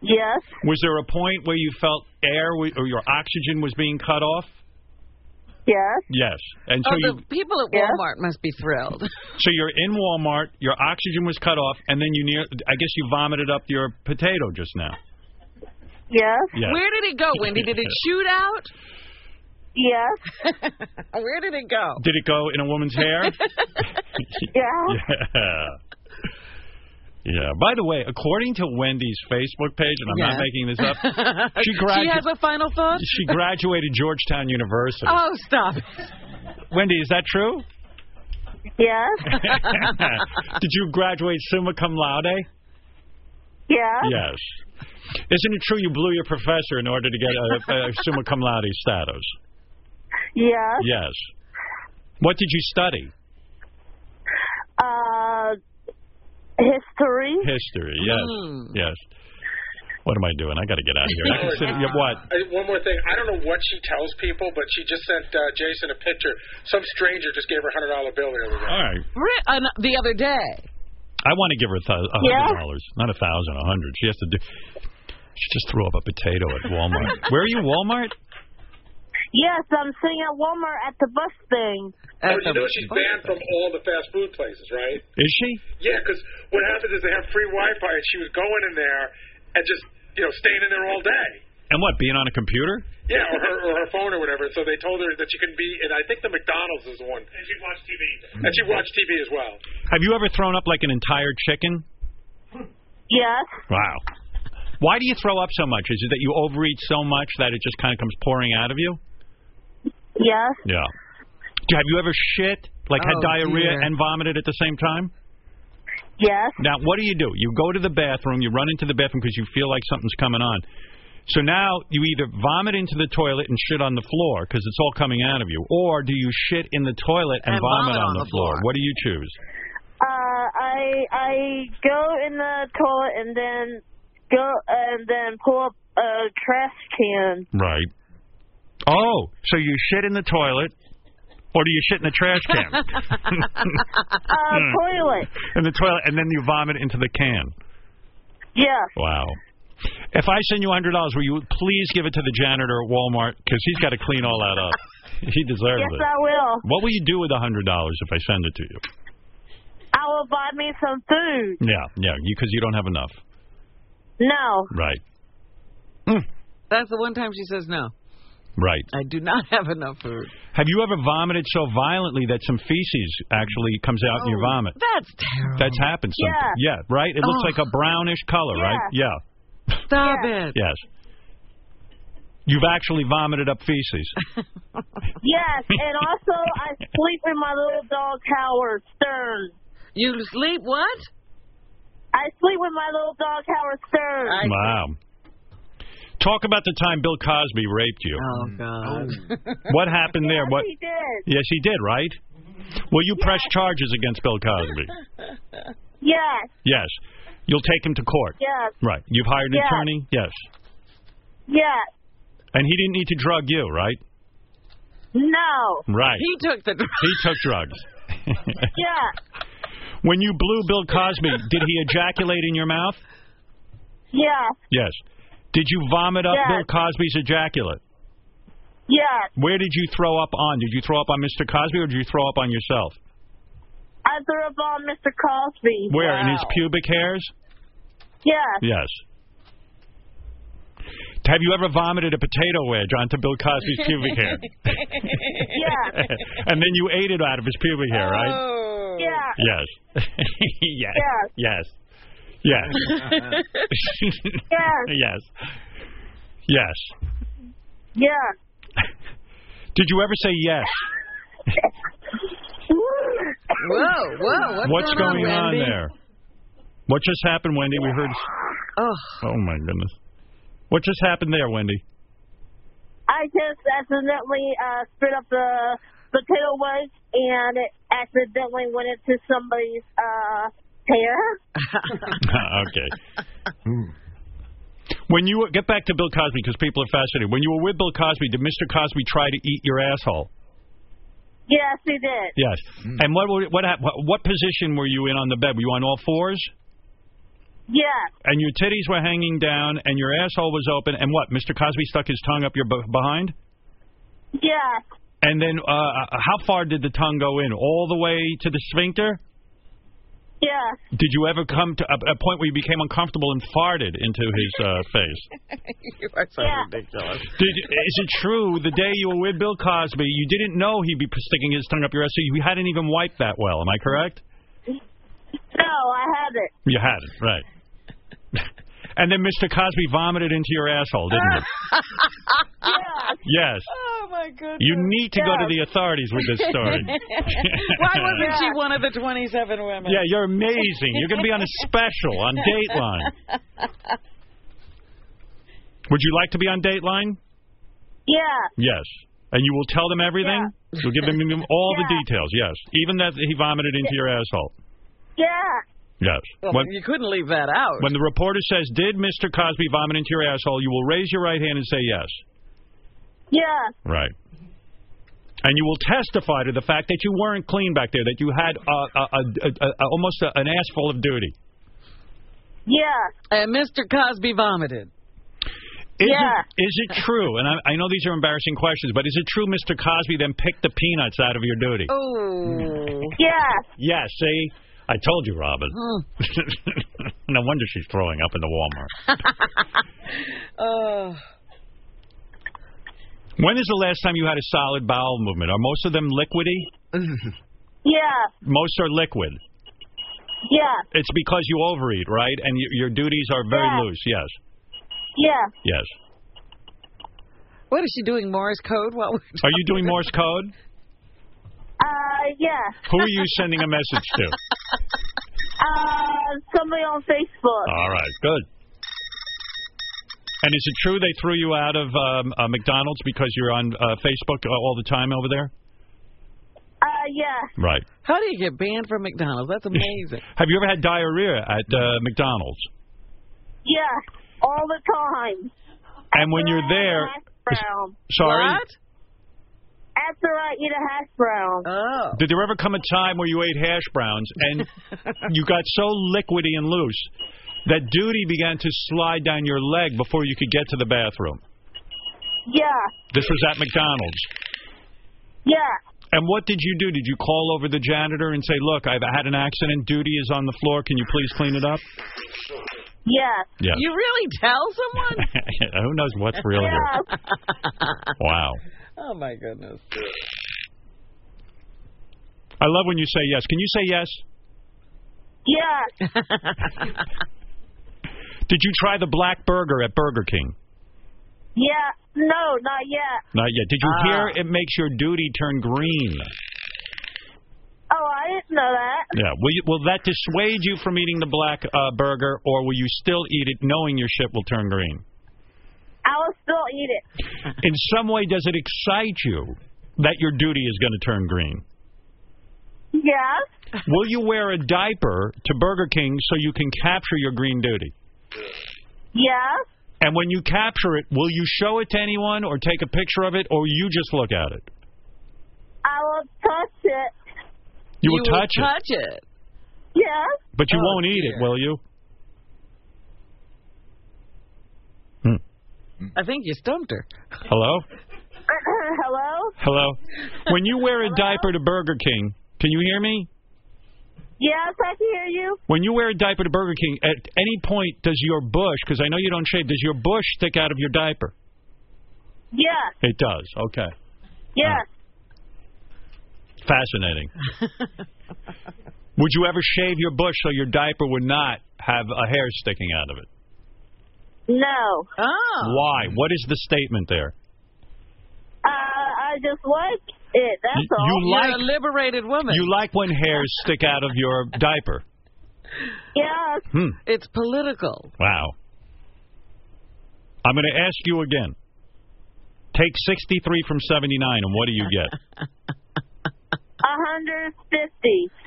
Speaker 31: Yes.
Speaker 4: Was there a point where you felt air wa- or your oxygen was being cut off?
Speaker 31: Yes.
Speaker 4: Yes. And so
Speaker 7: oh,
Speaker 4: you
Speaker 7: the people at Walmart must be thrilled.
Speaker 4: so you're in Walmart, your oxygen was cut off, and then you near I guess you vomited up your potato just now.
Speaker 31: Yes.
Speaker 4: Yes.
Speaker 7: Where did it go, Wendy? Did it shoot out?
Speaker 31: Yes.
Speaker 7: Where did it go?
Speaker 4: Did it go in a woman's hair?
Speaker 31: yeah.
Speaker 4: yeah. Yeah. By the way, according to Wendy's Facebook page, and I'm not
Speaker 7: Yeah.
Speaker 4: making this up, she
Speaker 7: she
Speaker 4: gradu-
Speaker 7: has a final thought?
Speaker 4: she graduated Georgetown University.
Speaker 31: Uh,
Speaker 7: Oh, stop. it.
Speaker 4: Wendy, is that true?
Speaker 31: Yes.
Speaker 4: Did you graduate summa cum laude?
Speaker 31: Yes.
Speaker 4: Yes. Isn't it true you blew your professor in order to get a, a summa cum laude status?
Speaker 31: Yes.
Speaker 4: Yes. What did you study?
Speaker 31: Uh, history.
Speaker 4: History. Yes.
Speaker 31: Hmm.
Speaker 4: Yes. What am I doing? I got to get out of here. I can sit, yeah, what?
Speaker 14: I, one more thing. I don't know what she tells people, but she just sent uh, Jason a picture. Some stranger just gave her a hundred dollar bill the other day.
Speaker 4: All right.
Speaker 7: Re- uh, no, the other day.
Speaker 4: I want to give her a thou- a
Speaker 7: Yeah.
Speaker 4: hundred dollars, not a thousand, a hundred. She has to do. She just threw up a potato at Walmart. Where are you, Walmart?
Speaker 31: Yes, I'm sitting at Walmart at the bus thing.
Speaker 14: Oh, you know she's banned from all the fast food places, right?
Speaker 4: Is she?
Speaker 14: Yeah, because what happens is they have free Wi-Fi, and she was going in there and just you know staying in there all day.
Speaker 4: And what? Being on a computer?
Speaker 14: Yeah, or her, or her phone or whatever. So they told her that she couldn't be. And I think the McDonald's is the one. And she watched TV. And she watched TV as well.
Speaker 4: Have you ever thrown up like an entire chicken?
Speaker 31: Yes.
Speaker 4: Wow. Why do you throw up so much? Is it that you overeat so much that it just kind of comes pouring out of you?
Speaker 31: Yes.
Speaker 4: Yeah. Do- Have you ever shit, like had
Speaker 31: Oh,
Speaker 4: diarrhea
Speaker 31: dear.
Speaker 4: and vomited at the same time?
Speaker 31: Yes.
Speaker 4: Now, what do you do? You go to the bathroom, you run into the bathroom because you feel like something's coming on. So now you either vomit into the toilet and shit on the floor because it's all coming out of you, or do you shit in the toilet and,
Speaker 31: And
Speaker 4: vomit, on, the, floor. What do you choose?
Speaker 31: Uh, I I go in the toilet and then go and then pull up a trash can.
Speaker 4: Right. Oh, so you shit in the toilet, or do you shit in the trash can? Hmm.
Speaker 31: Uh, toilet.
Speaker 4: in the toilet, and then you vomit into the can.
Speaker 31: Yes.
Speaker 4: Wow. If I send you $100, will you please give it to the janitor at Walmart? Because he's got to clean all that up. He deserves
Speaker 31: Yes,
Speaker 4: it.
Speaker 31: I will.
Speaker 4: What will you do with a $100 if I send it to you?
Speaker 31: I will buy me some food.
Speaker 4: Yeah, yeah, because you, 'cause you don't have enough.
Speaker 31: No.
Speaker 4: Right.
Speaker 7: That's the one time she says no.
Speaker 4: Right.
Speaker 7: I do not have enough food.
Speaker 4: Have you ever vomited so violently that some feces actually comes out in your
Speaker 31: Oh.
Speaker 4: vomit?
Speaker 7: That's terrible.
Speaker 4: That's happened. Some,
Speaker 7: Yeah.
Speaker 4: Yeah. Right. It looks
Speaker 7: Ugh.
Speaker 4: like a brownish color. Right. Yeah.
Speaker 7: Stop it.
Speaker 4: Yes. You've actually vomited up feces.
Speaker 31: Yes, and also I sleep in my little dog Howard Stern.
Speaker 7: You sleep what?
Speaker 31: I sleep with my little dog Howard Stern.
Speaker 4: wow. Talk about the time Bill Cosby raped you.
Speaker 7: Oh God.
Speaker 4: What happened there? What?
Speaker 31: He did.
Speaker 4: Yes, he did. Right. Well, you press charges against Bill Cosby.
Speaker 31: Yes,
Speaker 4: Yes. You'll take him to court.
Speaker 31: yes,
Speaker 4: Right. You've hired an
Speaker 31: Yes.
Speaker 4: attorney. Yes.
Speaker 31: yes.
Speaker 4: And he didn't need to drug you, right?
Speaker 31: No.
Speaker 4: Right.
Speaker 7: He took the
Speaker 4: He took drugs.
Speaker 31: Yeah.
Speaker 4: When you blew Bill Cosby, did he ejaculate in your mouth?
Speaker 31: Yeah.
Speaker 4: Yes. Did you vomit up
Speaker 31: Yes.
Speaker 4: Bill Cosby's ejaculate?
Speaker 31: Yes.
Speaker 4: Where did you throw up on? Did you throw up on Mr. Cosby or did you throw up on yourself?
Speaker 31: I threw up on Mr. Cosby.
Speaker 4: Where? In his pubic hairs?
Speaker 31: Yes.
Speaker 4: Yes. Have you ever vomited a potato wedge onto Bill Cosby's pubic hair?
Speaker 31: yeah.
Speaker 4: and then you ate it out of his pubic hair, right?
Speaker 31: Oh.
Speaker 7: Oh.
Speaker 31: Yeah.
Speaker 4: Yes. yes. Yes. Yes.
Speaker 31: Yes.
Speaker 4: yes. Yes.
Speaker 31: Yeah.
Speaker 4: Did you ever say yes?
Speaker 7: Whoa, whoa. What's,
Speaker 4: going, on,
Speaker 7: Wendy?
Speaker 4: there? What just happened, Wendy? We heard.
Speaker 7: Oh.
Speaker 4: Oh my goodness. What just happened there, Wendy?
Speaker 31: I just accidentally uh, spit up the potato wedge and it accidentally went into somebody's uh, hair.
Speaker 4: okay. When you were, get back to Bill Cosby because people are fascinated. When you were with Bill Cosby, did Mr. Cosby try to eat your asshole?
Speaker 31: Yes, Hmm. he did.
Speaker 4: Yes. And what were- what hap- what what position were you in on the bed? Were you on all fours?
Speaker 31: Yes.
Speaker 4: And your titties were hanging down, and your asshole was open. And what? Mr. Cosby stuck his tongue up your b behind.
Speaker 31: Yes.
Speaker 4: And then, uh, uh, how far did the tongue go in? All the way to the sphincter?
Speaker 31: Yes.
Speaker 4: Did you ever come to a, a point where you became uncomfortable and farted into his uh, face?
Speaker 7: you are so ridiculous.
Speaker 4: Did, is it true the day you were with Bill Cosby, you didn't know he'd be sticking his tongue up your ass, so you hadn't even wiped that well? Am I correct?
Speaker 31: No, I haven't.
Speaker 4: You hadn't, right? and then Mr. Cosby vomited into your asshole, didn't he? Yes.
Speaker 7: Oh my goodness.
Speaker 4: You need to go to the authorities with this story.
Speaker 7: Why wasn't she one of the 27 women?
Speaker 4: Yeah, you're amazing. You're going to be on a special on Dateline. Would you like to be on Dateline?
Speaker 31: Yeah.
Speaker 4: Yes. And you will tell them everything? You'll give them all the details, yes. Even that he vomited into your asshole.
Speaker 31: Yeah.
Speaker 4: Yes.
Speaker 7: Well,
Speaker 4: When,
Speaker 7: you couldn't leave that out.
Speaker 4: when the reporter says, Did Mr. Cosby vomit into your asshole? You will raise your right hand and say yes.
Speaker 31: Yeah.
Speaker 4: Right. And you will testify to the fact that you weren't clean back there, that you had uh, a, a, a, a, almost a, an ass full of duty.
Speaker 31: Yeah.
Speaker 7: And Mr. Cosby vomited.
Speaker 4: Is
Speaker 7: Yeah.
Speaker 4: It, is it true? And I, I know these are embarrassing questions, but is it true Mr. Cosby then picked the peanuts out of your duty?
Speaker 7: Oh.
Speaker 31: Yeah.
Speaker 4: Yeah, see? I told you, Robin. no wonder she's throwing up in the Walmart.
Speaker 7: Oh.
Speaker 4: When is the last time you had a solid bowel movement? Are most of them liquidy?
Speaker 31: Yeah.
Speaker 4: most are liquid.
Speaker 31: Yeah.
Speaker 4: It's because you overeat, right? And y your duties are very
Speaker 7: Yeah.
Speaker 4: loose. Yes.
Speaker 31: Yeah.
Speaker 4: Yes.
Speaker 7: What is she doing? Morse code? While we're
Speaker 4: Are you doing Morse code?
Speaker 31: Uh, yeah.
Speaker 4: Who are you sending a message to?
Speaker 31: Uh, somebody on Facebook.
Speaker 4: All right, good. And is it true they threw you out of um, uh, McDonald's because you're on uh, Facebook uh, all the time over there?
Speaker 31: Uh, yeah.
Speaker 4: Right.
Speaker 7: How do you get banned from McDonald's? That's amazing.
Speaker 4: Have you ever had diarrhea at uh, McDonald's?
Speaker 31: Yeah. All the time.
Speaker 4: And when you're there,
Speaker 31: Brown.
Speaker 4: sorry.
Speaker 31: After I eat a hash brown.
Speaker 7: Oh.
Speaker 4: Did there ever come a time where you ate hash browns and you got so liquidy and loose that duty began to slide down your leg before you could get to the bathroom?
Speaker 31: Yeah.
Speaker 4: This was at McDonald's.
Speaker 31: Yeah.
Speaker 4: And what did you do? Did you call over the janitor and say, "Look, I've had an accident. Duty is on the floor. Can you please clean it up?"
Speaker 31: Yes.
Speaker 4: Yes.
Speaker 7: You really tell someone?
Speaker 4: Who knows what's real here? Wow.
Speaker 7: oh my goodness.
Speaker 4: I love when you say yes. Can you say yes?
Speaker 31: Yes.
Speaker 4: Did you try the black burger at Burger King?
Speaker 31: Yeah. No, not yet.
Speaker 4: Not yet. Did you
Speaker 31: Ah.
Speaker 4: hear it makes your duty turn green?
Speaker 31: Oh, I didn't know that.
Speaker 4: Yeah. Will, you, will that dissuade you from eating the black uh, burger, or will you still eat it knowing your shit will turn green?
Speaker 31: I will still eat it.
Speaker 4: In some way, does it excite you that your duty is going to turn green?
Speaker 31: Yes.
Speaker 4: Will you wear a diaper to Burger King so you can capture your green duty?
Speaker 31: Yes.
Speaker 4: And when you capture it, will you show it to anyone or take a picture of it, or you just look at it?
Speaker 31: I will touch it.
Speaker 4: You will touch Oh, it.
Speaker 7: it.
Speaker 31: Yes.
Speaker 4: But you won't eat it, will you?
Speaker 7: I think you stumped her.
Speaker 4: Hello?
Speaker 31: Hello?
Speaker 4: Hello? when you wear a diaper to Burger King, can you hear me?
Speaker 31: Yes, I can hear you.
Speaker 4: When you wear a diaper to Burger King, at any point does your bush, because I know you don't shave, does your bush stick out of your diaper?
Speaker 31: Yes.
Speaker 4: It does. Okay.
Speaker 31: Yes.
Speaker 7: Oh.
Speaker 4: Fascinating. would you ever shave your bush so your diaper would not have a hair sticking out of it?
Speaker 31: No.
Speaker 7: Oh.
Speaker 4: Why? What is the statement there?
Speaker 31: Uh, I just like it. That's
Speaker 4: You-
Speaker 31: all.
Speaker 4: you You're like- a
Speaker 7: liberated woman.
Speaker 4: You like when hairs stick out of your diaper.
Speaker 31: Yes.
Speaker 4: Hmm.
Speaker 7: It's political.
Speaker 4: Wow. I'm going to ask you again. Take 63 from 79, and what do you get?
Speaker 31: 150.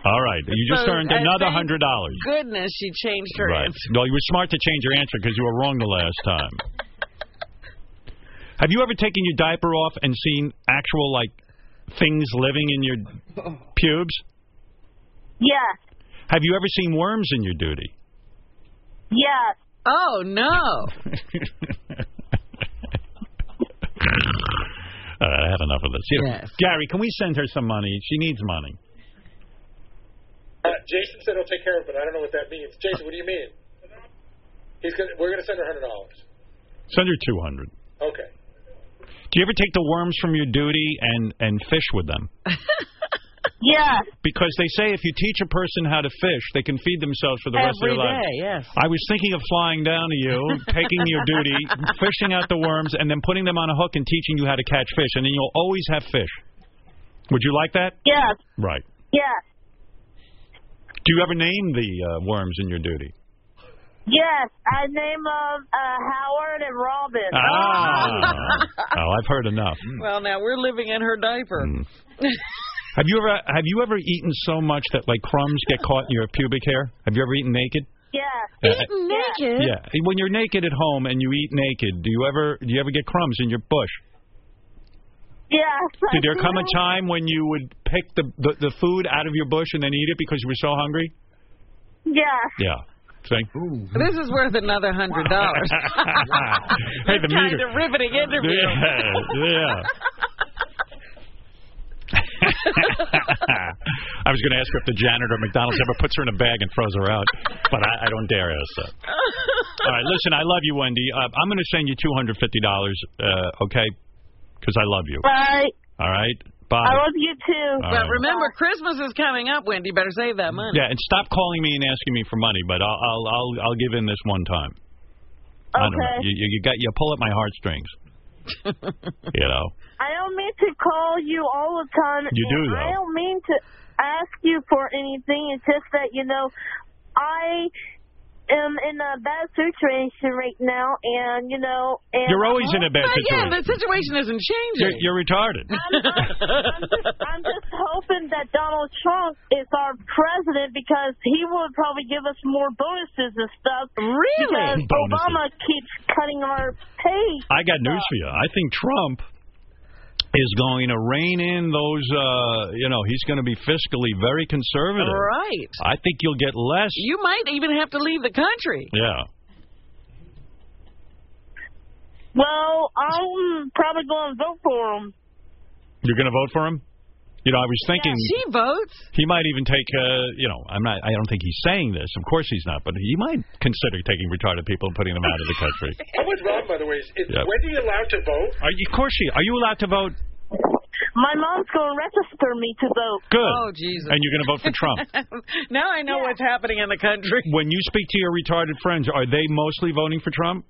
Speaker 4: All right. You just
Speaker 7: So,
Speaker 4: earned
Speaker 7: uh,
Speaker 4: another
Speaker 7: thank
Speaker 4: $100.
Speaker 7: Goodness, she changed her
Speaker 4: Right.
Speaker 7: answer.
Speaker 4: Well, you were smart to change your answer because you were wrong the last time. Have you ever taken your diaper off and seen actual, like, things living in your pubes?
Speaker 31: Yes.
Speaker 4: Have you ever seen worms in your duty?
Speaker 31: Yes.
Speaker 7: Oh no.
Speaker 4: All right, I had enough of this. Here. Gary, can we send her some money? She needs money.
Speaker 14: Uh, Jason said he'll take care of it, but I don't know what that means. Jason, what do you mean? He's gonna, we're going to send her $100.
Speaker 4: Send her 200
Speaker 14: Okay.
Speaker 4: Do you ever take the worms from your duty and, and fish with them?
Speaker 31: Yes.
Speaker 4: Because they say if you teach a person how to fish, they can feed themselves for the rest of their
Speaker 7: Every
Speaker 4: life.
Speaker 7: day, yes.
Speaker 4: I was thinking of flying down to you, taking your duty, fishing out the worms, and then putting them on a hook and teaching you how to catch fish, and then you'll always have fish. Would you like that?
Speaker 31: Yes.
Speaker 4: Right.
Speaker 31: Yes.
Speaker 4: Do you ever name the uh, worms in your duty?
Speaker 31: Yes. I name of uh, Howard and Robin.
Speaker 4: Oh, I've heard enough.
Speaker 7: well, now we're living in her diaper.
Speaker 4: Mm-hmm. Have you ever have you ever eaten so much that like crumbs get caught in your pubic hair? Have you ever eaten naked?
Speaker 31: Yes.
Speaker 4: Uh,
Speaker 31: Eaten naked?
Speaker 4: Yeah. When you're naked at home and you eat naked, do you ever do you ever get crumbs in your bush?
Speaker 31: Yes. I
Speaker 4: Did there
Speaker 31: do.
Speaker 4: come a time when you would pick the, the the food out of your bush and then eat it because you were so hungry?
Speaker 31: Yes.
Speaker 4: Yeah. See?
Speaker 7: This is worth another hundred dollars.
Speaker 4: hey, the
Speaker 7: kind
Speaker 4: meter.
Speaker 7: of riveting interview.
Speaker 4: Yeah. yeah. I was going to ask her if the janitor at McDonald's ever puts her in a bag and throws her out, but I, I don't dare ask that. All right, listen, I love you, Wendy. Uh, I'm going to send you $250, uh, okay? Because I love you.
Speaker 31: Right.
Speaker 4: All right? Bye.
Speaker 7: I
Speaker 31: love you too.
Speaker 4: All
Speaker 7: But
Speaker 4: right.
Speaker 7: remember, Christmas is coming up, Wendy. Better save that money.
Speaker 4: Yeah, and stop calling me and asking me for money, but I'll I'll I'll, I'll give in this one time. I don't know.
Speaker 31: Okay.
Speaker 4: You, you you got you pull at my heartstrings. you know.
Speaker 31: I don't mean to call you all the time.
Speaker 4: You do,
Speaker 31: and I
Speaker 4: though.
Speaker 31: don't mean to ask you for anything. It's just that you know, I am in a bad situation right now, and you know, and
Speaker 4: You're always in a bad
Speaker 7: But yeah,
Speaker 4: situation.
Speaker 7: the situation isn't changing.
Speaker 4: You're, you're retarded.
Speaker 31: I'm just hoping that Donald Trump is our president because he will probably give us more bonuses and stuff.
Speaker 7: Really?
Speaker 31: Because
Speaker 4: Bonuses.
Speaker 31: Obama keeps cutting our pay.
Speaker 4: I got news for you. I think Trump is going to rein in those. Uh, you know, he's going to be fiscally very conservative.
Speaker 7: Right.
Speaker 4: I think you'll get less.
Speaker 7: You might even have to leave the country.
Speaker 4: yeah.
Speaker 31: Well, I'm probably going to vote for him.
Speaker 4: You're going to vote for him? You know, I was thinking
Speaker 7: She votes.
Speaker 4: he might even take. Uh, you know, I'm not. I don't think he's saying this. Of course he's not. But he might consider taking retarded people and putting them out of the country.
Speaker 14: I'm with Rob, by the way. Is, is,
Speaker 4: Yeah.
Speaker 14: When are you allowed to vote?
Speaker 4: Are you, of course she. Are you allowed to vote?
Speaker 31: My mom's going to register me to vote.
Speaker 4: Good.
Speaker 7: Oh Jesus.
Speaker 4: And you're going to vote for Trump.
Speaker 7: now I know what's happening in the country.
Speaker 4: when you speak to your retarded friends, are they mostly voting for Trump?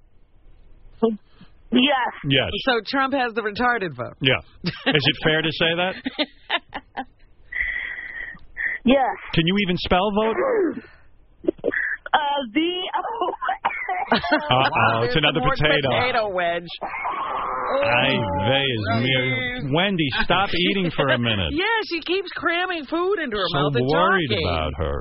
Speaker 31: Yes.
Speaker 4: Yes.
Speaker 7: So Trump has the retarded vote.
Speaker 4: Yeah. Is it fair to say that?
Speaker 31: Yes.
Speaker 4: Can you even spell vote?
Speaker 31: Uh, the.
Speaker 4: Uh-oh, it's another
Speaker 7: more
Speaker 4: potato.
Speaker 7: potato wedge.
Speaker 4: Ay, they is mere. Wendy, stop eating for a minute.
Speaker 7: Yeah, she keeps cramming food into her
Speaker 4: so
Speaker 7: mouth and
Speaker 4: worried
Speaker 7: talking.
Speaker 4: about her.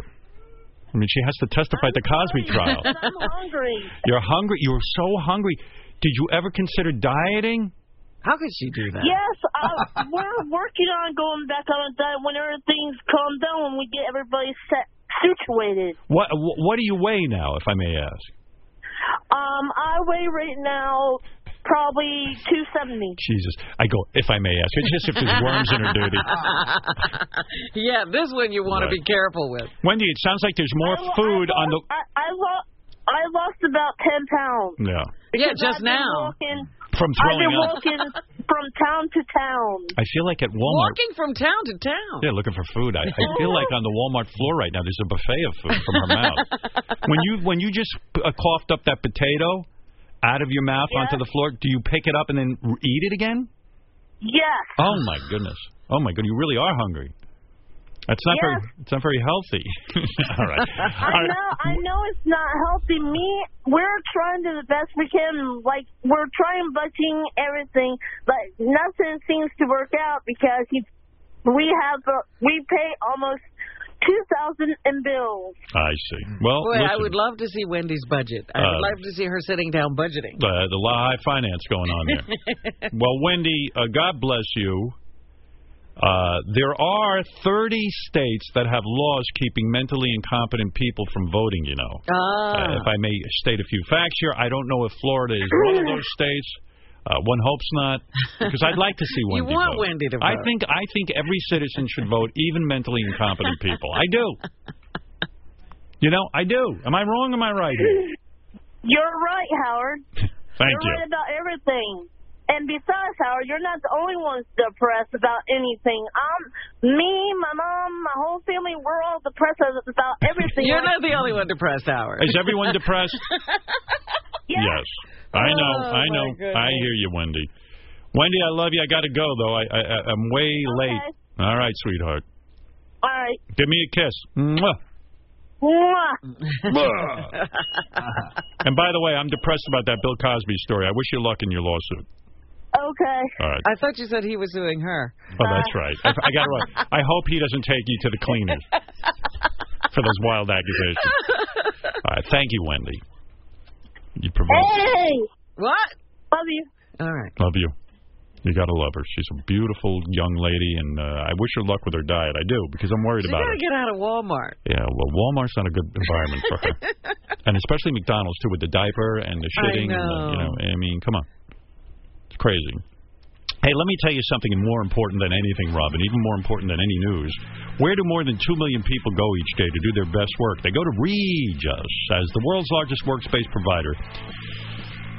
Speaker 4: I mean, she has to testify at the Cosby trial.
Speaker 31: I'm hungry.
Speaker 4: You're hungry. You were so hungry. Did you ever consider dieting?
Speaker 7: How could she do that?
Speaker 31: Yes, uh, we're working on going back on a diet when everything's calmed down, when we get everybody set situated.
Speaker 4: What wh- What do you weigh now, if I may ask?
Speaker 31: Um, I weigh right now probably 270.
Speaker 4: Jesus, I go. If I may ask, it's just if there's worms in her duty.
Speaker 7: yeah, this one you want
Speaker 4: Right.
Speaker 7: to be careful with.
Speaker 4: Wendy, it sounds like there's more food on the.
Speaker 31: I, I lost. I lost about ten pounds.
Speaker 4: No,
Speaker 31: Yeah, I've
Speaker 7: just
Speaker 31: been
Speaker 7: now.
Speaker 31: Walking,
Speaker 4: from
Speaker 31: I've
Speaker 4: throwing
Speaker 31: been
Speaker 4: up.
Speaker 31: walking from town to town.
Speaker 4: I feel like at Walmart.
Speaker 7: Walking from town to town.
Speaker 4: Yeah, looking for food. I, I feel like on the Walmart floor right now. There's a buffet of food from her mouth. when you when you just uh, coughed up that potato out of your mouth onto the floor, do you pick it up and then r- eat it again?
Speaker 31: Yes.
Speaker 4: Oh my goodness! Oh my goodness! You really are hungry. That's not very. It's not very healthy. All right.
Speaker 31: I know, I know it's not healthy. Me, we're trying to the best we can. Like we're trying budgeting everything, but nothing seems to work out because he, we have uh, we pay almost two thousand in bills.
Speaker 4: I see. Well,
Speaker 7: Boy, I
Speaker 4: listen,
Speaker 7: would love to see Wendy's budget. I
Speaker 4: Uh,
Speaker 7: would love to see her sitting down budgeting.
Speaker 4: uh, the high finance going on there. well, Wendy, uh, God bless you. Uh, there are 30 states that have laws keeping mentally incompetent people from voting, you know.
Speaker 7: Ah.
Speaker 4: Uh, if I may state a few facts here, I don't know if Florida is one of those states. Uh, one hopes not, because I'd like to see
Speaker 7: You
Speaker 4: Wendy
Speaker 7: want
Speaker 4: vote.
Speaker 7: Wendy to
Speaker 4: I
Speaker 7: vote.
Speaker 4: think I think every citizen should vote, even mentally incompetent people. I do. You know, I do. Am I wrong? or Am I right? Here?
Speaker 31: You're right, Howard. you're
Speaker 4: Thank you.
Speaker 31: right about everything. And besides, Howard, you're not the only one depressed about anything. Um, me, my mom, my whole family, we're all depressed about everything.
Speaker 7: You're not the only one depressed, Howard.
Speaker 4: Is everyone depressed? yes. I know.
Speaker 7: Oh, my
Speaker 4: I know. I
Speaker 7: goodness.
Speaker 4: hear you, Wendy. Wendy, I love you. I got to go though. I, I I- I'm way late. All right, sweetheart.
Speaker 31: All right.
Speaker 4: Give me a kiss. Mwah.
Speaker 31: Mwah.
Speaker 4: and by the way, I'm depressed about that Bill Cosby story. I wish you luck in your lawsuit.
Speaker 31: okay.
Speaker 4: All right.
Speaker 7: I thought you said he was suing her.
Speaker 4: Oh, that's right. I, I got it right. I hope he doesn't take you to the cleaners for those wild accusations. All right. Thank you, Wendy. You provoked.
Speaker 31: Hey.
Speaker 7: What?
Speaker 31: Love you.
Speaker 7: All right.
Speaker 4: Love you. You gotta love her. She's a beautiful young lady, and uh, I wish her luck with her diet. I do because I'm worried
Speaker 7: She
Speaker 4: about
Speaker 7: got
Speaker 4: her.
Speaker 7: to get out of Walmart.
Speaker 4: Yeah, well, Walmart's not a good environment for her, and especially McDonald's too, with the diaper and the
Speaker 7: I
Speaker 4: shitting. And the, you know, I mean, come on, it's crazy. Hey, let me tell you something more important than anything, Robin. Even more important than any news. Where do more than two million people go each day to do their best work? They go to Regis as the world's largest workspace provider.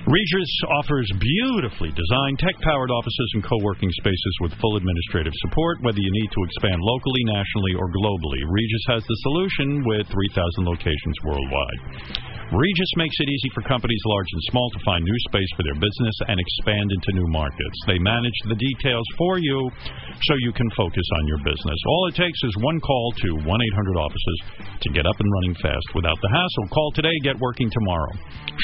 Speaker 4: Regis offers beautifully designed, tech-powered offices and co-working spaces with full administrative support, whether you need to expand locally, nationally, or globally. Regis has the solution with 3,000 locations worldwide. Regis makes it easy for companies large and small to find new space for their business and expand into new markets. They manage the details for you so you can focus on your business. All it takes is one call to 1-800-OFFICES to get up and running fast without the hassle. Call today, get working tomorrow.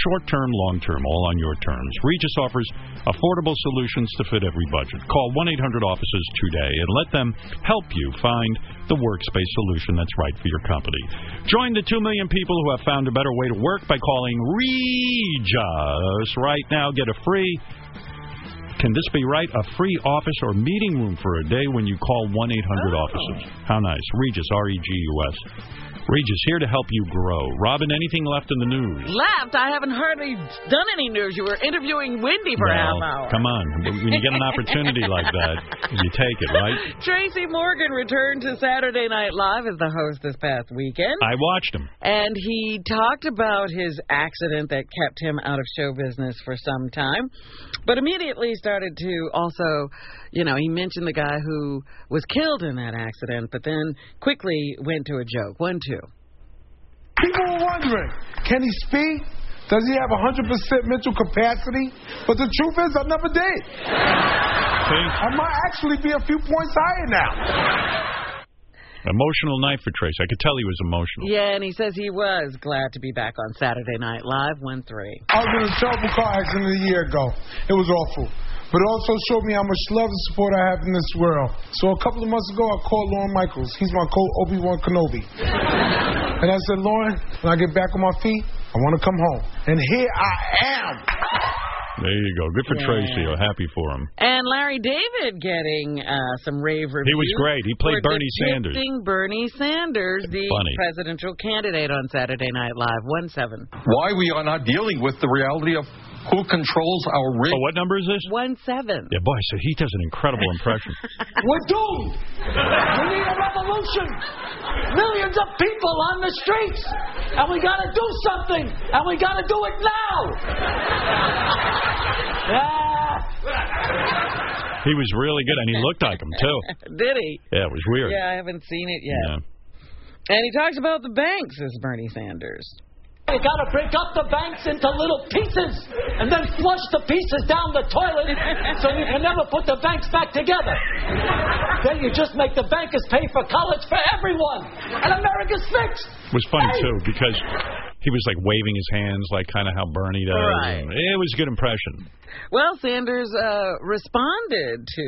Speaker 4: Short-term, long-term, all on your terms. Regis offers affordable solutions to fit every budget. Call 1-800-OFFICES today and let them help you find the workspace solution that's right for your company. Join the 2 million people who have found a better way to work by calling Regis right now. Get a free can this be right? A free office or meeting room for a day when you call 1 800 offices. How nice. Regis, R E G U S. Regis here to help you grow. Robin, anything left in the news?
Speaker 7: Left. I haven't hardly done any news. You were interviewing Wendy for a half
Speaker 4: Well,
Speaker 7: hour.
Speaker 4: Come on. When you get an opportunity like that, you take it, right?
Speaker 7: Tracy Morgan returned to Saturday Night Live as the host this past weekend.
Speaker 4: I watched him.
Speaker 7: And he talked about his accident that kept him out of show business for some time, but immediately started to also, you know, he mentioned the guy who was killed in that accident, but then quickly went to a joke. One, two.
Speaker 1: People were wondering, can he speak? Does he have 100% mental capacity? But the truth is, I never did. I might actually be a few points higher now.
Speaker 4: Emotional night for Trace. I could tell he was emotional.
Speaker 7: Yeah, and he says he was glad to be back on Saturday Night Live. One, three.
Speaker 1: I was in a terrible car accident a year ago. It was awful. But it also showed me how much love and support I have in this world. So a couple of months ago, I called Lauren Michaels. He's my co Obi-Wan Kenobi. and I said, Lauren, when I get back on my feet, I want to come home. And here I am.
Speaker 4: There you go. Good for
Speaker 7: Yeah.
Speaker 4: Tracy. I'm happy for him.
Speaker 7: And Larry David getting uh, some rave reviews.
Speaker 4: was great. He played
Speaker 7: for
Speaker 4: Bernie Sanders.
Speaker 7: depicting Bernie Sanders, the
Speaker 33: Funny.
Speaker 7: presidential candidate on Saturday Night Live. One seven.
Speaker 33: Why we are not dealing with the reality of who controls our rig.
Speaker 4: Oh, what number is this?
Speaker 7: One seven.
Speaker 4: Yeah, boy, so he does an incredible impression.
Speaker 1: We're doomed.
Speaker 3: We need a revolution. Millions of people on the streets. And we got to do something. And we got to do it now.
Speaker 32: Oh.
Speaker 4: he was really good, and he looked like him, too.
Speaker 7: Did he?
Speaker 4: Yeah, it was weird.
Speaker 7: Yeah, I haven't seen it yet.
Speaker 4: Yeah.
Speaker 7: And he talks about the banks as Bernie Sanders.
Speaker 3: We got to break up the banks into little pieces and then flush the pieces down the toilet so you can never put the banks back together. Then you just make the bankers pay for college for everyone. And America's fixed.
Speaker 4: It was funny, too, because he was, like, waving his hands, like kind of how Bernie does.
Speaker 7: Right.
Speaker 4: And It was a good impression.
Speaker 7: Well, Sanders uh, responded to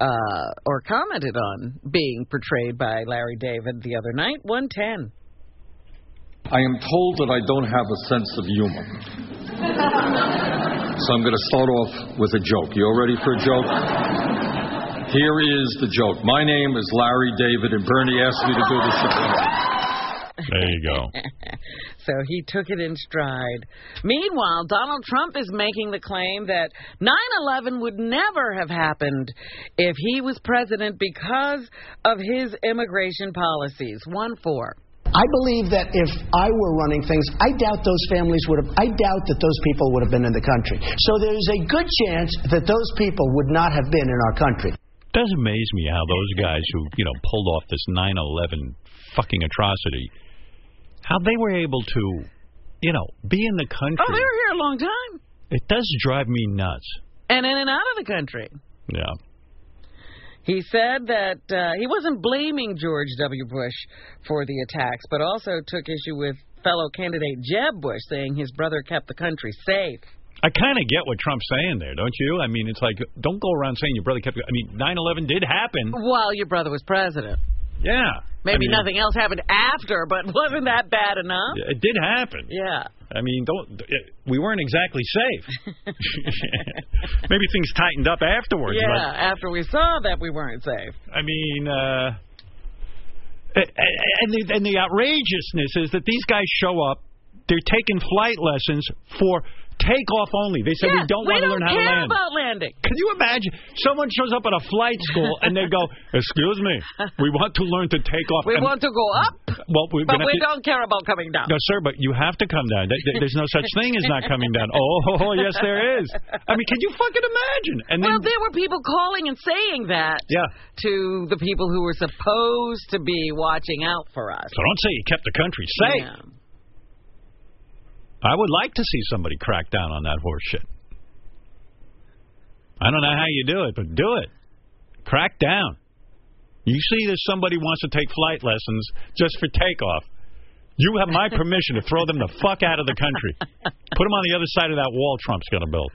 Speaker 7: uh, or commented on being portrayed by Larry David the other night. One ten.
Speaker 33: I am told that I don't have a sense of humor. So I'm going to start off with a joke. You all ready for a joke? Here is the joke. My name is Larry David, and Bernie asked me to do the show.
Speaker 4: There you go.
Speaker 7: So he took it in stride. Meanwhile, Donald Trump is making the claim that 9 11 would never have happened if he was president because of his immigration policies. 1 4.
Speaker 34: I believe that if I were running things, I doubt those families would have, I doubt that those people would have been in the country. So there's a good chance that those people would not have been in our country.
Speaker 4: does amaze me how those guys who you know pulled off this 9/11 fucking atrocity, how they were able to, you know, be in the country.
Speaker 7: Oh, they were here a long time
Speaker 4: It does drive me nuts.
Speaker 7: and in and out of the country.
Speaker 4: Yeah.
Speaker 7: He said that uh, he wasn't blaming George W. Bush for the attacks, but also took issue with fellow candidate Jeb Bush, saying his brother kept the country safe.
Speaker 4: I kind of get what Trump's saying there, don't you? I mean, it's like don't go around saying your brother kept. I mean, 9/11 did happen.
Speaker 7: While your brother was president.
Speaker 4: Yeah.
Speaker 7: Maybe
Speaker 4: I mean,
Speaker 7: nothing else happened after, but wasn't that bad enough?
Speaker 4: It did happen.
Speaker 7: Yeah.
Speaker 4: I mean, don't. It, we weren't exactly safe. Maybe things tightened up afterwards.
Speaker 7: yeah,
Speaker 4: but-
Speaker 7: after we saw that we weren't safe.
Speaker 4: I mean, uh, and the, and the outrageousness is that these guys show up. They're taking flight lessons for takeoff only. They say we don't want to learn how to
Speaker 7: care
Speaker 4: land.
Speaker 7: about landing.
Speaker 4: Can you imagine someone shows up at a flight school and they go, "Excuse me, we want to learn to take off.
Speaker 7: We
Speaker 4: and-
Speaker 7: want to go up,
Speaker 4: well, we're
Speaker 7: but
Speaker 4: gonna
Speaker 7: we
Speaker 4: have to-
Speaker 7: don't care about coming down.
Speaker 4: no, sir, but you have to come down. Th- th- There's no such thing as not coming down. Oh, yes, there is. I mean, can you fucking imagine? And then,
Speaker 7: well, there were people calling and saying that
Speaker 4: yeah.
Speaker 7: to the people who were supposed to be watching out for us.
Speaker 4: So don't say you kept the country safe.
Speaker 7: Yeah.
Speaker 4: I would like to see somebody crack down on that horse shit. I don't know how you do it, but do it. Crack down. You see that somebody wants to take flight lessons just for takeoff. You have my permission to throw them the fuck out of the country. Put them on the other side of that wall Trump's going to build.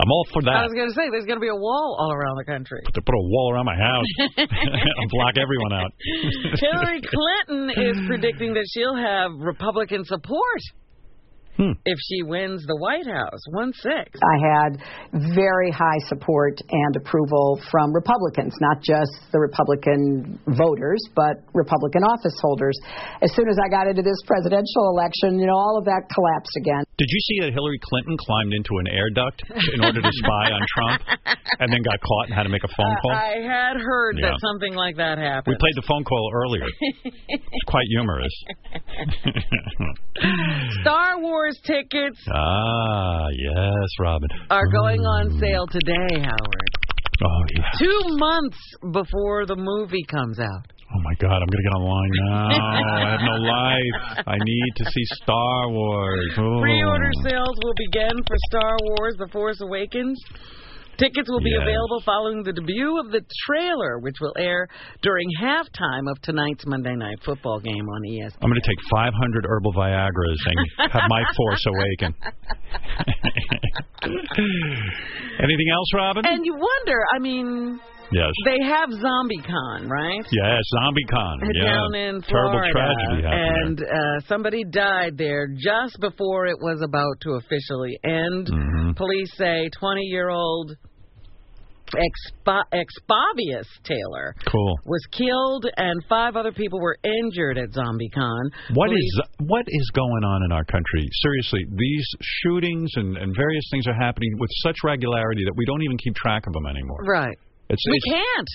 Speaker 4: I'm all for
Speaker 7: I
Speaker 4: that.
Speaker 7: was going to say there's going to be a wall all around the country.
Speaker 4: To put a wall around my house and block everyone out.
Speaker 7: Hillary Clinton is predicting that she'll have Republican support
Speaker 4: Hmm.
Speaker 7: if she wins the White House. One six.
Speaker 19: I had very high support and approval from Republicans, not just the Republican voters, but Republican office holders. As soon as I got into this presidential election, you know, all of that collapsed again.
Speaker 4: Did you see that Hillary Clinton climbed into an air duct in order to spy on Trump and then got caught and had to make a phone call?
Speaker 7: I had heard
Speaker 4: Yeah.
Speaker 7: that something like that happened.
Speaker 4: We played the phone call earlier. It's quite humorous.
Speaker 7: Star Wars tickets
Speaker 4: ah, yes, Robin.
Speaker 7: are going on sale today, Howard.
Speaker 4: Oh, yeah.
Speaker 7: Two months before the movie comes out.
Speaker 4: Oh, my God. I'm going to get online now. I have no life. I need to see Star Wars. Oh.
Speaker 7: Pre-order sales will begin for Star Wars: The Force Awakens. Tickets will be
Speaker 4: Yes.
Speaker 7: available following the debut of the trailer, which will air during halftime of tonight's Monday Night Football game on E ESPN.
Speaker 4: I'm going to take 500 herbal Viagra's and have my force awaken. Anything else, Robin?
Speaker 7: And you wonder, I mean,
Speaker 4: yes.
Speaker 7: they have ZombieCon, right?
Speaker 4: Yes, Zombie Con. Yeah.
Speaker 7: Down in
Speaker 4: Terrible
Speaker 7: Florida,
Speaker 4: tragedy
Speaker 7: and
Speaker 4: happened.
Speaker 7: uh, somebody died there just before it was about to officially end.
Speaker 4: Mm-hmm.
Speaker 7: Police say 20-year-old expo- Expabius Taylor
Speaker 4: Cool.
Speaker 7: was killed, and five other people were injured at ZombieCon.
Speaker 4: What
Speaker 7: Police-
Speaker 4: is what is going on in our country? Seriously, these shootings and, and various things are happening with such regularity that we don't even keep track of them anymore.
Speaker 7: right?
Speaker 4: It's,
Speaker 7: we
Speaker 4: it's-
Speaker 7: can't.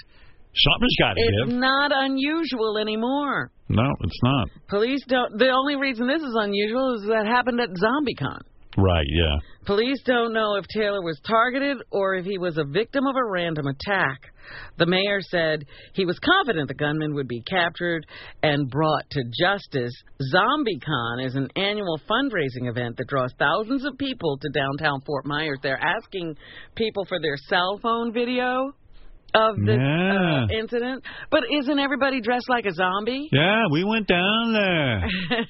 Speaker 4: Something's got to
Speaker 7: It's
Speaker 4: give.
Speaker 7: not unusual anymore.
Speaker 4: No, it's not.
Speaker 7: Police don't. The only reason this is unusual is that it happened at ZombieCon.
Speaker 4: Right? Yeah.
Speaker 7: Police don't know if Taylor was targeted or if he was a victim of a random attack. The mayor said he was confident the gunman would be captured and brought to justice. ZombieCon is an annual fundraising event that draws thousands of people to downtown Fort Myers. They're asking people for their cell phone video of this
Speaker 4: Yeah.
Speaker 7: uh, incident. But isn't everybody dressed like a zombie?
Speaker 4: Yeah, we went down there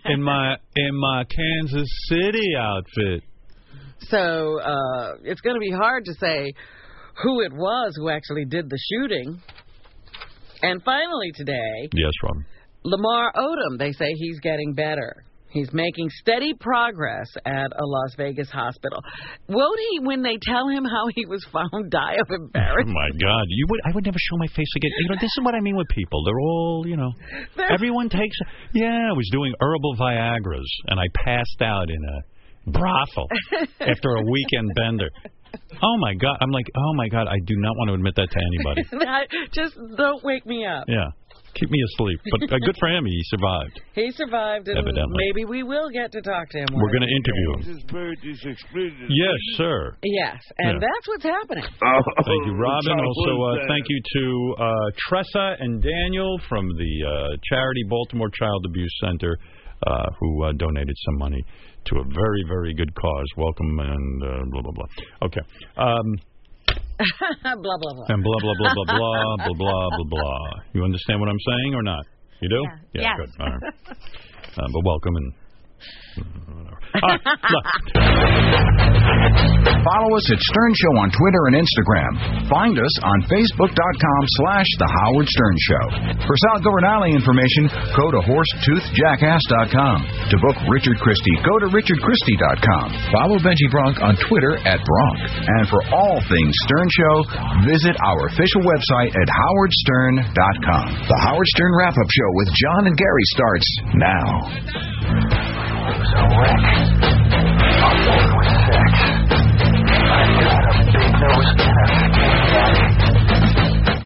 Speaker 4: in my in my Kansas City outfit.
Speaker 7: So uh, it's going to be hard to say who it was who actually did the shooting. And finally, today,
Speaker 4: Yes, Robin.
Speaker 7: Lamar Odom, they say he's getting better. He's making steady progress at a Las Vegas hospital. Won't he when they tell him how he was found die of
Speaker 4: Oh
Speaker 7: embarrassment?
Speaker 4: my God! You would I would never show my face again. You know, this is what I mean with people. They're all you know. Everyone takes. Yeah, I was doing herbal Viagra's and I passed out in a brothel after a weekend bender. Oh my God! I'm like, oh my God! I do not want to admit that to anybody.
Speaker 7: That- Just don't wake me up.
Speaker 4: Yeah, keep me asleep. But uh, good for him, he survived.
Speaker 7: He survived, and
Speaker 4: Evidently.
Speaker 7: maybe we will get to talk to him.
Speaker 4: We're
Speaker 7: one
Speaker 4: going to
Speaker 7: of these days.
Speaker 4: interview him. Yes, sir.
Speaker 7: Yes, and
Speaker 4: Yeah.
Speaker 7: that's what's happening.
Speaker 4: Thank you, Robin.
Speaker 3: Sorry,
Speaker 4: Also, uh,
Speaker 3: who's that?
Speaker 4: thank you to uh, Tressa and Daniel from the uh, charity Baltimore Child Abuse Center, uh, who uh, donated some money to a very, very good cause. Welcome and uh, blah blah blah. Okay, um,
Speaker 7: blah blah blah.
Speaker 4: and blah blah blah blah blah blah blah blah blah. You understand what I'm saying or not? You do?
Speaker 7: Yeah. Yes.
Speaker 4: Good. All right. Uh, but welcome and.
Speaker 8: Follow us at Stern Show on Twitter and Instagram. Find us on Facebook.com slash The Howard Stern Show. For Salvador and Alley information, go to HorsetoothJackass.com. To book Richard Christie, go to RichardChristie.com. Follow Benji Bronk on Twitter at Bronk. And for all things Stern Show, visit our official website at HowardStern.com. The Howard Stern Wrap-Up Show with John and Gary starts now.
Speaker 27: Big nose and a fat daddy.